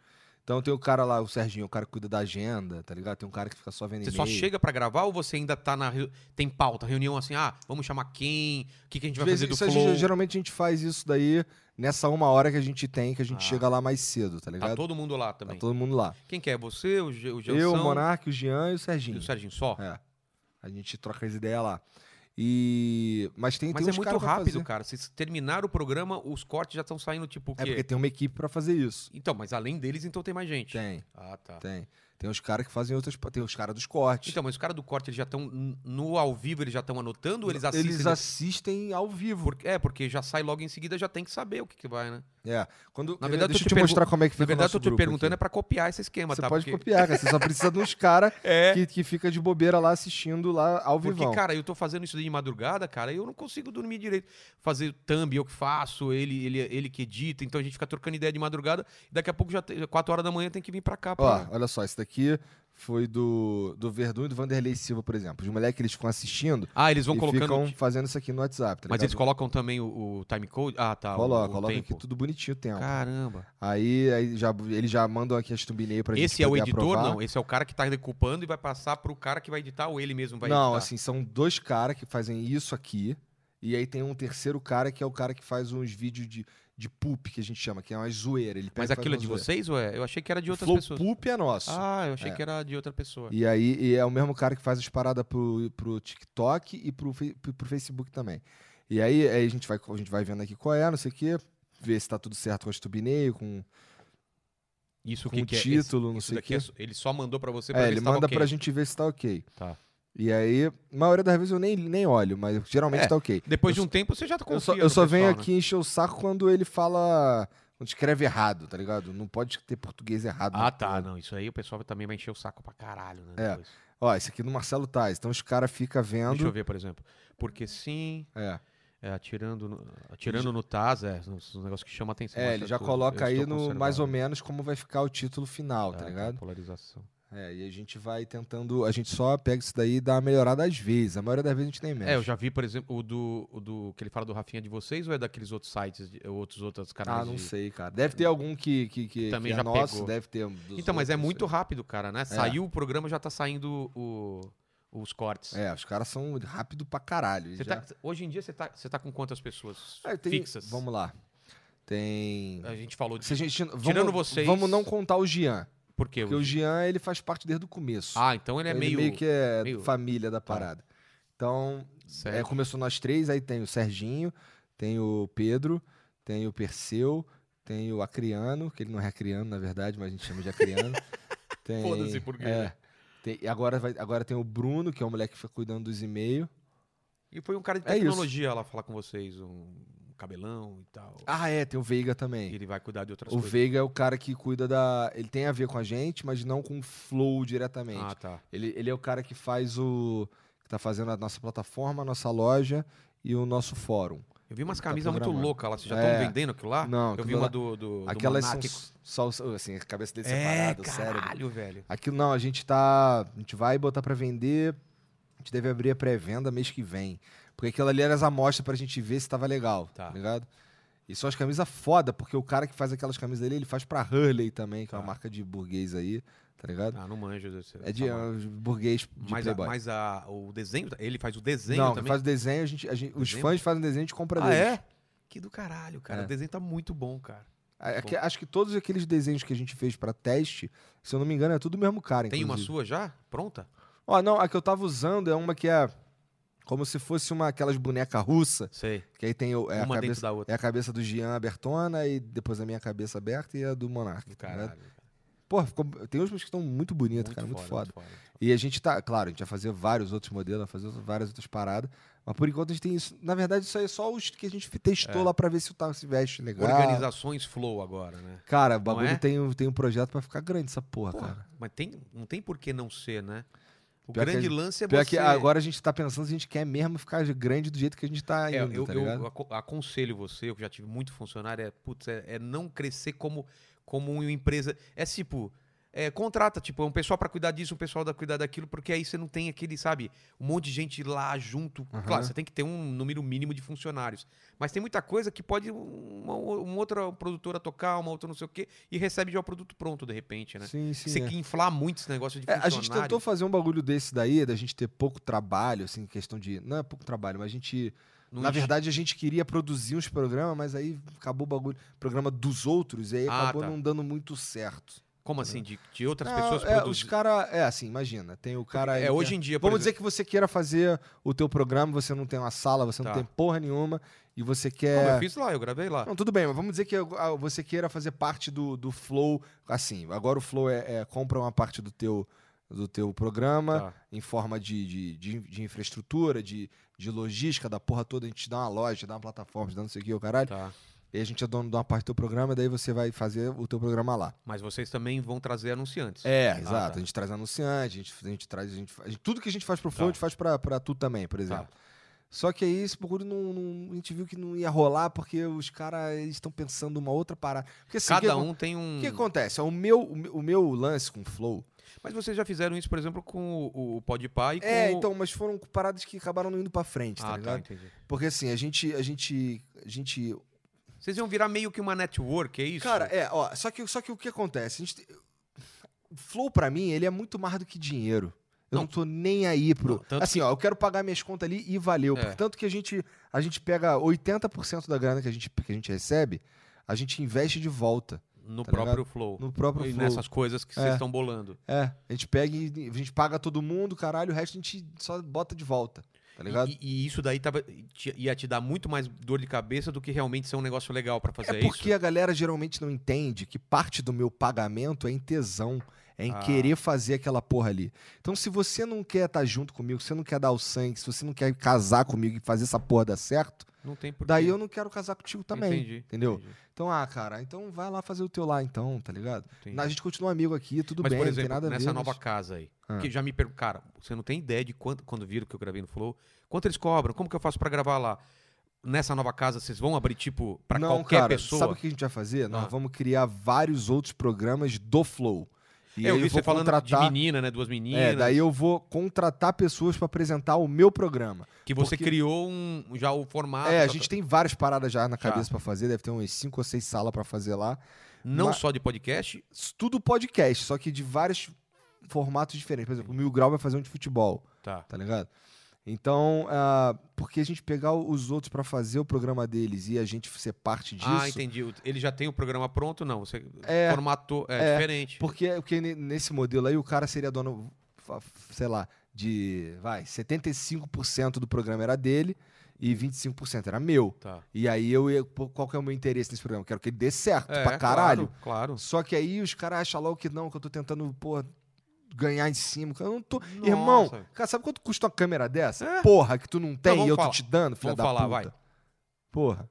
[SPEAKER 2] Então tem o cara lá, o Serginho, o cara que cuida da agenda, tá ligado? Tem um cara que fica só vendo
[SPEAKER 1] Você só
[SPEAKER 2] e-mail.
[SPEAKER 1] chega pra gravar ou você ainda tá na. reu- Tem pauta, reunião assim, ah, vamos chamar quem? O que, que a gente
[SPEAKER 2] Às
[SPEAKER 1] vai fazer
[SPEAKER 2] vezes,
[SPEAKER 1] do
[SPEAKER 2] isso a gente-
[SPEAKER 1] flow?
[SPEAKER 2] geralmente a gente faz isso daí nessa uma hora que a gente tem, que a gente
[SPEAKER 1] Ah.
[SPEAKER 2] chega lá mais cedo, tá ligado?
[SPEAKER 1] Tá todo mundo lá também.
[SPEAKER 2] Tá todo mundo lá.
[SPEAKER 1] Quem que é? Você, o, Ge o Gelson
[SPEAKER 2] Eu, o Monark, o Jean e o Serginho.
[SPEAKER 1] e o Serginho só?
[SPEAKER 2] É. A gente troca as ideias lá. E. Mas tem,
[SPEAKER 1] Mas
[SPEAKER 2] tem
[SPEAKER 1] é
[SPEAKER 2] uns
[SPEAKER 1] muito
[SPEAKER 2] cara pra
[SPEAKER 1] rápido,
[SPEAKER 2] fazer.
[SPEAKER 1] cara. Se terminar o programa, os cortes já estão saindo, tipo, o
[SPEAKER 2] É
[SPEAKER 1] quê?
[SPEAKER 2] porque tem uma equipe pra fazer isso.
[SPEAKER 1] Então, mas além deles, então tem mais gente.
[SPEAKER 2] Tem,
[SPEAKER 1] Ah, tá.
[SPEAKER 2] tem. Tem os caras que fazem outras. Tem os caras dos cortes.
[SPEAKER 1] Então, mas os caras do corte, eles já estão. No ao vivo, eles já estão anotando ou Então, eles assistem? né?
[SPEAKER 2] Eles assistem ao vivo.
[SPEAKER 1] Por- É, porque já sai logo em seguida, já tem que saber o que, que vai, né?
[SPEAKER 2] É. Quando...
[SPEAKER 1] Na verdade, eu
[SPEAKER 2] deixa eu
[SPEAKER 1] te
[SPEAKER 2] te
[SPEAKER 1] pergun-
[SPEAKER 2] mostrar como é que
[SPEAKER 1] Na
[SPEAKER 2] fica o
[SPEAKER 1] verdade,
[SPEAKER 2] nosso
[SPEAKER 1] eu tô te
[SPEAKER 2] grupo
[SPEAKER 1] perguntando é
[SPEAKER 2] aqui.
[SPEAKER 1] pra copiar esse esquema,
[SPEAKER 2] Você
[SPEAKER 1] tá?
[SPEAKER 2] pode
[SPEAKER 1] Porque-
[SPEAKER 2] copiar, cara. Você só precisa de uns caras
[SPEAKER 1] <laughs> É.
[SPEAKER 2] que, que fica de bobeira lá assistindo lá ao
[SPEAKER 1] Porque,
[SPEAKER 2] vivo.
[SPEAKER 1] cara, eu tô fazendo isso de madrugada, cara, e eu não consigo dormir direito. Fazer thumb, eu que faço, ele, ele, ele que edita, então a gente fica trocando ideia de madrugada, e daqui a pouco já tem, 4 horas da manhã tem que vir pra cá.
[SPEAKER 2] Ó,
[SPEAKER 1] Pra...
[SPEAKER 2] olha só, esse daqui foi do, do Verdun e do Vanderlei Silva, por exemplo. Os moleques que eles ficam assistindo
[SPEAKER 1] Ah, eles vão
[SPEAKER 2] e
[SPEAKER 1] colocando.
[SPEAKER 2] ficam fazendo isso aqui no WhatsApp, tá
[SPEAKER 1] Mas eles
[SPEAKER 2] ligado?
[SPEAKER 1] colocam também o, o time code? Ah, tá. o-
[SPEAKER 2] Coloca,
[SPEAKER 1] o
[SPEAKER 2] coloca
[SPEAKER 1] tempo.
[SPEAKER 2] aqui tudo bonitinho o tempo.
[SPEAKER 1] Caramba.
[SPEAKER 2] Aí, aí já, eles já mandam aqui as thumbnails pra gente
[SPEAKER 1] Esse é o
[SPEAKER 2] poder
[SPEAKER 1] editor?
[SPEAKER 2] aprovar.
[SPEAKER 1] Não, esse é o cara que tá decupando e vai passar pro cara que vai editar ou ele mesmo vai
[SPEAKER 2] Não,
[SPEAKER 1] editar.
[SPEAKER 2] assim, são dois caras que fazem isso aqui. E aí tem um terceiro cara que é o cara que faz uns vídeos de, de poop, que a gente chama, que é uma zoeira. Ele pega
[SPEAKER 1] Mas
[SPEAKER 2] e faz
[SPEAKER 1] aquilo é
[SPEAKER 2] uma
[SPEAKER 1] de
[SPEAKER 2] zoeira.
[SPEAKER 1] vocês ou é? Eu achei que era de outras
[SPEAKER 2] Flow
[SPEAKER 1] pessoas.
[SPEAKER 2] poop é nosso.
[SPEAKER 1] Ah, eu achei
[SPEAKER 2] É.
[SPEAKER 1] que era de outra pessoa.
[SPEAKER 2] E aí e é o mesmo cara que faz as paradas pro, pro TikTok e pro, fe- pro pro Facebook também. E aí, aí a, gente vai, a gente vai vendo aqui qual é, não sei o quê. Ver se tá tudo certo com as thumbnail, com,
[SPEAKER 1] Isso
[SPEAKER 2] com
[SPEAKER 1] que,
[SPEAKER 2] o
[SPEAKER 1] que é? Esse-
[SPEAKER 2] título, não
[SPEAKER 1] isso
[SPEAKER 2] sei o
[SPEAKER 1] daqui
[SPEAKER 2] quê.
[SPEAKER 1] é só- ele só mandou pra você pra
[SPEAKER 2] É,
[SPEAKER 1] ver
[SPEAKER 2] ele
[SPEAKER 1] se tava
[SPEAKER 2] manda
[SPEAKER 1] ok.
[SPEAKER 2] pra gente ver se tá ok.
[SPEAKER 1] Tá.
[SPEAKER 2] E aí, a maioria das vezes eu nem, nem olho, mas geralmente
[SPEAKER 1] É,
[SPEAKER 2] tá ok.
[SPEAKER 1] Depois
[SPEAKER 2] Eu
[SPEAKER 1] de um tempo você já confia.
[SPEAKER 2] Eu só,
[SPEAKER 1] no
[SPEAKER 2] eu só venho
[SPEAKER 1] pessoal, né?
[SPEAKER 2] aqui encher o saco quando ele fala. Quando escreve errado, tá ligado? Não pode ter português errado.
[SPEAKER 1] Ah,
[SPEAKER 2] né?
[SPEAKER 1] tá. Não, isso aí o pessoal também vai encher o saco pra caralho, né?
[SPEAKER 2] É,
[SPEAKER 1] depois.
[SPEAKER 2] Ó, esse aqui é do Marcelo Tais. Então os caras ficam
[SPEAKER 1] Deixa eu
[SPEAKER 2] vendo.
[SPEAKER 1] ver, por exemplo. Porque sim,
[SPEAKER 2] É,
[SPEAKER 1] é, atirando no, atirando no Taz, é um negócio que chama atenção.
[SPEAKER 2] é
[SPEAKER 1] Mostra
[SPEAKER 2] ele já
[SPEAKER 1] tudo.
[SPEAKER 2] coloca
[SPEAKER 1] Eu
[SPEAKER 2] aí
[SPEAKER 1] estou
[SPEAKER 2] no
[SPEAKER 1] conservado.
[SPEAKER 2] mais ou menos como vai ficar o título final,
[SPEAKER 1] Ah,
[SPEAKER 2] tá ligado?
[SPEAKER 1] Polarização.
[SPEAKER 2] É, e a gente vai tentando. A gente só pega isso daí e dá uma melhorada às vezes. A maioria das vezes a gente nem mexe.
[SPEAKER 1] É, eu já vi, por exemplo, o do, o do que ele fala do Rafinha de vocês ou é daqueles outros sites, de- outros outros canais?
[SPEAKER 2] Ah, não
[SPEAKER 1] de-
[SPEAKER 2] sei, cara. Deve ter algum que, que, que,
[SPEAKER 1] Também
[SPEAKER 2] que é
[SPEAKER 1] já
[SPEAKER 2] nosso,
[SPEAKER 1] pegou.
[SPEAKER 2] deve ter. um dos
[SPEAKER 1] Então, mas é
[SPEAKER 2] outros, É. não
[SPEAKER 1] muito rápido, cara, né? Saiu o programa, já tá saindo o- os cortes.
[SPEAKER 2] sei. É, os caras são rápido pra caralho.
[SPEAKER 1] Você
[SPEAKER 2] eles
[SPEAKER 1] tá- hoje em dia você tá, você tá com quantas pessoas
[SPEAKER 2] já- É, tem-
[SPEAKER 1] fixas?
[SPEAKER 2] Vamos né? lá. Tem.
[SPEAKER 1] A gente falou de
[SPEAKER 2] Se a gente- vamos,
[SPEAKER 1] Tirando vocês-
[SPEAKER 2] Vamos não contar o Jean.
[SPEAKER 1] Por quê?
[SPEAKER 2] Porque o Jean, ele faz parte desde o começo.
[SPEAKER 1] Ah, então ele é
[SPEAKER 2] ele
[SPEAKER 1] meio.
[SPEAKER 2] que é
[SPEAKER 1] meio- tá.
[SPEAKER 2] família da parada. Então, é,
[SPEAKER 1] Certo.
[SPEAKER 2] começou nós três, aí tem o Serginho, tem o Pedro, tem o Perseu, tem o Acriano, que ele não é Acriano, na verdade, mas a gente chama de Acriano.
[SPEAKER 1] <laughs>
[SPEAKER 2] Tem-
[SPEAKER 1] Foda-se por quê,
[SPEAKER 2] é.
[SPEAKER 1] né?
[SPEAKER 2] Tem- e agora, vai- agora tem o Bruno, que é o moleque que fica cuidando dos e-mails.
[SPEAKER 1] E foi um cara de
[SPEAKER 2] É isso.
[SPEAKER 1] tecnologia lá falar com vocês, um cabelão e tal.
[SPEAKER 2] Ah, é, tem o Veiga
[SPEAKER 1] E
[SPEAKER 2] também.
[SPEAKER 1] ele vai cuidar de outras
[SPEAKER 2] O
[SPEAKER 1] coisas.
[SPEAKER 2] Veiga é o cara que cuida da. Ele tem a ver com a gente, mas não com o flow diretamente.
[SPEAKER 1] Ah, tá.
[SPEAKER 2] Ele, ele é o cara que faz o. que tá fazendo a nossa plataforma, a nossa loja e o nosso fórum.
[SPEAKER 1] Eu vi umas
[SPEAKER 2] Tá
[SPEAKER 1] camisas muito
[SPEAKER 2] programando.
[SPEAKER 1] loucas lá. Vocês já estão
[SPEAKER 2] É.
[SPEAKER 1] vendendo aquilo lá?
[SPEAKER 2] Não,
[SPEAKER 1] Eu
[SPEAKER 2] aquilo
[SPEAKER 1] vi uma
[SPEAKER 2] lá-
[SPEAKER 1] do. do
[SPEAKER 2] Aquelas
[SPEAKER 1] do
[SPEAKER 2] são
[SPEAKER 1] Monark.
[SPEAKER 2] é só o- assim, a cabeça dele
[SPEAKER 1] É, caralho,
[SPEAKER 2] separada, o cérebro.
[SPEAKER 1] velho.
[SPEAKER 2] Aquilo não, a gente tá. A gente vai botar pra vender. A gente deve abrir a pré-venda mês que vem. Porque aquilo ali era as amostras pra gente ver se tava legal,
[SPEAKER 1] Tá.
[SPEAKER 2] tá, ligado? E são as camisas foda, porque o cara que faz aquelas camisas dele, ele faz pra Hurley também, que é
[SPEAKER 1] Tá.
[SPEAKER 2] uma marca de burguês aí, tá ligado?
[SPEAKER 1] Ah, não manjo. desse-
[SPEAKER 2] é de
[SPEAKER 1] essa marca.
[SPEAKER 2] ah, burguês de
[SPEAKER 1] Mas, a-
[SPEAKER 2] playboy.
[SPEAKER 1] mas a- o desenho. Ele faz o desenho
[SPEAKER 2] não,
[SPEAKER 1] também.
[SPEAKER 2] faz o desenho, a gente, a gente- os
[SPEAKER 1] Desenho?
[SPEAKER 2] fãs fazem o desenho, a gente compra
[SPEAKER 1] ah,
[SPEAKER 2] deles.
[SPEAKER 1] é? Que do caralho, cara.
[SPEAKER 2] É.
[SPEAKER 1] O desenho tá muito bom, cara.
[SPEAKER 2] A- aque- acho É, que todos aqueles desenhos que a gente fez pra teste, se eu não me engano, é tudo o mesmo cara,
[SPEAKER 1] Tem uma
[SPEAKER 2] inclusive.
[SPEAKER 1] sua já? Pronta?
[SPEAKER 2] Ó, não, a que eu tava usando é uma que é como se fosse uma aquelas boneca russa,
[SPEAKER 1] Sei.
[SPEAKER 2] que aí tem o- é a
[SPEAKER 1] uma
[SPEAKER 2] cabeça
[SPEAKER 1] dentro da
[SPEAKER 2] é
[SPEAKER 1] outra.
[SPEAKER 2] a cabeça do Jean abertona e depois a minha cabeça aberta e a do Monark.
[SPEAKER 1] Do
[SPEAKER 2] tá ligado?
[SPEAKER 1] caralho.
[SPEAKER 2] Porra, ficou- tem uns que estão muito bonitos, cara, muito foda. E a gente tá, claro, a gente vai fazer vários outros modelos, vai fazer várias outras paradas, mas por enquanto a gente tem isso. Na verdade, isso aí é só os que a gente
[SPEAKER 1] É.
[SPEAKER 2] testou lá pra ver se o tal se veste legal.
[SPEAKER 1] Organizações Flow agora, né?
[SPEAKER 2] Cara, o bagulho
[SPEAKER 1] é?
[SPEAKER 2] tem, um- tem um projeto pra ficar grande essa porra,
[SPEAKER 1] Porra,
[SPEAKER 2] cara.
[SPEAKER 1] mas tem, não tem por que não ser, né? O
[SPEAKER 2] Pior que
[SPEAKER 1] grande
[SPEAKER 2] a-
[SPEAKER 1] lance é
[SPEAKER 2] Pior
[SPEAKER 1] você...
[SPEAKER 2] que agora a gente tá pensando se a gente quer mesmo ficar grande do jeito que a gente tá
[SPEAKER 1] É,
[SPEAKER 2] indo,
[SPEAKER 1] eu,
[SPEAKER 2] tá
[SPEAKER 1] eu
[SPEAKER 2] ligado?
[SPEAKER 1] aco- aconselho você, eu já tive muito funcionário, é, putz, é, é não crescer como, como uma empresa. É tipo, é, contrata, tipo, um pessoal pra cuidar disso, um pessoal pra cuidar daquilo, porque aí você não tem aquele, sabe, um monte de gente lá junto.
[SPEAKER 2] Aham.
[SPEAKER 1] Claro, você tem que ter um número mínimo de funcionários. Mas tem muita coisa que pode um, uma, uma outra produtora tocar, uma outra não sei o quê, e recebe já o produto pronto, de repente, né?
[SPEAKER 2] Sim, sim.
[SPEAKER 1] você
[SPEAKER 2] é.
[SPEAKER 1] que inflar muito esse negócio de
[SPEAKER 2] É,
[SPEAKER 1] funcionário.
[SPEAKER 2] a gente tentou fazer um bagulho desse daí, da gente ter pouco trabalho, assim, questão de. Não é pouco trabalho, mas a gente.
[SPEAKER 1] não
[SPEAKER 2] na
[SPEAKER 1] enche-
[SPEAKER 2] verdade, a gente queria produzir uns programas, mas aí acabou o bagulho. Programa dos outros, e aí
[SPEAKER 1] Ah,
[SPEAKER 2] acabou
[SPEAKER 1] tá.
[SPEAKER 2] não dando muito certo.
[SPEAKER 1] Como assim? De, de outras
[SPEAKER 2] É,
[SPEAKER 1] pessoas
[SPEAKER 2] é, Os
[SPEAKER 1] produzirem.
[SPEAKER 2] caras. É, assim, imagina. Tem o cara.
[SPEAKER 1] É, hoje em dia, por exemplo-
[SPEAKER 2] Vamos dizer que você queira fazer o teu programa, você não tem uma sala, você
[SPEAKER 1] Tá.
[SPEAKER 2] não tem porra nenhuma, e você
[SPEAKER 1] Como
[SPEAKER 2] quer.
[SPEAKER 1] eu fiz lá, eu gravei lá.
[SPEAKER 2] Não, tudo bem, mas vamos dizer que ah, você queira fazer parte do, do Flow, assim, agora o Flow é, é, compra uma parte do teu, do teu programa
[SPEAKER 1] Tá.
[SPEAKER 2] em forma de, de, de, de infraestrutura, de, de logística, da porra toda, a gente te dá uma loja, te dá uma plataforma, te dá não sei o que, o caralho,
[SPEAKER 1] Tá.
[SPEAKER 2] e a gente é dono de uma parte do teu programa, daí você vai fazer o teu programa lá.
[SPEAKER 1] Mas vocês também vão trazer anunciantes.
[SPEAKER 2] É,
[SPEAKER 1] Ah,
[SPEAKER 2] exato,
[SPEAKER 1] tá.
[SPEAKER 2] a gente traz anunciante, a gente, a gente traz, a gente, faz- tudo que a gente faz pro Flow,
[SPEAKER 1] Tá.
[SPEAKER 2] a gente faz pra, pra tu também, por exemplo. Só que aí esse bagulho não, não- a gente viu que não ia rolar porque os caras estão pensando uma outra parada. Porque assim, o que
[SPEAKER 1] Cada
[SPEAKER 2] acon-
[SPEAKER 1] um tem um.
[SPEAKER 2] O que acontece? É O meu, o meu- o meu lance com o Flow.
[SPEAKER 1] Mas vocês já fizeram isso, por exemplo, com o, o Podpah e com.
[SPEAKER 2] É,
[SPEAKER 1] o-
[SPEAKER 2] então, mas foram paradas que acabaram não indo pra frente, tá
[SPEAKER 1] Ah, tá,
[SPEAKER 2] ligado?
[SPEAKER 1] entendi.
[SPEAKER 2] Porque assim, a gente, a gente, a gente
[SPEAKER 1] Vocês iam virar meio que uma network, é isso?
[SPEAKER 2] Cara, é, ó, só que, só que o que acontece? A gente tem- o Flow, pra mim, ele é muito mais do que dinheiro. Eu
[SPEAKER 1] Não.
[SPEAKER 2] não, tô nem aí pro.
[SPEAKER 1] Não, tanto
[SPEAKER 2] assim, ó, eu quero pagar minhas contas ali e valeu.
[SPEAKER 1] É.
[SPEAKER 2] Porque tanto que a gente, a gente pega 80% da grana que a, gente, que a gente recebe, a gente investe de volta
[SPEAKER 1] no
[SPEAKER 2] tá
[SPEAKER 1] próprio Flow.
[SPEAKER 2] no próprio
[SPEAKER 1] e
[SPEAKER 2] Flow.
[SPEAKER 1] nessas coisas que vocês
[SPEAKER 2] É.
[SPEAKER 1] estão bolando.
[SPEAKER 2] É, a gente pega e a gente paga todo mundo, caralho, o resto a gente só bota de volta, tá ligado?
[SPEAKER 1] E, e- e isso daí tava, te- ia te dar muito mais dor de cabeça do que realmente ser um negócio legal pra fazer
[SPEAKER 2] É porque
[SPEAKER 1] isso.
[SPEAKER 2] a galera geralmente não entende que parte do meu pagamento é em tesão, é em
[SPEAKER 1] Ah.
[SPEAKER 2] querer fazer aquela porra ali. Então, se você não quer estar junto comigo, se você não quer dar o sangue, se você não quer casar comigo e fazer essa porra dar certo,
[SPEAKER 1] Não tem porquê.
[SPEAKER 2] daí eu não quero casar contigo também.
[SPEAKER 1] Entendi,
[SPEAKER 2] entendeu?
[SPEAKER 1] entendi,
[SPEAKER 2] Então, ah, cara, então vai lá fazer o teu lá então, tá ligado?
[SPEAKER 1] entendi.
[SPEAKER 2] A gente continua amigo aqui, tudo
[SPEAKER 1] mas,
[SPEAKER 2] bem,
[SPEAKER 1] por
[SPEAKER 2] não tem
[SPEAKER 1] exemplo,
[SPEAKER 2] nada a ver.
[SPEAKER 1] nessa nova
[SPEAKER 2] mas-
[SPEAKER 1] casa aí,
[SPEAKER 2] Ah.
[SPEAKER 1] que já me perguntaram, cara, você não tem ideia de quanto, quando viram que eu gravei no Flow, quanto eles cobram, como que eu faço pra gravar lá? Nessa nova casa, vocês vão abrir, tipo, pra
[SPEAKER 2] não,
[SPEAKER 1] qualquer
[SPEAKER 2] cara,
[SPEAKER 1] pessoa?
[SPEAKER 2] Sabe o que a gente vai fazer?
[SPEAKER 1] Ah.
[SPEAKER 2] Nós vamos criar vários outros programas do Flow. E
[SPEAKER 1] É, eu
[SPEAKER 2] aí
[SPEAKER 1] vi
[SPEAKER 2] vou
[SPEAKER 1] você falando de
[SPEAKER 2] contratar...
[SPEAKER 1] menina, né? Duas meninas.
[SPEAKER 2] É, daí eu vou contratar pessoas pra apresentar o meu programa.
[SPEAKER 1] que você
[SPEAKER 2] porque-
[SPEAKER 1] criou um, já o formato.
[SPEAKER 2] é, a
[SPEAKER 1] tá-
[SPEAKER 2] gente tem várias paradas já na
[SPEAKER 1] Já.
[SPEAKER 2] cabeça pra fazer, deve ter umas cinco ou seis salas pra fazer lá.
[SPEAKER 1] Não
[SPEAKER 2] ma-
[SPEAKER 1] só de podcast.
[SPEAKER 2] Isso Tudo podcast, só que de vários formatos diferentes. Por exemplo, o Mil Grau vai fazer um de futebol,
[SPEAKER 1] Tá.
[SPEAKER 2] tá ligado? Então, ah, porque a gente pegar os outros pra fazer o programa deles e a gente ser parte disso.
[SPEAKER 1] Ah, entendi. O- Ele já tem o programa pronto? Não, você
[SPEAKER 2] É,
[SPEAKER 1] formatou. É,
[SPEAKER 2] é,
[SPEAKER 1] diferente.
[SPEAKER 2] Porque, porque ne- nesse modelo aí o cara seria dono, fa- sei lá, de, vai, 75% do programa era dele e 25% era meu.
[SPEAKER 1] Tá.
[SPEAKER 2] E aí eu ia. pô, Qual que é o meu interesse nesse programa? Eu quero que ele dê certo
[SPEAKER 1] É,
[SPEAKER 2] pra caralho.
[SPEAKER 1] Claro. claro.
[SPEAKER 2] Só que aí os caras acham logo que não, que eu tô tentando, pô, ganhar em cima. que Eu não tô.
[SPEAKER 1] Nossa.
[SPEAKER 2] Irmão, cara, sabe quanto custa uma câmera dessa?
[SPEAKER 1] É.
[SPEAKER 2] Porra, que tu não tem
[SPEAKER 1] vamos
[SPEAKER 2] e eu
[SPEAKER 1] falar.
[SPEAKER 2] tô te dando, filha
[SPEAKER 1] Vamos
[SPEAKER 2] da
[SPEAKER 1] falar,
[SPEAKER 2] puta.
[SPEAKER 1] vai.
[SPEAKER 2] Porra.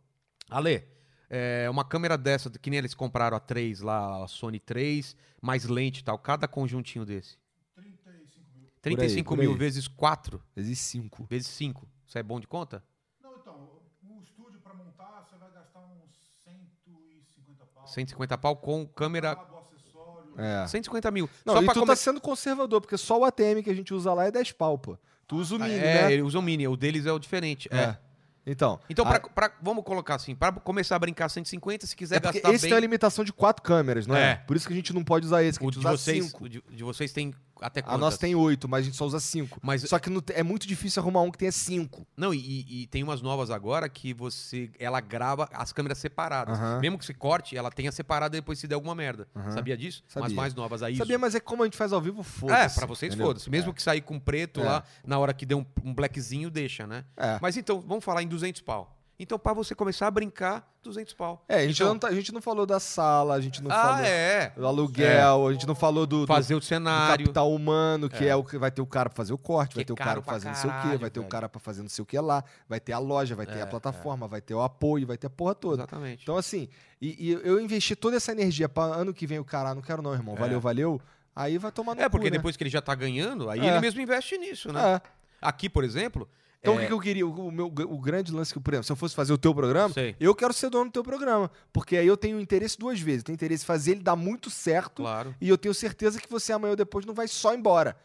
[SPEAKER 1] Ale, é, uma câmera dessa, que nem eles compraram a 3 lá, a Sony 3, mais lente e tal. Cada conjuntinho desse. 35 mil. 35
[SPEAKER 2] por
[SPEAKER 1] mil
[SPEAKER 2] aí.
[SPEAKER 1] vezes 4,
[SPEAKER 2] Vezes cinco.
[SPEAKER 1] vezes 5. Isso é bom de conta?
[SPEAKER 5] Não, então, o estúdio para montar você vai gastar uns 150 pau.
[SPEAKER 1] 150 pau com câmera. Ah.
[SPEAKER 5] Cabo, acessório.
[SPEAKER 2] É.
[SPEAKER 1] 150 mil.
[SPEAKER 2] Não,
[SPEAKER 1] só
[SPEAKER 2] e
[SPEAKER 1] pra
[SPEAKER 2] tu tá
[SPEAKER 1] começar.
[SPEAKER 2] sendo conservador, porque só o ATM que a gente usa lá é 10 pau, pô. Tu usa o mínimo,
[SPEAKER 1] é,
[SPEAKER 2] né?
[SPEAKER 1] ele usa o mini, o deles é o diferente. É.
[SPEAKER 2] É. Então.
[SPEAKER 1] Então,
[SPEAKER 2] a-
[SPEAKER 1] pra, pra- vamos colocar assim, pra começar a brincar 150, se quiser
[SPEAKER 2] é porque
[SPEAKER 1] gastar
[SPEAKER 2] esse
[SPEAKER 1] bem,
[SPEAKER 2] tem uma limitação de quatro câmeras, não é?
[SPEAKER 1] É.
[SPEAKER 2] Por isso que a gente não pode usar esse, que a
[SPEAKER 1] o
[SPEAKER 2] gente
[SPEAKER 1] de
[SPEAKER 2] usa
[SPEAKER 1] vocês,
[SPEAKER 2] cinco.
[SPEAKER 1] o de, de vocês tem até
[SPEAKER 2] A
[SPEAKER 1] quantas?
[SPEAKER 2] nossa tem oito, mas a gente só usa cinco.
[SPEAKER 1] Mas
[SPEAKER 2] Só que não te- é muito difícil arrumar um que tenha cinco.
[SPEAKER 1] não, e- e, e tem umas novas agora que você ela grava as câmeras separadas.
[SPEAKER 2] Aham.
[SPEAKER 1] Mesmo que se corte, ela tenha separada depois se der alguma merda.
[SPEAKER 2] Aham.
[SPEAKER 1] Sabia disso? Umas
[SPEAKER 2] Sabia.
[SPEAKER 1] mais novas aí.
[SPEAKER 2] Sabia, mas é que como a gente faz ao vivo,
[SPEAKER 1] É,
[SPEAKER 2] foda-se.
[SPEAKER 1] pra vocês
[SPEAKER 2] entendeu?
[SPEAKER 1] foda-se. Mesmo que sair com preto
[SPEAKER 2] É.
[SPEAKER 1] lá, na hora que der um, um blackzinho, deixa, né?
[SPEAKER 2] É.
[SPEAKER 1] Mas então, vamos falar em 200 pau. Então, pra você começar a brincar, 200 pau.
[SPEAKER 2] É, a gente,
[SPEAKER 1] Então-
[SPEAKER 2] não tá- a gente não falou da sala, a gente não
[SPEAKER 1] ah,
[SPEAKER 2] falou
[SPEAKER 1] é.
[SPEAKER 2] do aluguel, a gente não falou do, do-
[SPEAKER 1] Fazer o
[SPEAKER 2] do
[SPEAKER 1] cenário.
[SPEAKER 2] capital humano, que é. o que vai ter o cara pra fazer o corte,
[SPEAKER 1] Que é
[SPEAKER 2] vai ter o
[SPEAKER 1] caro
[SPEAKER 2] cara pra
[SPEAKER 1] pra
[SPEAKER 2] fazer não sei o quê,
[SPEAKER 1] caralho,
[SPEAKER 2] vai ter
[SPEAKER 1] velho. É,
[SPEAKER 2] o cara pra fazer não sei o que lá, vai ter a loja, vai ter a plataforma, vai ter o apoio, vai ter a porra toda.
[SPEAKER 1] Exatamente.
[SPEAKER 2] Então, assim, e, e eu investi toda essa energia pra ano que vem o cara, ah, não quero não, irmão,
[SPEAKER 1] É.
[SPEAKER 2] valeu, valeu. Aí vai tomar no
[SPEAKER 1] É, porque
[SPEAKER 2] cu, né?
[SPEAKER 1] depois que ele já tá ganhando, aí
[SPEAKER 2] É.
[SPEAKER 1] ele mesmo investe nisso, né?
[SPEAKER 2] É.
[SPEAKER 1] Aqui, por exemplo.
[SPEAKER 2] Então o
[SPEAKER 1] é,
[SPEAKER 2] que que eu queria? O, o meu, o grande lance é que, por exemplo, se eu fosse fazer o teu programa,
[SPEAKER 1] Sei.
[SPEAKER 2] eu quero ser dono do teu programa. Porque aí eu tenho interesse duas vezes. Eu Tenho interesse em fazer ele dar muito certo.
[SPEAKER 1] Claro.
[SPEAKER 2] E eu tenho certeza que você amanhã ou depois não vai só embora.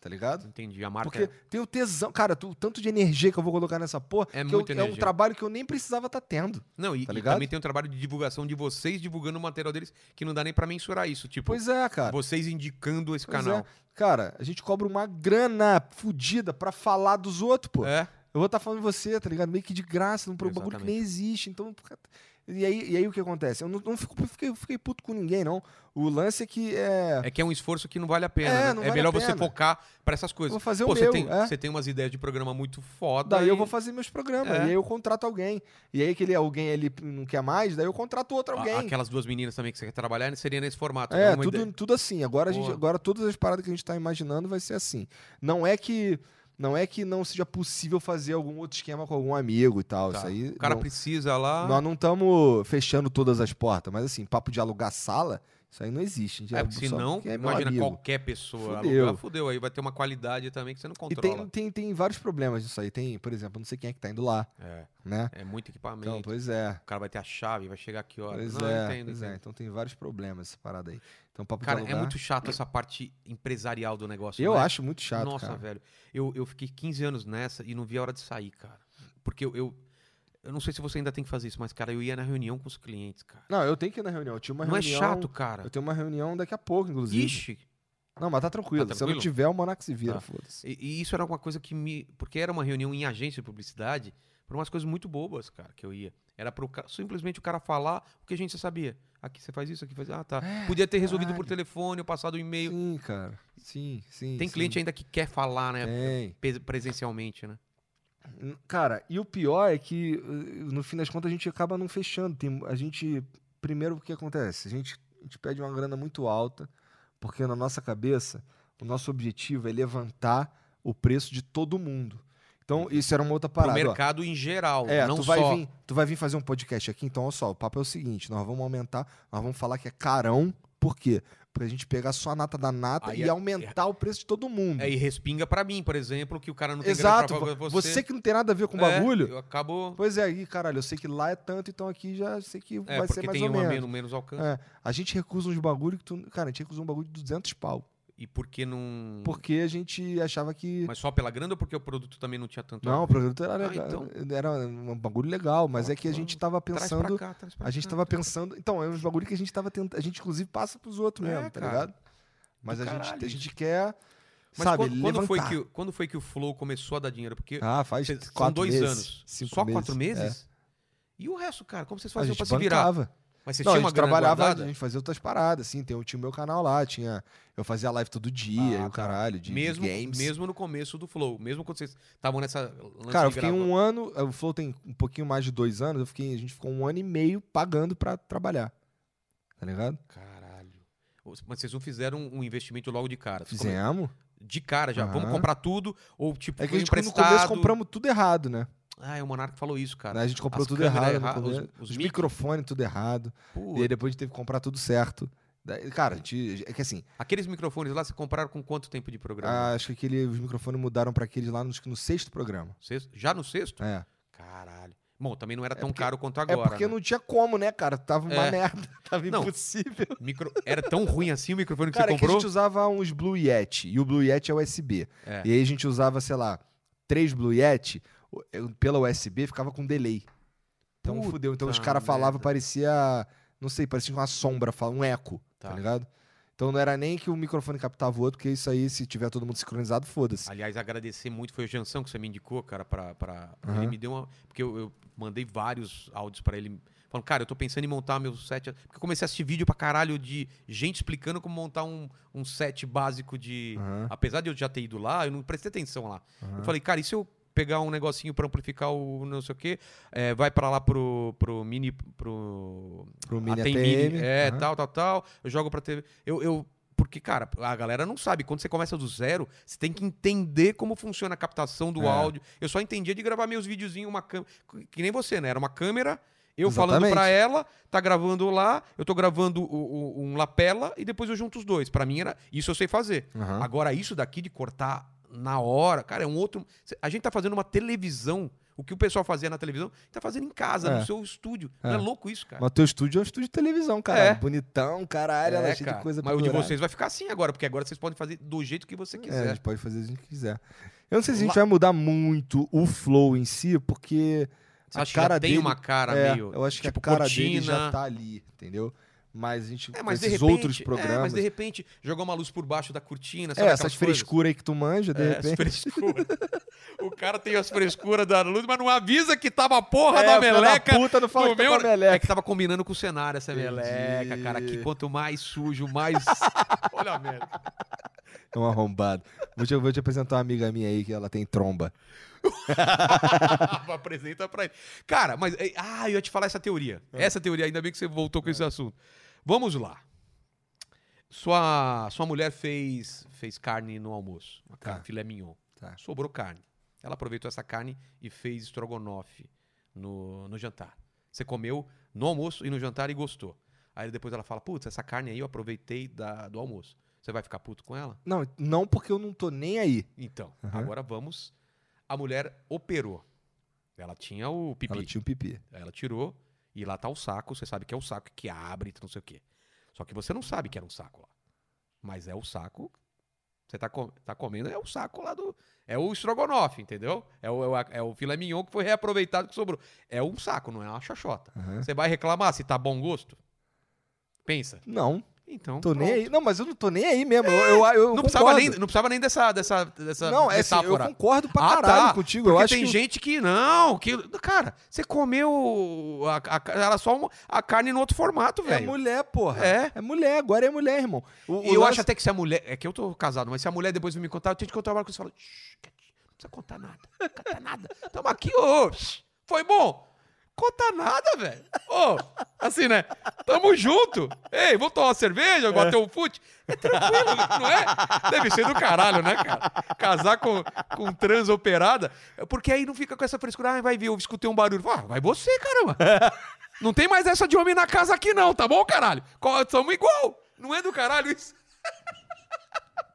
[SPEAKER 2] Tá ligado?
[SPEAKER 1] Entendi. A marca.
[SPEAKER 2] Porque tem o tesão. Cara, tu- o tanto de energia que eu vou colocar nessa porra.
[SPEAKER 1] É
[SPEAKER 2] que
[SPEAKER 1] muita
[SPEAKER 2] eu, é um
[SPEAKER 1] energia.
[SPEAKER 2] trabalho que eu nem precisava estar tendo.
[SPEAKER 1] Não, e,
[SPEAKER 2] Tá
[SPEAKER 1] e
[SPEAKER 2] ligado?
[SPEAKER 1] também tem um trabalho de divulgação de vocês divulgando o material deles que não dá nem pra mensurar isso. Tipo,
[SPEAKER 2] Pois é, cara.
[SPEAKER 1] vocês indicando esse
[SPEAKER 2] Pois é.
[SPEAKER 1] canal.
[SPEAKER 2] Cara, a gente cobra uma grana fodida pra falar dos outros, pô.
[SPEAKER 1] É.
[SPEAKER 2] Eu vou estar falando de você, tá ligado? Meio que de graça, num pro- bagulho que
[SPEAKER 1] Exatamente.
[SPEAKER 2] nem existe. Então. porra, E aí, e aí o que acontece? Eu não, não fico, eu fiquei, eu fiquei puto com ninguém, não. O lance é que é.
[SPEAKER 1] É que é um esforço que não vale a pena.
[SPEAKER 2] É,
[SPEAKER 1] né?
[SPEAKER 2] não
[SPEAKER 1] é
[SPEAKER 2] vale a
[SPEAKER 1] melhor você
[SPEAKER 2] pena.
[SPEAKER 1] focar pra essas coisas.
[SPEAKER 2] Vou fazer o
[SPEAKER 1] Pô,
[SPEAKER 2] meu.
[SPEAKER 1] você tem,
[SPEAKER 2] é.
[SPEAKER 1] você tem umas ideias de programa muito foda.
[SPEAKER 2] Daí eu
[SPEAKER 1] e-
[SPEAKER 2] vou fazer meus programas.
[SPEAKER 1] É.
[SPEAKER 2] E aí eu contrato alguém. E aí aquele alguém ali não quer mais, daí eu contrato outro
[SPEAKER 1] A-
[SPEAKER 2] alguém.
[SPEAKER 1] Aquelas duas meninas também que você quer trabalhar seria nesse formato. né?
[SPEAKER 2] É,
[SPEAKER 1] Uma
[SPEAKER 2] tudo,
[SPEAKER 1] ideia-
[SPEAKER 2] tudo assim. Agora, a gente,
[SPEAKER 1] Boa.
[SPEAKER 2] agora todas as paradas que a gente tá imaginando vai ser assim. Não é que não é que não seja possível fazer algum outro esquema com algum amigo e tal.
[SPEAKER 1] Tá.
[SPEAKER 2] Isso aí.
[SPEAKER 1] O cara
[SPEAKER 2] não-
[SPEAKER 1] precisa lá.
[SPEAKER 2] Nós não estamos fechando todas as portas, mas assim, papo de alugar sala, isso aí não existe. A gente
[SPEAKER 1] É,
[SPEAKER 2] aluga
[SPEAKER 1] porque
[SPEAKER 2] só
[SPEAKER 1] senão,
[SPEAKER 2] porque é meu
[SPEAKER 1] imagina
[SPEAKER 2] amigo.
[SPEAKER 1] qualquer pessoa
[SPEAKER 2] Fudeu.
[SPEAKER 1] alugar, fudeu. Aí vai ter uma qualidade também que você não
[SPEAKER 2] E tem,
[SPEAKER 1] controla.
[SPEAKER 2] tem, tem vários problemas disso aí. Tem, por exemplo, não sei quem é que tá indo lá,
[SPEAKER 1] É,
[SPEAKER 2] né?
[SPEAKER 1] é muito equipamento.
[SPEAKER 2] Então, pois é.
[SPEAKER 1] O cara vai ter a chave, vai chegar aqui, ó.
[SPEAKER 2] Pois
[SPEAKER 1] não,
[SPEAKER 2] é,
[SPEAKER 1] entendo,
[SPEAKER 2] pois é.
[SPEAKER 1] entendo.
[SPEAKER 2] Então tem vários problemas essa parada aí. Então, papo
[SPEAKER 1] Cara, é
[SPEAKER 2] de alugar.
[SPEAKER 1] muito chato essa parte empresarial do negócio.
[SPEAKER 2] Eu
[SPEAKER 1] não é?
[SPEAKER 2] acho muito chato,
[SPEAKER 1] Nossa,
[SPEAKER 2] cara.
[SPEAKER 1] velho. Eu, eu fiquei 15 anos nessa e não vi a hora de sair, cara. Porque eu, eu. eu não sei se você ainda tem que fazer isso, mas, cara, eu ia na reunião com os clientes, cara.
[SPEAKER 2] Não, eu tenho que ir na reunião. Eu tinha uma
[SPEAKER 1] não
[SPEAKER 2] reunião.
[SPEAKER 1] é chato, cara.
[SPEAKER 2] Eu tenho uma reunião daqui a pouco, inclusive.
[SPEAKER 1] Ixi,
[SPEAKER 2] Não, mas tá tranquilo.
[SPEAKER 1] Tá
[SPEAKER 2] Se eu não
[SPEAKER 1] tranquilo?
[SPEAKER 2] tiver, o Monark se vira,
[SPEAKER 1] Tá.
[SPEAKER 2] foda-se.
[SPEAKER 1] E, e isso era alguma coisa que me. Porque era uma reunião em agência de publicidade, por umas coisas muito bobas, cara, que eu ia. Era pro ca- simplesmente o cara falar o que a gente já sabia. Aqui você faz isso, aqui faz. Ah, tá.
[SPEAKER 2] É,
[SPEAKER 1] Podia ter resolvido por
[SPEAKER 2] caralho.
[SPEAKER 1] telefone ou passado um e-mail.
[SPEAKER 2] Sim, cara. Sim, sim.
[SPEAKER 1] Tem
[SPEAKER 2] sim. É.
[SPEAKER 1] cliente ainda que quer falar, né?
[SPEAKER 2] Tem.
[SPEAKER 1] pe- Presencialmente, né?
[SPEAKER 2] N- Cara, e o pior é que, uh, no fim das contas, a gente acaba não fechando. Tem- a gente. Primeiro, o que acontece? A gente, a gente pede uma grana muito alta, porque na nossa cabeça, o nosso objetivo é levantar o preço de todo mundo. Então, isso era uma outra
[SPEAKER 1] Uhum. Pro
[SPEAKER 2] parada. ó.
[SPEAKER 1] mercado em geral,
[SPEAKER 2] É,
[SPEAKER 1] não
[SPEAKER 2] tu vai,
[SPEAKER 1] só.
[SPEAKER 2] vir, tu vai vir fazer um podcast aqui, então olha só, o papo é o seguinte, nós vamos aumentar, nós vamos falar que é carão, por quê? Pra gente pegar só a nata da nata
[SPEAKER 1] Aí
[SPEAKER 2] e
[SPEAKER 1] é-
[SPEAKER 2] aumentar o preço de todo mundo.
[SPEAKER 1] É, e respinga pra mim, por exemplo, que o cara não tem grana
[SPEAKER 2] Exato,
[SPEAKER 1] pra pagar
[SPEAKER 2] vo- você... que não tem nada a ver com o
[SPEAKER 1] É,
[SPEAKER 2] bagulho,
[SPEAKER 1] Eu acabo.
[SPEAKER 2] pois é, e caralho, eu sei que lá é tanto, então aqui já sei que
[SPEAKER 1] É,
[SPEAKER 2] vai ser
[SPEAKER 1] porque
[SPEAKER 2] mais
[SPEAKER 1] tem
[SPEAKER 2] ou
[SPEAKER 1] uma
[SPEAKER 2] menos.
[SPEAKER 1] menos, menos alcance.
[SPEAKER 2] É, a gente recusa uns bagulho que tu... Cara, a gente recusou um bagulho de 200 pau,
[SPEAKER 1] E porque não.
[SPEAKER 2] porque a gente achava
[SPEAKER 1] Hum.
[SPEAKER 2] que...
[SPEAKER 1] Mas só pela grana ou porque o produto também não tinha tanto
[SPEAKER 2] Não, o produto era legal,
[SPEAKER 1] então.
[SPEAKER 2] era um bagulho legal, mas
[SPEAKER 1] Ah,
[SPEAKER 2] é que a
[SPEAKER 1] então
[SPEAKER 2] gente tava
[SPEAKER 1] Traz
[SPEAKER 2] pensando...
[SPEAKER 1] pra cá, traz pra
[SPEAKER 2] A gente
[SPEAKER 1] cá.
[SPEAKER 2] tava pensando. Então, é uns bagulho que a gente tava tentando. A gente, inclusive, passa pros outros
[SPEAKER 1] É,
[SPEAKER 2] mesmo, tá
[SPEAKER 1] cara.
[SPEAKER 2] ligado? Mas
[SPEAKER 1] Do
[SPEAKER 2] a gente,
[SPEAKER 1] caralho
[SPEAKER 2] a
[SPEAKER 1] isso.
[SPEAKER 2] gente quer.
[SPEAKER 1] Mas
[SPEAKER 2] sabe,
[SPEAKER 1] quando, quando foi
[SPEAKER 2] levantar.
[SPEAKER 1] que, o- quando foi que o Flow começou a dar dinheiro? Porque
[SPEAKER 2] Ah, faz
[SPEAKER 1] cês-
[SPEAKER 2] quatro
[SPEAKER 1] são dois
[SPEAKER 2] meses,
[SPEAKER 1] anos.
[SPEAKER 2] cinco
[SPEAKER 1] só quatro
[SPEAKER 2] meses, é.
[SPEAKER 1] meses? E o resto, cara? Como vocês
[SPEAKER 2] A
[SPEAKER 1] faziam
[SPEAKER 2] gente
[SPEAKER 1] pra se virar?
[SPEAKER 2] bancava.
[SPEAKER 1] Mas vocês
[SPEAKER 2] Não, a
[SPEAKER 1] tinham uma
[SPEAKER 2] gente
[SPEAKER 1] grana
[SPEAKER 2] trabalhava,
[SPEAKER 1] guardada?
[SPEAKER 2] a gente fazia outras paradas, assim. Tem, tinha o meu canal lá, tinha. Eu fazia live todo dia,
[SPEAKER 1] Ah,
[SPEAKER 2] e o
[SPEAKER 1] tá.
[SPEAKER 2] caralho, de, de
[SPEAKER 1] mesmo,
[SPEAKER 2] games.
[SPEAKER 1] mesmo no começo do Flow. Mesmo quando vocês estavam nessa lance
[SPEAKER 2] Cara, eu
[SPEAKER 1] de
[SPEAKER 2] fiquei
[SPEAKER 1] grava-
[SPEAKER 2] um ano. O Flow tem um pouquinho mais de dois anos, eu fiquei, a gente ficou um ano e meio pagando pra trabalhar. Tá ligado?
[SPEAKER 1] Caralho. Os- Mas vocês não fizeram um investimento logo de cara? Vocês come-
[SPEAKER 2] Fizemos.
[SPEAKER 1] De cara já. Vamos
[SPEAKER 2] Aham.
[SPEAKER 1] comprar tudo? Ou tipo,
[SPEAKER 2] É que a
[SPEAKER 1] foi
[SPEAKER 2] gente no começo
[SPEAKER 1] emprestado?
[SPEAKER 2] compramos Né? tudo errado, né?
[SPEAKER 1] Ah, é o Monarca que falou isso, cara.
[SPEAKER 2] a gente comprou
[SPEAKER 1] as
[SPEAKER 2] tudo
[SPEAKER 1] câmeras
[SPEAKER 2] errado, no
[SPEAKER 1] erra- os-
[SPEAKER 2] começo,
[SPEAKER 1] os
[SPEAKER 2] os,
[SPEAKER 1] mic-
[SPEAKER 2] microfones tudo errado.
[SPEAKER 1] Pô,
[SPEAKER 2] E aí depois a gente teve que comprar tudo certo. Daí, cara, a gente, é que assim,
[SPEAKER 1] Aqueles microfones lá, vocês compraram com quanto tempo de programa?
[SPEAKER 2] acho que aquele, os microfones mudaram pra aqueles lá no, acho que no sexto programa.
[SPEAKER 1] Sexto- Já no sexto?
[SPEAKER 2] É.
[SPEAKER 1] Caralho. Bom, também não era tão
[SPEAKER 2] porque-
[SPEAKER 1] caro quanto
[SPEAKER 2] é
[SPEAKER 1] agora.
[SPEAKER 2] porque
[SPEAKER 1] né?
[SPEAKER 2] não tinha como, né, cara? Tava uma
[SPEAKER 1] É.
[SPEAKER 2] merda, tava
[SPEAKER 1] Não.
[SPEAKER 2] impossível.
[SPEAKER 1] Micro- Era tão ruim assim o microfone
[SPEAKER 2] <laughs>
[SPEAKER 1] que
[SPEAKER 2] Cara,
[SPEAKER 1] você
[SPEAKER 2] é que a
[SPEAKER 1] comprou?
[SPEAKER 2] gente usava uns Blue Yeti, e o Blue Yeti é USB.
[SPEAKER 1] É.
[SPEAKER 2] E aí a gente usava, sei lá, três Blue Yeti, o- eu- pela USB ficava com delay. Então
[SPEAKER 1] Puta
[SPEAKER 2] fudeu, então os caras falavam,
[SPEAKER 1] merda.
[SPEAKER 2] parecia, não sei, parecia uma sombra, fala- um eco, tá.
[SPEAKER 1] Tá.
[SPEAKER 2] ligado? Então não era nem que um microfone captava o outro, porque isso aí, se tiver todo mundo sincronizado, foda-se.
[SPEAKER 1] Aliás, agradecer muito. Foi o Jansão que você me indicou, cara, pra. pra... Ele
[SPEAKER 2] Aham.
[SPEAKER 1] me deu uma. Porque eu, eu mandei vários áudios pra ele. Falando, cara, eu tô pensando em montar meu set. Porque eu comecei a assistir vídeo pra caralho de gente explicando como montar um, um set básico de.
[SPEAKER 2] Aham,
[SPEAKER 1] Apesar de eu já ter ido lá, eu não prestei atenção lá.
[SPEAKER 2] aham.
[SPEAKER 1] Eu falei, cara, e se eu pegar um negocinho pra amplificar o não sei o quê? É, vai pra lá pro, pro mini. pro
[SPEAKER 2] Pro
[SPEAKER 1] Ah,
[SPEAKER 2] mini
[SPEAKER 1] tem
[SPEAKER 2] ATM.
[SPEAKER 1] mini, é,
[SPEAKER 2] aham.
[SPEAKER 1] tal, tal, tal. Eu jogo pra TV. Eu, eu, porque, cara, a galera não sabe. Quando você começa do zero, você tem que entender como funciona a captação do
[SPEAKER 2] É.
[SPEAKER 1] áudio. Eu só entendia de gravar meus videozinhos, uma câmera. Que nem você, né? Era uma câmera Eu falando
[SPEAKER 2] Exatamente.
[SPEAKER 1] pra ela, tá gravando lá, eu tô gravando o- o- um lapela e depois eu junto os dois. Pra mim era isso eu sei fazer.
[SPEAKER 2] Aham.
[SPEAKER 1] Agora isso daqui de cortar na hora, cara, é um outro. A gente tá fazendo uma televisão. O que o pessoal fazia na televisão, tá fazendo em casa,
[SPEAKER 2] É.
[SPEAKER 1] no seu estúdio.
[SPEAKER 2] É.
[SPEAKER 1] Não é louco isso, cara.
[SPEAKER 2] Mas teu estúdio é um estúdio de televisão, cara.
[SPEAKER 1] É.
[SPEAKER 2] Bonitão, caralho, ela
[SPEAKER 1] É,
[SPEAKER 2] cheia
[SPEAKER 1] cara.
[SPEAKER 2] de coisa
[SPEAKER 1] Mas o de
[SPEAKER 2] pendurada.
[SPEAKER 1] vocês vai ficar assim agora, porque agora vocês podem fazer do jeito que você
[SPEAKER 2] É, a
[SPEAKER 1] quiser.
[SPEAKER 2] gente pode fazer o que a gente quiser. Eu não sei se
[SPEAKER 1] Lá-
[SPEAKER 2] a gente vai mudar muito o flow em si, porque
[SPEAKER 1] Você
[SPEAKER 2] a
[SPEAKER 1] acha
[SPEAKER 2] cara
[SPEAKER 1] que Assim, já tem
[SPEAKER 2] dele-
[SPEAKER 1] uma cara
[SPEAKER 2] é,
[SPEAKER 1] meio.
[SPEAKER 2] eu acho que
[SPEAKER 1] tipo,
[SPEAKER 2] a cara
[SPEAKER 1] cortina.
[SPEAKER 2] dele já tá ali, entendeu? Mas a gente
[SPEAKER 1] É, mas de
[SPEAKER 2] esses
[SPEAKER 1] repente,
[SPEAKER 2] outros programas,
[SPEAKER 1] É, mas de repente jogar uma luz por baixo da cortina,
[SPEAKER 2] É,
[SPEAKER 1] sabe
[SPEAKER 2] essas
[SPEAKER 1] aquelas coisas?
[SPEAKER 2] frescuras aí que tu manja, de
[SPEAKER 1] É, as
[SPEAKER 2] repente.
[SPEAKER 1] frescuras. <laughs> o cara tem as frescuras da luz, mas não avisa que tava a porra
[SPEAKER 2] É,
[SPEAKER 1] da
[SPEAKER 2] filha
[SPEAKER 1] meleca.
[SPEAKER 2] puta não fala
[SPEAKER 1] no
[SPEAKER 2] que tá com a
[SPEAKER 1] meu-
[SPEAKER 2] meleca.
[SPEAKER 1] É que tava combinando com o cenário essa
[SPEAKER 2] Entendi.
[SPEAKER 1] meleca, cara. Que quanto mais sujo,
[SPEAKER 2] <laughs>
[SPEAKER 1] mais. Olha a merda.
[SPEAKER 2] É um arrombado. Vou te, vou te apresentar uma amiga minha aí que ela tem tromba.
[SPEAKER 1] <laughs> Apresenta pra ele. Cara, mas. eh, Ah, eu ia te falar essa teoria.
[SPEAKER 2] É.
[SPEAKER 1] Essa teoria, ainda bem que você voltou com esse assunto. Vamos lá. Sua, sua mulher fez, fez carne no almoço. Uma
[SPEAKER 2] Tá.
[SPEAKER 1] carne filé mignon.
[SPEAKER 2] Tá.
[SPEAKER 1] Sobrou carne. Ela aproveitou essa carne e fez estrogonofe no, no jantar. Você comeu no almoço e no jantar e gostou. Aí depois ela fala: Putz, essa carne aí eu aproveitei da- do almoço. Você vai ficar puto com ela?
[SPEAKER 2] Não, não porque eu não tô nem aí.
[SPEAKER 1] Então,
[SPEAKER 2] Aham.
[SPEAKER 1] agora vamos. A mulher operou. Ela tinha o pipi.
[SPEAKER 2] Ela tinha um pipi.
[SPEAKER 1] Aí Ela tirou e lá tá o saco. Você sabe que é o saco que abre, não sei o quê. Só que você não sabe que era um saco lá. Mas é o saco. Você tá, com- tá comendo, é o saco lá do. É o estrogonofe, entendeu? É o, é, o, é o filé mignon que foi reaproveitado que sobrou. É um saco, não é uma xoxota.
[SPEAKER 2] Aham.
[SPEAKER 1] Você vai reclamar se tá bom gosto? Pensa.
[SPEAKER 2] Não,
[SPEAKER 1] Então.
[SPEAKER 2] tô nem
[SPEAKER 1] pronto. É,
[SPEAKER 2] aí. Não, mas eu não tô nem aí mesmo. Eu, eu, eu
[SPEAKER 1] Não
[SPEAKER 2] concordo.
[SPEAKER 1] precisava, nem, não precisava nem dessa, dessa, dessa
[SPEAKER 2] Não, é assim, eu
[SPEAKER 1] metáfora.
[SPEAKER 2] concordo pra
[SPEAKER 1] Ah,
[SPEAKER 2] caralho
[SPEAKER 1] tá.
[SPEAKER 2] contigo.
[SPEAKER 1] Porque
[SPEAKER 2] eu acho
[SPEAKER 1] tem
[SPEAKER 2] que
[SPEAKER 1] gente que não, que. Cara, você comeu. A, a- era só uma- a carne no outro formato,
[SPEAKER 2] é
[SPEAKER 1] velho.
[SPEAKER 2] mulher, porra.
[SPEAKER 1] É.
[SPEAKER 2] mulher, agora é mulher, irmão. O- o
[SPEAKER 1] eu
[SPEAKER 2] lance-
[SPEAKER 1] acho até que se a mulher. É que eu tô casado, mas se a mulher depois me contar, eu tenho que contar uma coisa e falo. "Shh, quietinho, Não precisa contar nada. Não conta nada. Tamo aqui, ô. shh, Foi bom. Conta nada, velho. Ô, assim, né? Tamo junto. Ei, vou tomar uma cerveja, bater um fute. É tranquilo, não é? Deve ser do caralho, né, cara? Casar com, com trans operada. Porque aí não fica com essa frescura. Ah, vai ver, eu escutei um barulho. Ah, vai você, caramba. Não tem mais essa de homem na casa aqui, não, tá bom, caralho? Co- Somos igual. Não é do caralho isso?
[SPEAKER 2] <laughs>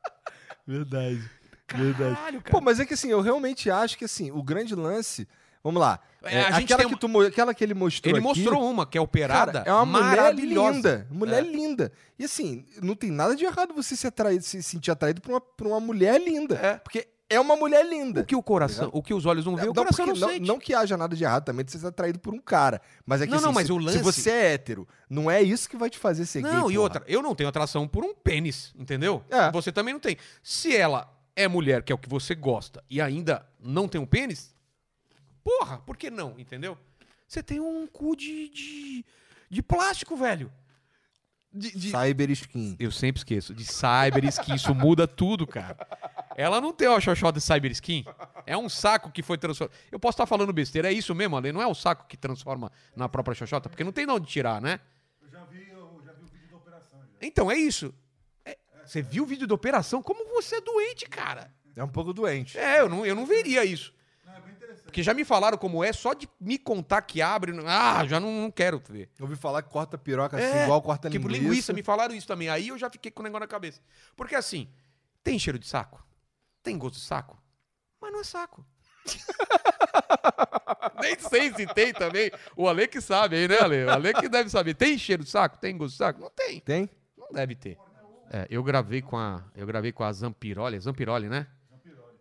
[SPEAKER 2] Verdade. Verdade.
[SPEAKER 1] Caralho, cara.
[SPEAKER 2] Pô, mas é que assim, eu realmente acho que assim, o grande lance. Vamos lá.
[SPEAKER 1] É,
[SPEAKER 2] É,
[SPEAKER 1] a gente
[SPEAKER 2] aquela,
[SPEAKER 1] tem
[SPEAKER 2] que
[SPEAKER 1] uma-
[SPEAKER 2] tu mo- aquela que ele mostrou.
[SPEAKER 1] Ele
[SPEAKER 2] aqui,
[SPEAKER 1] mostrou uma que é
[SPEAKER 2] cara,
[SPEAKER 1] operada.
[SPEAKER 2] é uma mulher
[SPEAKER 1] maravilhosa.
[SPEAKER 2] linda. Mulher
[SPEAKER 1] É.
[SPEAKER 2] linda. E assim, não tem nada de errado você se, atraído, se sentir atraído por uma, por uma mulher linda.
[SPEAKER 1] É.
[SPEAKER 2] Porque é uma mulher
[SPEAKER 1] O
[SPEAKER 2] linda.
[SPEAKER 1] que o coração, o que os olhos não veem, o coração não,
[SPEAKER 2] porque
[SPEAKER 1] sente.
[SPEAKER 2] não que haja nada de errado também de você ser atraído por um cara. Mas é que
[SPEAKER 1] Não,
[SPEAKER 2] assim,
[SPEAKER 1] não, mas
[SPEAKER 2] se,
[SPEAKER 1] o lance-
[SPEAKER 2] se você é hétero, não é isso que vai te fazer ser gay.
[SPEAKER 1] Não, e
[SPEAKER 2] porra.
[SPEAKER 1] outra, eu não tenho atração por um pênis, entendeu?
[SPEAKER 2] É.
[SPEAKER 1] Você também não tem. Se ela é mulher, que é o que você gosta, e ainda não tem um pênis, porra, por que não, entendeu? Você tem um cu de, de, de plástico, velho. De- de,
[SPEAKER 2] Cyber skin.
[SPEAKER 1] Eu sempre esqueço. De Cyber Skin, isso muda tudo, cara. Ela não tem uma xoxota de Cyber Skin. É um saco que foi transformado. Eu posso estar falando besteira, é isso mesmo, Ale? Não é o saco que transforma na própria xoxota? Porque não tem de onde tirar, né?
[SPEAKER 5] Eu já vi, eu já vi o vídeo da operação. Já.
[SPEAKER 1] Então, é isso. É, Você viu o vídeo da operação? Como você é doente, cara?
[SPEAKER 2] É um pouco doente.
[SPEAKER 1] É, eu não, eu não veria isso.
[SPEAKER 5] Não, é bem interessante.
[SPEAKER 1] Porque já me falaram como é, só de me contar que abre. Ah, já não, não quero ver.
[SPEAKER 2] Eu ouvi falar que corta piroca assim,
[SPEAKER 1] É,
[SPEAKER 2] igual corta
[SPEAKER 1] Tipo,
[SPEAKER 2] linguiça.
[SPEAKER 1] linguiça, me falaram isso também. Aí eu já fiquei com o negócio na cabeça. Porque assim, tem cheiro de saco? Tem gosto de saco? Mas não é saco. <laughs> Nem sei se tem também. O Ale que sabe aí, né, Ale? O Ale que deve saber. Tem cheiro de saco? Tem gosto de saco? Não tem.
[SPEAKER 2] Tem?
[SPEAKER 1] Não deve ter. É, eu gravei com a. Eu gravei com a Zampiroli, é Zampiroli, né?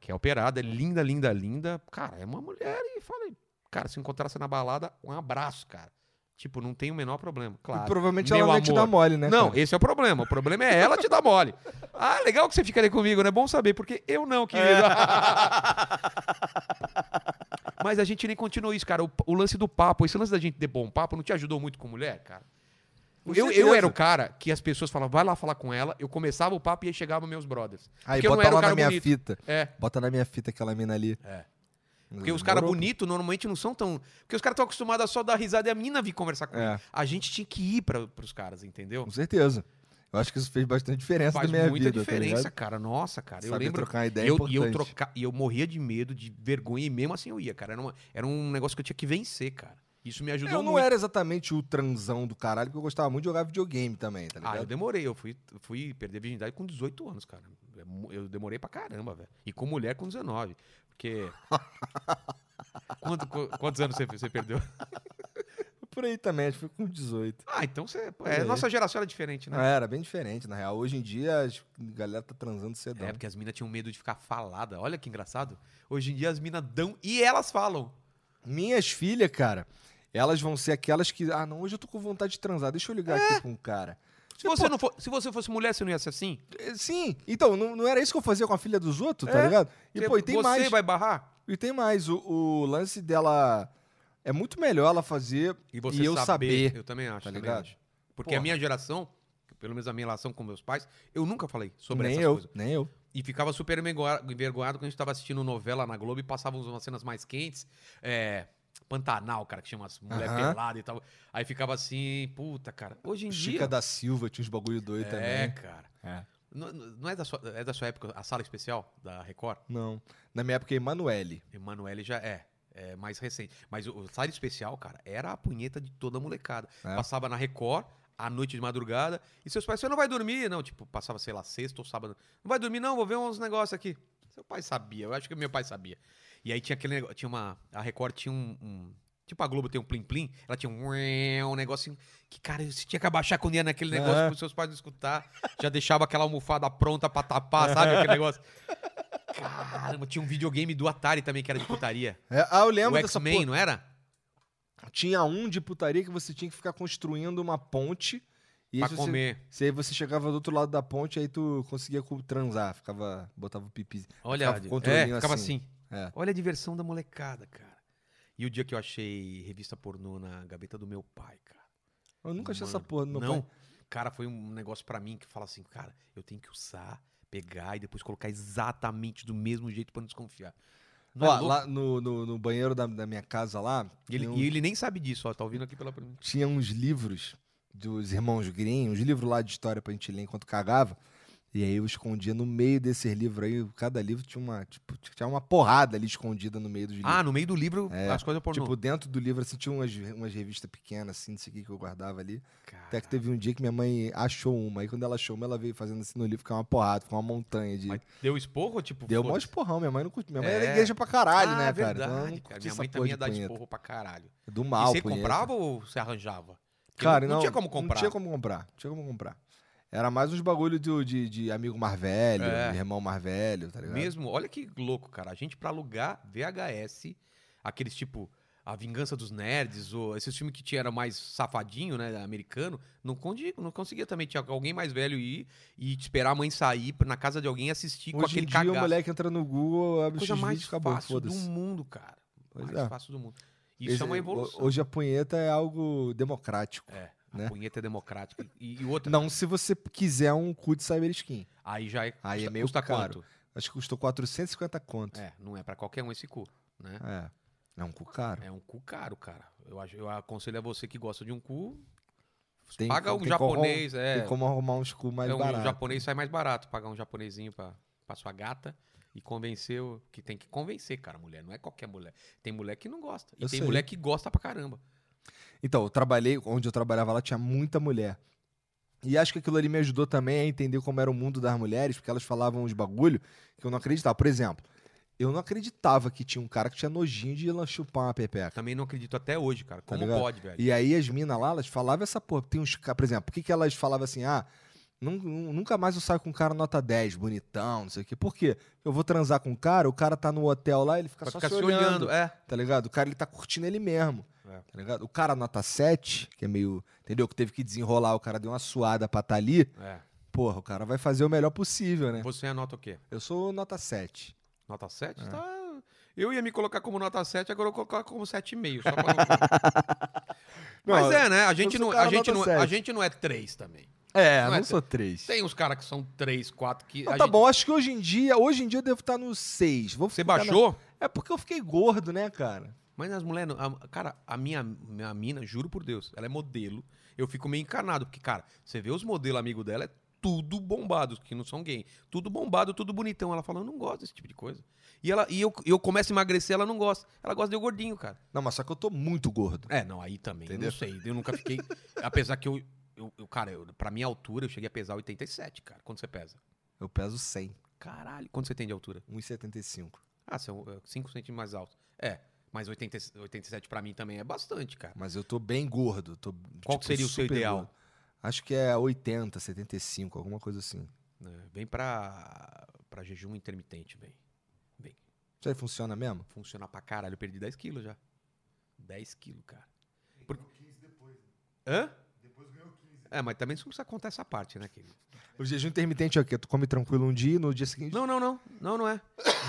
[SPEAKER 1] Que é operada, é linda, linda, linda. Cara, é uma mulher e falei, cara, se encontrasse na balada, um abraço, cara. Tipo, não tem o menor problema. Claro.
[SPEAKER 2] e provavelmente
[SPEAKER 1] meu
[SPEAKER 2] ela vai te
[SPEAKER 1] amor.
[SPEAKER 2] dar mole, né?
[SPEAKER 1] Não,
[SPEAKER 2] cara?
[SPEAKER 1] esse é o problema. O problema é ela te dar mole. Ah, legal que você ficaria comigo, né? Bom saber, porque eu não, querido.
[SPEAKER 2] É.
[SPEAKER 1] <laughs> Mas a gente nem continuou isso, cara. O, o lance do papo, esse lance da gente ter bom papo não te ajudou muito com mulher, cara?
[SPEAKER 2] Com
[SPEAKER 1] Eu, eu
[SPEAKER 2] certeza.
[SPEAKER 1] era o cara que as pessoas falavam, vai lá falar com ela. Eu começava o papo e aí chegavam meus brothers.
[SPEAKER 2] Aí,
[SPEAKER 1] porque eu não
[SPEAKER 2] bota
[SPEAKER 1] era o
[SPEAKER 2] ela na
[SPEAKER 1] cara
[SPEAKER 2] minha
[SPEAKER 1] bonito.
[SPEAKER 2] fita.
[SPEAKER 1] É.
[SPEAKER 2] Bota na minha fita aquela mina ali.
[SPEAKER 1] É. Porque os caras bonitos normalmente não são tão. Porque os caras estão acostumados a só dar risada e a mina vir conversar com
[SPEAKER 2] É.
[SPEAKER 1] ele. A gente tinha que ir para os caras, entendeu?
[SPEAKER 2] Com certeza. Eu acho que isso fez bastante diferença
[SPEAKER 1] Faz
[SPEAKER 2] na é minha
[SPEAKER 1] muita
[SPEAKER 2] vida,
[SPEAKER 1] diferença,
[SPEAKER 2] tá ligado?
[SPEAKER 1] cara. Nossa, cara. eu
[SPEAKER 2] Saber
[SPEAKER 1] lembro.
[SPEAKER 2] trocar uma ideia
[SPEAKER 1] eu,
[SPEAKER 2] É importante.
[SPEAKER 1] e eu troca- e eu morria de medo, de vergonha, e mesmo assim eu ia, cara. Era, uma- era um negócio que eu tinha que vencer, cara. E Isso me ajudou
[SPEAKER 2] Eu não
[SPEAKER 1] muito.
[SPEAKER 2] era exatamente o transão do caralho, porque eu gostava muito de jogar videogame também, tá
[SPEAKER 1] Ah, eu
[SPEAKER 2] ligado?
[SPEAKER 1] demorei. Eu fui, fui perder a virgindade com 18 anos, cara. É mu- Eu demorei pra caramba, velho. E com mulher com 19.
[SPEAKER 2] <laughs>
[SPEAKER 1] Porque. Quanto- qu- quantos anos você, você perdeu?
[SPEAKER 2] Por aí também, acho que foi com 18.
[SPEAKER 1] Ah, então você. pô,
[SPEAKER 2] Olha
[SPEAKER 1] É,
[SPEAKER 2] aí.
[SPEAKER 1] nossa geração era diferente,
[SPEAKER 2] Não,
[SPEAKER 1] né?
[SPEAKER 2] era bem diferente, na real. Hoje em dia, as- a galera tá transando
[SPEAKER 1] É,
[SPEAKER 2] cedão.
[SPEAKER 1] porque as minas tinham medo de ficar falada. Olha que engraçado. Hoje em dia as minas dão e elas falam.
[SPEAKER 2] Minhas filhas, cara, elas vão ser aquelas que. Ah, não, hoje eu tô com vontade de transar, deixa eu ligar
[SPEAKER 1] É.
[SPEAKER 2] aqui com um cara.
[SPEAKER 1] Se você, não for, se você fosse mulher, você não ia ser assim?
[SPEAKER 2] É, Sim, então, não, não era isso que eu fazia com a filha dos outros, tá
[SPEAKER 1] É.
[SPEAKER 2] ligado? E, pô, e tem
[SPEAKER 1] você
[SPEAKER 2] mais.
[SPEAKER 1] vai barrar?
[SPEAKER 2] E tem mais. O, o lance dela. É muito melhor ela fazer.
[SPEAKER 1] E você
[SPEAKER 2] E eu saber,
[SPEAKER 1] Eu também acho.
[SPEAKER 2] tá
[SPEAKER 1] também
[SPEAKER 2] ligado?
[SPEAKER 1] acho. Porque a
[SPEAKER 2] Porra.
[SPEAKER 1] minha geração, pelo menos a minha relação com meus pais, eu nunca falei sobre
[SPEAKER 2] nem
[SPEAKER 1] essas
[SPEAKER 2] eu,
[SPEAKER 1] coisas.
[SPEAKER 2] nem eu.
[SPEAKER 1] E ficava super envergua- envergonhado quando a gente tava assistindo novela na Globo e passavam umas cenas mais quentes. É. Pantanal, cara, que chama as mulher
[SPEAKER 2] Aham.
[SPEAKER 1] pelada e tal. Aí ficava assim, puta, cara. Hoje em
[SPEAKER 2] Chica
[SPEAKER 1] dia.
[SPEAKER 2] da Silva tinha uns bagulho é doido
[SPEAKER 1] é,
[SPEAKER 2] também.
[SPEAKER 1] cara.
[SPEAKER 2] É.
[SPEAKER 1] Não, não é, da sua, é da sua época a sala especial da Record?
[SPEAKER 2] Não. Na minha época, Emanuele.
[SPEAKER 1] Emanuele já é. É mais recente. Mas o, o sala especial, cara, era a punheta de toda a molecada.
[SPEAKER 2] É.
[SPEAKER 1] Passava na Record. À noite de madrugada, e seus pais, você não vai dormir, não. Tipo, passava, sei lá, sexta ou sábado. Não vai dormir, não, vou ver uns negócios aqui. Seu pai sabia, eu acho que meu pai sabia. E aí tinha aquele negócio, tinha uma. A Record tinha um. um- tipo a Globo tem um plim-plim, ela tinha um, ué, um negocinho que, cara, você tinha que abaixar quando ia naquele negócio
[SPEAKER 2] Aham.
[SPEAKER 1] para os seus pais não escutar. Já deixava aquela almofada pronta pra tapar, sabe aquele negócio? Caramba, tinha um videogame do Atari também que era de putaria.
[SPEAKER 2] É, ah, eu lembro
[SPEAKER 1] o
[SPEAKER 2] dessa
[SPEAKER 1] X-Men, né?
[SPEAKER 2] porra.
[SPEAKER 1] não era?
[SPEAKER 2] Tinha um de putaria que você tinha que ficar construindo uma ponte. E
[SPEAKER 1] Pra
[SPEAKER 2] aí você-
[SPEAKER 1] comer.
[SPEAKER 2] Se aí você chegava do outro lado da ponte, aí tu conseguia co- transar, ficava, botava o pipi.
[SPEAKER 1] Olha,
[SPEAKER 2] ficava com
[SPEAKER 1] ficava,
[SPEAKER 2] o
[SPEAKER 1] é,
[SPEAKER 2] controlinho
[SPEAKER 1] ficava
[SPEAKER 2] assim.
[SPEAKER 1] assim.
[SPEAKER 2] É.
[SPEAKER 1] Olha a diversão da molecada, cara. E o dia que eu achei revista pornô na gaveta do meu pai, cara.
[SPEAKER 2] Eu nunca achei essa
[SPEAKER 1] Mano,
[SPEAKER 2] porra do meu
[SPEAKER 1] não.
[SPEAKER 2] pai.
[SPEAKER 1] Cara, foi um negócio pra mim que fala assim, cara, eu tenho que usar, pegar e depois colocar exatamente do mesmo jeito pra não desconfiar. Não é
[SPEAKER 2] Ó,
[SPEAKER 1] louco?
[SPEAKER 2] lá no, no- no banheiro da, da minha casa lá,
[SPEAKER 1] E ele,
[SPEAKER 2] tinha,
[SPEAKER 1] e
[SPEAKER 2] um-
[SPEAKER 1] ele nem sabe disso, ó, tá ouvindo aqui pela primeira
[SPEAKER 2] tinha uns livros dos irmãos Grimm, uns livros lá de história pra gente ler enquanto cagava. E aí eu escondia no meio desses livros aí, cada livro tinha uma, tipo, tinha uma porrada ali escondida no meio dos livros.
[SPEAKER 1] Ah, no meio do livro, as coisas pornô.
[SPEAKER 2] Tipo, dentro do livro, assim, tinha umas, umas revistas pequenas, assim, não sei o que que eu guardava ali. Até que
[SPEAKER 1] Caraca,
[SPEAKER 2] teve um dia que minha mãe achou uma. Aí quando ela achou uma, ela veio fazendo assim no livro, ficou uma porrada, ficou uma montanha de.
[SPEAKER 1] mas deu esporro, tipo,
[SPEAKER 2] Deu mó
[SPEAKER 1] foda-se?
[SPEAKER 2] esporrão, minha mãe não curtiu. Minha mãe
[SPEAKER 1] É.
[SPEAKER 2] era igreja pra caralho,
[SPEAKER 1] ah,
[SPEAKER 2] né,
[SPEAKER 1] verdade,
[SPEAKER 2] cara? Então, ela não
[SPEAKER 1] cara.
[SPEAKER 2] curtia
[SPEAKER 1] Minha
[SPEAKER 2] essa
[SPEAKER 1] mãe
[SPEAKER 2] porra
[SPEAKER 1] também é
[SPEAKER 2] de
[SPEAKER 1] ia dar
[SPEAKER 2] punheta.
[SPEAKER 1] esporro pra caralho.
[SPEAKER 2] Do mal,
[SPEAKER 1] e você
[SPEAKER 2] punheta.
[SPEAKER 1] comprava ou você arranjava? Porque
[SPEAKER 2] Cara,
[SPEAKER 1] não, não tinha como comprar.
[SPEAKER 2] Não tinha como comprar. Não tinha como comprar. Era mais uns bagulho de, de, de amigo mais velho,
[SPEAKER 1] É.
[SPEAKER 2] irmão mais velho, tá ligado?
[SPEAKER 1] Mesmo, olha que louco, cara. A gente pra alugar VHS, aqueles tipo A Vingança dos Nerds, ou esses filmes que tinha era mais safadinho, né, americano, não, condi, não conseguia também. Tinha alguém mais velho ir e te esperar a mãe sair pra- na casa de alguém e assistir com
[SPEAKER 2] Hoje em
[SPEAKER 1] aquele
[SPEAKER 2] dia, o
[SPEAKER 1] cagaço.
[SPEAKER 2] moleque entra no Google, abre o
[SPEAKER 1] Coisa mais
[SPEAKER 2] X-Vídeo e acabou,
[SPEAKER 1] fácil do
[SPEAKER 2] foda-se.
[SPEAKER 1] mundo, cara.
[SPEAKER 2] Pois
[SPEAKER 1] mais
[SPEAKER 2] é.
[SPEAKER 1] fácil do mundo. Isso
[SPEAKER 2] Esse-
[SPEAKER 1] é uma evolução.
[SPEAKER 2] Hoje a punheta é algo democrático.
[SPEAKER 1] é,
[SPEAKER 2] né?
[SPEAKER 1] a punheta é democrática. E, e outra,
[SPEAKER 2] Não se você quiser um cu de cyber skin.
[SPEAKER 1] aí já é,
[SPEAKER 2] Aí é
[SPEAKER 1] custa-
[SPEAKER 2] meio
[SPEAKER 1] custa
[SPEAKER 2] caro.
[SPEAKER 1] quanto?
[SPEAKER 2] Acho que custou 450 conto.
[SPEAKER 1] É, não é pra qualquer um esse cu, né?
[SPEAKER 2] É. É um cu caro.
[SPEAKER 1] É um cu caro, cara. Eu, acho- eu aconselho a você que gosta de um cu.
[SPEAKER 2] Tem-
[SPEAKER 1] paga um
[SPEAKER 2] tem como-
[SPEAKER 1] japonês, é.
[SPEAKER 2] Tem como arrumar uns cu mais
[SPEAKER 1] é, um
[SPEAKER 2] barato.
[SPEAKER 1] japonês sai mais barato. Pagar um japonesinho pra, pra sua gata e convencer o. Que tem que convencer, cara, a mulher. Não é qualquer mulher. Tem mulher que não gosta. E
[SPEAKER 2] Eu
[SPEAKER 1] tem
[SPEAKER 2] sei.
[SPEAKER 1] mulher que gosta pra caramba.
[SPEAKER 2] Então, eu trabalhei, onde eu trabalhava lá tinha muita mulher. E acho que aquilo ali me ajudou também a entender como era o mundo das mulheres, porque elas falavam uns bagulho que eu não acreditava. Por exemplo, eu não acreditava que tinha um cara que tinha nojinho de ir lá chupar uma pepeca.
[SPEAKER 1] Também não acredito até hoje, cara. Como
[SPEAKER 2] Tá ligado?
[SPEAKER 1] pode, velho?
[SPEAKER 2] E aí as minas lá, elas falavam essa porra. Tem uns ca- por exemplo, por que, que elas falavam assim, ah, nun- nun- nunca mais eu saio com um cara nota 10, bonitão, não sei o quê. Por quê? Eu vou transar com um cara, o cara tá no hotel lá, ele fica
[SPEAKER 1] Pra
[SPEAKER 2] só
[SPEAKER 1] ficar
[SPEAKER 2] se olhando.
[SPEAKER 1] É.
[SPEAKER 2] Tá ligado? O cara ele tá curtindo ele mesmo.
[SPEAKER 1] É.
[SPEAKER 2] Tá ligado? O cara nota 7, que é meio. Entendeu? Que teve que desenrolar, o cara deu uma suada pra tá ali.
[SPEAKER 1] é.
[SPEAKER 2] Porra, o cara vai fazer o melhor possível, né?
[SPEAKER 1] Você anota o quê?
[SPEAKER 2] Eu sou nota 7.
[SPEAKER 1] Nota 7?
[SPEAKER 2] É.
[SPEAKER 1] Tá. Eu ia me colocar como nota 7, agora eu vou colocar como 7,5.
[SPEAKER 2] <laughs>
[SPEAKER 1] Só pra... Mas
[SPEAKER 2] Não,
[SPEAKER 1] é, né? A gente
[SPEAKER 2] sou
[SPEAKER 1] não,
[SPEAKER 2] cara
[SPEAKER 1] a gente
[SPEAKER 2] nota
[SPEAKER 1] não, a
[SPEAKER 2] sete.
[SPEAKER 1] gente não é 3 também.
[SPEAKER 2] É,
[SPEAKER 1] não é
[SPEAKER 2] sou 3.
[SPEAKER 1] Tem uns caras que são 3, 4 que. a
[SPEAKER 2] tá
[SPEAKER 1] gente-
[SPEAKER 2] bom, acho que hoje em dia, hoje em dia eu devo estar no 6. Vou
[SPEAKER 1] Você
[SPEAKER 2] ficar na-
[SPEAKER 1] baixou?
[SPEAKER 2] É porque eu fiquei gordo, né, cara?
[SPEAKER 1] Mas as mulheres. não- a- Cara, a minha, minha mina, juro por Deus, ela é modelo. Eu fico meio encanado, porque, cara, você vê os modelos amigo dela, é tudo bombado, que não são gay. Tudo bombado, tudo bonitão. Ela fala, eu não gosto desse tipo de coisa. E, ela, e eu, eu começo a emagrecer, ela não gosta. Ela gosta de eu gordinho, cara.
[SPEAKER 2] Não, mas só que eu tô muito gordo.
[SPEAKER 1] É, não, aí também.
[SPEAKER 2] Entendeu?
[SPEAKER 1] Não sei, eu nunca <laughs> fiquei... apesar que eu... eu, eu- cara, eu, pra minha altura, eu cheguei a pesar 87, cara. Quando você pesa?
[SPEAKER 2] Eu peso 100,
[SPEAKER 1] Caralho, quanto você tem de altura?
[SPEAKER 2] 1,75.
[SPEAKER 1] Ah, são 5 centímetros mais alto. É, mas 80, 87 pra mim também é bastante, cara.
[SPEAKER 2] Mas eu tô bem gordo. Tô,
[SPEAKER 1] Qual que seria o seu
[SPEAKER 2] Tipo, super
[SPEAKER 1] ideal?
[SPEAKER 2] gordo. Acho que é 80, 75, alguma coisa assim.
[SPEAKER 1] né? Vem pra, pra jejum intermitente, bem. Bem,
[SPEAKER 2] Isso aí funciona mesmo?
[SPEAKER 1] funciona pra caralho. Eu perdi 10 quilos já. 10 quilos, cara. Por-
[SPEAKER 5] Ganhou 15 depois. né?
[SPEAKER 1] Hã?
[SPEAKER 5] Depois ganhou 15.
[SPEAKER 1] É, mas também não precisa contar essa parte, né, querido?
[SPEAKER 2] O jejum intermitente é o quê? Tu come tranquilo um dia e no dia seguinte.
[SPEAKER 1] Não, não, não. Não, não é.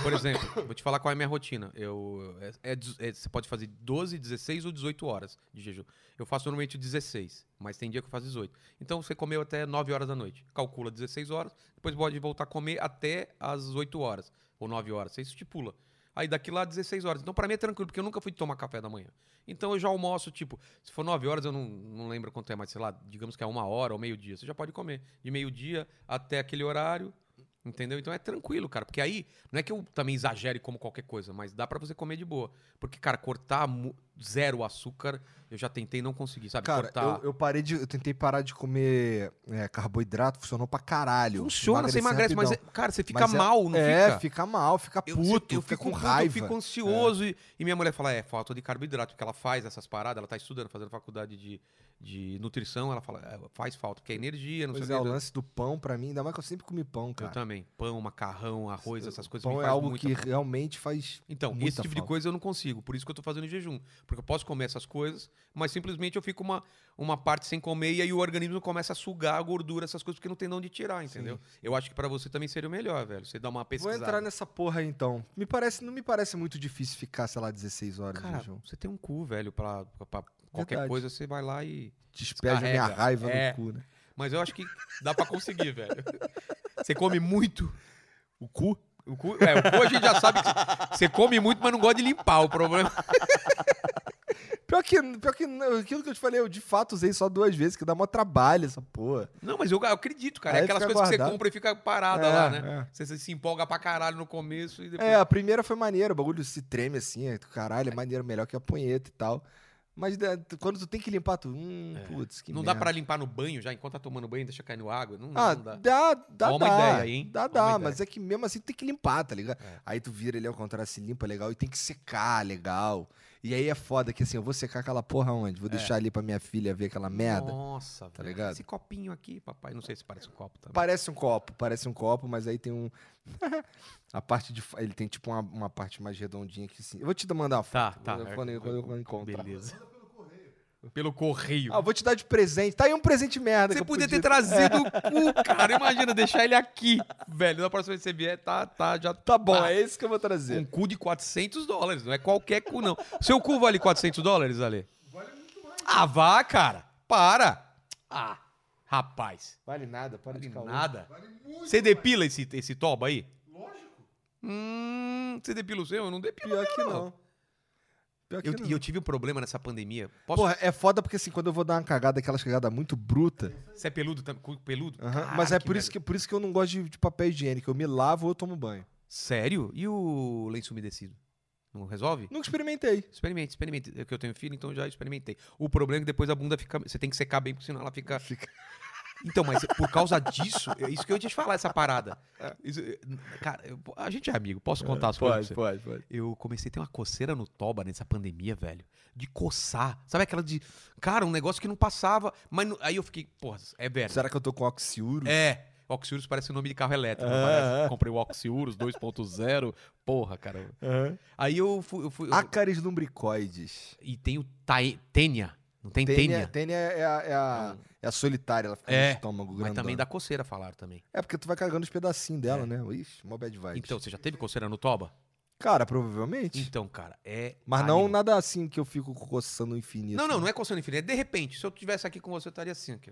[SPEAKER 1] Por exemplo, vou te falar qual é a minha rotina. Eu, é, é dezo- é- você pode fazer 12, 16 ou 18 horas de jejum. Eu faço normalmente 16, mas tem dia que eu faço 18. Então você comeu até 9 horas da noite. Calcula 16 horas, depois pode voltar a comer até as 8 horas ou 9 horas. Você estipula. Aí daqui lá 16 horas. Então pra mim é tranquilo, porque eu nunca fui tomar café da manhã. Então eu já almoço, tipo, se for 9 horas, eu não, não lembro quanto é, mas sei lá, digamos que é uma hora ou meio-dia. Você já pode comer. De meio-dia até aquele horário, Entendeu? Então é tranquilo, cara. Porque aí, não é que eu também exagere como qualquer coisa, mas dá pra você comer de boa. Porque, cara, cortar mu- zero açúcar, eu já tentei e não consegui, sabe?
[SPEAKER 2] Cara,
[SPEAKER 1] cortar.
[SPEAKER 2] eu, eu parei de. Eu tentei parar de comer é, carboidrato, funcionou pra caralho.
[SPEAKER 1] Funciona, você emagrece, mas, é- cara, você fica
[SPEAKER 2] Mas é-
[SPEAKER 1] mal, não
[SPEAKER 2] é,
[SPEAKER 1] fica?
[SPEAKER 2] mal, fica
[SPEAKER 1] Eu-
[SPEAKER 2] puto,
[SPEAKER 1] eu,
[SPEAKER 2] fica
[SPEAKER 1] fico
[SPEAKER 2] com
[SPEAKER 1] puto,
[SPEAKER 2] raiva.
[SPEAKER 1] Eu fico ansioso. E, e minha mulher fala: é, falta de carboidrato, porque ela faz essas paradas, ela tá estudando, fazendo faculdade de, de nutrição, ela fala, é, faz falta, porque é energia, não
[SPEAKER 2] Pois
[SPEAKER 1] sei
[SPEAKER 2] é,
[SPEAKER 1] o
[SPEAKER 2] o
[SPEAKER 1] que.
[SPEAKER 2] lance do pão, pra mim, ainda mais que eu sempre comi pão,
[SPEAKER 1] Eu
[SPEAKER 2] cara.
[SPEAKER 1] também. Pão, macarrão, arroz, essas coisas me
[SPEAKER 2] pão é
[SPEAKER 1] faz
[SPEAKER 2] algo
[SPEAKER 1] muita
[SPEAKER 2] que realmente faz.
[SPEAKER 1] Então,
[SPEAKER 2] Muita
[SPEAKER 1] esse tipo de
[SPEAKER 2] falta.
[SPEAKER 1] coisa eu não consigo. Por isso que eu tô fazendo jejum. Porque eu posso comer essas coisas, mas simplesmente eu fico uma, uma parte sem comer e aí o organismo começa a sugar a gordura, essas coisas, porque não tem de onde tirar, entendeu? Eu acho que pra você também seria o melhor, velho. Você dá uma
[SPEAKER 2] Vou
[SPEAKER 1] pesquisada.
[SPEAKER 2] entrar nessa porra aí, então. Me parece, não me parece muito difícil ficar, sei lá, 16 horas de
[SPEAKER 1] Cara,
[SPEAKER 2] jejum.
[SPEAKER 1] você tem um cu, velho, pra, pra qualquer
[SPEAKER 2] Verdade.
[SPEAKER 1] coisa, você vai lá e...
[SPEAKER 2] Despeja minha
[SPEAKER 1] descarrega.
[SPEAKER 2] raiva
[SPEAKER 1] É.
[SPEAKER 2] no cu, né?
[SPEAKER 1] Mas eu acho que dá pra conseguir, velho. Você come muito.
[SPEAKER 2] O cu?
[SPEAKER 1] O cu, é, o cu a gente já sabe que você come muito, mas não gosta de limpar. O problema
[SPEAKER 2] Pior que, pior que não, aquilo que eu te falei, eu de fato usei só duas vezes, que dá mó trabalho essa porra.
[SPEAKER 1] Não, mas eu, eu acredito, cara. é
[SPEAKER 2] Aí
[SPEAKER 1] aquelas
[SPEAKER 2] fica
[SPEAKER 1] coisas que você
[SPEAKER 2] guardado.
[SPEAKER 1] compra e fica parada
[SPEAKER 2] É,
[SPEAKER 1] lá, né? Tipo Você, você se empolga pra caralho no começo e depois.
[SPEAKER 2] É, a primeira foi maneira, o bagulho se treme assim, é, caralho, é maneiro, melhor que a punheta e tal. Mas né, tu- quando tu tem que limpar, tu. Hum, putz, que
[SPEAKER 1] É, não dá
[SPEAKER 2] merda.
[SPEAKER 1] pra limpar no banho já, enquanto tá tomando banho, deixa cair no água. Não,
[SPEAKER 2] Ah,
[SPEAKER 1] não
[SPEAKER 2] dá,
[SPEAKER 1] dá.
[SPEAKER 2] dá, dá.
[SPEAKER 1] Ó uma ideia aí, hein?
[SPEAKER 2] Dá,
[SPEAKER 1] Ó uma
[SPEAKER 2] dá,
[SPEAKER 1] ideia.
[SPEAKER 2] mas é que mesmo assim tu tem que limpar, tá ligado?
[SPEAKER 1] É.
[SPEAKER 2] Aí tu vira ele ao contrário, se limpa legal e tem que secar legal. E aí é foda que assim, eu vou secar aquela porra onde?
[SPEAKER 1] É.
[SPEAKER 2] Vou deixar ali pra minha filha ver aquela merda.
[SPEAKER 1] Nossa,
[SPEAKER 2] Tá
[SPEAKER 1] velho.
[SPEAKER 2] ligado?
[SPEAKER 1] Esse copinho aqui, papai. Não sei se parece um copo também.
[SPEAKER 2] Parece um copo, parece um copo, mas aí tem um. <laughs> a parte de. fa- Ele tem tipo uma, uma parte mais redondinha aqui assim. Eu vou te mandar uma
[SPEAKER 1] Tá,
[SPEAKER 2] foto.
[SPEAKER 1] tá.
[SPEAKER 2] Quando, quando, quando, eu encontrar.
[SPEAKER 1] Beleza. Pelo correio.
[SPEAKER 2] Ah, eu vou te dar de presente. Tá aí um presente merda. que
[SPEAKER 1] você
[SPEAKER 2] eu
[SPEAKER 1] podia ter
[SPEAKER 2] podia- É.
[SPEAKER 1] trazido o cu, cara. Imagina, deixar ele aqui, velho. Na próxima vez que você vier, tá, tá, já
[SPEAKER 2] <laughs> Tá bom,
[SPEAKER 1] Ah.
[SPEAKER 2] é esse que eu vou trazer.
[SPEAKER 1] Um cu de 400 dólares, não é qualquer cu, não. Seu cu vale 400 dólares, Ale? Ah, vá, cara. Para. Ah, rapaz.
[SPEAKER 2] Vale nada, para
[SPEAKER 1] Vale
[SPEAKER 2] Tá de calar.
[SPEAKER 1] nada.
[SPEAKER 5] Vale muito.
[SPEAKER 1] Você depila esse, esse toba aí?
[SPEAKER 5] Lógico.
[SPEAKER 1] Hum, você depila o seu? Eu não depilo.
[SPEAKER 2] Pior que
[SPEAKER 1] não.
[SPEAKER 2] não. Pior que
[SPEAKER 1] Eu-
[SPEAKER 2] não.
[SPEAKER 1] E eu, tive um problema nessa pandemia. Posso...
[SPEAKER 2] Porra, é foda porque assim, quando eu vou dar uma cagada, aquelas cagadas muito bruta.
[SPEAKER 1] Você é peludo também? Cu Peludo?
[SPEAKER 2] aham,
[SPEAKER 1] Caraca,
[SPEAKER 2] mas é por isso,
[SPEAKER 1] velho.
[SPEAKER 2] que, por isso que eu não gosto de, de papel higiênico. Eu me lavo ou eu tomo banho.
[SPEAKER 1] Sério? E o lenço umedecido? Não resolve?
[SPEAKER 2] Nunca experimentei.
[SPEAKER 1] Experimente, experimente. É que eu tenho filho, então já experimentei. O problema é que depois a bunda fica. Você tem que secar bem, porque senão ela fica.
[SPEAKER 2] Fica-
[SPEAKER 1] Então, mas por causa disso, é isso que eu ia te falar, essa parada. Isso- é, cara, eu- a gente é amigo, posso contar as coisas? pra você?
[SPEAKER 2] É. pode, pode.
[SPEAKER 1] Eu comecei a ter uma coceira no toba nessa pandemia, velho. De coçar. Sabe aquela de. Cara, um negócio que não passava. Mas não- aí eu fiquei, porra, é velho.
[SPEAKER 2] Será que eu tô com oxiuro?
[SPEAKER 1] É. Oxiurus parece o nome de carro elétrico. não
[SPEAKER 2] Ah,
[SPEAKER 1] parece?
[SPEAKER 2] ah.
[SPEAKER 1] Comprei o Oxiurus 2.0. Porra, cara. Aí eu fui. Eu fui eu-
[SPEAKER 2] Ácaris lumbricoides.
[SPEAKER 1] E tem o tae- Tênia. Não tem
[SPEAKER 2] Tênia,
[SPEAKER 1] Tênia?
[SPEAKER 2] tênia é, a, é, a, é a solitária, ela fica
[SPEAKER 1] Hum. É,
[SPEAKER 2] no estômago
[SPEAKER 1] Mas
[SPEAKER 2] grandão.
[SPEAKER 1] também dá coceira falar também.
[SPEAKER 2] É porque tu vai cagando os pedacinhos dela, né? Ixi, mó bad vibes.
[SPEAKER 1] É. Então, você já teve coceira no toba?
[SPEAKER 2] Cara, provavelmente.
[SPEAKER 1] Então, cara, é.
[SPEAKER 2] Mas não
[SPEAKER 1] animal.
[SPEAKER 2] nada assim que eu fico coçando o infinito.
[SPEAKER 1] Não,
[SPEAKER 2] assim.
[SPEAKER 1] não, não é coceira infinita. É de repente. Se eu estivesse aqui com você, eu estaria assim, aqui.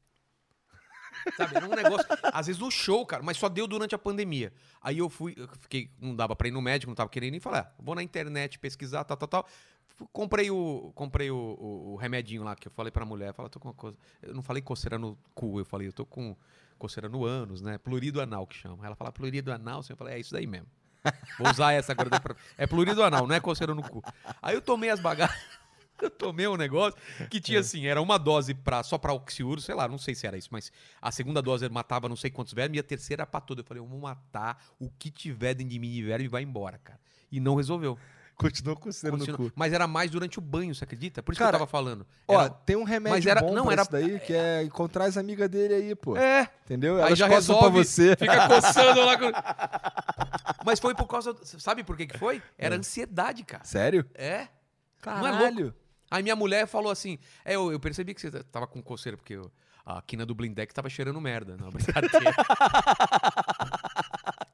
[SPEAKER 1] ó. Sabe, é um negócio. Às vezes no show, cara, mas só deu durante a pandemia. ah, Aí eu fui, eu fiquei, não dava pra ir no médico, não tava querendo nem falar. Vou na internet pesquisar, tal, tal, tal. comprei o, comprei o, o- o remedinho lá que eu falei pra mulher. Fala, tô com uma coisa. Eu não falei coceira no cu, eu falei, eu tô com coceira no ânus, né? Plurido anal que chama. Ela fala, plurido anal, assim, eu falei, é isso daí mesmo. Vou usar essa agora. daí pra- É plurido anal, não é coceira no cu. Aí eu tomei as bagagens. Eu tomei um negócio que
[SPEAKER 2] É.
[SPEAKER 1] tinha assim, era uma dose pra, só pra oxiuro, sei lá, não sei se era isso, mas a segunda dose matava não sei quantos vermes e a terceira pra tudo. Eu falei, eu vou matar o que tiver dentro de mim de verme e vai embora, cara. E não resolveu.
[SPEAKER 2] Continuou com o cera no
[SPEAKER 1] é- Continua-
[SPEAKER 2] cu.
[SPEAKER 1] Mas era mais durante o banho, você acredita? Por isso que
[SPEAKER 2] Cara,
[SPEAKER 1] eu tava falando.
[SPEAKER 2] Ó,
[SPEAKER 1] Era-
[SPEAKER 2] tem um remédio
[SPEAKER 1] mas era-
[SPEAKER 2] bom
[SPEAKER 1] não,
[SPEAKER 2] pra
[SPEAKER 1] era-
[SPEAKER 2] isso daí, que é encontrar as amigas dele aí, pô.
[SPEAKER 1] é,
[SPEAKER 2] Entendeu?
[SPEAKER 1] aí
[SPEAKER 2] Elas
[SPEAKER 1] já
[SPEAKER 2] passam
[SPEAKER 1] resolve,
[SPEAKER 2] pra você.
[SPEAKER 1] fica coçando lá. com- <laughs> Mas foi por causa, sabe por que que foi?
[SPEAKER 2] É.
[SPEAKER 1] Era ansiedade, cara.
[SPEAKER 2] Sério?
[SPEAKER 1] É. Não é louco?
[SPEAKER 2] Caralho.
[SPEAKER 1] Aí minha mulher falou assim: É, eu, eu percebi que você t- tava com coceira, porque eu- a quina do Blindex tava cheirando merda. Não, é brincadeira.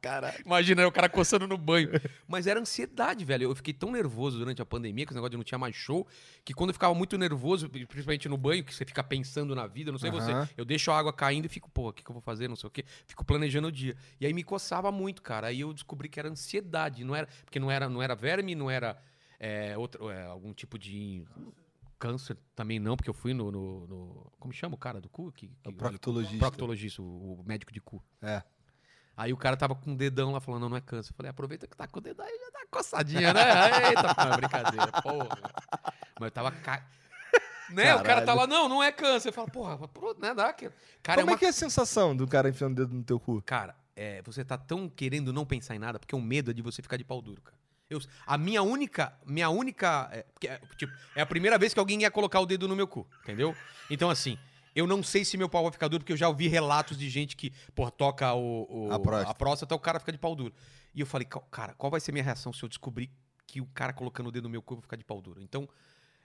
[SPEAKER 1] cara, imagina aí o cara coçando no banho. Mas era ansiedade, velho. Eu fiquei tão nervoso durante a pandemia, que esse negócio de não tinha mais show, que quando eu ficava muito nervoso, principalmente no banho, que você fica pensando na vida, não sei você,
[SPEAKER 2] Aham.
[SPEAKER 1] eu deixo a água caindo e fico, pô, o que, que eu vou fazer, não sei o quê. Fico planejando o dia. E aí me coçava muito, cara. Aí eu descobri que era ansiedade, não era, porque não era, não era verme, não era é, outro, é, algum tipo de câncer também não, porque eu fui no, no- no- como chama o cara do cu? Que, que
[SPEAKER 2] É o
[SPEAKER 1] olha-
[SPEAKER 2] proctologista.
[SPEAKER 1] proctologista, o, o médico de cu.
[SPEAKER 2] É.
[SPEAKER 1] Aí o cara tava com o dedão lá falando, não, não é câncer. Eu falei, aproveita que tá com o dedão aí, já dá uma coçadinha,
[SPEAKER 2] <laughs>
[SPEAKER 1] né? Eita, pô, é brincadeira, porra. Mas eu tava...
[SPEAKER 2] <laughs>
[SPEAKER 1] Ca... Né? O cara tá
[SPEAKER 2] Caralho.
[SPEAKER 1] lá, não, não é câncer. Eu falo, porra, pro- né, dá aquilo. Cara,
[SPEAKER 2] Como
[SPEAKER 1] é
[SPEAKER 2] é,
[SPEAKER 1] uma...
[SPEAKER 2] que é a sensação do cara enfiando o dedo no teu cu?
[SPEAKER 1] Cara, é, você tá tão querendo não pensar em nada, porque o medo é de você ficar de pau duro, cara. Eu, a minha única. Minha única. É, porque é, tipo, é a primeira vez que alguém ia colocar o dedo no meu cu, entendeu? Então, assim, eu não sei se meu pau vai ficar duro, porque eu já ouvi relatos de gente que, porra, toca o, o-
[SPEAKER 2] A próstata.
[SPEAKER 1] até o cara fica de pau duro. E eu falei, "Ca- cara, qual vai ser minha reação se eu descobrir que o cara colocando o dedo no meu cu eu vou ficar de pau duro? Então,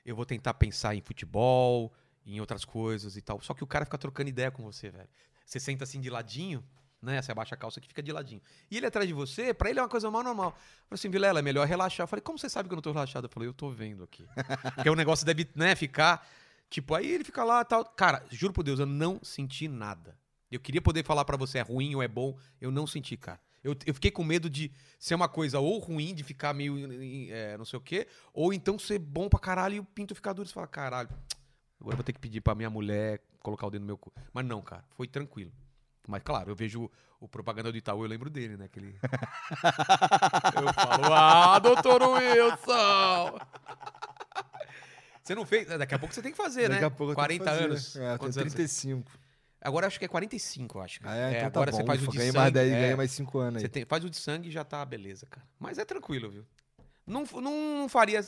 [SPEAKER 1] eu vou tentar pensar em futebol, em outras coisas e tal. Só que o cara fica trocando ideia com você, velho. Você senta assim de ladinho, né? Você abaixa a calça que fica de ladinho. E ele atrás de você, pra ele é uma coisa mal normal. Eu falei assim, Vilela, é melhor relaxar. Eu falei, como você sabe que eu não tô relaxado? Eu falei, eu tô vendo aqui. <laughs> Porque o negócio deve, né, ficar. Tipo, aí ele fica lá e tal. Cara, juro por Deus, eu não senti nada. Eu queria poder falar pra você é ruim ou é bom. Eu não senti, cara. Eu, eu fiquei com medo de ser uma coisa ou ruim, de ficar meio eh, não sei o quê, ou então ser bom pra caralho e o pinto ficar duro. Você fala, caralho, agora eu vou ter que pedir pra minha mulher colocar o dedo no meu cu. Mas não, cara, foi tranquilo. Mas claro, eu vejo o propaganda do Itaú, eu lembro dele, né?
[SPEAKER 2] <laughs>
[SPEAKER 1] Aquele... eu falo, ah, doutor Wilson! Você não fez? Daqui a pouco você tem que fazer, né?
[SPEAKER 2] Daqui a pouco eu tenho que
[SPEAKER 1] 40
[SPEAKER 2] fazer.
[SPEAKER 1] anos.
[SPEAKER 2] É, eu tenho
[SPEAKER 1] Quantos anos?
[SPEAKER 2] 35.
[SPEAKER 1] Agora acho que é 45, eu acho. cara.
[SPEAKER 2] Ah, é, então
[SPEAKER 1] agora
[SPEAKER 2] tá bom.
[SPEAKER 1] você faz o
[SPEAKER 2] Ufa,
[SPEAKER 1] de
[SPEAKER 2] ganhei
[SPEAKER 1] sangue.
[SPEAKER 2] mais 10,
[SPEAKER 1] é,
[SPEAKER 2] ganhei mais 5 anos
[SPEAKER 1] você
[SPEAKER 2] aí. Ah,
[SPEAKER 1] tem- faz o de sangue e já tá beleza, cara. Mas é tranquilo, viu? Não, f- não, não faria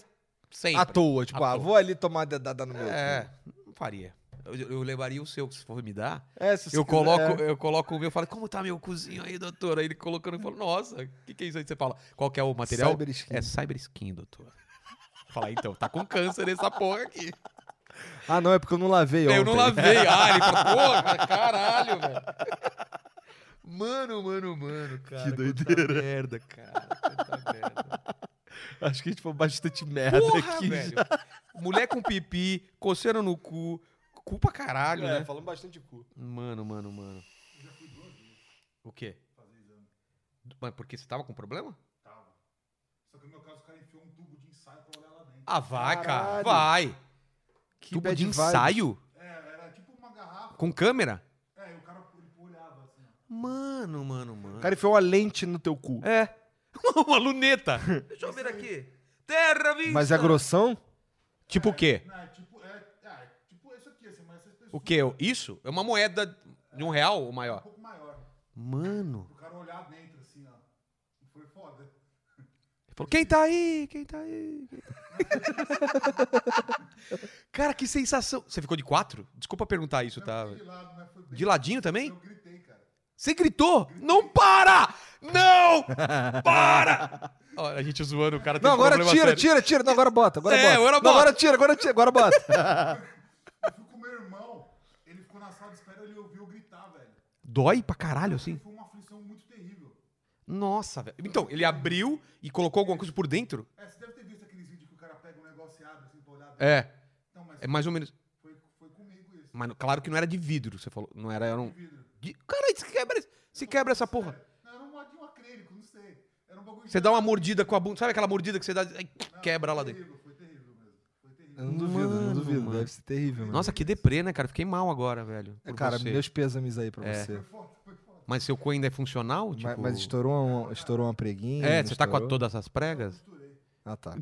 [SPEAKER 1] sempre.
[SPEAKER 2] À toa, tipo,
[SPEAKER 1] À
[SPEAKER 2] ah,
[SPEAKER 1] toa.
[SPEAKER 2] vou ali tomar uma dedada no meu
[SPEAKER 1] É,
[SPEAKER 2] cu.
[SPEAKER 1] não faria. Eu, eu levaria o seu, que se for me dar.
[SPEAKER 2] É, se você
[SPEAKER 1] Eu
[SPEAKER 2] quiser-
[SPEAKER 1] coloco, eu coloco o meu, falo, como tá meu cozinho aí, doutor? Aí ele colocando, eu falo, nossa, o que, que é isso aí? que Você fala, qual que é o material?
[SPEAKER 2] Cyber skin.
[SPEAKER 1] É cyber skin, doutor. Fala, então, tá com câncer essa porra aqui.
[SPEAKER 2] Ah, não, é porque eu não lavei ontem.
[SPEAKER 1] Eu não lavei. Ah, ele
[SPEAKER 2] <laughs>
[SPEAKER 1] falou, porra, cara, caralho, velho. Mano, mano, mano, cara.
[SPEAKER 2] Que doideira.
[SPEAKER 1] Quanta merda, cara. Quanta merda.
[SPEAKER 2] Acho que a gente foi bastante <laughs> merda
[SPEAKER 1] Porra,
[SPEAKER 2] aqui.
[SPEAKER 1] velho. Mulher com pipi, coceira no cu. Cu pra caralho, né?
[SPEAKER 2] falando bastante de cu.
[SPEAKER 1] Mano, mano, mano. O quê? Mas porque você tava com problema?
[SPEAKER 5] Tava. Só que no meu caso o cara enfiou um tubo de ensaio pra olhar lá dentro.
[SPEAKER 1] Ah, vai, cara.
[SPEAKER 2] Caralho.
[SPEAKER 1] Vai.
[SPEAKER 2] Que
[SPEAKER 1] Tubo
[SPEAKER 2] bad
[SPEAKER 1] de
[SPEAKER 2] vibes.
[SPEAKER 1] ensaio?
[SPEAKER 5] É, era tipo uma garrafa.
[SPEAKER 1] Com câmera?
[SPEAKER 5] É, e o cara ele olhava assim. ó.
[SPEAKER 1] Mano, mano, mano.
[SPEAKER 2] O cara enfiou uma lente no teu cu.
[SPEAKER 1] É. <laughs> Uma luneta. Deixa eu ver aqui. Terra vista.
[SPEAKER 2] Mas é grossão?
[SPEAKER 1] Tipo o quê?
[SPEAKER 5] Não, é tipo, é, é, é tipo isso aqui, assim, mas essas pessoas
[SPEAKER 1] O quê? Isso? É uma moeda de um real ou
[SPEAKER 5] um
[SPEAKER 1] maior?
[SPEAKER 5] pouco maior.
[SPEAKER 1] Mano.
[SPEAKER 5] Pro cara olhar dentro, assim, ó. E Foi foda.
[SPEAKER 1] Ele falou, quem tá aí? Quem tá aí? <laughs> Quem tá aí?" cara, que sensação. Você ficou de quatro? Desculpa perguntar isso, tá?
[SPEAKER 5] De lado, mas foi bem.
[SPEAKER 1] De ladinho também?
[SPEAKER 5] Eu gritei, cara.
[SPEAKER 1] Você gritou? Não para!
[SPEAKER 2] <laughs>
[SPEAKER 1] Não! Para! Olha, a gente zoando, o cara tem
[SPEAKER 2] Não,
[SPEAKER 1] um
[SPEAKER 2] agora
[SPEAKER 1] problema
[SPEAKER 2] tira,
[SPEAKER 1] sério.
[SPEAKER 2] tira, tira. Não, agora bota, agora
[SPEAKER 1] É,
[SPEAKER 2] bota.
[SPEAKER 1] agora
[SPEAKER 2] Não,
[SPEAKER 1] bota.
[SPEAKER 2] agora tira, agora tira, agora bota.
[SPEAKER 5] Eu fui com meu irmão, ele ficou na sala de espera, ele ouviu eu gritar, velho.
[SPEAKER 1] Dói pra caralho, assim?
[SPEAKER 5] Foi uma aflição muito terrível.
[SPEAKER 1] Nossa, velho. Então, ele abriu e colocou alguma coisa por dentro?
[SPEAKER 5] É, você deve ter visto aqueles vídeos que o cara pega um negócio e abre, assim, pra olhar dentro.
[SPEAKER 1] É.
[SPEAKER 5] Não, mas
[SPEAKER 1] É mais ou menos.
[SPEAKER 5] foi, foi comigo isso.
[SPEAKER 1] Mas claro que não era de vidro, você falou. Não era, era um.
[SPEAKER 5] Vidro.
[SPEAKER 1] De... Caralho, se quebra, se quebra essa porra.
[SPEAKER 5] Não, era um modinho acrílico, não sei. Era um bagulho
[SPEAKER 1] Você dá uma mordida com a bunda. Sabe aquela mordida que você dá. Ai,
[SPEAKER 5] Não,
[SPEAKER 1] quebra
[SPEAKER 5] foi
[SPEAKER 1] lá dentro.
[SPEAKER 5] terrível, Foi terrível mesmo.
[SPEAKER 2] <laughs> Eu não duvido, não
[SPEAKER 1] Mano,
[SPEAKER 2] duvido.
[SPEAKER 1] mano.
[SPEAKER 2] Deve ser terrível, mano.
[SPEAKER 1] Nossa, que deprê, né, cara? Fiquei mal agora, velho.
[SPEAKER 2] É,
[SPEAKER 1] por
[SPEAKER 2] cara,
[SPEAKER 1] você.
[SPEAKER 2] meus pêsames aí pra
[SPEAKER 1] É.
[SPEAKER 2] você.
[SPEAKER 1] Mas seu cu ainda é funcional?
[SPEAKER 2] Ma-
[SPEAKER 1] Tipo...
[SPEAKER 2] Mas, estourou, uma, estourou uma preguinha.
[SPEAKER 1] É,
[SPEAKER 2] não
[SPEAKER 1] você tá com a-
[SPEAKER 2] estourou?
[SPEAKER 1] todas essas pregas?
[SPEAKER 2] Ah, tá.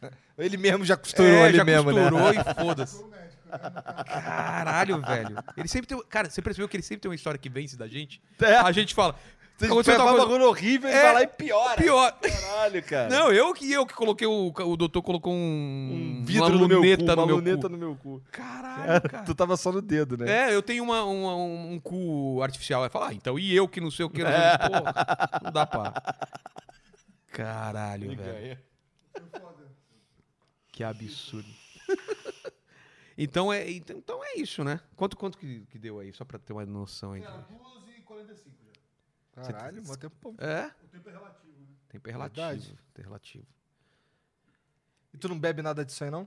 [SPEAKER 2] <laughs> Ele mesmo já costurou
[SPEAKER 1] é,
[SPEAKER 2] ali
[SPEAKER 1] já
[SPEAKER 2] mesmo, né?
[SPEAKER 1] costurou e foda-se.
[SPEAKER 5] Sou médico, né?
[SPEAKER 1] Caralho, velho. Ele sempre tem. um, Cara, você percebeu que ele sempre tem uma história que vence da gente?
[SPEAKER 2] <laughs> É.
[SPEAKER 1] A gente fala.
[SPEAKER 2] Você
[SPEAKER 1] Aconteceu
[SPEAKER 2] faz
[SPEAKER 1] tal
[SPEAKER 2] um
[SPEAKER 1] coisa.
[SPEAKER 2] bagulho horrível, ele
[SPEAKER 1] É.
[SPEAKER 2] vai lá e piora.
[SPEAKER 1] Pior.
[SPEAKER 2] Caralho, cara.
[SPEAKER 1] Não, eu que eu que coloquei o. O doutor colocou um.
[SPEAKER 2] Um
[SPEAKER 1] uma
[SPEAKER 2] vidro no meu cu,
[SPEAKER 1] luneta
[SPEAKER 2] uma
[SPEAKER 1] no meu
[SPEAKER 2] luneta
[SPEAKER 1] cu.
[SPEAKER 2] no É, meu cu.
[SPEAKER 1] Caralho, cara.
[SPEAKER 2] Tu tava só no dedo, né?
[SPEAKER 1] É, eu tenho uma, uma- um, um cu artificial. Aí fala, ah, então e eu que não sei o que. Não, sei
[SPEAKER 2] É.
[SPEAKER 1] o que. Porra, não dá pra. Caralho, velho. Que absurdo. <laughs> então, é, então, então é isso, né? Quanto, quanto que, que deu aí? Só pra ter uma noção aí.
[SPEAKER 5] Era 2h45 já.
[SPEAKER 2] Caralho, mó tempo.
[SPEAKER 1] É?
[SPEAKER 5] O tempo é relativo, né?
[SPEAKER 1] Tempo é relativo.
[SPEAKER 2] Verdade.
[SPEAKER 1] Tempo é relativo.
[SPEAKER 2] E tu não bebe nada disso aí, não?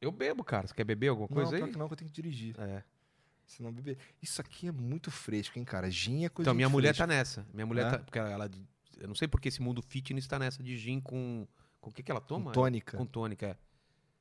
[SPEAKER 1] Eu bebo, cara. Você quer beber alguma coisa
[SPEAKER 2] não, tá pior
[SPEAKER 1] aí?
[SPEAKER 2] que não, que eu tenho que dirigir.
[SPEAKER 1] É.
[SPEAKER 2] Senão beber. Isso aqui é muito fresco, hein, cara? Gin é coisa
[SPEAKER 1] Então, minha
[SPEAKER 2] de
[SPEAKER 1] mulher
[SPEAKER 2] fresco.
[SPEAKER 1] tá nessa. Minha mulher
[SPEAKER 2] É?
[SPEAKER 1] tá. Porque ela, ela- Eu não sei porque esse mundo fitness tá nessa de gin com. Com o que, que ela
[SPEAKER 2] Com
[SPEAKER 1] toma?
[SPEAKER 2] tônica.
[SPEAKER 1] tá Com tônica, é.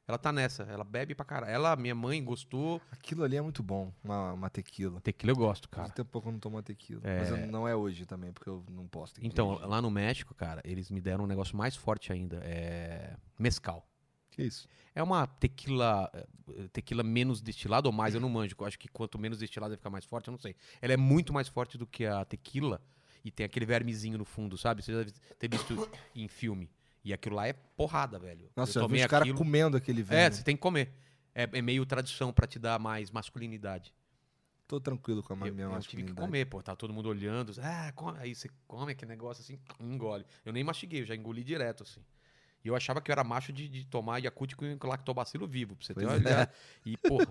[SPEAKER 1] Ela tá nessa. Ela bebe pra caralho. Ela, minha mãe, gostou.
[SPEAKER 2] Aquilo ali é muito bom, uma, uma tequila.
[SPEAKER 1] Tequila eu gosto,
[SPEAKER 2] Faz
[SPEAKER 1] cara.
[SPEAKER 2] tempo pouco que eu não tomo uma tequila. Mas eu- não é hoje também, porque eu não posso. ter que
[SPEAKER 1] Então,
[SPEAKER 2] dirigir.
[SPEAKER 1] lá no México, cara, eles me deram um negócio mais forte ainda. É. Mescal.
[SPEAKER 2] Que isso?
[SPEAKER 1] É uma tequila. eh, Tequila menos destilada ou mais, eu não manjo. Eu acho que quanto menos destilada fica mais forte, eu não sei. Ela é muito mais forte do que a tequila e tem aquele vermezinho no fundo, sabe? Você já deve ter visto em filme. E aquilo lá é porrada, velho.
[SPEAKER 2] Nossa, eu, vi os caras comendo aquele vinho.
[SPEAKER 1] É, você tem que comer. É, é meio tradição pra te dar mais masculinidade.
[SPEAKER 2] Tô tranquilo com a minha
[SPEAKER 1] Eu, eu tive que
[SPEAKER 2] masculinidade.
[SPEAKER 1] comer, pô. Tá todo mundo olhando. Ah, come. Aí você come aquele negócio assim, engole. Eu nem mastiguei, eu já engoli direto, assim. E eu achava que eu era macho de, de tomar Yakut com lactobacilo vivo, pra você ter uma
[SPEAKER 2] Pois é.
[SPEAKER 1] ideia. E, porra,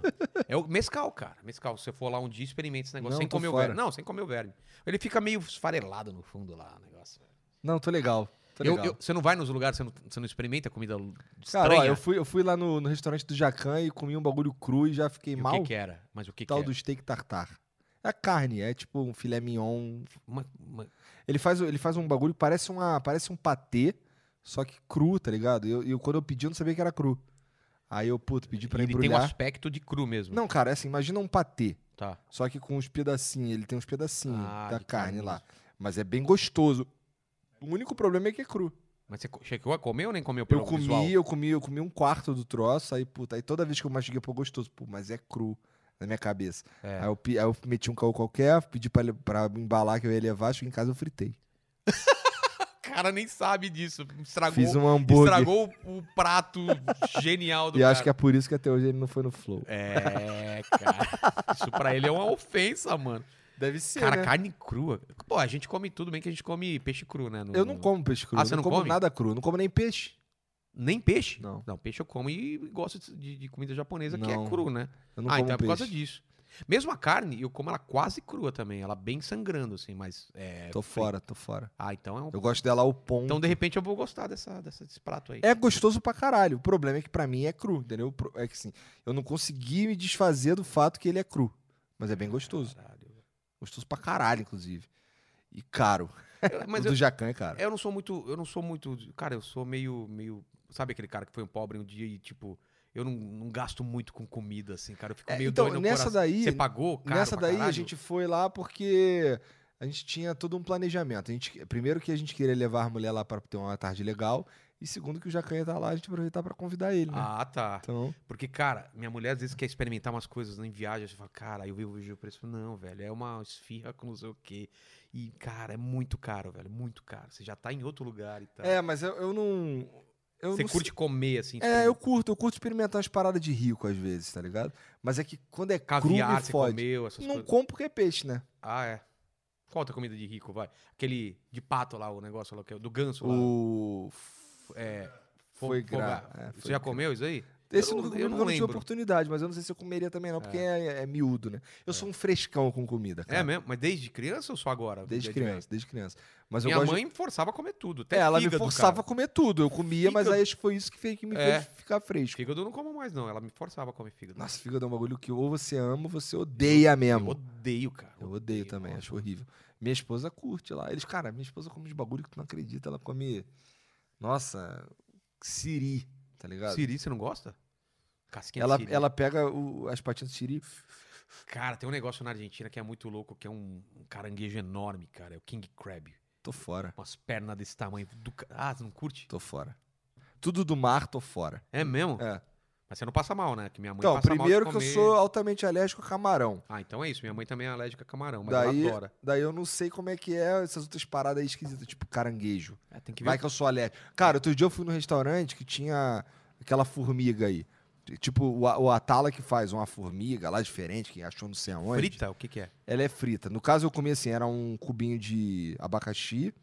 [SPEAKER 1] é o mescal, cara. Mescal, se você for lá um dia, experimente esse negócio
[SPEAKER 2] Não,
[SPEAKER 1] sem
[SPEAKER 2] tô
[SPEAKER 1] comer o
[SPEAKER 2] fora.
[SPEAKER 1] verme. Não, sem comer o verme. Ele fica meio esfarelado no fundo lá, o negócio.
[SPEAKER 2] Não, tô legal. Tô
[SPEAKER 1] Eu-
[SPEAKER 2] legal.
[SPEAKER 1] eu- você não vai nos lugares, você não, você não experimenta comida estranha?
[SPEAKER 2] Cara, ó, eu fui, eu fui lá no, no restaurante do Jacan e comi um bagulho cru e já fiquei
[SPEAKER 1] E
[SPEAKER 2] mal.
[SPEAKER 1] O que que era? Mas o que que é?
[SPEAKER 2] tal
[SPEAKER 1] era?
[SPEAKER 2] do steak tartar. É carne, é tipo um filé mignon.
[SPEAKER 1] Uma- uma-
[SPEAKER 2] Ele faz, o- ele faz um bagulho, que parece, uma, parece um patê, só que cru, tá ligado? E eu, eu- quando eu pedi, eu não sabia que era cru. Aí eu, puto, pedi pra
[SPEAKER 1] ele tem um
[SPEAKER 2] embrulhar.
[SPEAKER 1] aspecto de cru mesmo.
[SPEAKER 2] Não, cara, é assim, imagina um patê,
[SPEAKER 1] Tá.
[SPEAKER 2] só que com uns pedacinhos. Ele tem uns pedacinhos
[SPEAKER 1] Ah,
[SPEAKER 2] da
[SPEAKER 1] de
[SPEAKER 2] carne
[SPEAKER 1] carne
[SPEAKER 2] lá. Mas é bem gostoso. O único problema é que é cru.
[SPEAKER 1] Mas você co- chegou a comer ou nem comeu pelo
[SPEAKER 2] Eu comi,
[SPEAKER 1] visual?
[SPEAKER 2] eu comi, eu comi um quarto do troço, aí, puta, aí toda vez que eu mastiguei, pô, gostoso, pô, mas é cru na minha cabeça.
[SPEAKER 1] É.
[SPEAKER 2] Aí, eu, pe- aí eu meti um caô qualquer, pedi pra, le- pra embalar que eu ia levar, cheguei em casa eu fritei.
[SPEAKER 1] O cara nem sabe disso. Estragou,
[SPEAKER 2] Fiz um hambúrguer.
[SPEAKER 1] estragou o prato genial do
[SPEAKER 2] e
[SPEAKER 1] cara.
[SPEAKER 2] acho que é por isso que até hoje ele não foi no flow.
[SPEAKER 1] É, cara. Isso pra ele é uma ofensa, mano.
[SPEAKER 2] Deve ser, né?
[SPEAKER 1] Cara, carne crua. Pô, a gente come tudo bem que a gente come peixe cru, né? No-
[SPEAKER 2] Eu não como peixe cru,
[SPEAKER 1] Ah,
[SPEAKER 2] eu
[SPEAKER 1] você
[SPEAKER 2] não
[SPEAKER 1] não
[SPEAKER 2] como
[SPEAKER 1] come?
[SPEAKER 2] nada cru, eu não como nem peixe.
[SPEAKER 1] Nem peixe?
[SPEAKER 2] Não.
[SPEAKER 1] peixe eu como e gosto de, de comida japonesa que
[SPEAKER 2] Não.
[SPEAKER 1] é cru, né?
[SPEAKER 2] Eu não
[SPEAKER 1] ah,
[SPEAKER 2] como
[SPEAKER 1] então é por
[SPEAKER 2] peixe.
[SPEAKER 1] causa disso. Mesmo a carne, eu como ela quase crua também. Ela bem sangrando, assim, mas... É,
[SPEAKER 2] Tô
[SPEAKER 1] frita.
[SPEAKER 2] fora, tô fora.
[SPEAKER 1] Ah, então é um...
[SPEAKER 2] Eu gosto dela ao ponto.
[SPEAKER 1] Então, de repente, eu vou gostar dessa, dessa- desse prato aí.
[SPEAKER 2] É gostoso pra caralho. O problema é que pra mim é cru, entendeu? O pro- É que assim, eu não consegui me desfazer do fato que ele é cru. Mas é bem gostoso.
[SPEAKER 1] Caralho.
[SPEAKER 2] Gostoso pra caralho, inclusive. E caro.
[SPEAKER 1] Eu-
[SPEAKER 2] Mas
[SPEAKER 1] mas
[SPEAKER 2] o
[SPEAKER 1] eu,
[SPEAKER 2] do Jacan é caro.
[SPEAKER 1] eu não sou muito, eu não sou muito, cara, eu sou meio, meio, sabe aquele cara que foi um pobre um dia e tipo, eu não, não gasto muito com comida assim, cara, eu fico
[SPEAKER 2] É,
[SPEAKER 1] meio
[SPEAKER 2] então,
[SPEAKER 1] doido no
[SPEAKER 2] nessa
[SPEAKER 1] coração.
[SPEAKER 2] daí-
[SPEAKER 1] Você pagou, cara?
[SPEAKER 2] Nessa daí a gente foi lá porque a gente tinha todo um planejamento. A gente, primeiro que a gente queria levar a mulher lá pra ter uma tarde legal. E segundo que o Jacan ia estar lá, a gente aproveitar pra convidar ele, né?
[SPEAKER 1] Ah, tá.
[SPEAKER 2] Então,
[SPEAKER 1] Porque, cara, minha mulher às vezes quer experimentar umas coisas em viagem. Você fala, cara, aí eu vejo- vejo o preço. Não, velho, é uma esfirra com não sei o quê. E, cara, é muito caro, velho, muito caro. Você já tá em outro lugar e tal.
[SPEAKER 2] é, mas eu, eu não. Eu
[SPEAKER 1] Você
[SPEAKER 2] não
[SPEAKER 1] curte comer, assim.
[SPEAKER 2] É, eu curto, eu curto experimentar umas paradas de rico às vezes, tá ligado? Mas é que quando é cru,
[SPEAKER 1] Caviar,
[SPEAKER 2] me
[SPEAKER 1] você
[SPEAKER 2] fode.
[SPEAKER 1] comeu, essas
[SPEAKER 2] Não
[SPEAKER 1] coisas.
[SPEAKER 2] como porque é peixe, né?
[SPEAKER 1] Ah, é. Qual outra comida de rico, vai? Aquele de pato lá, o negócio lá, que é do ganso lá.
[SPEAKER 2] O.
[SPEAKER 1] É, fo-
[SPEAKER 2] Foi
[SPEAKER 1] fogar.
[SPEAKER 2] gra... é, foi
[SPEAKER 1] Você já
[SPEAKER 2] gra-
[SPEAKER 1] comeu isso aí?
[SPEAKER 2] Esse eu
[SPEAKER 1] Eu
[SPEAKER 2] nunca
[SPEAKER 1] não- eu
[SPEAKER 2] comi porque eu
[SPEAKER 1] não
[SPEAKER 2] não tive
[SPEAKER 1] lembro.
[SPEAKER 2] oportunidade, mas eu não sei se eu comeria também não, porque é, é miúdo, né? Eu sou um frescão com comida, cara.
[SPEAKER 1] É mesmo? Mas desde criança ou só agora?
[SPEAKER 2] Desde
[SPEAKER 1] Dia de
[SPEAKER 2] criança,
[SPEAKER 1] velho?
[SPEAKER 2] desde criança. Mas eu
[SPEAKER 1] Minha
[SPEAKER 2] gosto de-
[SPEAKER 1] mãe me forçava a comer tudo. Até
[SPEAKER 2] É, ela me
[SPEAKER 1] fígado,
[SPEAKER 2] forçava a
[SPEAKER 1] cara.
[SPEAKER 2] comer tudo. Eu comia, mas
[SPEAKER 1] Fígado.
[SPEAKER 2] aí acho que foi isso que, fez, que me
[SPEAKER 1] É.
[SPEAKER 2] fez ficar fresco.
[SPEAKER 1] Fígado eu não como mais, não. Ela me forçava a comer fígado.
[SPEAKER 2] Nossa, fígado é um bagulho que ou você ama ou você odeia
[SPEAKER 1] eu
[SPEAKER 2] mesmo.
[SPEAKER 1] odeio, cara.
[SPEAKER 2] Eu odeio também,
[SPEAKER 1] nossa.
[SPEAKER 2] acho horrível. Minha esposa curte lá. Eles, cara, minha esposa come uns bagulho que tu não acredita. Ela come. Nossa, siri, tá ligado?
[SPEAKER 1] Siri, você não gosta? Casquinha de
[SPEAKER 2] Ela,
[SPEAKER 1] é siri.
[SPEAKER 2] ela pega o- as patinhas do siri.
[SPEAKER 1] Cara, tem um negócio na Argentina que é muito louco, que é um, um caranguejo enorme, cara. É o King Crab.
[SPEAKER 2] Tô fora.
[SPEAKER 1] Umas pernas desse tamanho. do ca- Ah, você não curte?
[SPEAKER 2] Tô fora. Tudo do mar, tô fora.
[SPEAKER 1] É mesmo?
[SPEAKER 2] É.
[SPEAKER 1] Mas você não passa mal, né? Que minha mãe
[SPEAKER 2] Então,
[SPEAKER 1] passa
[SPEAKER 2] primeiro
[SPEAKER 1] mal
[SPEAKER 2] que
[SPEAKER 1] de
[SPEAKER 2] eu
[SPEAKER 1] comer.
[SPEAKER 2] sou altamente alérgico a camarão.
[SPEAKER 1] Ah, então é isso. Minha mãe também é alérgica a camarão, mas
[SPEAKER 2] Daí-
[SPEAKER 1] ela adora.
[SPEAKER 2] Daí eu não sei como é que é essas outras paradas aí esquisitas, tipo caranguejo.
[SPEAKER 1] É, tem que ver.
[SPEAKER 2] Vai que eu sou alérgico. Cara, outro dia eu fui num restaurante que tinha aquela formiga aí. Tipo, o, A- o Atala que faz uma formiga lá diferente, que achou não sei aonde.
[SPEAKER 1] Frita, o que que é?
[SPEAKER 2] Ela é frita. No caso, eu comi assim, era um cubinho de abacaxi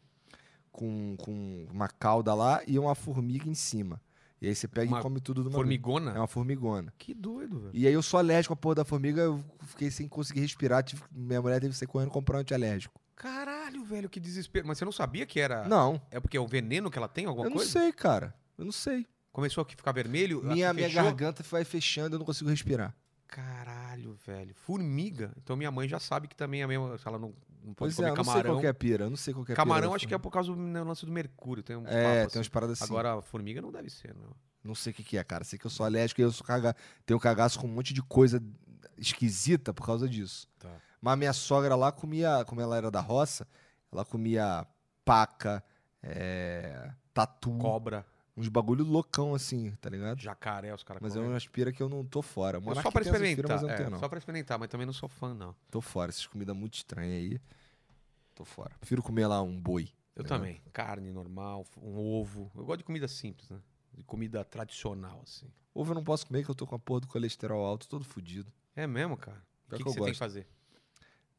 [SPEAKER 2] com, com uma calda lá e uma formiga em cima. E aí você pega
[SPEAKER 1] Uma
[SPEAKER 2] e come tudo de uma vez.
[SPEAKER 1] Formigona?
[SPEAKER 2] É uma formigona.
[SPEAKER 1] Que doido, velho.
[SPEAKER 2] E aí eu sou alérgico à porra da formiga, eu fiquei sem conseguir respirar, tive- minha mulher teve que sair correndo comprar um antialérgico.
[SPEAKER 1] Caralho, velho, que desespero. Mas você não sabia que era...
[SPEAKER 2] Não,
[SPEAKER 1] É porque é o veneno que ela tem, alguma
[SPEAKER 2] eu não
[SPEAKER 1] coisa?
[SPEAKER 2] sei, cara. Eu não sei.
[SPEAKER 1] Começou a ficar vermelho?
[SPEAKER 2] Minha, minha
[SPEAKER 1] Assim, fechou?
[SPEAKER 2] garganta vai fechando, eu não consigo respirar.
[SPEAKER 1] Caralho, velho. Formiga. Então minha mãe já sabe que também é mesmo. Ela não, não pode
[SPEAKER 2] Pois é,
[SPEAKER 1] comer
[SPEAKER 2] eu não sei
[SPEAKER 1] camarão.
[SPEAKER 2] qual que é a pira, eu não sei qual que é a
[SPEAKER 1] Camarão
[SPEAKER 2] pira.
[SPEAKER 1] acho que é por causa do né, lance do mercúrio. Tem uns
[SPEAKER 2] É,
[SPEAKER 1] papos
[SPEAKER 2] tem umas
[SPEAKER 1] assim.
[SPEAKER 2] paradas assim.
[SPEAKER 1] Agora, formiga não deve ser, não.
[SPEAKER 2] Não sei o que, que é, cara. Sei que eu sou alérgico e eu sou caga... tenho cagaço com um monte de coisa esquisita por causa disso.
[SPEAKER 1] Tá.
[SPEAKER 2] Mas minha sogra lá comia, como ela era da roça, ela comia paca, é, tatu,
[SPEAKER 1] Cobra,
[SPEAKER 2] uns bagulho loucão assim, tá ligado?
[SPEAKER 1] jacaré, os caras
[SPEAKER 2] Mas é
[SPEAKER 1] comem.
[SPEAKER 2] uma aspira que eu não tô fora.
[SPEAKER 1] Eu
[SPEAKER 2] Monarca
[SPEAKER 1] É Só pra
[SPEAKER 2] tem essas
[SPEAKER 1] experimentar.
[SPEAKER 2] firas, mas eu não
[SPEAKER 1] é,
[SPEAKER 2] tenho, não.
[SPEAKER 1] Só pra experimentar, mas também não sou fã, não.
[SPEAKER 2] Tô fora. Essas comidas muito estranhas aí. Tô fora. Prefiro comer lá um boi.
[SPEAKER 1] Eu
[SPEAKER 2] tá ligado?
[SPEAKER 1] também. Carne normal, f- um ovo. Eu gosto de comida simples, né? De comida tradicional, assim.
[SPEAKER 2] Ovo eu não posso comer, que eu tô com a porra do colesterol alto, todo fudido.
[SPEAKER 1] É mesmo, cara? O que,
[SPEAKER 2] Pior que
[SPEAKER 1] que
[SPEAKER 2] eu
[SPEAKER 1] você tem que
[SPEAKER 2] gosto.
[SPEAKER 1] fazer?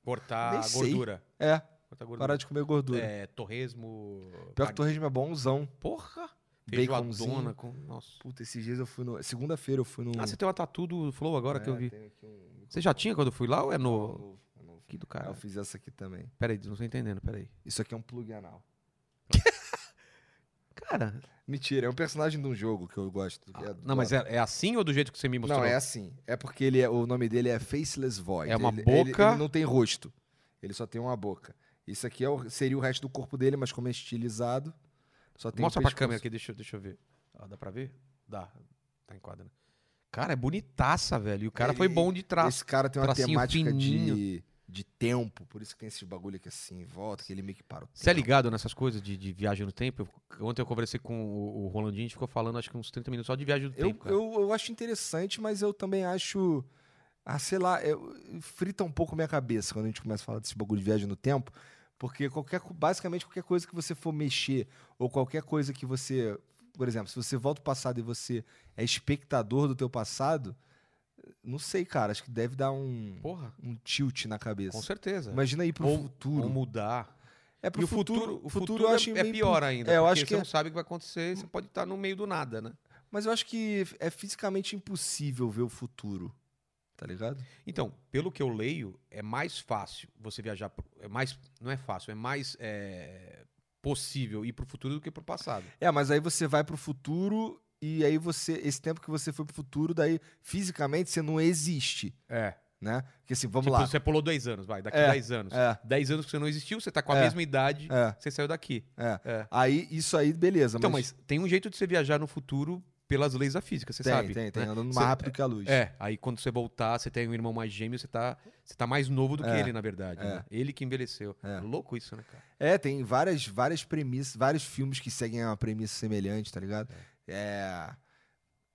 [SPEAKER 1] Cortar
[SPEAKER 2] Nem
[SPEAKER 1] a
[SPEAKER 2] sei.
[SPEAKER 1] gordura.
[SPEAKER 2] É,
[SPEAKER 1] Cortar a gordura.
[SPEAKER 2] parar de comer gordura.
[SPEAKER 1] É, torresmo.
[SPEAKER 2] Pior que
[SPEAKER 1] pag-
[SPEAKER 2] o torresmo é bonzão.
[SPEAKER 1] Porra!
[SPEAKER 2] Baconzinho.
[SPEAKER 1] Feijoadona com. Nossa.
[SPEAKER 2] Puta, esses dias eu fui no. Segunda-feira eu fui no.
[SPEAKER 1] Ah, você tem uma tatu do Flow agora que eu vi.
[SPEAKER 2] um...
[SPEAKER 1] Você já tinha quando eu fui lá ou é
[SPEAKER 2] É
[SPEAKER 1] no.
[SPEAKER 2] novo, é novo.
[SPEAKER 1] Aqui do
[SPEAKER 2] Ah,
[SPEAKER 1] cara.
[SPEAKER 2] Eu fiz essa aqui também.
[SPEAKER 1] Peraí, não tô entendendo, peraí.
[SPEAKER 2] Isso aqui é um plug anal.
[SPEAKER 1] Cara.
[SPEAKER 2] Mentira, é um personagem de um jogo que eu gosto. que é do
[SPEAKER 1] não, mas
[SPEAKER 2] Dota.
[SPEAKER 1] é, é assim ou do jeito que você me mostrou?
[SPEAKER 2] Não, é assim. É porque ele é- o nome dele é Faceless Void.
[SPEAKER 1] É uma
[SPEAKER 2] Ele- ele-
[SPEAKER 1] boca-
[SPEAKER 2] Ele, não tem rosto. Ele só tem uma boca. Isso aqui é o- seria o resto do corpo dele, mas como é estilizado, só tem o
[SPEAKER 1] Mostra pra
[SPEAKER 2] pescoço.
[SPEAKER 1] câmera aqui, deixa, eu- deixa eu ver. Ó, dá pra ver? Dá. Tá em quadra. né? Cara, é bonitaça, velho. E o cara
[SPEAKER 2] Ele-
[SPEAKER 1] foi bom de traço.
[SPEAKER 2] Esse cara tem uma
[SPEAKER 1] tracinho
[SPEAKER 2] temática de,
[SPEAKER 1] fininho.
[SPEAKER 2] de tempo, por isso que tem esse bagulho aqui assim em volta, que ele meio que para o
[SPEAKER 1] Você é
[SPEAKER 2] tempo.
[SPEAKER 1] ligado nessas coisas de, de viagem no tempo? Eu- Ontem eu conversei com o, o Rolandinho, a gente ficou falando acho que uns 30 minutos só de viagem no
[SPEAKER 2] Eu,
[SPEAKER 1] tempo. cara.
[SPEAKER 2] eu, eu acho interessante, mas eu também acho. Ah, sei lá, eu- frita um pouco minha cabeça quando a gente começa a falar desse bagulho de viagem no tempo. Porque qualquer, co- basicamente qualquer coisa que você for mexer, ou qualquer coisa que você. Por exemplo, se você volta ao passado e você é espectador do teu passado, não sei, cara. Acho que deve dar um,
[SPEAKER 1] Porra,
[SPEAKER 2] um tilt na
[SPEAKER 1] com
[SPEAKER 2] cabeça.
[SPEAKER 1] certeza.
[SPEAKER 2] Imagina ir pro
[SPEAKER 1] Ou-
[SPEAKER 2] futuro.
[SPEAKER 1] Ou mudar.
[SPEAKER 2] É
[SPEAKER 1] E
[SPEAKER 2] pro
[SPEAKER 1] o futuro, o futuro,
[SPEAKER 2] eu
[SPEAKER 1] é-
[SPEAKER 2] acho
[SPEAKER 1] é,
[SPEAKER 2] meio
[SPEAKER 1] pior ainda.
[SPEAKER 2] É, eu
[SPEAKER 1] porque
[SPEAKER 2] acho
[SPEAKER 1] você
[SPEAKER 2] que é-
[SPEAKER 1] não sabe o que vai acontecer, você pode estar no meio do nada, né?
[SPEAKER 2] Mas eu acho que é fisicamente impossível ver o futuro. Tá ligado?
[SPEAKER 1] Então, pelo que eu leio, é mais fácil você viajar. pro- é mais, não é fácil, é mais é, possível ir pro futuro do que pro passado.
[SPEAKER 2] É, mas aí você vai pro futuro e aí você. Esse tempo que você foi pro futuro, daí fisicamente você não existe,
[SPEAKER 1] É.
[SPEAKER 2] né? Porque assim, vamos
[SPEAKER 1] tipo,
[SPEAKER 2] lá.
[SPEAKER 1] você pulou 10 anos, vai, daqui
[SPEAKER 2] É,
[SPEAKER 1] 10 anos.
[SPEAKER 2] É,
[SPEAKER 1] 10 anos que você não existiu, você tá com a
[SPEAKER 2] É,
[SPEAKER 1] mesma idade,
[SPEAKER 2] é,
[SPEAKER 1] você saiu daqui.
[SPEAKER 2] é.
[SPEAKER 1] É.
[SPEAKER 2] Aí, isso aí, beleza.
[SPEAKER 1] Então,
[SPEAKER 2] mas,
[SPEAKER 1] mas tem um jeito de você viajar no futuro pelas leis da física, você
[SPEAKER 2] tem,
[SPEAKER 1] sabe.
[SPEAKER 2] tem, tem.
[SPEAKER 1] né?
[SPEAKER 2] Andando
[SPEAKER 1] Você-
[SPEAKER 2] mais rápido que a luz.
[SPEAKER 1] É, aí quando você voltar, você tem um irmão mais gêmeo, você tá, você tá mais novo do que
[SPEAKER 2] É,
[SPEAKER 1] ele, na verdade.
[SPEAKER 2] é.
[SPEAKER 1] né? Ele que envelheceu.
[SPEAKER 2] É.
[SPEAKER 1] Louco isso, né, cara?
[SPEAKER 2] É, tem várias, várias premissas, vários filmes que seguem uma premissa semelhante, tá ligado? É.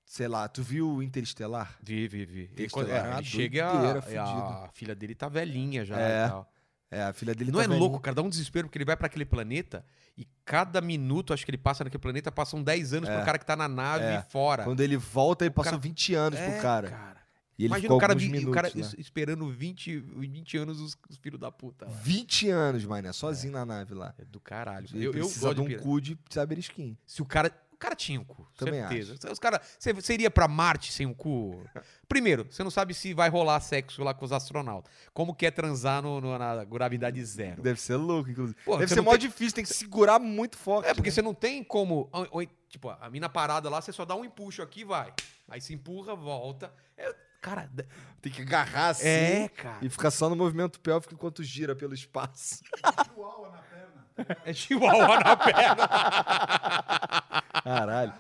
[SPEAKER 2] Sei lá, tu viu o Interestelar?
[SPEAKER 1] Vi, vi, vi. E
[SPEAKER 2] Texto
[SPEAKER 1] quando,
[SPEAKER 2] lá,
[SPEAKER 1] é,
[SPEAKER 2] é uma
[SPEAKER 1] ele chega e a,
[SPEAKER 2] doideira
[SPEAKER 1] e a
[SPEAKER 2] fudida.
[SPEAKER 1] filha dele tá velhinha já
[SPEAKER 2] É.
[SPEAKER 1] e tal.
[SPEAKER 2] É, a filha dele
[SPEAKER 1] não
[SPEAKER 2] tá
[SPEAKER 1] é
[SPEAKER 2] velhinha.
[SPEAKER 1] louco, cara, dá um desespero, porque ele vai pra aquele planeta e cada minuto, acho que ele passa naquele planeta, passam 10 anos pro cara que tá na nave
[SPEAKER 2] É.
[SPEAKER 1] fora.
[SPEAKER 2] Quando ele volta, ele
[SPEAKER 1] O cara-
[SPEAKER 2] passou 20 anos
[SPEAKER 1] É,
[SPEAKER 2] pro cara. E ele
[SPEAKER 1] Imagina
[SPEAKER 2] ficou
[SPEAKER 1] o cara,
[SPEAKER 2] alguns
[SPEAKER 1] vi-
[SPEAKER 2] minutos,
[SPEAKER 1] o cara
[SPEAKER 2] lá.
[SPEAKER 1] es- esperando 20, 20 anos os, os filhos da puta. lá.
[SPEAKER 2] 20 anos, mané, sozinho na nave lá.
[SPEAKER 1] É do caralho. Eu,
[SPEAKER 2] Ele
[SPEAKER 1] eu
[SPEAKER 2] precisa
[SPEAKER 1] gosto de
[SPEAKER 2] de um
[SPEAKER 1] pirata.
[SPEAKER 2] cu de saber skin.
[SPEAKER 1] Se o cara. O cara tinha um cu,
[SPEAKER 2] Também
[SPEAKER 1] certeza. Os cara, você, você iria pra Marte sem um
[SPEAKER 2] <laughs>
[SPEAKER 1] cu? Primeiro, você não sabe se vai rolar sexo lá com os astronautas. Como que é transar no, no- na gravidade zero?
[SPEAKER 2] Deve ser louco, inclusive.
[SPEAKER 1] Porra,
[SPEAKER 2] Deve
[SPEAKER 1] um você
[SPEAKER 2] ser
[SPEAKER 1] não
[SPEAKER 2] mó
[SPEAKER 1] tem-
[SPEAKER 2] difícil, tem que segurar muito forte.
[SPEAKER 1] É, porque
[SPEAKER 2] né?
[SPEAKER 1] você não tem como. ou- ou, Tipo, a mina parada lá, você só dá um empuxo aqui e vai. Aí se empurra, volta. É, cara, d-
[SPEAKER 2] tem que agarrar assim
[SPEAKER 1] é, cara.
[SPEAKER 2] e ficar só no movimento pélvico enquanto gira
[SPEAKER 1] <laughs>
[SPEAKER 2] pelo espaço.
[SPEAKER 5] Chihuahua na perna.
[SPEAKER 2] <laughs>
[SPEAKER 1] É chihuahua na perna.
[SPEAKER 2] Caralho.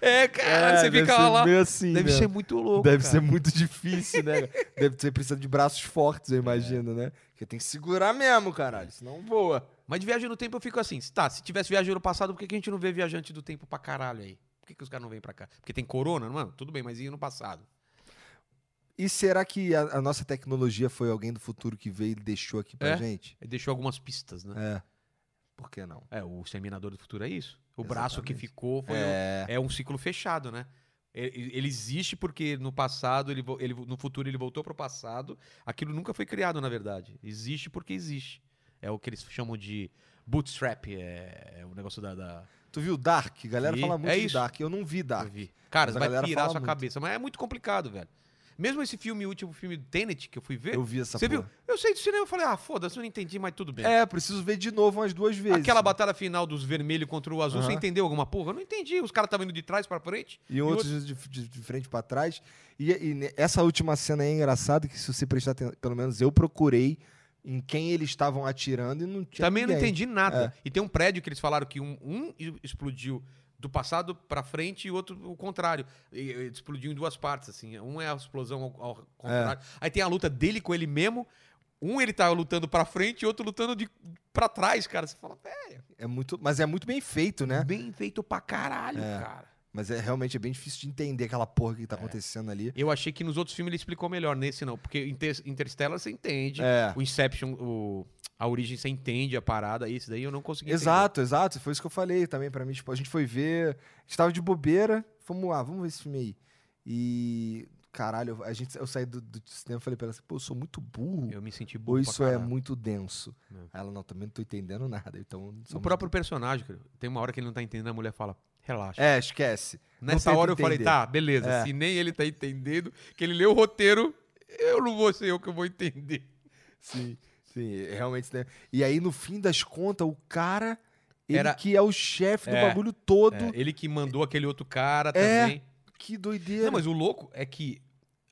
[SPEAKER 1] É, cara, você
[SPEAKER 2] deve
[SPEAKER 1] fica
[SPEAKER 2] ser
[SPEAKER 1] lá.
[SPEAKER 2] meio assim,
[SPEAKER 1] deve
[SPEAKER 2] né?
[SPEAKER 1] ser muito louco.
[SPEAKER 2] Deve
[SPEAKER 1] cara.
[SPEAKER 2] ser muito difícil,
[SPEAKER 1] <laughs>
[SPEAKER 2] né? Deve ser precisando de braços fortes, eu imagino, né? Porque tem que segurar mesmo, caralho, senão voa.
[SPEAKER 1] Mas de viagem no tempo eu fico assim, tá, se tivesse viagem no passado, por que, que a gente não vê viajante do tempo pra caralho aí? Por que, que os caras não vêm pra cá? Porque tem corona, mano? Tudo bem, mas ia no passado.
[SPEAKER 2] E será que a, a nossa tecnologia foi alguém do futuro que veio e deixou aqui pra
[SPEAKER 1] É?
[SPEAKER 2] gente?
[SPEAKER 1] Ele deixou algumas pistas, né?
[SPEAKER 2] É. Por que não?
[SPEAKER 1] É, o Seminador do Futuro é isso. O braço que
[SPEAKER 2] Exatamente.
[SPEAKER 1] ficou foi o-
[SPEAKER 2] É.
[SPEAKER 1] é um ciclo fechado, né? Ele ele existe porque no passado, ele, vo- ele- no futuro, ele voltou pro passado. Aquilo nunca foi criado, na verdade. Existe porque existe. É o que eles chamam de bootstrap, é, é o negócio da. da-
[SPEAKER 2] Tu viu Dark? A galera
[SPEAKER 1] Vi.
[SPEAKER 2] fala muito
[SPEAKER 1] É
[SPEAKER 2] de
[SPEAKER 1] isso.
[SPEAKER 2] Dark. Eu não vi
[SPEAKER 1] Eu
[SPEAKER 2] Dark.
[SPEAKER 1] vi. Cara,
[SPEAKER 2] Tá. Mas a
[SPEAKER 1] vai
[SPEAKER 2] galera
[SPEAKER 1] pirar
[SPEAKER 2] fala
[SPEAKER 1] sua
[SPEAKER 2] muito.
[SPEAKER 1] cabeça. Mas é muito complicado, velho. Mesmo esse filme último, o filme Tenet, que eu fui ver.
[SPEAKER 2] Eu vi essa
[SPEAKER 1] você
[SPEAKER 2] porra.
[SPEAKER 1] viu? Eu sei do cinema eu falei, ah, foda-se, eu não entendi, mas tudo bem.
[SPEAKER 2] É, preciso ver de novo umas duas vezes.
[SPEAKER 1] Aquela batalha final dos vermelho contra o azul, você
[SPEAKER 2] Aham.
[SPEAKER 1] entendeu alguma porra? Eu não entendi. Os caras estavam indo de trás pra frente.
[SPEAKER 2] E outros de, de- de frente pra trás. E, e ne- essa última cena aí é engraçada que se você prestar atenção, pelo menos eu procurei em quem eles estavam atirando e não tinha
[SPEAKER 1] Também não
[SPEAKER 2] ninguém. É.
[SPEAKER 1] entendi nada. E tem um prédio que eles falaram que um, um explodiu do passado pra frente e outro o contrário. E- e explodiu em duas partes, assim. Um é a explosão ao, ao contrário.
[SPEAKER 2] É.
[SPEAKER 1] Aí tem a luta dele com ele mesmo. Um ele tá lutando pra frente e outro lutando de para trás, cara. Você fala, é
[SPEAKER 2] É muito, mas é muito bem feito, né?
[SPEAKER 1] bem feito pra caralho, cara.
[SPEAKER 2] Mas é realmente é bem difícil de entender aquela porra que tá
[SPEAKER 1] É.
[SPEAKER 2] acontecendo ali.
[SPEAKER 1] Eu achei que nos outros filmes ele explicou melhor, nesse não. Porque Inter- Interstellar você entende.
[SPEAKER 2] É.
[SPEAKER 1] O Inception, o- a origem você entende a parada. Esse daí eu não consegui entender.
[SPEAKER 2] Exato, exato. Foi isso que eu falei também pra mim. Tipo, a gente foi ver. A gente tava de bobeira. Vamos lá, vamos ver esse filme aí. E. Caralho, a gente, eu saí do, do cinema e falei pra ela assim, pô, eu sou muito burro.
[SPEAKER 1] Eu me senti
[SPEAKER 2] ou
[SPEAKER 1] burro pra
[SPEAKER 2] isso é
[SPEAKER 1] caralho.
[SPEAKER 2] muito denso.
[SPEAKER 1] Não.
[SPEAKER 2] Aí ela, não, também não tô entendendo nada. Então.
[SPEAKER 1] O
[SPEAKER 2] somos-
[SPEAKER 1] próprio personagem, cara, tem uma hora que ele não tá entendendo, a mulher fala, relaxa.
[SPEAKER 2] É, esquece.
[SPEAKER 1] Nessa
[SPEAKER 2] tenta
[SPEAKER 1] hora eu
[SPEAKER 2] entender.
[SPEAKER 1] falei, tá, beleza,
[SPEAKER 2] É.
[SPEAKER 1] se nem ele tá entendendo, que ele leu o roteiro, eu não vou ser eu que eu vou entender.
[SPEAKER 2] Sim, sim, é realmente. né? E aí, no fim das contas, o cara. Ele
[SPEAKER 1] Era-
[SPEAKER 2] que é o chefe do
[SPEAKER 1] É,
[SPEAKER 2] bagulho todo.
[SPEAKER 1] É, ele que mandou aquele outro cara
[SPEAKER 2] É.
[SPEAKER 1] também.
[SPEAKER 2] Que doideira.
[SPEAKER 1] Não, mas o louco é que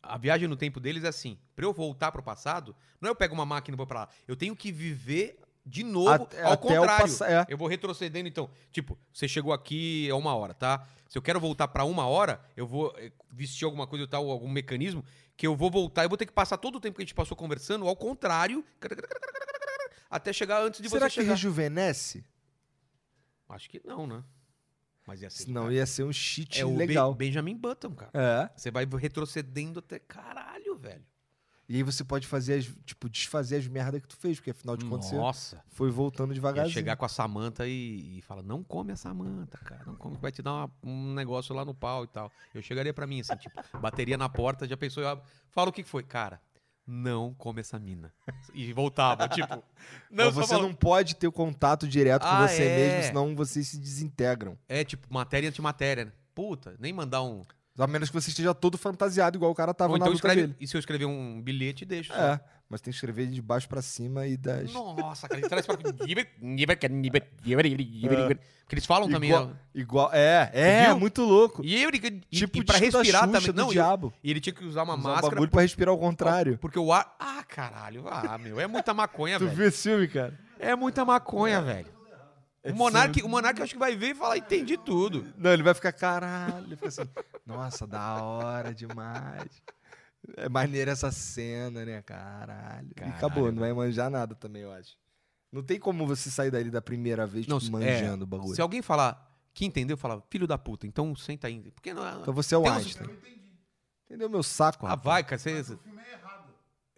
[SPEAKER 1] a viagem no tempo deles é assim, pra eu voltar pro passado, não é eu pego uma máquina e vou pra lá, eu tenho que viver de novo,
[SPEAKER 2] Até-
[SPEAKER 1] ao
[SPEAKER 2] até o
[SPEAKER 1] contrário.
[SPEAKER 2] passa- é.
[SPEAKER 1] Eu vou retrocedendo, então. Tipo, você chegou aqui a uma hora, tá? Se eu quero voltar pra uma hora, eu vou eh, vestir alguma coisa e tal, algum mecanismo, que eu vou voltar, eu vou ter que passar todo o tempo que a gente passou conversando, ao contrário, até chegar antes de
[SPEAKER 2] Será
[SPEAKER 1] você
[SPEAKER 2] que
[SPEAKER 1] chegar.
[SPEAKER 2] rejuvenesce?
[SPEAKER 1] Acho que não, né? Mas ia ser. do
[SPEAKER 2] Senão
[SPEAKER 1] caralho.
[SPEAKER 2] ia ser um cheat
[SPEAKER 1] é o Ben-
[SPEAKER 2] legal.
[SPEAKER 1] Benjamin Button, cara.
[SPEAKER 2] É.
[SPEAKER 1] Você vai retrocedendo até. Caralho, velho.
[SPEAKER 2] E aí você pode fazer, as, tipo, desfazer as merdas que tu fez, porque afinal de contas você
[SPEAKER 1] Nossa.
[SPEAKER 2] foi voltando
[SPEAKER 1] Ia
[SPEAKER 2] devagarzinho.
[SPEAKER 1] chegar com a Samanta e, e fala: Não come a Samanta, cara. Não come, que vai te dar uma- um negócio lá no pau e tal. Eu chegaria pra mim assim, tipo, <laughs> bateria na porta, já pensou, eu abro, fala o que que foi, cara. Não come essa mina. E
[SPEAKER 2] <laughs>
[SPEAKER 1] voltava, tipo.
[SPEAKER 2] Mas
[SPEAKER 1] Não, só
[SPEAKER 2] você
[SPEAKER 1] fala-
[SPEAKER 2] não pode ter o contato direto com
[SPEAKER 1] Ah,
[SPEAKER 2] você
[SPEAKER 1] é.
[SPEAKER 2] mesmo, senão vocês se desintegram.
[SPEAKER 1] É tipo matéria e antimatéria, né? Puta, nem mandar um.
[SPEAKER 2] A menos que você esteja todo fantasiado, igual o cara tava
[SPEAKER 1] Ou
[SPEAKER 2] na
[SPEAKER 1] então
[SPEAKER 2] luta
[SPEAKER 1] escreve.
[SPEAKER 2] dele.
[SPEAKER 1] E se eu escrever um bilhete, deixa. só.
[SPEAKER 2] É, mas tem que escrever de baixo pra cima e das...
[SPEAKER 1] Nossa, cara, ele traz pra. Porque eles falam também.
[SPEAKER 2] É. Igual-
[SPEAKER 1] ó.
[SPEAKER 2] Igual, é, é,
[SPEAKER 1] Viu?
[SPEAKER 2] muito louco.
[SPEAKER 1] E eu e,
[SPEAKER 2] tipo
[SPEAKER 1] e pra
[SPEAKER 2] o disco da
[SPEAKER 1] respirar
[SPEAKER 2] Xuxa,
[SPEAKER 1] também.
[SPEAKER 2] do
[SPEAKER 1] Não, e-
[SPEAKER 2] diabo.
[SPEAKER 1] e ele tinha que usar uma
[SPEAKER 2] Usar um
[SPEAKER 1] máscara.
[SPEAKER 2] bagulho pra respirar ao contrário.
[SPEAKER 1] Porque o ar. Ah, caralho. Ah, meu. É muita maconha,
[SPEAKER 2] <laughs> tu
[SPEAKER 1] velho.
[SPEAKER 2] viu esse filme, cara?
[SPEAKER 1] É muita maconha, velho.
[SPEAKER 2] É
[SPEAKER 1] O Monark, o Monark eu acho que vai ver e falar, entendi tudo.
[SPEAKER 2] Não, ele vai ficar, caralho. Ele fica assim, nossa, da hora demais. É maneira essa cena, né? Caralho.
[SPEAKER 1] Caralho,
[SPEAKER 2] e acabou, não vai manjar nada também, eu acho. Não tem como você sair dali da primeira vez
[SPEAKER 1] Não,
[SPEAKER 2] tipo,
[SPEAKER 1] se- é,
[SPEAKER 2] manjando o bagulho.
[SPEAKER 1] Se alguém falar que entendeu, fala, filho da puta, então senta aí. Porque não é.
[SPEAKER 2] Então você é o
[SPEAKER 1] Tem uns-
[SPEAKER 2] Einstein.
[SPEAKER 5] Eu entendi.
[SPEAKER 2] Entendeu meu saco,
[SPEAKER 1] Ah,
[SPEAKER 2] rapaz?
[SPEAKER 1] vai, cara, você
[SPEAKER 5] Mas o filme é errado.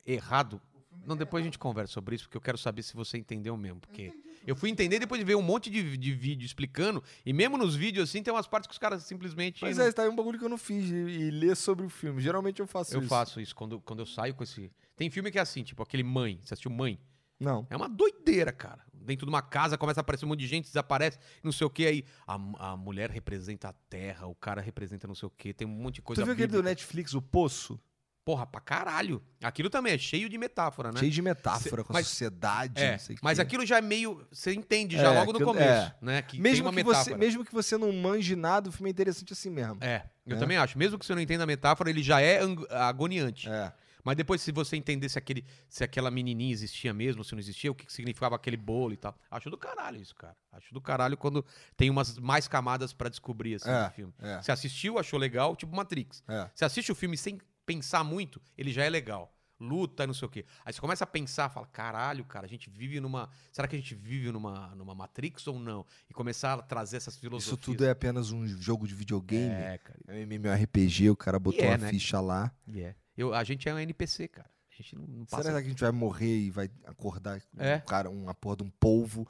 [SPEAKER 1] errado.
[SPEAKER 5] O filme
[SPEAKER 1] Não,
[SPEAKER 5] é
[SPEAKER 1] depois a gente conversa sobre isso, porque eu quero saber se você entendeu mesmo. Porque eu fui entender depois de ver um monte de, de vídeo explicando, e mesmo nos vídeos assim, tem umas partes que os caras simplesmente.
[SPEAKER 2] Mas
[SPEAKER 1] não-
[SPEAKER 2] é, tá aí um bagulho que eu não fiz. E, e ler sobre o filme. Geralmente eu faço
[SPEAKER 1] eu
[SPEAKER 2] isso.
[SPEAKER 1] faço isso quando, quando eu saio com esse. Tem filme que é assim, tipo aquele Mãe. Você assistiu Mãe?
[SPEAKER 2] Não.
[SPEAKER 1] É uma doideira, cara. Dentro de uma casa começa a aparecer um monte de gente, desaparece, não sei o que. Aí a, a mulher representa a terra, o cara representa não sei o que, tem um monte de coisa.
[SPEAKER 2] tu viu aquele do
[SPEAKER 1] bíblica.
[SPEAKER 2] Netflix, O Poço?
[SPEAKER 1] Porra, pra caralho. Aquilo também é cheio de metáfora, né?
[SPEAKER 2] Cheio de metáfora
[SPEAKER 1] Cê-
[SPEAKER 2] com a
[SPEAKER 1] mas-
[SPEAKER 2] sociedade,
[SPEAKER 1] É,
[SPEAKER 2] não sei o
[SPEAKER 1] mas
[SPEAKER 2] quê.
[SPEAKER 1] aquilo já é meio. Você entende já
[SPEAKER 2] É,
[SPEAKER 1] logo no
[SPEAKER 2] aquilo-
[SPEAKER 1] começo,
[SPEAKER 2] é.
[SPEAKER 1] né? Que tem
[SPEAKER 2] mesmo
[SPEAKER 1] uma
[SPEAKER 2] que, você,
[SPEAKER 1] metáfora.
[SPEAKER 2] mesmo que você não manje nada, o filme é interessante assim mesmo.
[SPEAKER 1] É, eu
[SPEAKER 2] É.
[SPEAKER 1] também acho. Mesmo que você não entenda a metáfora, ele já é ang- agoniante.
[SPEAKER 2] É.
[SPEAKER 1] Mas depois, se você entender se, aquele, se aquela menininha existia mesmo, se não existia, o que que significava aquele bolo e tal. Acho do caralho isso, cara. Acho do caralho quando tem umas mais camadas pra descobrir, assim,
[SPEAKER 2] É,
[SPEAKER 1] no filme.
[SPEAKER 2] é,
[SPEAKER 1] Você assistiu, achou legal, tipo Matrix.
[SPEAKER 2] é.
[SPEAKER 1] Você assiste o filme sem pensar muito, ele já é legal. Luta, não sei o quê. Aí você começa a pensar, fala, caralho, cara, a gente vive numa... Será que a gente vive numa, numa Matrix ou não? E começar a trazer essas filosofias.
[SPEAKER 2] Isso tudo é apenas um jogo de videogame.
[SPEAKER 1] É, cara.
[SPEAKER 2] É um MMORPG, o cara botou
[SPEAKER 1] é,
[SPEAKER 2] a
[SPEAKER 1] né?
[SPEAKER 2] ficha lá.
[SPEAKER 1] E é. Eu, a gente é um NPC, cara. A gente não, não passa...
[SPEAKER 2] Será que a gente vai morrer e vai acordar com
[SPEAKER 1] É.
[SPEAKER 2] um cara, uma porra de um polvo?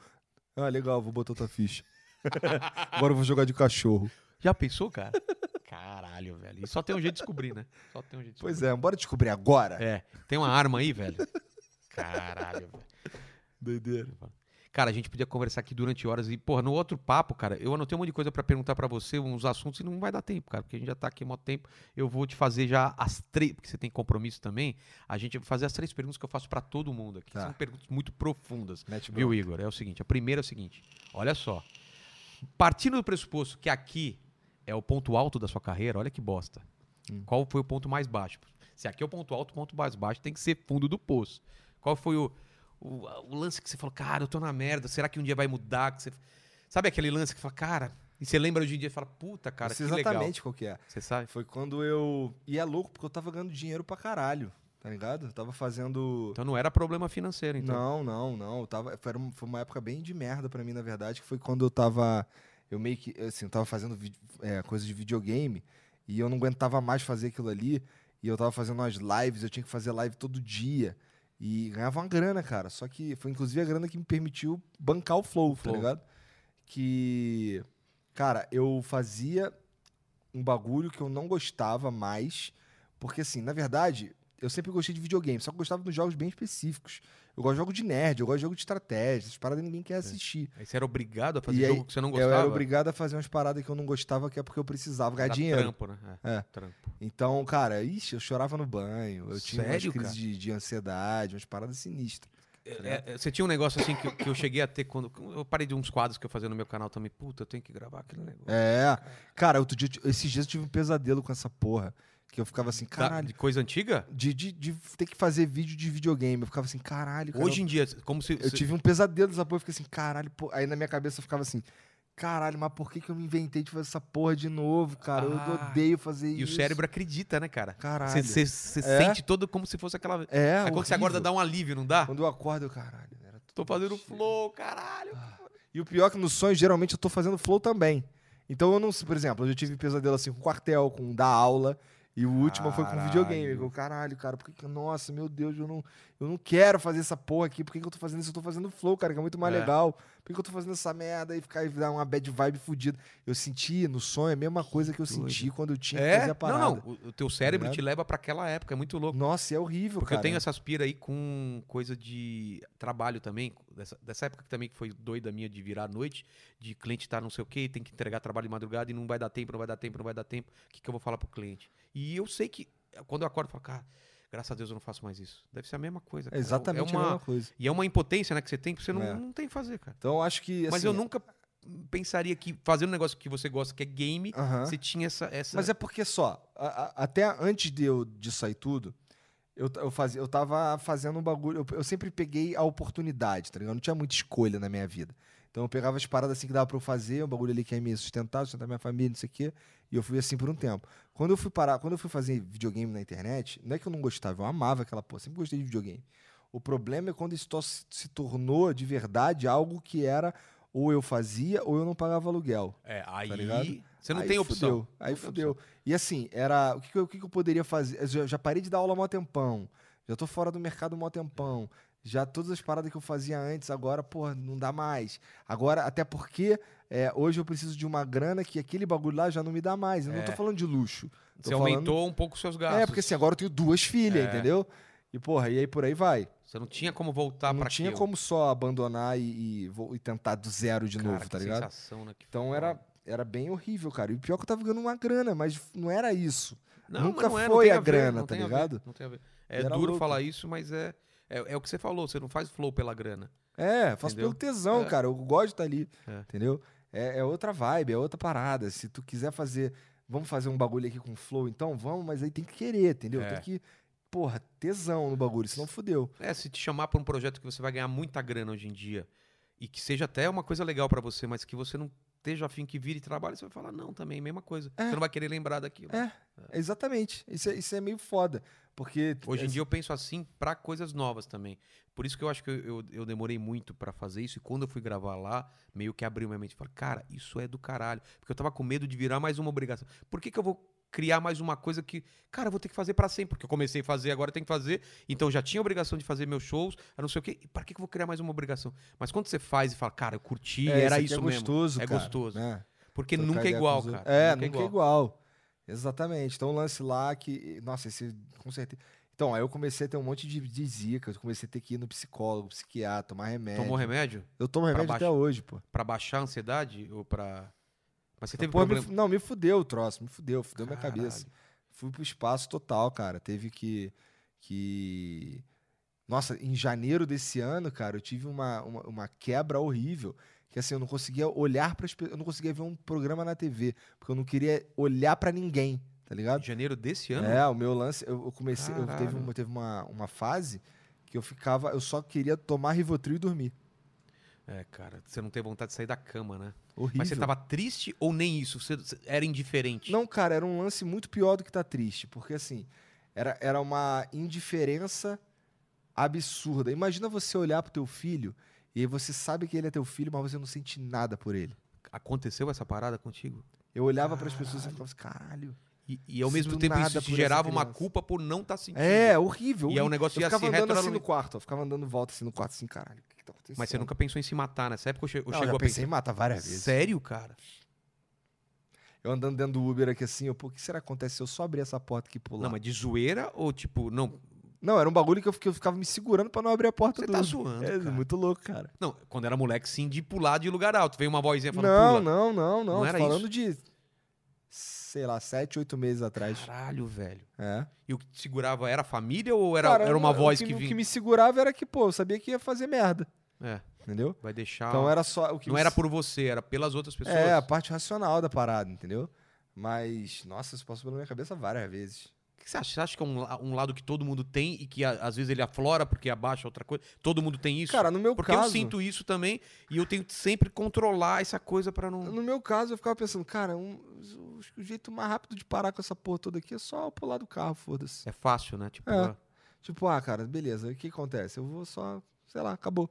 [SPEAKER 2] Ah, legal, vou botar tua ficha. <laughs> Agora eu vou jogar de cachorro.
[SPEAKER 1] Já pensou, cara? <laughs> Caralho, velho. E só tem um jeito de descobrir, né? Só tem um jeito de
[SPEAKER 2] Pois é, bora descobrir agora.
[SPEAKER 1] É, tem uma arma aí, velho. Caralho, velho.
[SPEAKER 2] Doideira.
[SPEAKER 1] Cara, a gente podia conversar aqui durante horas e, porra, no outro papo, cara, eu anotei um monte de coisa pra perguntar pra você, uns assuntos, e não vai dar tempo, cara, porque a gente já tá aqui há mó tempo. Eu vou te fazer já as três, porque você tem compromisso também, a gente vai fazer as três perguntas que eu faço pra todo mundo aqui.
[SPEAKER 2] Tá.
[SPEAKER 1] São perguntas muito profundas.
[SPEAKER 2] Mete
[SPEAKER 1] Viu,
[SPEAKER 2] bronca.
[SPEAKER 1] Igor? É o seguinte, a primeira é o seguinte, olha só. Partindo do pressuposto que aqui é o ponto alto da sua carreira, olha que bosta.
[SPEAKER 2] Hum.
[SPEAKER 1] Qual foi o ponto mais baixo? Se aqui é o ponto alto, o ponto mais baixo tem que ser fundo do poço. Qual foi o, o, o lance que você falou, cara, eu tô na merda, será que um dia vai mudar? Que você... Sabe aquele lance que fala, cara, e você lembra hoje em dia e fala, puta, cara,
[SPEAKER 2] Não
[SPEAKER 1] que
[SPEAKER 2] sei
[SPEAKER 1] legal.
[SPEAKER 2] exatamente qual que é.
[SPEAKER 1] Você sabe?
[SPEAKER 2] Foi quando eu. E é louco, porque eu tava ganhando dinheiro pra caralho, tá ligado? Eu tava fazendo.
[SPEAKER 1] Então não era problema financeiro, então.
[SPEAKER 2] Não, não, não. Eu tava, foi, era um- foi uma época bem de merda pra mim, na verdade, que foi quando eu tava. Eu meio que. Assim, eu tava fazendo vi- é, coisa de videogame e eu não aguentava mais fazer aquilo ali. E eu tava fazendo umas lives, eu tinha que fazer live todo dia. E ganhava uma grana, cara. Só que foi inclusive a grana que me permitiu bancar o Flow,
[SPEAKER 1] Flow.
[SPEAKER 2] tá ligado? Que. Cara, eu fazia um bagulho que eu não gostava mais. Porque, assim, na verdade, eu sempre gostei de videogame, só que eu gostava de jogos bem específicos. Eu gosto de jogo de nerd, eu gosto de jogo de estratégia, essas paradas ninguém quer assistir.
[SPEAKER 1] Aí você era obrigado a fazer
[SPEAKER 2] E aí,
[SPEAKER 1] jogo que você É. não
[SPEAKER 2] Eu
[SPEAKER 1] gostava.
[SPEAKER 2] era obrigado a fazer umas paradas que eu não gostava, que é porque eu precisava ganhar
[SPEAKER 1] Era
[SPEAKER 2] dinheiro.
[SPEAKER 1] Trampo, né?
[SPEAKER 2] É.
[SPEAKER 1] Trampo.
[SPEAKER 2] Então, cara, ixi, eu chorava no banho, eu tinha umas
[SPEAKER 1] Sério,
[SPEAKER 2] crises
[SPEAKER 1] cara?
[SPEAKER 2] de, de ansiedade, umas paradas sinistras.
[SPEAKER 1] É, é, você tinha um negócio assim que, eu- que eu cheguei a ter quando. Eu parei de uns quadros que eu fazia no meu canal também. Puta, eu tenho que gravar aquele negócio.
[SPEAKER 2] É, cara, outro dia, eu ti- esses dias eu tive um pesadelo com essa porra, que eu ficava assim,
[SPEAKER 1] Da-
[SPEAKER 2] caralho,
[SPEAKER 1] de coisa antiga?
[SPEAKER 2] de, de, de ter que fazer vídeo de videogame, eu ficava assim, caralho, cara,
[SPEAKER 1] Hoje em dia, como se.
[SPEAKER 2] Eu
[SPEAKER 1] se-
[SPEAKER 2] tive um pesadelo dessa porra, eu fiquei assim, caralho, pô. aí na minha cabeça eu ficava assim, caralho, mas por que, que eu me inventei de fazer essa porra de novo, cara?
[SPEAKER 1] Ah,
[SPEAKER 2] eu odeio fazer
[SPEAKER 1] E
[SPEAKER 2] isso.
[SPEAKER 1] o cérebro acredita, né, cara? Você
[SPEAKER 2] Caralho.
[SPEAKER 1] você- você
[SPEAKER 2] É?
[SPEAKER 1] sente todo como se fosse aquela.
[SPEAKER 2] É,
[SPEAKER 1] Aí quando você acorda
[SPEAKER 2] horrível.
[SPEAKER 1] dá um alívio, não dá?
[SPEAKER 2] Quando eu acordo, eu, caralho, era tudo
[SPEAKER 1] Tô fazendo
[SPEAKER 2] mentira.
[SPEAKER 1] flow, caralho.
[SPEAKER 2] E o pior é que nos sonhos, geralmente, eu tô fazendo flow também. Então eu não sei, por exemplo, eu já tive pesadelo assim com quartel, com dar aula. E o último foi com
[SPEAKER 1] Caralho.
[SPEAKER 2] videogame. Eu, caralho, cara, por que que. Nossa, meu Deus, eu não, eu não quero fazer essa porra aqui. Por que, que eu tô fazendo isso? Eu tô fazendo flow, cara, que é muito mais
[SPEAKER 1] É.
[SPEAKER 2] legal. Por que, que eu tô fazendo essa merda e ficar e dar uma bad vibe fudida? Eu senti no sonho a mesma coisa que eu
[SPEAKER 1] doido.
[SPEAKER 2] senti quando eu tinha que
[SPEAKER 1] É?
[SPEAKER 2] fazer a parada. Tá
[SPEAKER 1] Não, não. O, o teu cérebro
[SPEAKER 2] ligado?
[SPEAKER 1] te leva pra aquela época, é muito louco.
[SPEAKER 2] Nossa, e é horrível,
[SPEAKER 1] Porque
[SPEAKER 2] cara.
[SPEAKER 1] eu tenho essas pira aí com coisa de trabalho também, dessa, dessa época que também que foi doida minha de virar à noite, de cliente tá não sei o quê, tem que entregar trabalho de madrugada e não vai dar tempo, não vai dar tempo, não vai dar tempo. O que, que eu vou falar pro cliente? E eu sei que eh, quando eu acordo, eu falo, cara, graças a Deus eu não faço mais isso. Deve ser a mesma coisa.
[SPEAKER 2] É
[SPEAKER 1] cara.
[SPEAKER 2] exatamente
[SPEAKER 1] É
[SPEAKER 2] a
[SPEAKER 1] uma,
[SPEAKER 2] mesma coisa.
[SPEAKER 1] e é uma impotência né, que você tem que você não,
[SPEAKER 2] É.
[SPEAKER 1] não tem o que fazer, cara.
[SPEAKER 2] Então eu acho que.
[SPEAKER 1] Mas
[SPEAKER 2] assim,
[SPEAKER 1] eu nunca pensaria que fazer um negócio que você gosta, que é game,
[SPEAKER 2] Aham.
[SPEAKER 1] você tinha essa. essa...
[SPEAKER 2] Mas é porque só, a- a- até antes de eu disso aí tudo, eu, ta- eu, fazia, eu tava fazendo um bagulho. Eu, eu sempre peguei a oportunidade, tá ligado? Eu não tinha muita escolha na minha vida. Então eu pegava as paradas assim que dava pra eu fazer, um bagulho ali que ia me sustentar, sustentar minha família, não sei o quê. E eu fui assim por um tempo. Quando eu fui parar, quando eu fui fazer videogame na internet, não é que eu não gostava, eu amava aquela porra, sempre gostei de videogame. O problema é quando isso to- se tornou de verdade algo que era ou eu fazia ou eu não pagava aluguel.
[SPEAKER 1] É, aí
[SPEAKER 2] Tá ligado?
[SPEAKER 1] você não
[SPEAKER 2] Aí
[SPEAKER 1] tem opção.
[SPEAKER 2] fudeu, aí fudeu. E assim, era. O que, que eu- o que que eu poderia fazer? Eu já, já parei de dar aula há mó tempão. Já tô fora do mercado há mó tempão. Já todas as paradas que eu fazia antes, agora, porra, não dá mais. Agora, até porque é, hoje eu preciso de uma grana que aquele bagulho lá já não me dá mais. Eu não tô
[SPEAKER 1] É.
[SPEAKER 2] falando de luxo. Tô
[SPEAKER 1] Você
[SPEAKER 2] falando-
[SPEAKER 1] aumentou um pouco os seus gastos. É.
[SPEAKER 2] É, porque assim, agora eu tenho duas filhas, entendeu? E, porra, e aí por aí vai.
[SPEAKER 1] Você não tinha como voltar
[SPEAKER 2] não
[SPEAKER 1] Tá pra
[SPEAKER 2] tinha
[SPEAKER 1] aquilo.
[SPEAKER 2] como só abandonar e, e vou- e tentar do zero de
[SPEAKER 1] Cara,
[SPEAKER 2] novo,
[SPEAKER 1] que
[SPEAKER 2] tá ligado?
[SPEAKER 1] sensação, né? Que
[SPEAKER 2] Então
[SPEAKER 1] foda.
[SPEAKER 2] era, era bem horrível, cara. E o pior é que eu tava ganhando uma grana, mas não era isso.
[SPEAKER 1] Não,
[SPEAKER 2] nunca
[SPEAKER 1] mas não não
[SPEAKER 2] foi
[SPEAKER 1] tem
[SPEAKER 2] a
[SPEAKER 1] ver,
[SPEAKER 2] grana,
[SPEAKER 1] não
[SPEAKER 2] tá
[SPEAKER 1] tem a ver,
[SPEAKER 2] ligado?
[SPEAKER 1] não tem a ver. É
[SPEAKER 2] Era
[SPEAKER 1] duro
[SPEAKER 2] louco.
[SPEAKER 1] falar isso, mas é, é. é o que você falou, você não faz flow pela grana.
[SPEAKER 2] É, faço
[SPEAKER 1] Entendeu?
[SPEAKER 2] pelo tesão,
[SPEAKER 1] É.
[SPEAKER 2] cara. Eu gosto de estar ali,
[SPEAKER 1] É.
[SPEAKER 2] entendeu? É, é outra vibe, é outra parada. Se tu quiser fazer, vamos fazer um bagulho aqui com flow, então vamos, mas aí tem que querer, entendeu?
[SPEAKER 1] É.
[SPEAKER 2] Tem que porra, tesão no bagulho, senão fudeu.
[SPEAKER 1] É, se te chamar pra um projeto que você vai ganhar muita grana hoje em dia e que seja até uma coisa legal pra você, mas que você não esteja afim que vire trabalho, você vai falar, não, também, mesma coisa.
[SPEAKER 2] É.
[SPEAKER 1] Você não vai querer lembrar daquilo.
[SPEAKER 2] É. Exatamente. Isso é, isso é meio foda. Porque. é,
[SPEAKER 1] Hoje em dia eu penso assim pra coisas novas também. Por isso que eu acho que eu, eu, eu demorei muito pra fazer isso. E quando eu fui gravar lá, meio que abriu minha mente. Falei, cara, isso é do caralho. Porque eu tava com medo de virar mais uma obrigação. Por que, que eu vou criar mais uma coisa que, cara, eu vou ter que fazer pra sempre? Porque eu comecei a fazer, agora eu tenho que fazer. Então eu já tinha a obrigação de fazer meus shows, a não sei o quê. E pra que, que eu vou criar mais uma obrigação? Mas quando você faz e fala, cara, eu curti,
[SPEAKER 2] É,
[SPEAKER 1] era
[SPEAKER 2] aqui
[SPEAKER 1] isso
[SPEAKER 2] é
[SPEAKER 1] mesmo.
[SPEAKER 2] gostoso,
[SPEAKER 1] É
[SPEAKER 2] cara,
[SPEAKER 1] gostoso.
[SPEAKER 2] né?
[SPEAKER 1] Porque
[SPEAKER 2] Trocar
[SPEAKER 1] nunca é
[SPEAKER 2] ideia com
[SPEAKER 1] igual,
[SPEAKER 2] os outros.
[SPEAKER 1] cara.
[SPEAKER 2] É, nunca, é igual. Exatamente. Então, o lance lá que. Nossa, esse. Com certeza. Então, aí eu comecei a ter um monte de, de zica. Eu comecei a ter que ir no psicólogo, psiquiatra, tomar remédio.
[SPEAKER 1] Tomou remédio?
[SPEAKER 2] Eu tomo remédio até
[SPEAKER 1] baixo.
[SPEAKER 2] hoje, pô.
[SPEAKER 1] Pra baixar a ansiedade? Ou pra. Mas você teve
[SPEAKER 2] Pô, me
[SPEAKER 1] problema.
[SPEAKER 2] fu- não, me fudeu o troço, me fudeu, fudeu minha
[SPEAKER 1] Caralho.
[SPEAKER 2] cabeça. Fui pro espaço total, cara. Teve que. que... Nossa, em janeiro desse ano, cara, eu tive uma, uma, uma quebra horrível. Que assim, eu não conseguia olhar para Eu não conseguia ver um programa na TV. Porque eu não queria olhar pra ninguém, tá ligado?
[SPEAKER 1] Em janeiro desse ano?
[SPEAKER 2] É, o meu lance, eu eu comecei, eu
[SPEAKER 1] Caralho.
[SPEAKER 2] teve, uma, teve uma, uma fase que eu ficava, eu só queria tomar Rivotril e dormir.
[SPEAKER 1] É, cara, você não tem vontade de sair da cama, né?
[SPEAKER 2] Horrível.
[SPEAKER 1] Mas você tava triste ou nem isso? Você, você era indiferente?
[SPEAKER 2] Não, cara, era um lance muito pior do que tá triste, porque assim, era, era uma indiferença absurda. Imagina você olhar pro teu filho e aí você sabe que ele é teu filho, mas você não sente nada por ele.
[SPEAKER 1] Aconteceu essa parada contigo?
[SPEAKER 2] Eu olhava pras pessoas e ficava assim, caralho.
[SPEAKER 1] E, e ao
[SPEAKER 2] Sinto
[SPEAKER 1] mesmo tempo
[SPEAKER 2] nada
[SPEAKER 1] isso te
[SPEAKER 2] por
[SPEAKER 1] gerava
[SPEAKER 2] essa
[SPEAKER 1] uma
[SPEAKER 2] criança.
[SPEAKER 1] culpa por não estar sentindo.
[SPEAKER 2] É, horrível.
[SPEAKER 1] E aí o
[SPEAKER 2] horrível.
[SPEAKER 1] negócio
[SPEAKER 2] eu
[SPEAKER 1] ia se
[SPEAKER 2] ficava andando assim no
[SPEAKER 1] retroalimentando.
[SPEAKER 2] quarto, eu ficava andando volta assim no quarto, assim, caralho, o que, que tá acontecendo?
[SPEAKER 1] Mas você nunca pensou em se matar nessa época? Ou che- ou
[SPEAKER 2] não, eu
[SPEAKER 1] chegou
[SPEAKER 2] já
[SPEAKER 1] a
[SPEAKER 2] pensei
[SPEAKER 1] pensar?
[SPEAKER 2] em matar várias vezes.
[SPEAKER 1] Sério, cara?
[SPEAKER 2] Eu andando dentro do Uber aqui assim, eu, pô, o que será que acontece se eu só abrir essa porta aqui e pular?
[SPEAKER 1] Não,
[SPEAKER 2] Não,
[SPEAKER 1] mas de zoeira ou tipo, não,
[SPEAKER 2] era um bagulho que eu, fiquei- eu ficava me segurando pra não abrir a porta
[SPEAKER 1] você
[SPEAKER 2] do
[SPEAKER 1] tá
[SPEAKER 2] Uber.
[SPEAKER 1] zoando.
[SPEAKER 2] É
[SPEAKER 1] cara.
[SPEAKER 2] muito louco, cara.
[SPEAKER 1] Não, quando era moleque, sim, de pular de lugar alto. Veio uma vozinha falando,
[SPEAKER 2] Não,
[SPEAKER 1] pula.
[SPEAKER 2] não, não,
[SPEAKER 1] Não
[SPEAKER 2] não.
[SPEAKER 1] era
[SPEAKER 2] Tô falando de, sei lá, sete, oito meses atrás.
[SPEAKER 1] Caralho, velho.
[SPEAKER 2] É.
[SPEAKER 1] E o que te segurava era a família ou era,
[SPEAKER 2] Cara,
[SPEAKER 1] era uma
[SPEAKER 2] o
[SPEAKER 1] voz que,
[SPEAKER 2] me- O
[SPEAKER 1] vinha?
[SPEAKER 2] que me segurava era que, pô, eu sabia que ia fazer merda,
[SPEAKER 1] É,
[SPEAKER 2] entendeu?
[SPEAKER 1] vai deixar.
[SPEAKER 2] Então era só... O que
[SPEAKER 1] Não
[SPEAKER 2] me-
[SPEAKER 1] era por você, era pelas outras pessoas.
[SPEAKER 2] É, a parte racional da parada, entendeu? Mas, nossa, isso passou pela minha cabeça várias vezes.
[SPEAKER 1] O que você acha? Você acha que é um, la- um lado que todo mundo tem e que a- às vezes ele aflora porque abaixa outra coisa? Todo mundo tem isso?
[SPEAKER 2] Cara, no meu
[SPEAKER 1] porque
[SPEAKER 2] caso...
[SPEAKER 1] eu sinto isso também e eu tenho que sempre controlar essa coisa pra não.
[SPEAKER 2] No meu caso, eu ficava pensando, cara, um- acho que o jeito mais rápido de parar com essa porra toda aqui é só eu pular do carro, foda-se.
[SPEAKER 1] É fácil, né? Tipo,
[SPEAKER 2] É.
[SPEAKER 1] ah,
[SPEAKER 2] Tipo, ah, cara, beleza, o que acontece? Eu vou só, sei lá, acabou.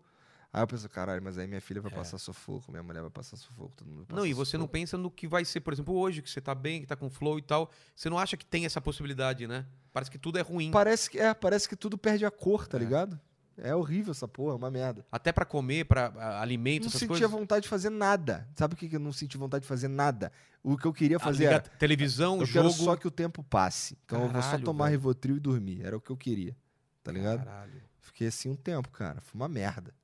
[SPEAKER 2] Aí eu penso, caralho, mas aí minha filha vai passar sufoco, minha mulher vai passar sufoco, todo mundo vai
[SPEAKER 1] É. Não,
[SPEAKER 2] passar
[SPEAKER 1] e você não
[SPEAKER 2] sufoco.
[SPEAKER 1] pensa no que vai ser, por exemplo, hoje, que você tá bem, que tá com flow e tal. Você não acha que tem essa possibilidade, né? Parece que tudo é ruim.
[SPEAKER 2] Parece que, é, parece que tudo perde a cor, tá ligado? É horrível essa porra, é uma merda.
[SPEAKER 1] Até pra comer, para
[SPEAKER 2] Eu
[SPEAKER 1] alimentos, Então,
[SPEAKER 2] não
[SPEAKER 1] essas
[SPEAKER 2] sentia
[SPEAKER 1] coisas.
[SPEAKER 2] vontade de fazer nada. Sabe o que que eu não senti vontade de fazer nada? O que eu queria fazer
[SPEAKER 1] Ah, liga
[SPEAKER 2] era,
[SPEAKER 1] a televisão,
[SPEAKER 2] eu
[SPEAKER 1] jogo.
[SPEAKER 2] quero só que o tempo passe. Então eu vou só
[SPEAKER 1] Caralho,
[SPEAKER 2] tomar
[SPEAKER 1] velho.
[SPEAKER 2] Rivotril e dormir, era o que eu queria, tá ligado?
[SPEAKER 1] Caralho.
[SPEAKER 2] Fiquei assim um tempo, cara. Foi uma merda.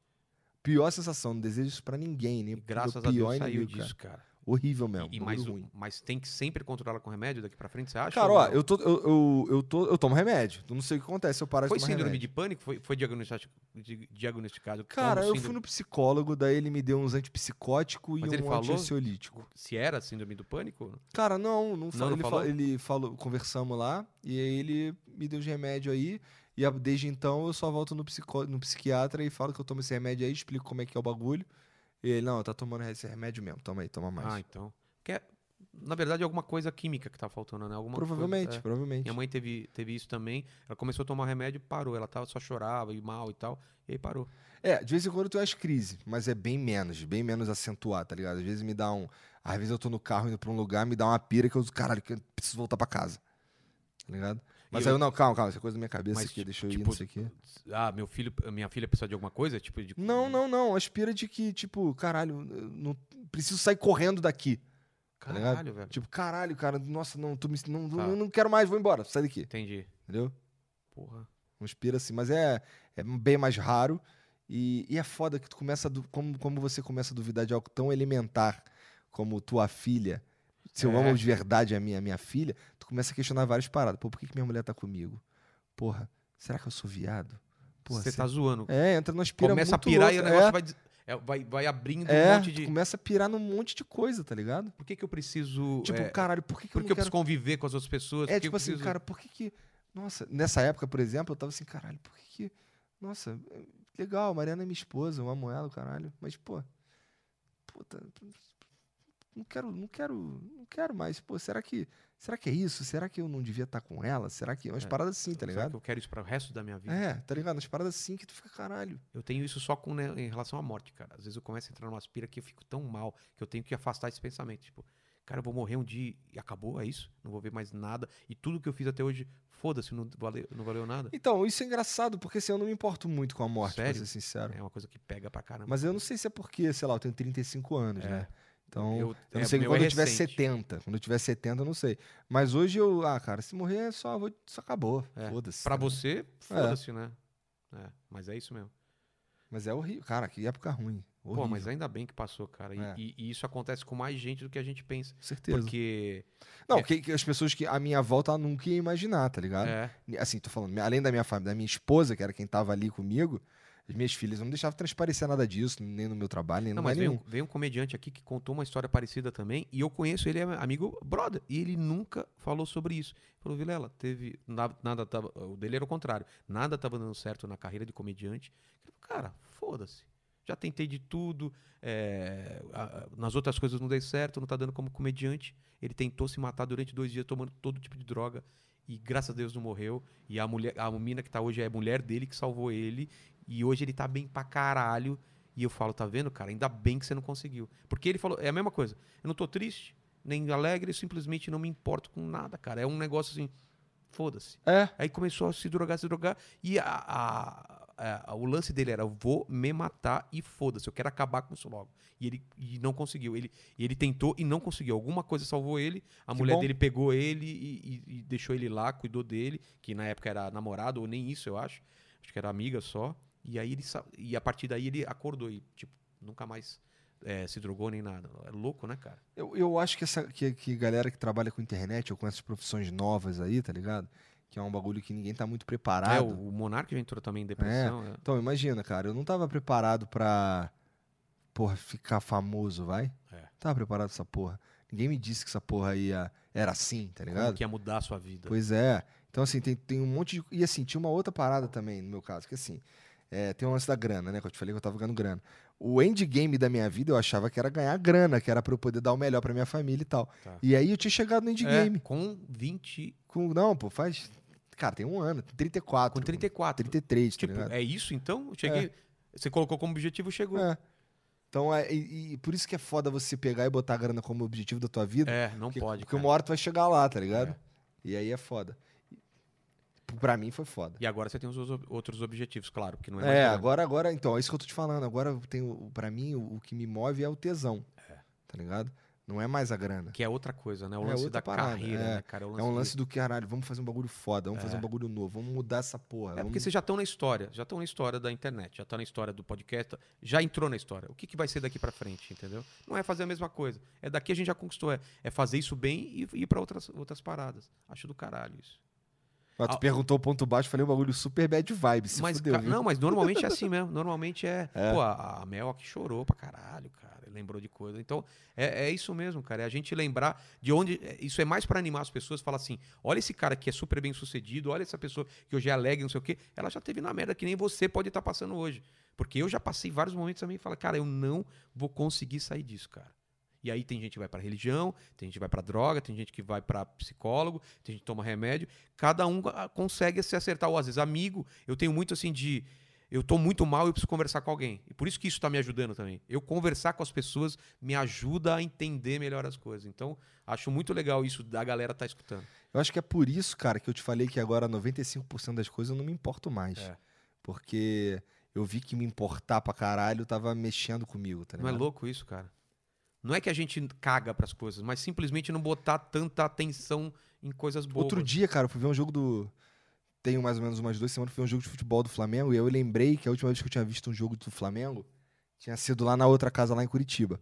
[SPEAKER 2] Pior sensação, não desejo isso pra ninguém, nem
[SPEAKER 1] E
[SPEAKER 2] pro
[SPEAKER 1] graças
[SPEAKER 2] meu
[SPEAKER 1] a
[SPEAKER 2] pior
[SPEAKER 1] Deus
[SPEAKER 2] é
[SPEAKER 1] saiu
[SPEAKER 2] inimigo, cara.
[SPEAKER 1] disso, cara.
[SPEAKER 2] Horrível mesmo.
[SPEAKER 1] E, e
[SPEAKER 2] bagulho
[SPEAKER 1] mais
[SPEAKER 2] ruim.
[SPEAKER 1] um, mas tem que sempre controlar com remédio daqui pra frente, você acha?
[SPEAKER 2] Cara,
[SPEAKER 1] ou
[SPEAKER 2] ó,
[SPEAKER 1] não?
[SPEAKER 2] eu, tô, eu, eu, eu, tô, eu tomo remédio. Eu não sei o que acontece se eu parar
[SPEAKER 1] Foi
[SPEAKER 2] de tomar
[SPEAKER 1] síndrome
[SPEAKER 2] remédio.
[SPEAKER 1] de pânico? Foi, foi diagnosticado, di- diagnosticado como
[SPEAKER 2] Cara, eu fui
[SPEAKER 1] síndrome-
[SPEAKER 2] no psicólogo, daí ele me deu uns antipsicóticos
[SPEAKER 1] Mas
[SPEAKER 2] e
[SPEAKER 1] ele
[SPEAKER 2] um
[SPEAKER 1] falou?
[SPEAKER 2] antiansiolítico.
[SPEAKER 1] Se era síndrome do pânico?
[SPEAKER 2] Cara, não, não, fa-
[SPEAKER 1] não
[SPEAKER 2] ele, fa-
[SPEAKER 1] falou?
[SPEAKER 2] ele falou, conversamos lá, e aí ele me deu os remédio aí, e a- desde então eu só volto no, psicó, no psiquiatra e falo que eu tomo esse remédio aí, explico como é que é o bagulho. E ele, não, tá tomando esse remédio mesmo, toma aí, toma mais.
[SPEAKER 1] Ah, então. Que é, na verdade, é alguma coisa química que tá faltando, né? Alguma coisa-
[SPEAKER 2] provavelmente,
[SPEAKER 1] é.
[SPEAKER 2] provavelmente.
[SPEAKER 1] Minha mãe teve, teve isso também. Ela começou a tomar remédio e parou. Ela tava, só chorava e mal e tal. E aí parou.
[SPEAKER 2] É, de vez em quando eu tenho as crises, mas é bem menos, bem menos acentuado, tá ligado? Às vezes me dá um. Às vezes eu tô no carro indo pra um lugar, me dá uma pira que eu. Caralho, que eu preciso voltar pra casa. Tá ligado? Mas
[SPEAKER 1] E
[SPEAKER 2] aí
[SPEAKER 1] eu-
[SPEAKER 2] eu, não, calma, calma, isso é coisa da minha cabeça
[SPEAKER 1] Mas,
[SPEAKER 2] aqui,
[SPEAKER 1] tipo-
[SPEAKER 2] deixa eu ir
[SPEAKER 1] tipo-
[SPEAKER 2] nisso aqui.
[SPEAKER 1] Ah, meu filho, minha filha precisa de alguma coisa? Tipo, de...
[SPEAKER 2] Não, não, não. Aspira de que, tipo, caralho, eu não preciso sair correndo daqui. ligado?
[SPEAKER 1] Caralho, velho.
[SPEAKER 2] Tipo, caralho, cara, nossa, não, tô me, não,
[SPEAKER 1] Tá.
[SPEAKER 2] não, não quero mais, vou embora, sai daqui.
[SPEAKER 1] Entendi.
[SPEAKER 2] Entendeu?
[SPEAKER 1] Porra.
[SPEAKER 2] Não inspira assim, mas é, é bem mais raro. E, e é foda que tu começa a du- como, como você começa a duvidar de algo tão elementar como tua filha. Se eu
[SPEAKER 1] É.
[SPEAKER 2] amo de verdade a minha, a minha filha, tu começa a questionar várias paradas. Pô, por que, que minha mulher tá comigo? Porra, será que eu sou viado? Porra,
[SPEAKER 1] Você
[SPEAKER 2] se-
[SPEAKER 1] tá zoando.
[SPEAKER 2] É, entra nas pira
[SPEAKER 1] Começa a
[SPEAKER 2] muito
[SPEAKER 1] pirar e o
[SPEAKER 2] louca.
[SPEAKER 1] negócio vai, des- é, vai, vai abrindo
[SPEAKER 2] é,
[SPEAKER 1] um
[SPEAKER 2] é,
[SPEAKER 1] monte
[SPEAKER 2] tu
[SPEAKER 1] de.
[SPEAKER 2] começa a pirar num monte de coisa, tá ligado?
[SPEAKER 1] Por que, que eu preciso.
[SPEAKER 2] Tipo,
[SPEAKER 1] é,
[SPEAKER 2] caralho, por que, que eu
[SPEAKER 1] Porque eu
[SPEAKER 2] não quero...
[SPEAKER 1] preciso conviver com as outras pessoas.
[SPEAKER 2] É,
[SPEAKER 1] porque eu
[SPEAKER 2] tipo assim,
[SPEAKER 1] preciso-
[SPEAKER 2] cara, por que que... Nossa, nessa época, por exemplo, eu tava assim, caralho, por que que. Nossa, é, legal, Mariana é minha esposa, eu amo ela, caralho. Mas, pô. Puta. Não quero, não quero, não quero mais. Pô, será que. Será que é isso? Será que eu não devia estar com ela? Será que. Umas
[SPEAKER 1] É.
[SPEAKER 2] paradas assim, tá
[SPEAKER 1] Será que
[SPEAKER 2] ligado?
[SPEAKER 1] eu quero isso para o resto da minha vida?
[SPEAKER 2] É, tá ligado? Umas paradas assim que tu fica, caralho.
[SPEAKER 1] Eu tenho isso só com, né, em relação à morte, cara. Às vezes eu começo a entrar numa aspira que eu fico tão mal que eu tenho que afastar esse pensamento. Tipo, cara, eu vou morrer um dia e acabou, é isso? Não vou ver mais nada. E tudo que eu fiz até hoje, foda-se, não valeu, não valeu nada.
[SPEAKER 2] Então, isso é engraçado, porque assim, eu não me importo muito com a morte, pra
[SPEAKER 1] Sério?
[SPEAKER 2] ser sincero.
[SPEAKER 1] É uma coisa que pega pra caramba.
[SPEAKER 2] Mas eu não sei se é porque, sei lá, eu tenho 35 anos,
[SPEAKER 1] É.
[SPEAKER 2] né? Então, eu,
[SPEAKER 1] é,
[SPEAKER 2] não sei
[SPEAKER 1] meu
[SPEAKER 2] quando
[SPEAKER 1] é
[SPEAKER 2] eu tiver
[SPEAKER 1] recente.
[SPEAKER 2] 70. Quando eu tiver 70, eu não sei. Mas hoje eu, ah, cara, se morrer, só, vou, só acabou.
[SPEAKER 1] É.
[SPEAKER 2] Foda-se.
[SPEAKER 1] Pra você, foda-se, né? É, mas é isso mesmo.
[SPEAKER 2] Mas é horrível. Cara, que época ruim. Horrível.
[SPEAKER 1] Pô, mas é ainda bem que passou, cara. E,
[SPEAKER 2] É.
[SPEAKER 1] e- e isso acontece com mais gente do que a gente pensa.
[SPEAKER 2] Com certeza.
[SPEAKER 1] Porque.
[SPEAKER 2] Não,
[SPEAKER 1] é.
[SPEAKER 2] que, que as pessoas que a minha volta nunca ia imaginar, tá ligado?
[SPEAKER 1] É,
[SPEAKER 2] Assim, tô falando, além da minha família, da minha esposa, que era quem tava ali comigo, as minhas filhas, eu não deixava transparecer nada disso, nem no meu trabalho, nem
[SPEAKER 1] Não,
[SPEAKER 2] no mais
[SPEAKER 1] mas veio,
[SPEAKER 2] nenhum.
[SPEAKER 1] um- veio um comediante aqui que contou uma história parecida também, e eu conheço ele, é amigo brother, e ele nunca falou sobre isso. Ele Falou, Vilela, teve. na- Nada tava, o dele era o contrário. Nada tava dando certo na carreira de comediante. Ele falou, cara, foda-se. Já tentei de tudo, é, a- a- nas outras coisas não dei certo, não tá dando como comediante. Ele tentou se matar durante dois dias tomando todo tipo de droga. E graças a Deus não morreu. E a mulher, a mina que tá hoje é a mulher dele que salvou ele. E hoje ele tá bem pra caralho. E eu falo, tá vendo, cara? Ainda bem que você não conseguiu. Porque ele falou, é a mesma coisa. Eu não tô triste, nem alegre, eu simplesmente não me importo com nada, cara. É um negócio assim, foda-se.
[SPEAKER 2] É.
[SPEAKER 1] Aí começou a se drogar, se drogar. E a- a- a- a- o lance dele era: eu vou me matar e foda-se, eu quero acabar com isso logo. E ele e não conseguiu. Ele, e ele tentou e não conseguiu. Alguma coisa salvou ele. A
[SPEAKER 2] Que
[SPEAKER 1] mulher
[SPEAKER 2] bom.
[SPEAKER 1] dele pegou ele e, e- e deixou ele lá, cuidou dele, que na época era namorado, ou nem isso, eu acho. Acho que era amiga só. E aí ele sa- e a partir daí ele acordou e, tipo, nunca mais eh, se drogou nem nada. É louco, né, cara?
[SPEAKER 2] Eu, eu acho que essa que, que galera que trabalha com internet ou com essas profissões novas aí, tá ligado? Que é um bagulho que ninguém tá muito
[SPEAKER 1] É,
[SPEAKER 2] preparado.
[SPEAKER 1] o, o Monark já entrou também em depressão. é.
[SPEAKER 2] Então, imagina, cara, eu não tava preparado pra, porra, ficar famoso, vai?
[SPEAKER 1] É.
[SPEAKER 2] Tava preparado pra essa porra. Ninguém me disse que essa porra ia, era assim, tá
[SPEAKER 1] Como
[SPEAKER 2] ligado?
[SPEAKER 1] que ia mudar a sua vida.
[SPEAKER 2] Pois é. Então, assim, tem, tem um monte de. E assim, tinha uma outra parada também, no meu caso, que assim, é, tem o lance da grana, né? Que eu te falei que eu tava ganhando grana. O endgame da minha vida eu achava que era ganhar grana, que era pra eu poder dar o melhor pra minha família e tal.
[SPEAKER 1] Tá.
[SPEAKER 2] E aí eu tinha chegado no endgame.
[SPEAKER 1] É, com 20.
[SPEAKER 2] Com, não, pô, faz. Cara, tem um ano, 34.
[SPEAKER 1] Com 34.
[SPEAKER 2] 33, tá
[SPEAKER 1] Tipo,
[SPEAKER 2] ligado?
[SPEAKER 1] é isso então? Eu Cheguei. Você colocou como objetivo, chegou. É,
[SPEAKER 2] É. Então, é, e, e por isso que é foda você pegar e botar a grana como objetivo da tua vida.
[SPEAKER 1] É, não
[SPEAKER 2] porque,
[SPEAKER 1] pode.
[SPEAKER 2] Porque
[SPEAKER 1] cara.
[SPEAKER 2] uma hora tu vai chegar lá, tá ligado?
[SPEAKER 1] É.
[SPEAKER 2] E aí é foda. E Pra mim foi foda.
[SPEAKER 1] E agora você tem os os- outros objetivos, claro, porque não é mais
[SPEAKER 2] É,
[SPEAKER 1] grana.
[SPEAKER 2] agora, agora, então, é isso que eu tô te falando. Agora eu tenho, pra mim, o, o que me move é o tesão. Tá ligado? Não é mais a grana.
[SPEAKER 1] Que é outra coisa, né? O
[SPEAKER 2] É
[SPEAKER 1] lance
[SPEAKER 2] outra
[SPEAKER 1] da
[SPEAKER 2] parada,
[SPEAKER 1] carreira,
[SPEAKER 2] é.
[SPEAKER 1] né, cara?
[SPEAKER 2] É um lance do caralho, vamos fazer um bagulho foda, vamos
[SPEAKER 1] É.
[SPEAKER 2] fazer um bagulho novo, vamos mudar essa
[SPEAKER 1] É
[SPEAKER 2] porra.
[SPEAKER 1] porque
[SPEAKER 2] vamos-
[SPEAKER 1] vocês já estão na história, já estão na história da internet, já estão na história do podcast, já entrou na história. O que, que vai ser daqui pra frente, entendeu? Não é fazer a mesma coisa. É daqui a gente já conquistou, é, é fazer isso bem e e ir pra outras, outras paradas. Acho do caralho isso.
[SPEAKER 2] Ah, tu
[SPEAKER 1] Ah.
[SPEAKER 2] perguntou o ponto baixo, falei um bagulho super bad vibe. Se
[SPEAKER 1] Mas,
[SPEAKER 2] fudeu,
[SPEAKER 1] ca-
[SPEAKER 2] viu?
[SPEAKER 1] não, mas normalmente é
[SPEAKER 2] <laughs>
[SPEAKER 1] assim mesmo. Normalmente é.
[SPEAKER 2] É.
[SPEAKER 1] Pô, a, a Mel aqui chorou pra caralho, cara. Lembrou de coisa. Então, é, é isso mesmo, cara. É a gente lembrar de onde. é, Isso é mais pra animar as pessoas. Falar assim: olha esse cara que é super bem sucedido, olha essa pessoa que hoje é alegre, não sei o quê. Ela já teve na merda que nem você pode estar passando hoje. Porque eu já passei vários momentos também e falo, cara, eu não vou conseguir sair disso, cara. E aí tem gente que vai pra religião, tem gente que vai pra droga, tem gente que vai pra psicólogo, tem gente que toma remédio. Cada um ah, consegue se acertar. Ou às vezes amigo, eu tenho muito assim de eu tô muito mal e eu preciso conversar com alguém. E por isso que isso tá me ajudando também. Eu conversar com as pessoas me ajuda a entender melhor as coisas. Então, acho muito legal isso da galera tá escutando.
[SPEAKER 2] Eu acho que é por isso, cara, que eu te falei que agora 95% das coisas eu não me importo mais.
[SPEAKER 1] É.
[SPEAKER 2] Porque eu vi que me importar pra caralho tava mexendo comigo, tá
[SPEAKER 1] Não é
[SPEAKER 2] ligado?
[SPEAKER 1] louco isso, cara? Não é que a gente caga pras coisas, mas simplesmente não botar tanta atenção em coisas boas.
[SPEAKER 2] Outro dia, cara, eu fui ver um jogo do. Tenho mais ou menos umas duas semanas, fui ver um jogo de futebol do Flamengo e eu lembrei que a última vez que eu tinha visto um jogo do Flamengo tinha sido lá na outra casa, lá em Curitiba.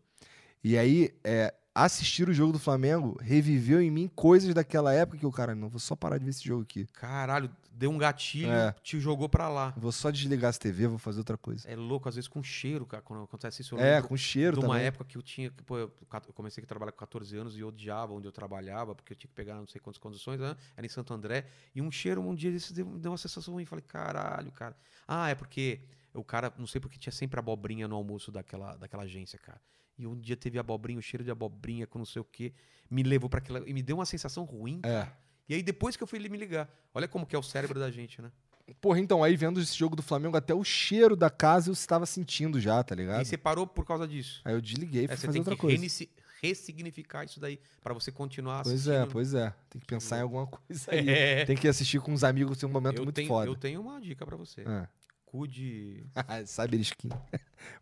[SPEAKER 2] E aí, é, assistir o jogo do Flamengo reviveu em mim coisas daquela época que eu, cara, não, vou só parar de ver esse jogo aqui.
[SPEAKER 1] Caralho, deu um gatilho,
[SPEAKER 2] É.
[SPEAKER 1] te jogou pra lá.
[SPEAKER 2] Vou só desligar essa TV, vou fazer outra coisa.
[SPEAKER 1] É louco, às vezes com cheiro, cara, quando acontece isso. Eu
[SPEAKER 2] É,
[SPEAKER 1] lembro
[SPEAKER 2] com cheiro
[SPEAKER 1] de uma
[SPEAKER 2] também.
[SPEAKER 1] época que eu tinha, que, pô, eu ca- eu comecei a trabalhar com 14 anos e odiava onde eu trabalhava, porque eu tinha que pegar não sei quantas condições, né? era em Santo André, e um cheiro um dia desse deu, deu uma sensação ruim, falei, caralho, cara. Ah, é porque o cara, não sei porque tinha sempre abobrinha no almoço daquela, daquela agência, cara. E um dia teve abobrinha, o cheiro de abobrinha com não sei o que, me levou pra aquela, e me deu uma sensação ruim.
[SPEAKER 2] É.
[SPEAKER 1] E aí depois que eu fui me ligar, olha como que é o cérebro da gente, né?
[SPEAKER 2] Porra, então, aí vendo esse jogo do Flamengo, até o cheiro da casa eu estava sentindo já, tá
[SPEAKER 1] E
[SPEAKER 2] ligado?
[SPEAKER 1] aí você parou por causa disso.
[SPEAKER 2] Aí eu desliguei e
[SPEAKER 1] É,
[SPEAKER 2] fui
[SPEAKER 1] você
[SPEAKER 2] fazer
[SPEAKER 1] tem
[SPEAKER 2] outra
[SPEAKER 1] que
[SPEAKER 2] coisa.
[SPEAKER 1] reinici- ressignificar isso daí pra você continuar
[SPEAKER 2] Pois é,
[SPEAKER 1] assistindo. Tipo,
[SPEAKER 2] pois é. Tem que pensar em alguma
[SPEAKER 1] <laughs>
[SPEAKER 2] coisa aí.
[SPEAKER 1] É.
[SPEAKER 2] Tem que assistir com uns amigos, tem um momento
[SPEAKER 1] eu
[SPEAKER 2] muito
[SPEAKER 1] tenho,
[SPEAKER 2] foda.
[SPEAKER 1] Eu tenho uma dica pra você.
[SPEAKER 2] Ah.
[SPEAKER 1] Cuide.
[SPEAKER 2] <laughs> Saberisquim.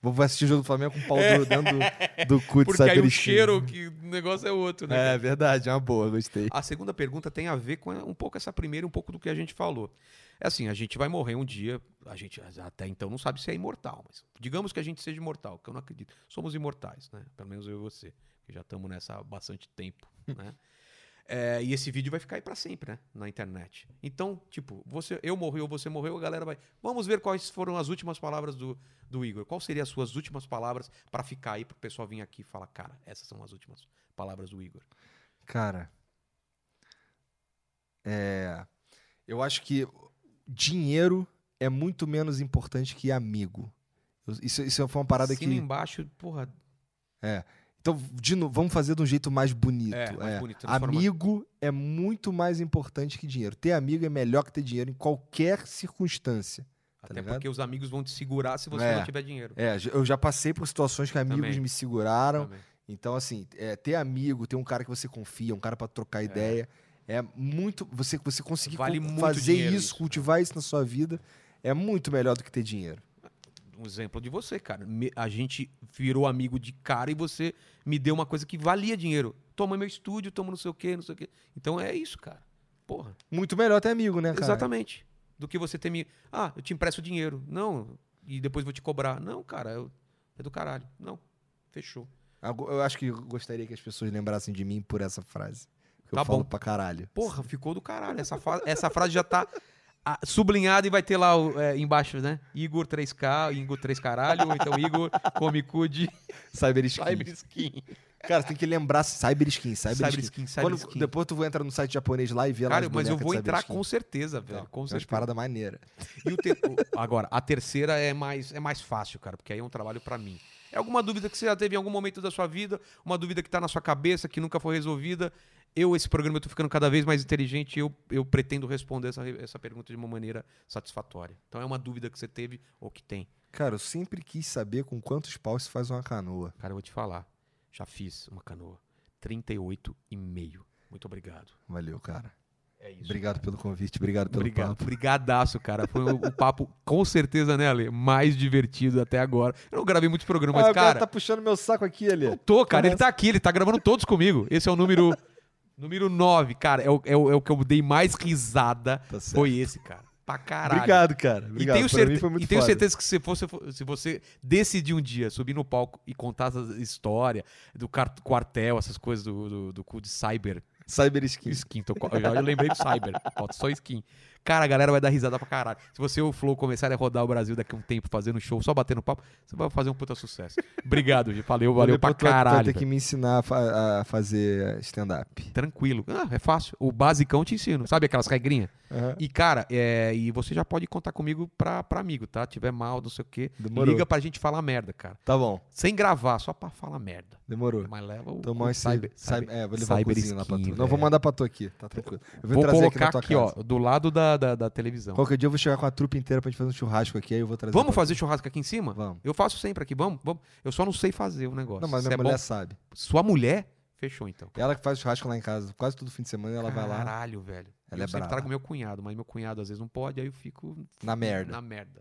[SPEAKER 2] Vou assistir o jogo do Flamengo com o pau duro dentro do, do cu de
[SPEAKER 1] É. Porque aí o
[SPEAKER 2] Saberisquim.
[SPEAKER 1] cheiro, que o negócio é outro, né?
[SPEAKER 2] É verdade, é uma boa, gostei.
[SPEAKER 1] A segunda pergunta tem a ver com um pouco essa primeira, e um pouco do que a gente falou. É assim, a gente vai morrer um dia, a gente até então não sabe se é imortal, mas digamos que a gente seja imortal, que eu não acredito. Somos imortais, né? Pelo menos eu e você, que já estamos nessa há bastante tempo, <laughs> né? É, e esse vídeo vai ficar aí pra sempre, né? Na internet. Então, tipo, você, eu morri ou você morreu, a galera vai. Vamos ver quais foram as últimas palavras do, do Igor. Quais seriam as suas últimas palavras pra ficar aí, pro pessoal vir aqui e falar, cara, essas são as últimas palavras do Igor.
[SPEAKER 2] Cara, é, eu acho que dinheiro é muito menos importante que amigo. Eu- Isso, isso foi uma parada
[SPEAKER 1] Assina
[SPEAKER 2] que.
[SPEAKER 1] embaixo, porra,
[SPEAKER 2] Então, de novo, vamos fazer de um jeito mais bonito.
[SPEAKER 1] É, mais
[SPEAKER 2] é.
[SPEAKER 1] bonito, transforma-
[SPEAKER 2] Amigo é muito mais importante que dinheiro. Ter amigo é melhor que ter dinheiro em qualquer circunstância.
[SPEAKER 1] Até
[SPEAKER 2] tá ligado?
[SPEAKER 1] porque os amigos vão te segurar se você
[SPEAKER 2] É.
[SPEAKER 1] não tiver dinheiro.
[SPEAKER 2] É, j- eu já passei por situações que amigos
[SPEAKER 1] Também.
[SPEAKER 2] me seguraram.
[SPEAKER 1] Também.
[SPEAKER 2] Então, assim, é, ter amigo, ter um cara que você confia, um cara pra trocar ideia, é muito. Você, você conseguir
[SPEAKER 1] Vale
[SPEAKER 2] cu-
[SPEAKER 1] muito
[SPEAKER 2] fazer
[SPEAKER 1] dinheiro
[SPEAKER 2] isso,
[SPEAKER 1] isso,
[SPEAKER 2] cultivar isso na sua vida, é muito melhor do que ter dinheiro.
[SPEAKER 1] Um exemplo de você, cara. Me- a gente virou amigo de cara e você me deu uma coisa que valia dinheiro. Toma meu estúdio, toma não sei o quê, não sei o quê. Então é isso, cara. Porra.
[SPEAKER 2] Muito melhor ter amigo, né, cara?
[SPEAKER 1] Exatamente. Do que você ter me. Ah, eu te empresto dinheiro. Não. E depois vou te cobrar. Não, cara. eu- é do caralho. Não. Fechou.
[SPEAKER 2] Ago- Eu acho que eu gostaria que as pessoas lembrassem de mim por essa frase. Que
[SPEAKER 1] Tá
[SPEAKER 2] eu falo
[SPEAKER 1] bom.
[SPEAKER 2] pra caralho.
[SPEAKER 1] Porra, ficou do caralho. Essa, fa- essa frase já tá ah, sublinhada e vai ter lá o, é, embaixo, né? Igor 3K, Igor 3 caralho, ou então Igor Come Cude.
[SPEAKER 2] Cyber skin.
[SPEAKER 1] Skin.
[SPEAKER 2] Cara, você tem que lembrar Cyber skin, Cyber,
[SPEAKER 1] Cyber
[SPEAKER 2] skin.
[SPEAKER 1] Skin, Cyber
[SPEAKER 2] Quando-
[SPEAKER 1] Skin.
[SPEAKER 2] Depois tu vai entrar no site japonês lá e vê lá.
[SPEAKER 1] Cara,
[SPEAKER 2] as
[SPEAKER 1] mas eu
[SPEAKER 2] bonecas
[SPEAKER 1] vou
[SPEAKER 2] de Cyber
[SPEAKER 1] entrar
[SPEAKER 2] Skin.
[SPEAKER 1] com certeza, velho.
[SPEAKER 2] Então,
[SPEAKER 1] com
[SPEAKER 2] É umas
[SPEAKER 1] certeza.
[SPEAKER 2] paradas maneiras.
[SPEAKER 1] E o te- o- Agora, a terceira é mais, é mais fácil, cara, porque aí é um trabalho pra mim. É alguma dúvida que você já teve em algum momento da sua vida, uma dúvida que tá na sua cabeça, que nunca foi resolvida. Eu, esse programa, eu tô ficando cada vez mais inteligente eu, eu pretendo responder essa, essa pergunta de uma maneira satisfatória. Então é uma dúvida que você teve ou que tem.
[SPEAKER 2] Cara, eu sempre quis saber com quantos paus se faz uma canoa.
[SPEAKER 1] Cara, eu vou te falar. Já fiz uma canoa. 38,5. Muito obrigado.
[SPEAKER 2] Valeu, cara.
[SPEAKER 1] É isso.
[SPEAKER 2] Obrigado pelo convite, obrigado pelo
[SPEAKER 1] Obrigado,
[SPEAKER 2] papo.
[SPEAKER 1] brigadaço, cara. Foi o, o papo, com certeza, né, Ale? Mais divertido até agora. Eu não gravei muitos programas,
[SPEAKER 2] Ah,
[SPEAKER 1] mas,
[SPEAKER 2] o cara
[SPEAKER 1] cara.
[SPEAKER 2] tá puxando meu saco aqui,
[SPEAKER 1] Não
[SPEAKER 2] ali.
[SPEAKER 1] tô, cara. Ele tá aqui, ele tá gravando todos comigo. Esse é o número. número 9, cara. É o, é o- é o que eu dei mais risada.
[SPEAKER 2] Tá certo.
[SPEAKER 1] Foi esse, cara. Pra caralho.
[SPEAKER 2] Obrigado, cara.
[SPEAKER 1] E
[SPEAKER 2] Obrigado.
[SPEAKER 1] tenho,
[SPEAKER 2] Pra
[SPEAKER 1] certe-
[SPEAKER 2] mim foi muito
[SPEAKER 1] e tenho
[SPEAKER 2] foda.
[SPEAKER 1] certeza que se, fosse, se você decidir um dia subir no palco e contar essa história do car- quartel, essas coisas do, do, do cu de cyber
[SPEAKER 2] Cyber Skin.
[SPEAKER 1] skin, tô co- eu já lembrei do cyber, <laughs> falta só skin. Cara, a galera vai dar risada pra caralho. Se você e o Flow começarem a rodar o Brasil daqui a um tempo fazendo show, só batendo papo, você vai fazer um puta sucesso. Obrigado, gente. Valeu, valeu pra
[SPEAKER 2] Depois tu vai- tu Vai
[SPEAKER 1] caralho.
[SPEAKER 2] ter que
[SPEAKER 1] velho.
[SPEAKER 2] me ensinar a fa- a fazer stand-up.
[SPEAKER 1] Tranquilo. Ah, é fácil. O basicão eu te ensino. Sabe aquelas regrinhas?
[SPEAKER 2] Aham.
[SPEAKER 1] E, cara, é, e você já pode contar comigo pra, pra amigo, tá? Tiver mal, não sei o quê.
[SPEAKER 2] Demorou.
[SPEAKER 1] Liga pra gente falar merda, cara.
[SPEAKER 2] Tá bom,
[SPEAKER 1] Sem gravar, só pra falar merda.
[SPEAKER 2] demorou.
[SPEAKER 1] Mas leva o.
[SPEAKER 2] Tomar
[SPEAKER 1] o
[SPEAKER 2] esse.
[SPEAKER 1] cyber-
[SPEAKER 2] Então, cyber-
[SPEAKER 1] cyber-
[SPEAKER 2] é, vou levar o
[SPEAKER 1] cyber
[SPEAKER 2] cozinho lá pra
[SPEAKER 1] skin,
[SPEAKER 2] tu. Não, vou
[SPEAKER 1] velho.
[SPEAKER 2] mandar pra tu aqui, tá tranquilo. Eu vou
[SPEAKER 1] Vou
[SPEAKER 2] trazer aqui
[SPEAKER 1] colocar
[SPEAKER 2] na tua
[SPEAKER 1] aqui,
[SPEAKER 2] casa.
[SPEAKER 1] ó, do lado da, da, da televisão.
[SPEAKER 2] Qualquer dia eu vou chegar com a trupe inteira pra gente fazer um churrasco aqui, aí eu vou trazer.
[SPEAKER 1] Vamos
[SPEAKER 2] pra
[SPEAKER 1] fazer churrasco aqui em cima?
[SPEAKER 2] tu. Vamos.
[SPEAKER 1] Eu faço sempre aqui, vamos? Vamos. Eu só não sei fazer o negócio.
[SPEAKER 2] Não, mas
[SPEAKER 1] Se
[SPEAKER 2] minha
[SPEAKER 1] é
[SPEAKER 2] mulher
[SPEAKER 1] bom-
[SPEAKER 2] sabe.
[SPEAKER 1] Sua mulher? Fechou então.
[SPEAKER 2] Ela que faz churrasco lá em casa, quase todo fim de semana ela vai lá
[SPEAKER 1] Caralho, velho.
[SPEAKER 2] Ela
[SPEAKER 1] eu
[SPEAKER 2] é
[SPEAKER 1] sempre
[SPEAKER 2] brava.
[SPEAKER 1] trago meu cunhado, mas meu cunhado às vezes não pode, aí eu fico
[SPEAKER 2] na merda.
[SPEAKER 1] na merda.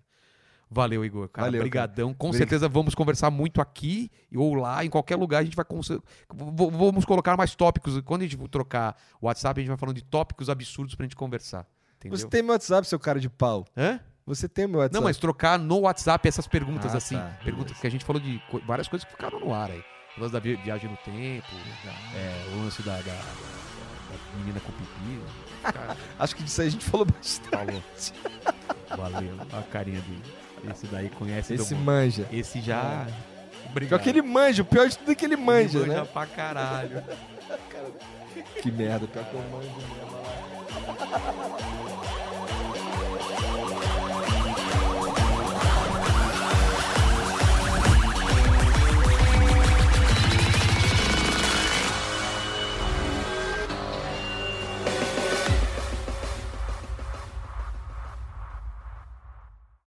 [SPEAKER 1] Valeu, Igor. Cara,
[SPEAKER 2] Valeu,
[SPEAKER 1] brigadão. Com
[SPEAKER 2] Bri-
[SPEAKER 1] certeza vamos conversar muito aqui ou lá, em qualquer lugar. A gente vai... cons- v- Vamos colocar mais tópicos. Quando a gente trocar o WhatsApp, a gente vai falando de tópicos absurdos pra gente conversar. Entendeu?
[SPEAKER 2] Você tem meu WhatsApp, seu cara de pau.
[SPEAKER 1] Hã?
[SPEAKER 2] Você tem meu WhatsApp.
[SPEAKER 1] Não, mas trocar no WhatsApp essas perguntas
[SPEAKER 2] Ah,
[SPEAKER 1] assim.
[SPEAKER 2] tá.
[SPEAKER 1] Perguntas que a gente falou de co- várias coisas que ficaram no ar aí. O lance da vi- viagem no tempo, é, o lance da, da- da- da menina com pipi.
[SPEAKER 2] Acho que disso aí a gente falou bastante.
[SPEAKER 1] Falou. Valeu. Olha <laughs> a carinha dele. Esse É. daí conhece
[SPEAKER 2] Esse
[SPEAKER 1] todo mundo.
[SPEAKER 2] manja.
[SPEAKER 1] Esse já.
[SPEAKER 2] Pior
[SPEAKER 1] Obrigado.
[SPEAKER 2] que ele manja, o pior de tudo é que ele manja,
[SPEAKER 1] Ele
[SPEAKER 2] né?
[SPEAKER 1] pra caralho.
[SPEAKER 2] Que merda, pior que eu manjo mesmo. olha lá.